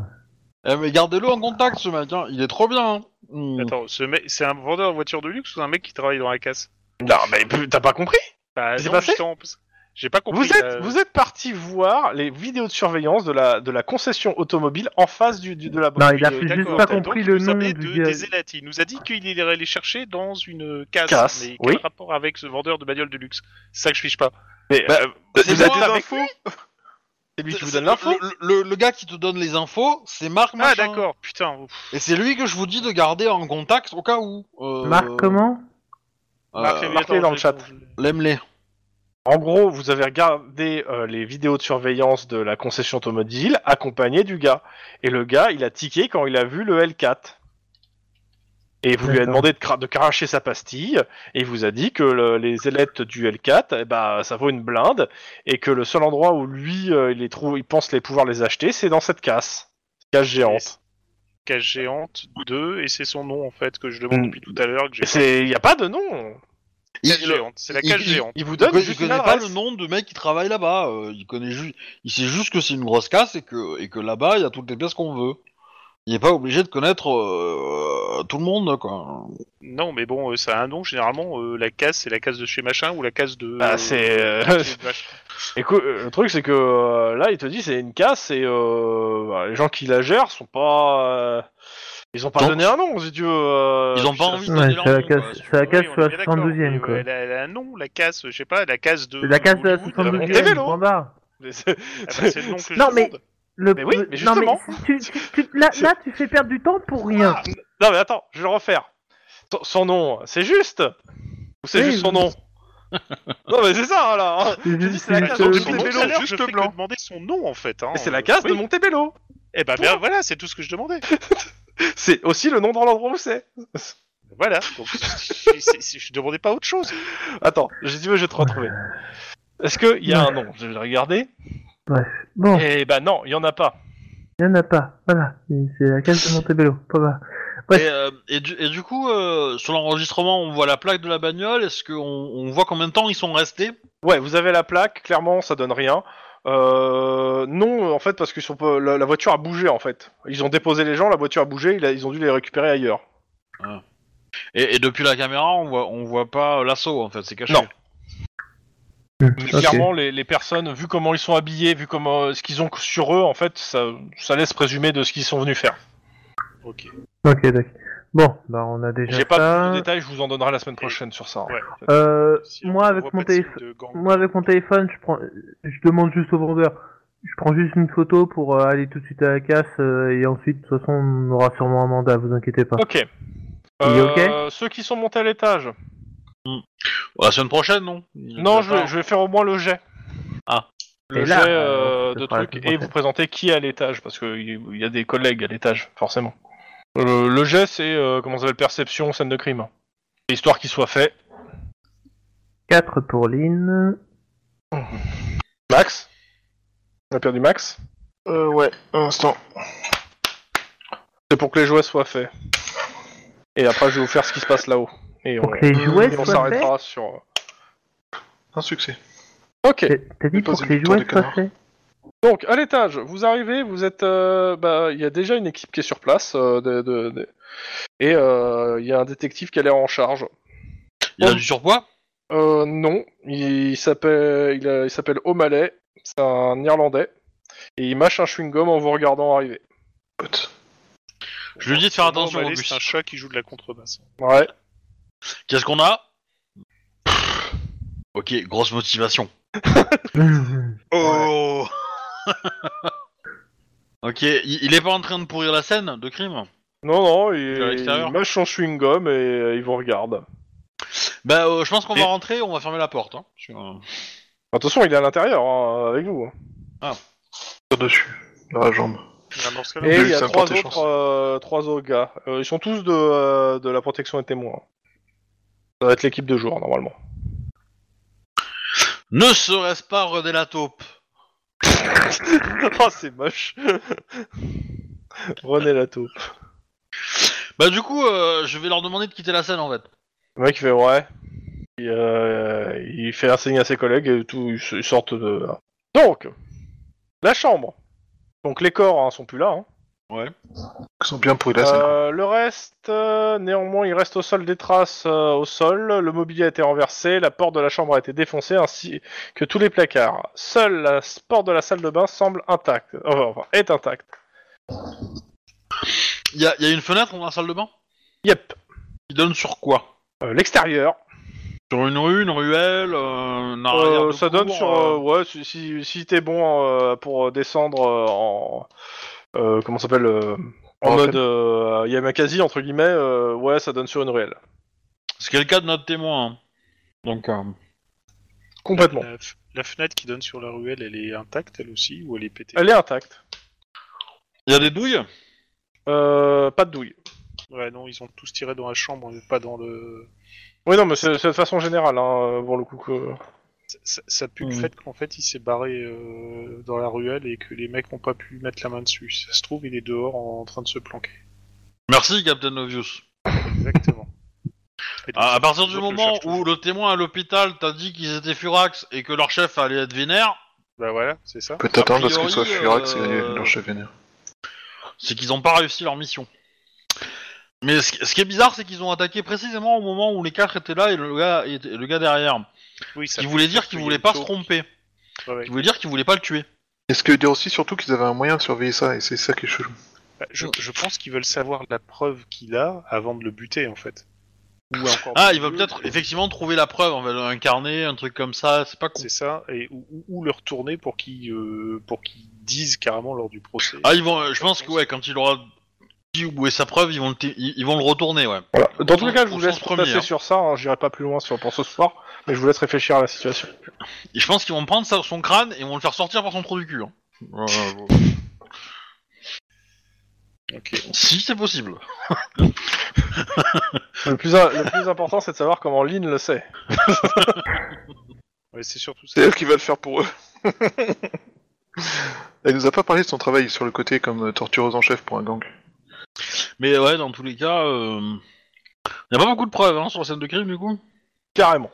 [SPEAKER 1] Eh, mais gardez-le en contact, ce mec. hein. Il est trop bien. hein.
[SPEAKER 2] Mm.
[SPEAKER 1] Hmm.
[SPEAKER 4] Attends, ce mec, c'est un vendeur de voitures de luxe ou un mec qui travaille dans la casse
[SPEAKER 2] Non, mais pu- t'as pas compris euh,
[SPEAKER 4] Bah
[SPEAKER 2] C'est
[SPEAKER 4] non,
[SPEAKER 2] passé
[SPEAKER 4] justement, parce que J'ai pas compris.
[SPEAKER 2] Vous êtes,
[SPEAKER 4] là.
[SPEAKER 2] vous êtes parti voir les vidéos de surveillance de la, de la concession automobile en face du, du- de la
[SPEAKER 3] Non, il a
[SPEAKER 4] Euh,
[SPEAKER 3] fait juste
[SPEAKER 4] d'accord,
[SPEAKER 3] pas
[SPEAKER 4] donc
[SPEAKER 3] compris
[SPEAKER 4] il
[SPEAKER 3] le
[SPEAKER 4] nous
[SPEAKER 3] nom
[SPEAKER 4] appelait
[SPEAKER 3] du
[SPEAKER 4] de-
[SPEAKER 3] gars.
[SPEAKER 4] des ailettes. Il nous a dit qu'il irait les chercher dans une casse.
[SPEAKER 2] Casse,
[SPEAKER 4] mais quel
[SPEAKER 2] oui.
[SPEAKER 4] rapport avec ce vendeur de bagnole de luxe C'est ça que je fiche pas.
[SPEAKER 2] Mais,
[SPEAKER 1] Bah,
[SPEAKER 2] euh,
[SPEAKER 1] c'est
[SPEAKER 5] Vous avez
[SPEAKER 1] moi
[SPEAKER 5] des
[SPEAKER 2] avec
[SPEAKER 5] infos
[SPEAKER 2] c'est lui qui vous
[SPEAKER 1] C'est-
[SPEAKER 2] donne l'info
[SPEAKER 1] le, le- le gars qui te donne les infos, c'est Marc
[SPEAKER 4] Ah
[SPEAKER 1] Machin.
[SPEAKER 4] d'accord, putain. ouf.
[SPEAKER 1] Et c'est lui que je vous dis de garder en contact au cas où. Euh,
[SPEAKER 3] Marc, comment
[SPEAKER 1] euh,
[SPEAKER 4] Marc, les
[SPEAKER 2] marquez dans le chat.
[SPEAKER 1] Lemley.
[SPEAKER 2] En gros, vous avez regardé euh, les vidéos de surveillance de la concession automobile accompagné du gars. Et le gars, il a tiqué quand il a vu le L4. Et vous lui avez
[SPEAKER 3] D'accord.
[SPEAKER 2] demandé de, cra- de cracher sa pastille, et il vous a dit que le- les ailettes du L4, eh ben, ça vaut une blinde, et que le seul endroit où lui, euh, il, les trouve, il pense les pouvoir les acheter, c'est dans cette casse. Casse géante.
[SPEAKER 4] Casse géante 2, et c'est son nom en fait que je demande
[SPEAKER 2] Mm.
[SPEAKER 4] depuis tout à l'heure. que j'ai-
[SPEAKER 2] Il n'y a pas de nom.
[SPEAKER 1] Il,
[SPEAKER 4] Casse géante, c'est la
[SPEAKER 1] il-
[SPEAKER 4] casse
[SPEAKER 1] il-
[SPEAKER 4] géante.
[SPEAKER 2] Il vous
[SPEAKER 1] il
[SPEAKER 2] donne
[SPEAKER 1] connaît- il
[SPEAKER 2] juste une
[SPEAKER 1] connaît pas le
[SPEAKER 2] adresse.
[SPEAKER 1] nom de mec qui travaille là-bas. euh, il connaît juste, il sait juste que c'est une grosse casse et que et que là-bas il y a toutes les pièces qu'on veut. Il n'est pas obligé de connaître euh, tout le monde quoi.
[SPEAKER 4] Non, mais bon, euh, ça a un nom généralement. euh, la casse, c'est la casse de chez machin ou la casse de.
[SPEAKER 2] Bah, c'est, euh, (laughs)
[SPEAKER 4] chez machin.
[SPEAKER 2] Écoute, euh, le truc c'est que euh, là, il te dit c'est une casse et euh, bah, les gens qui la gèrent sont pas, euh, ils ont pas
[SPEAKER 1] Donc-
[SPEAKER 2] donné un nom si tu veux. euh,
[SPEAKER 1] Ils ont pas
[SPEAKER 2] putain,
[SPEAKER 1] envie de
[SPEAKER 3] Ouais,
[SPEAKER 1] donner leur
[SPEAKER 3] c'est la
[SPEAKER 1] nom, quoi,
[SPEAKER 3] casse,
[SPEAKER 1] si tu
[SPEAKER 3] c'est la
[SPEAKER 1] veux.
[SPEAKER 3] casse
[SPEAKER 4] Oui, on est
[SPEAKER 3] sur la
[SPEAKER 4] bien d'accord, mais,
[SPEAKER 3] 72ème,
[SPEAKER 4] euh,
[SPEAKER 3] quoi.
[SPEAKER 4] Elle a, elle a un nom, la casse, je sais pas, la casse de.
[SPEAKER 3] C'est la casse de la
[SPEAKER 4] Hollywood, euh,
[SPEAKER 3] 72
[SPEAKER 2] des
[SPEAKER 3] e
[SPEAKER 2] vélos.
[SPEAKER 3] point barre.
[SPEAKER 2] mais (laughs) c'est- (laughs)
[SPEAKER 4] Ah bah, c'est le nom que je
[SPEAKER 3] Non, mais-
[SPEAKER 4] demande.
[SPEAKER 3] Le...
[SPEAKER 2] Mais oui,
[SPEAKER 3] le-
[SPEAKER 2] mais
[SPEAKER 3] non,
[SPEAKER 2] justement.
[SPEAKER 3] mais tu- tu- tu- là, là, tu fais perdre du temps pour rien.
[SPEAKER 2] Non mais attends, je vais le refaire. Son, son nom, c'est juste Ou c'est
[SPEAKER 3] Oui,
[SPEAKER 2] juste son
[SPEAKER 3] oui.
[SPEAKER 2] nom Non mais c'est ça là.
[SPEAKER 3] (laughs)
[SPEAKER 2] hein.
[SPEAKER 3] C'est
[SPEAKER 2] dis,
[SPEAKER 3] juste
[SPEAKER 2] c'est la
[SPEAKER 3] une
[SPEAKER 2] casse
[SPEAKER 4] Ah, donc,
[SPEAKER 2] Euh,
[SPEAKER 3] chose-
[SPEAKER 4] son
[SPEAKER 2] des
[SPEAKER 4] nom,
[SPEAKER 2] vélos
[SPEAKER 4] tout à l'heure,
[SPEAKER 2] juste
[SPEAKER 4] je fais que
[SPEAKER 2] blancs.
[SPEAKER 4] demander son nom en fait. Hein.
[SPEAKER 2] Mais c'est la casse de
[SPEAKER 4] mon.
[SPEAKER 2] Montebello.
[SPEAKER 4] Eh ben, ben voilà, c'est tout ce que je demandais.
[SPEAKER 2] (laughs) C'est aussi le nom dans l'endroit où c'est.
[SPEAKER 4] Voilà. Donc, c'est- c'est- c'est- je demandais pas autre chose.
[SPEAKER 2] Attends, je si tu veux, je vais te retrouver. Est-ce qu'il y a un nom Je vais le regarder.
[SPEAKER 3] Bon,
[SPEAKER 2] Eh ben non, il y en a pas.
[SPEAKER 3] il y en a pas. Voilà, c'est la casse de Montebello. Pas mal. Ouais.
[SPEAKER 6] Et, euh, et du, et du coup, euh, sur l'enregistrement, on voit la plaque de la bagnole. Est-ce qu'on on voit combien de temps ils sont restés
[SPEAKER 2] Ouais, vous avez la plaque, clairement, ça donne rien. Euh, non, en fait, parce que la, la voiture a bougé, en fait. Ils ont déposé les gens, la voiture a bougé, il a- ils ont dû les récupérer ailleurs.
[SPEAKER 1] Et, et depuis la caméra, on voit, on voit pas euh, l'assaut en fait, c'est caché.
[SPEAKER 2] Non. Mais
[SPEAKER 3] Ok.
[SPEAKER 2] clairement, les, les personnes, vu comment ils sont habillés, vu comment euh, ce qu'ils ont sur eux, en fait, ça, ça laisse présumer de ce qu'ils sont venus faire.
[SPEAKER 4] Ok.
[SPEAKER 3] Ok, d'accord. Bon, bah on a déjà
[SPEAKER 2] J'ai pas
[SPEAKER 3] ça.
[SPEAKER 2] plus de détails, je vous en donnerai la semaine prochaine sur ça. hein.
[SPEAKER 4] Ouais.
[SPEAKER 3] Euh,
[SPEAKER 4] Si on
[SPEAKER 3] moi
[SPEAKER 4] voit
[SPEAKER 3] avec mon
[SPEAKER 4] pas de signe
[SPEAKER 3] téléphone.
[SPEAKER 4] de gang.
[SPEAKER 3] Moi, avec mon téléphone, je, prends, je demande juste au vendeur. Je prends juste une photo pour euh, aller tout de suite à la casse euh, et ensuite, de toute façon, on aura sûrement un mandat, vous inquiétez pas.
[SPEAKER 2] Ok.
[SPEAKER 3] Il est
[SPEAKER 2] Euh, Ceux qui sont montés à l'étage.
[SPEAKER 1] La semaine prochaine, non
[SPEAKER 2] Non, je, vais- je vais faire au moins le jet.
[SPEAKER 1] Ah.
[SPEAKER 2] Le
[SPEAKER 3] Et
[SPEAKER 2] jet
[SPEAKER 3] là,
[SPEAKER 2] euh,
[SPEAKER 3] euh,
[SPEAKER 2] de
[SPEAKER 3] ce sera la
[SPEAKER 2] trucs
[SPEAKER 3] semaine
[SPEAKER 2] et vous présenter qui est à l'étage parce que il y a des collègues à l'étage, forcément. Euh, le jet, c'est euh, comment ça s'appelle perception, scène de crime. Histoire qu'il soit fait.
[SPEAKER 3] 4 pour Lynn.
[SPEAKER 2] Max. On a perdu Max.
[SPEAKER 5] Euh, ouais, un instant.
[SPEAKER 2] C'est pour que les jouets soient faits. Et après, je vais vous faire ce qui se passe là-haut. Et on,
[SPEAKER 3] Pour que les jouets
[SPEAKER 2] et on
[SPEAKER 3] soient faits.
[SPEAKER 2] s'arrêtera sur. euh,
[SPEAKER 5] Un succès.
[SPEAKER 2] Ok.
[SPEAKER 3] T'as- T'as dit
[SPEAKER 5] Déposer
[SPEAKER 3] pour que les
[SPEAKER 5] une tour
[SPEAKER 3] jouets
[SPEAKER 5] de
[SPEAKER 3] soient
[SPEAKER 5] canard.
[SPEAKER 3] faits
[SPEAKER 2] Donc, à l'étage, vous arrivez, vous êtes. euh, bah, Il y a déjà une équipe qui est sur place. euh, de, de- de- Et euh, il y a un détective qui a l'air en charge.
[SPEAKER 1] Il a du surpoids
[SPEAKER 2] Euh, non, il s'appelle il a- il s'appelle O'Malley, c'est un Irlandais, et il mâche un chewing-gum en vous regardant arriver.
[SPEAKER 5] Pote.
[SPEAKER 1] Je lui dis de faire
[SPEAKER 4] Vraiment,
[SPEAKER 1] attention,
[SPEAKER 4] Malais,
[SPEAKER 1] Auguste.
[SPEAKER 2] hein,
[SPEAKER 4] C'est un chat qui joue de la contrebasse.
[SPEAKER 2] Ouais.
[SPEAKER 1] Qu'est-ce qu'on a Ok, grosse motivation.
[SPEAKER 3] Hum,
[SPEAKER 1] Oh (laughs) Ok, il, il est pas en train de pourrir la scène de crime
[SPEAKER 2] Non, non, il,
[SPEAKER 1] à l'extérieur
[SPEAKER 2] il mâche son chewing-gum et euh, il vous regarde.
[SPEAKER 1] Bah, euh, je pense qu'on
[SPEAKER 4] Et-
[SPEAKER 1] va rentrer, on va fermer la porte. hein. Je- euh,
[SPEAKER 2] Attention, il est à l'intérieur, hein, avec vous.
[SPEAKER 5] Tire dessus. Dans la jambe.
[SPEAKER 4] Ah, dans ce cas-là,
[SPEAKER 2] Et
[SPEAKER 5] Oui,
[SPEAKER 2] il y a
[SPEAKER 5] ça
[SPEAKER 2] trois
[SPEAKER 5] porte des
[SPEAKER 2] autres, euh, trois autres gars. Euh, ils sont tous de, euh, de la protection des témoins. Ça va être l'équipe de jour, normalement.
[SPEAKER 1] Ne serait-ce pas René la taupe
[SPEAKER 2] (laughs) oh, c'est moche. René Lato.
[SPEAKER 1] Bah, du coup, euh, je vais leur demander de quitter la scène en fait.
[SPEAKER 2] Le mec il fait ouais. Il, euh, il fait un signe à ses collègues et tout, ils, ils sortent de. Donc, la chambre. Donc les corps hein, sont plus là. hein.
[SPEAKER 5] Ils sont bien pourris la scène. quoi.
[SPEAKER 2] Euh, le reste, euh, néanmoins, il reste au sol des traces euh, au sol. Le mobilier a été renversé, la porte de la chambre a été défoncée ainsi que tous les placards. Seule la s- porte de la salle de bain semble intacte. Enfin, enfin, est intacte.
[SPEAKER 1] Il y a, il y a une fenêtre dans la salle de bain
[SPEAKER 2] Yep.
[SPEAKER 1] Qui donne sur quoi
[SPEAKER 2] Euh, L'extérieur,
[SPEAKER 1] Sur une rue, une ruelle, euh, un arrière
[SPEAKER 2] Euh,
[SPEAKER 1] de
[SPEAKER 2] ça
[SPEAKER 1] cour,
[SPEAKER 2] donne sur
[SPEAKER 1] euh,
[SPEAKER 2] euh, ouais si, si, si t'es bon euh, pour descendre euh, en euh, comment ça s'appelle euh, en
[SPEAKER 5] En
[SPEAKER 2] mode euh, Yamakasi entre guillemets euh, ouais ça donne sur une ruelle
[SPEAKER 1] Ce qui est le cas de notre témoin. hein. Donc, euh,
[SPEAKER 2] complètement
[SPEAKER 4] La, f- la fenêtre qui donne sur la ruelle, elle est intacte elle aussi ou elle est pétée
[SPEAKER 2] elle est intacte
[SPEAKER 1] il y a des douilles
[SPEAKER 2] Euh, pas de douille
[SPEAKER 4] Ouais, non, ils ont tous tiré dans la chambre, mais pas dans le.
[SPEAKER 2] oui non mais c'est c'est de façon générale hein, pour le coup que...
[SPEAKER 4] Ça- Ça, ça pue le
[SPEAKER 2] Mm.
[SPEAKER 1] Mhm.
[SPEAKER 4] fait qu'en fait il s'est barré euh, dans la ruelle et que les mecs n'ont pas pu mettre la main dessus. Si ça se trouve, il est dehors en, en train de se planquer.
[SPEAKER 1] Merci, Captain Obvious.
[SPEAKER 4] Exactement. Et donc,
[SPEAKER 1] À, à partir
[SPEAKER 4] les
[SPEAKER 1] du
[SPEAKER 4] autres le
[SPEAKER 1] moment
[SPEAKER 4] cherchent
[SPEAKER 1] où
[SPEAKER 4] toujours.
[SPEAKER 1] le témoin à l'hôpital t'a dit qu'ils étaient furax et que leur chef allait être vénère,
[SPEAKER 4] Bah voilà, c'est ça.
[SPEAKER 5] Peut-être attendre à ce qu'ils soient
[SPEAKER 1] priori,
[SPEAKER 5] furax et
[SPEAKER 1] euh,
[SPEAKER 5] leur chef vénère.
[SPEAKER 1] c'est qu'ils n'ont pas réussi leur mission. Mais ce, qui- ce qui est bizarre, c'est qu'ils ont attaqué précisément au moment où les quatre étaient là et le gars, et le gars derrière.
[SPEAKER 4] Oui,
[SPEAKER 1] Ce qui voulait dire qu'ils voulaient pas se tromper.
[SPEAKER 4] Ouais, ouais.
[SPEAKER 1] Ce qui voulait dire qu'ils voulaient pas le tuer.
[SPEAKER 5] Et ce que dire aussi, surtout qu'ils avaient un moyen de surveiller ça, et c'est ça qui est chelou.
[SPEAKER 4] Bah, je, je pense qu'ils veulent savoir la preuve qu'il a avant de le buter en fait. Ou encore
[SPEAKER 1] Ah,
[SPEAKER 4] mieux,
[SPEAKER 1] il va peut-être effectivement trouver la preuve, on va l'incarner, un truc comme ça, c'est pas con.
[SPEAKER 4] C'est ça, et ou, ou- ou le retourner pour qu'ils euh, pour qu'ils disent carrément lors du procès.
[SPEAKER 1] Ah, ils vont, euh, je pense que ouais, quand il aura dit où est sa preuve, ils vont le, t- ils ils vont le retourner, ouais.
[SPEAKER 2] voilà. dans tous
[SPEAKER 1] Au
[SPEAKER 2] les cas je
[SPEAKER 1] sens-
[SPEAKER 2] vous
[SPEAKER 1] au
[SPEAKER 2] laisse
[SPEAKER 1] sens premier,
[SPEAKER 2] passer
[SPEAKER 1] hein.
[SPEAKER 2] sur ça hein, j'irai pas plus loin sur, pour ce soir mais je vous laisse réfléchir à la situation
[SPEAKER 1] Et je pense qu'ils vont prendre ça, son crâne et vont le faire sortir par son trou du cul. hein. Si c'est possible.
[SPEAKER 2] le plus, im- Euh, le plus important c'est de savoir comment Lynn le sait
[SPEAKER 4] Ouais, c'est surtout ça.
[SPEAKER 5] C'est elle qui va le faire pour eux. (laughs) elle nous a pas parlé de son travail sur le côté comme euh, tortureuse en chef pour un gang.
[SPEAKER 1] Mais ouais, dans tous les cas, euh... y a pas beaucoup de preuves hein, sur la scène de crime du coup.
[SPEAKER 2] carrément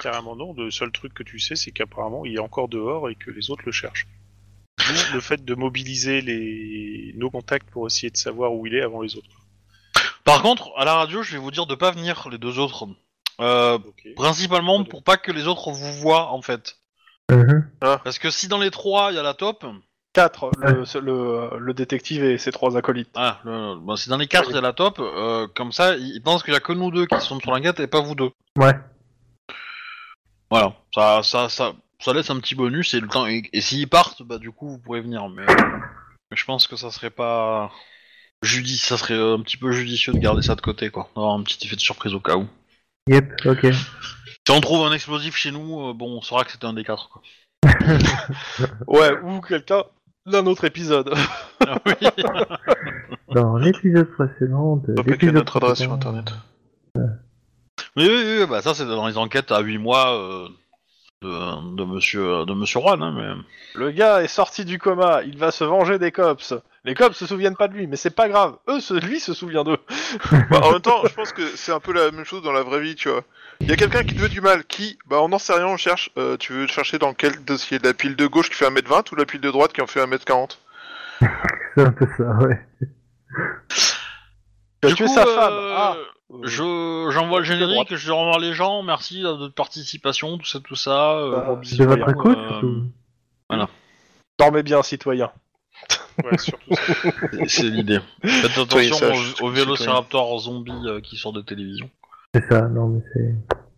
[SPEAKER 4] Carrément non, le seul truc que tu sais, c'est qu'apparemment il est encore dehors et que les autres le cherchent. D'où le fait de mobiliser les... nos contacts pour essayer de savoir où il est avant les autres.
[SPEAKER 1] Par contre, à la radio, je vais vous dire de pas venir les deux autres. Euh,
[SPEAKER 4] Ok.
[SPEAKER 1] principalement pour pas que les autres vous voient en fait.
[SPEAKER 3] hum.
[SPEAKER 1] Parce que si dans les trois il y a la top,
[SPEAKER 2] 4, le, le, le détective et ses trois acolytes.
[SPEAKER 1] ah, le- bon, si dans les quatre il y a la top, euh, comme ça ils ils pensent qu'il y a que nous deux qui sont sur l'enquête et pas vous deux.
[SPEAKER 3] Ouais.
[SPEAKER 1] Voilà, ça, ça, ça, ça laisse un petit bonus et le temps. Et, et s'ils partent, bah du coup vous pourrez venir. Mais, mais je pense que ça serait pas judi, ça serait euh, un petit peu judicieux de garder ça de côté quoi, d'avoir un petit effet de surprise au cas où.
[SPEAKER 3] Yep, ok.
[SPEAKER 1] Si on trouve un explosif chez nous, euh, bon, on saura que c'était un des quatre quoi.
[SPEAKER 2] Ouais, ou quelqu'un d'un autre épisode.
[SPEAKER 1] Ah oui.
[SPEAKER 3] Dans l'épisode précédent, de
[SPEAKER 5] Hop, avec
[SPEAKER 3] l'épisode
[SPEAKER 5] notre adresse sur
[SPEAKER 3] précédent,
[SPEAKER 5] internet.
[SPEAKER 1] Mais oui, oui, oui, bah ça c'est dans les enquêtes à 8 mois euh, de, de monsieur de monsieur Juan, hein, mais.
[SPEAKER 2] Le gars est sorti du coma, il va se venger des cops. Les cops se souviennent pas de lui, mais c'est pas grave. Eux, se- lui se souvient d'eux.
[SPEAKER 5] Bah,
[SPEAKER 2] (laughs)
[SPEAKER 5] en même temps, je pense que c'est un peu la même chose dans la vraie vie, tu vois. Il y a quelqu'un qui te veut du mal, qui, bah on n'en sait rien, on cherche. Euh, tu veux chercher dans quel dossier La pile de gauche qui fait 1m20 ou la pile de droite qui en fait 1m40
[SPEAKER 3] C'est un peu ça, ouais.
[SPEAKER 2] Il a
[SPEAKER 1] Du
[SPEAKER 2] tué
[SPEAKER 1] coup,
[SPEAKER 2] sa
[SPEAKER 1] euh,
[SPEAKER 2] femme. Ah, euh,
[SPEAKER 1] Je j'envoie le
[SPEAKER 2] de
[SPEAKER 1] générique,
[SPEAKER 2] droite.
[SPEAKER 1] je remercie les gens, merci euh, de votre participation, tout ça, tout ça. euh,
[SPEAKER 2] Bah,
[SPEAKER 1] bon,
[SPEAKER 3] De votre
[SPEAKER 1] citoyen,
[SPEAKER 3] écoute
[SPEAKER 1] euh,
[SPEAKER 3] ou-
[SPEAKER 2] Dormez bien, citoyen.
[SPEAKER 4] Ouais, surtout ça.
[SPEAKER 1] c'est- C'est l'idée. Faites
[SPEAKER 5] Soyez
[SPEAKER 1] attention
[SPEAKER 5] sages,
[SPEAKER 1] au, au
[SPEAKER 5] citoyen.
[SPEAKER 1] vélociraptor zombie euh, qui sort de télévision.
[SPEAKER 3] C'est ça, non mais c'est...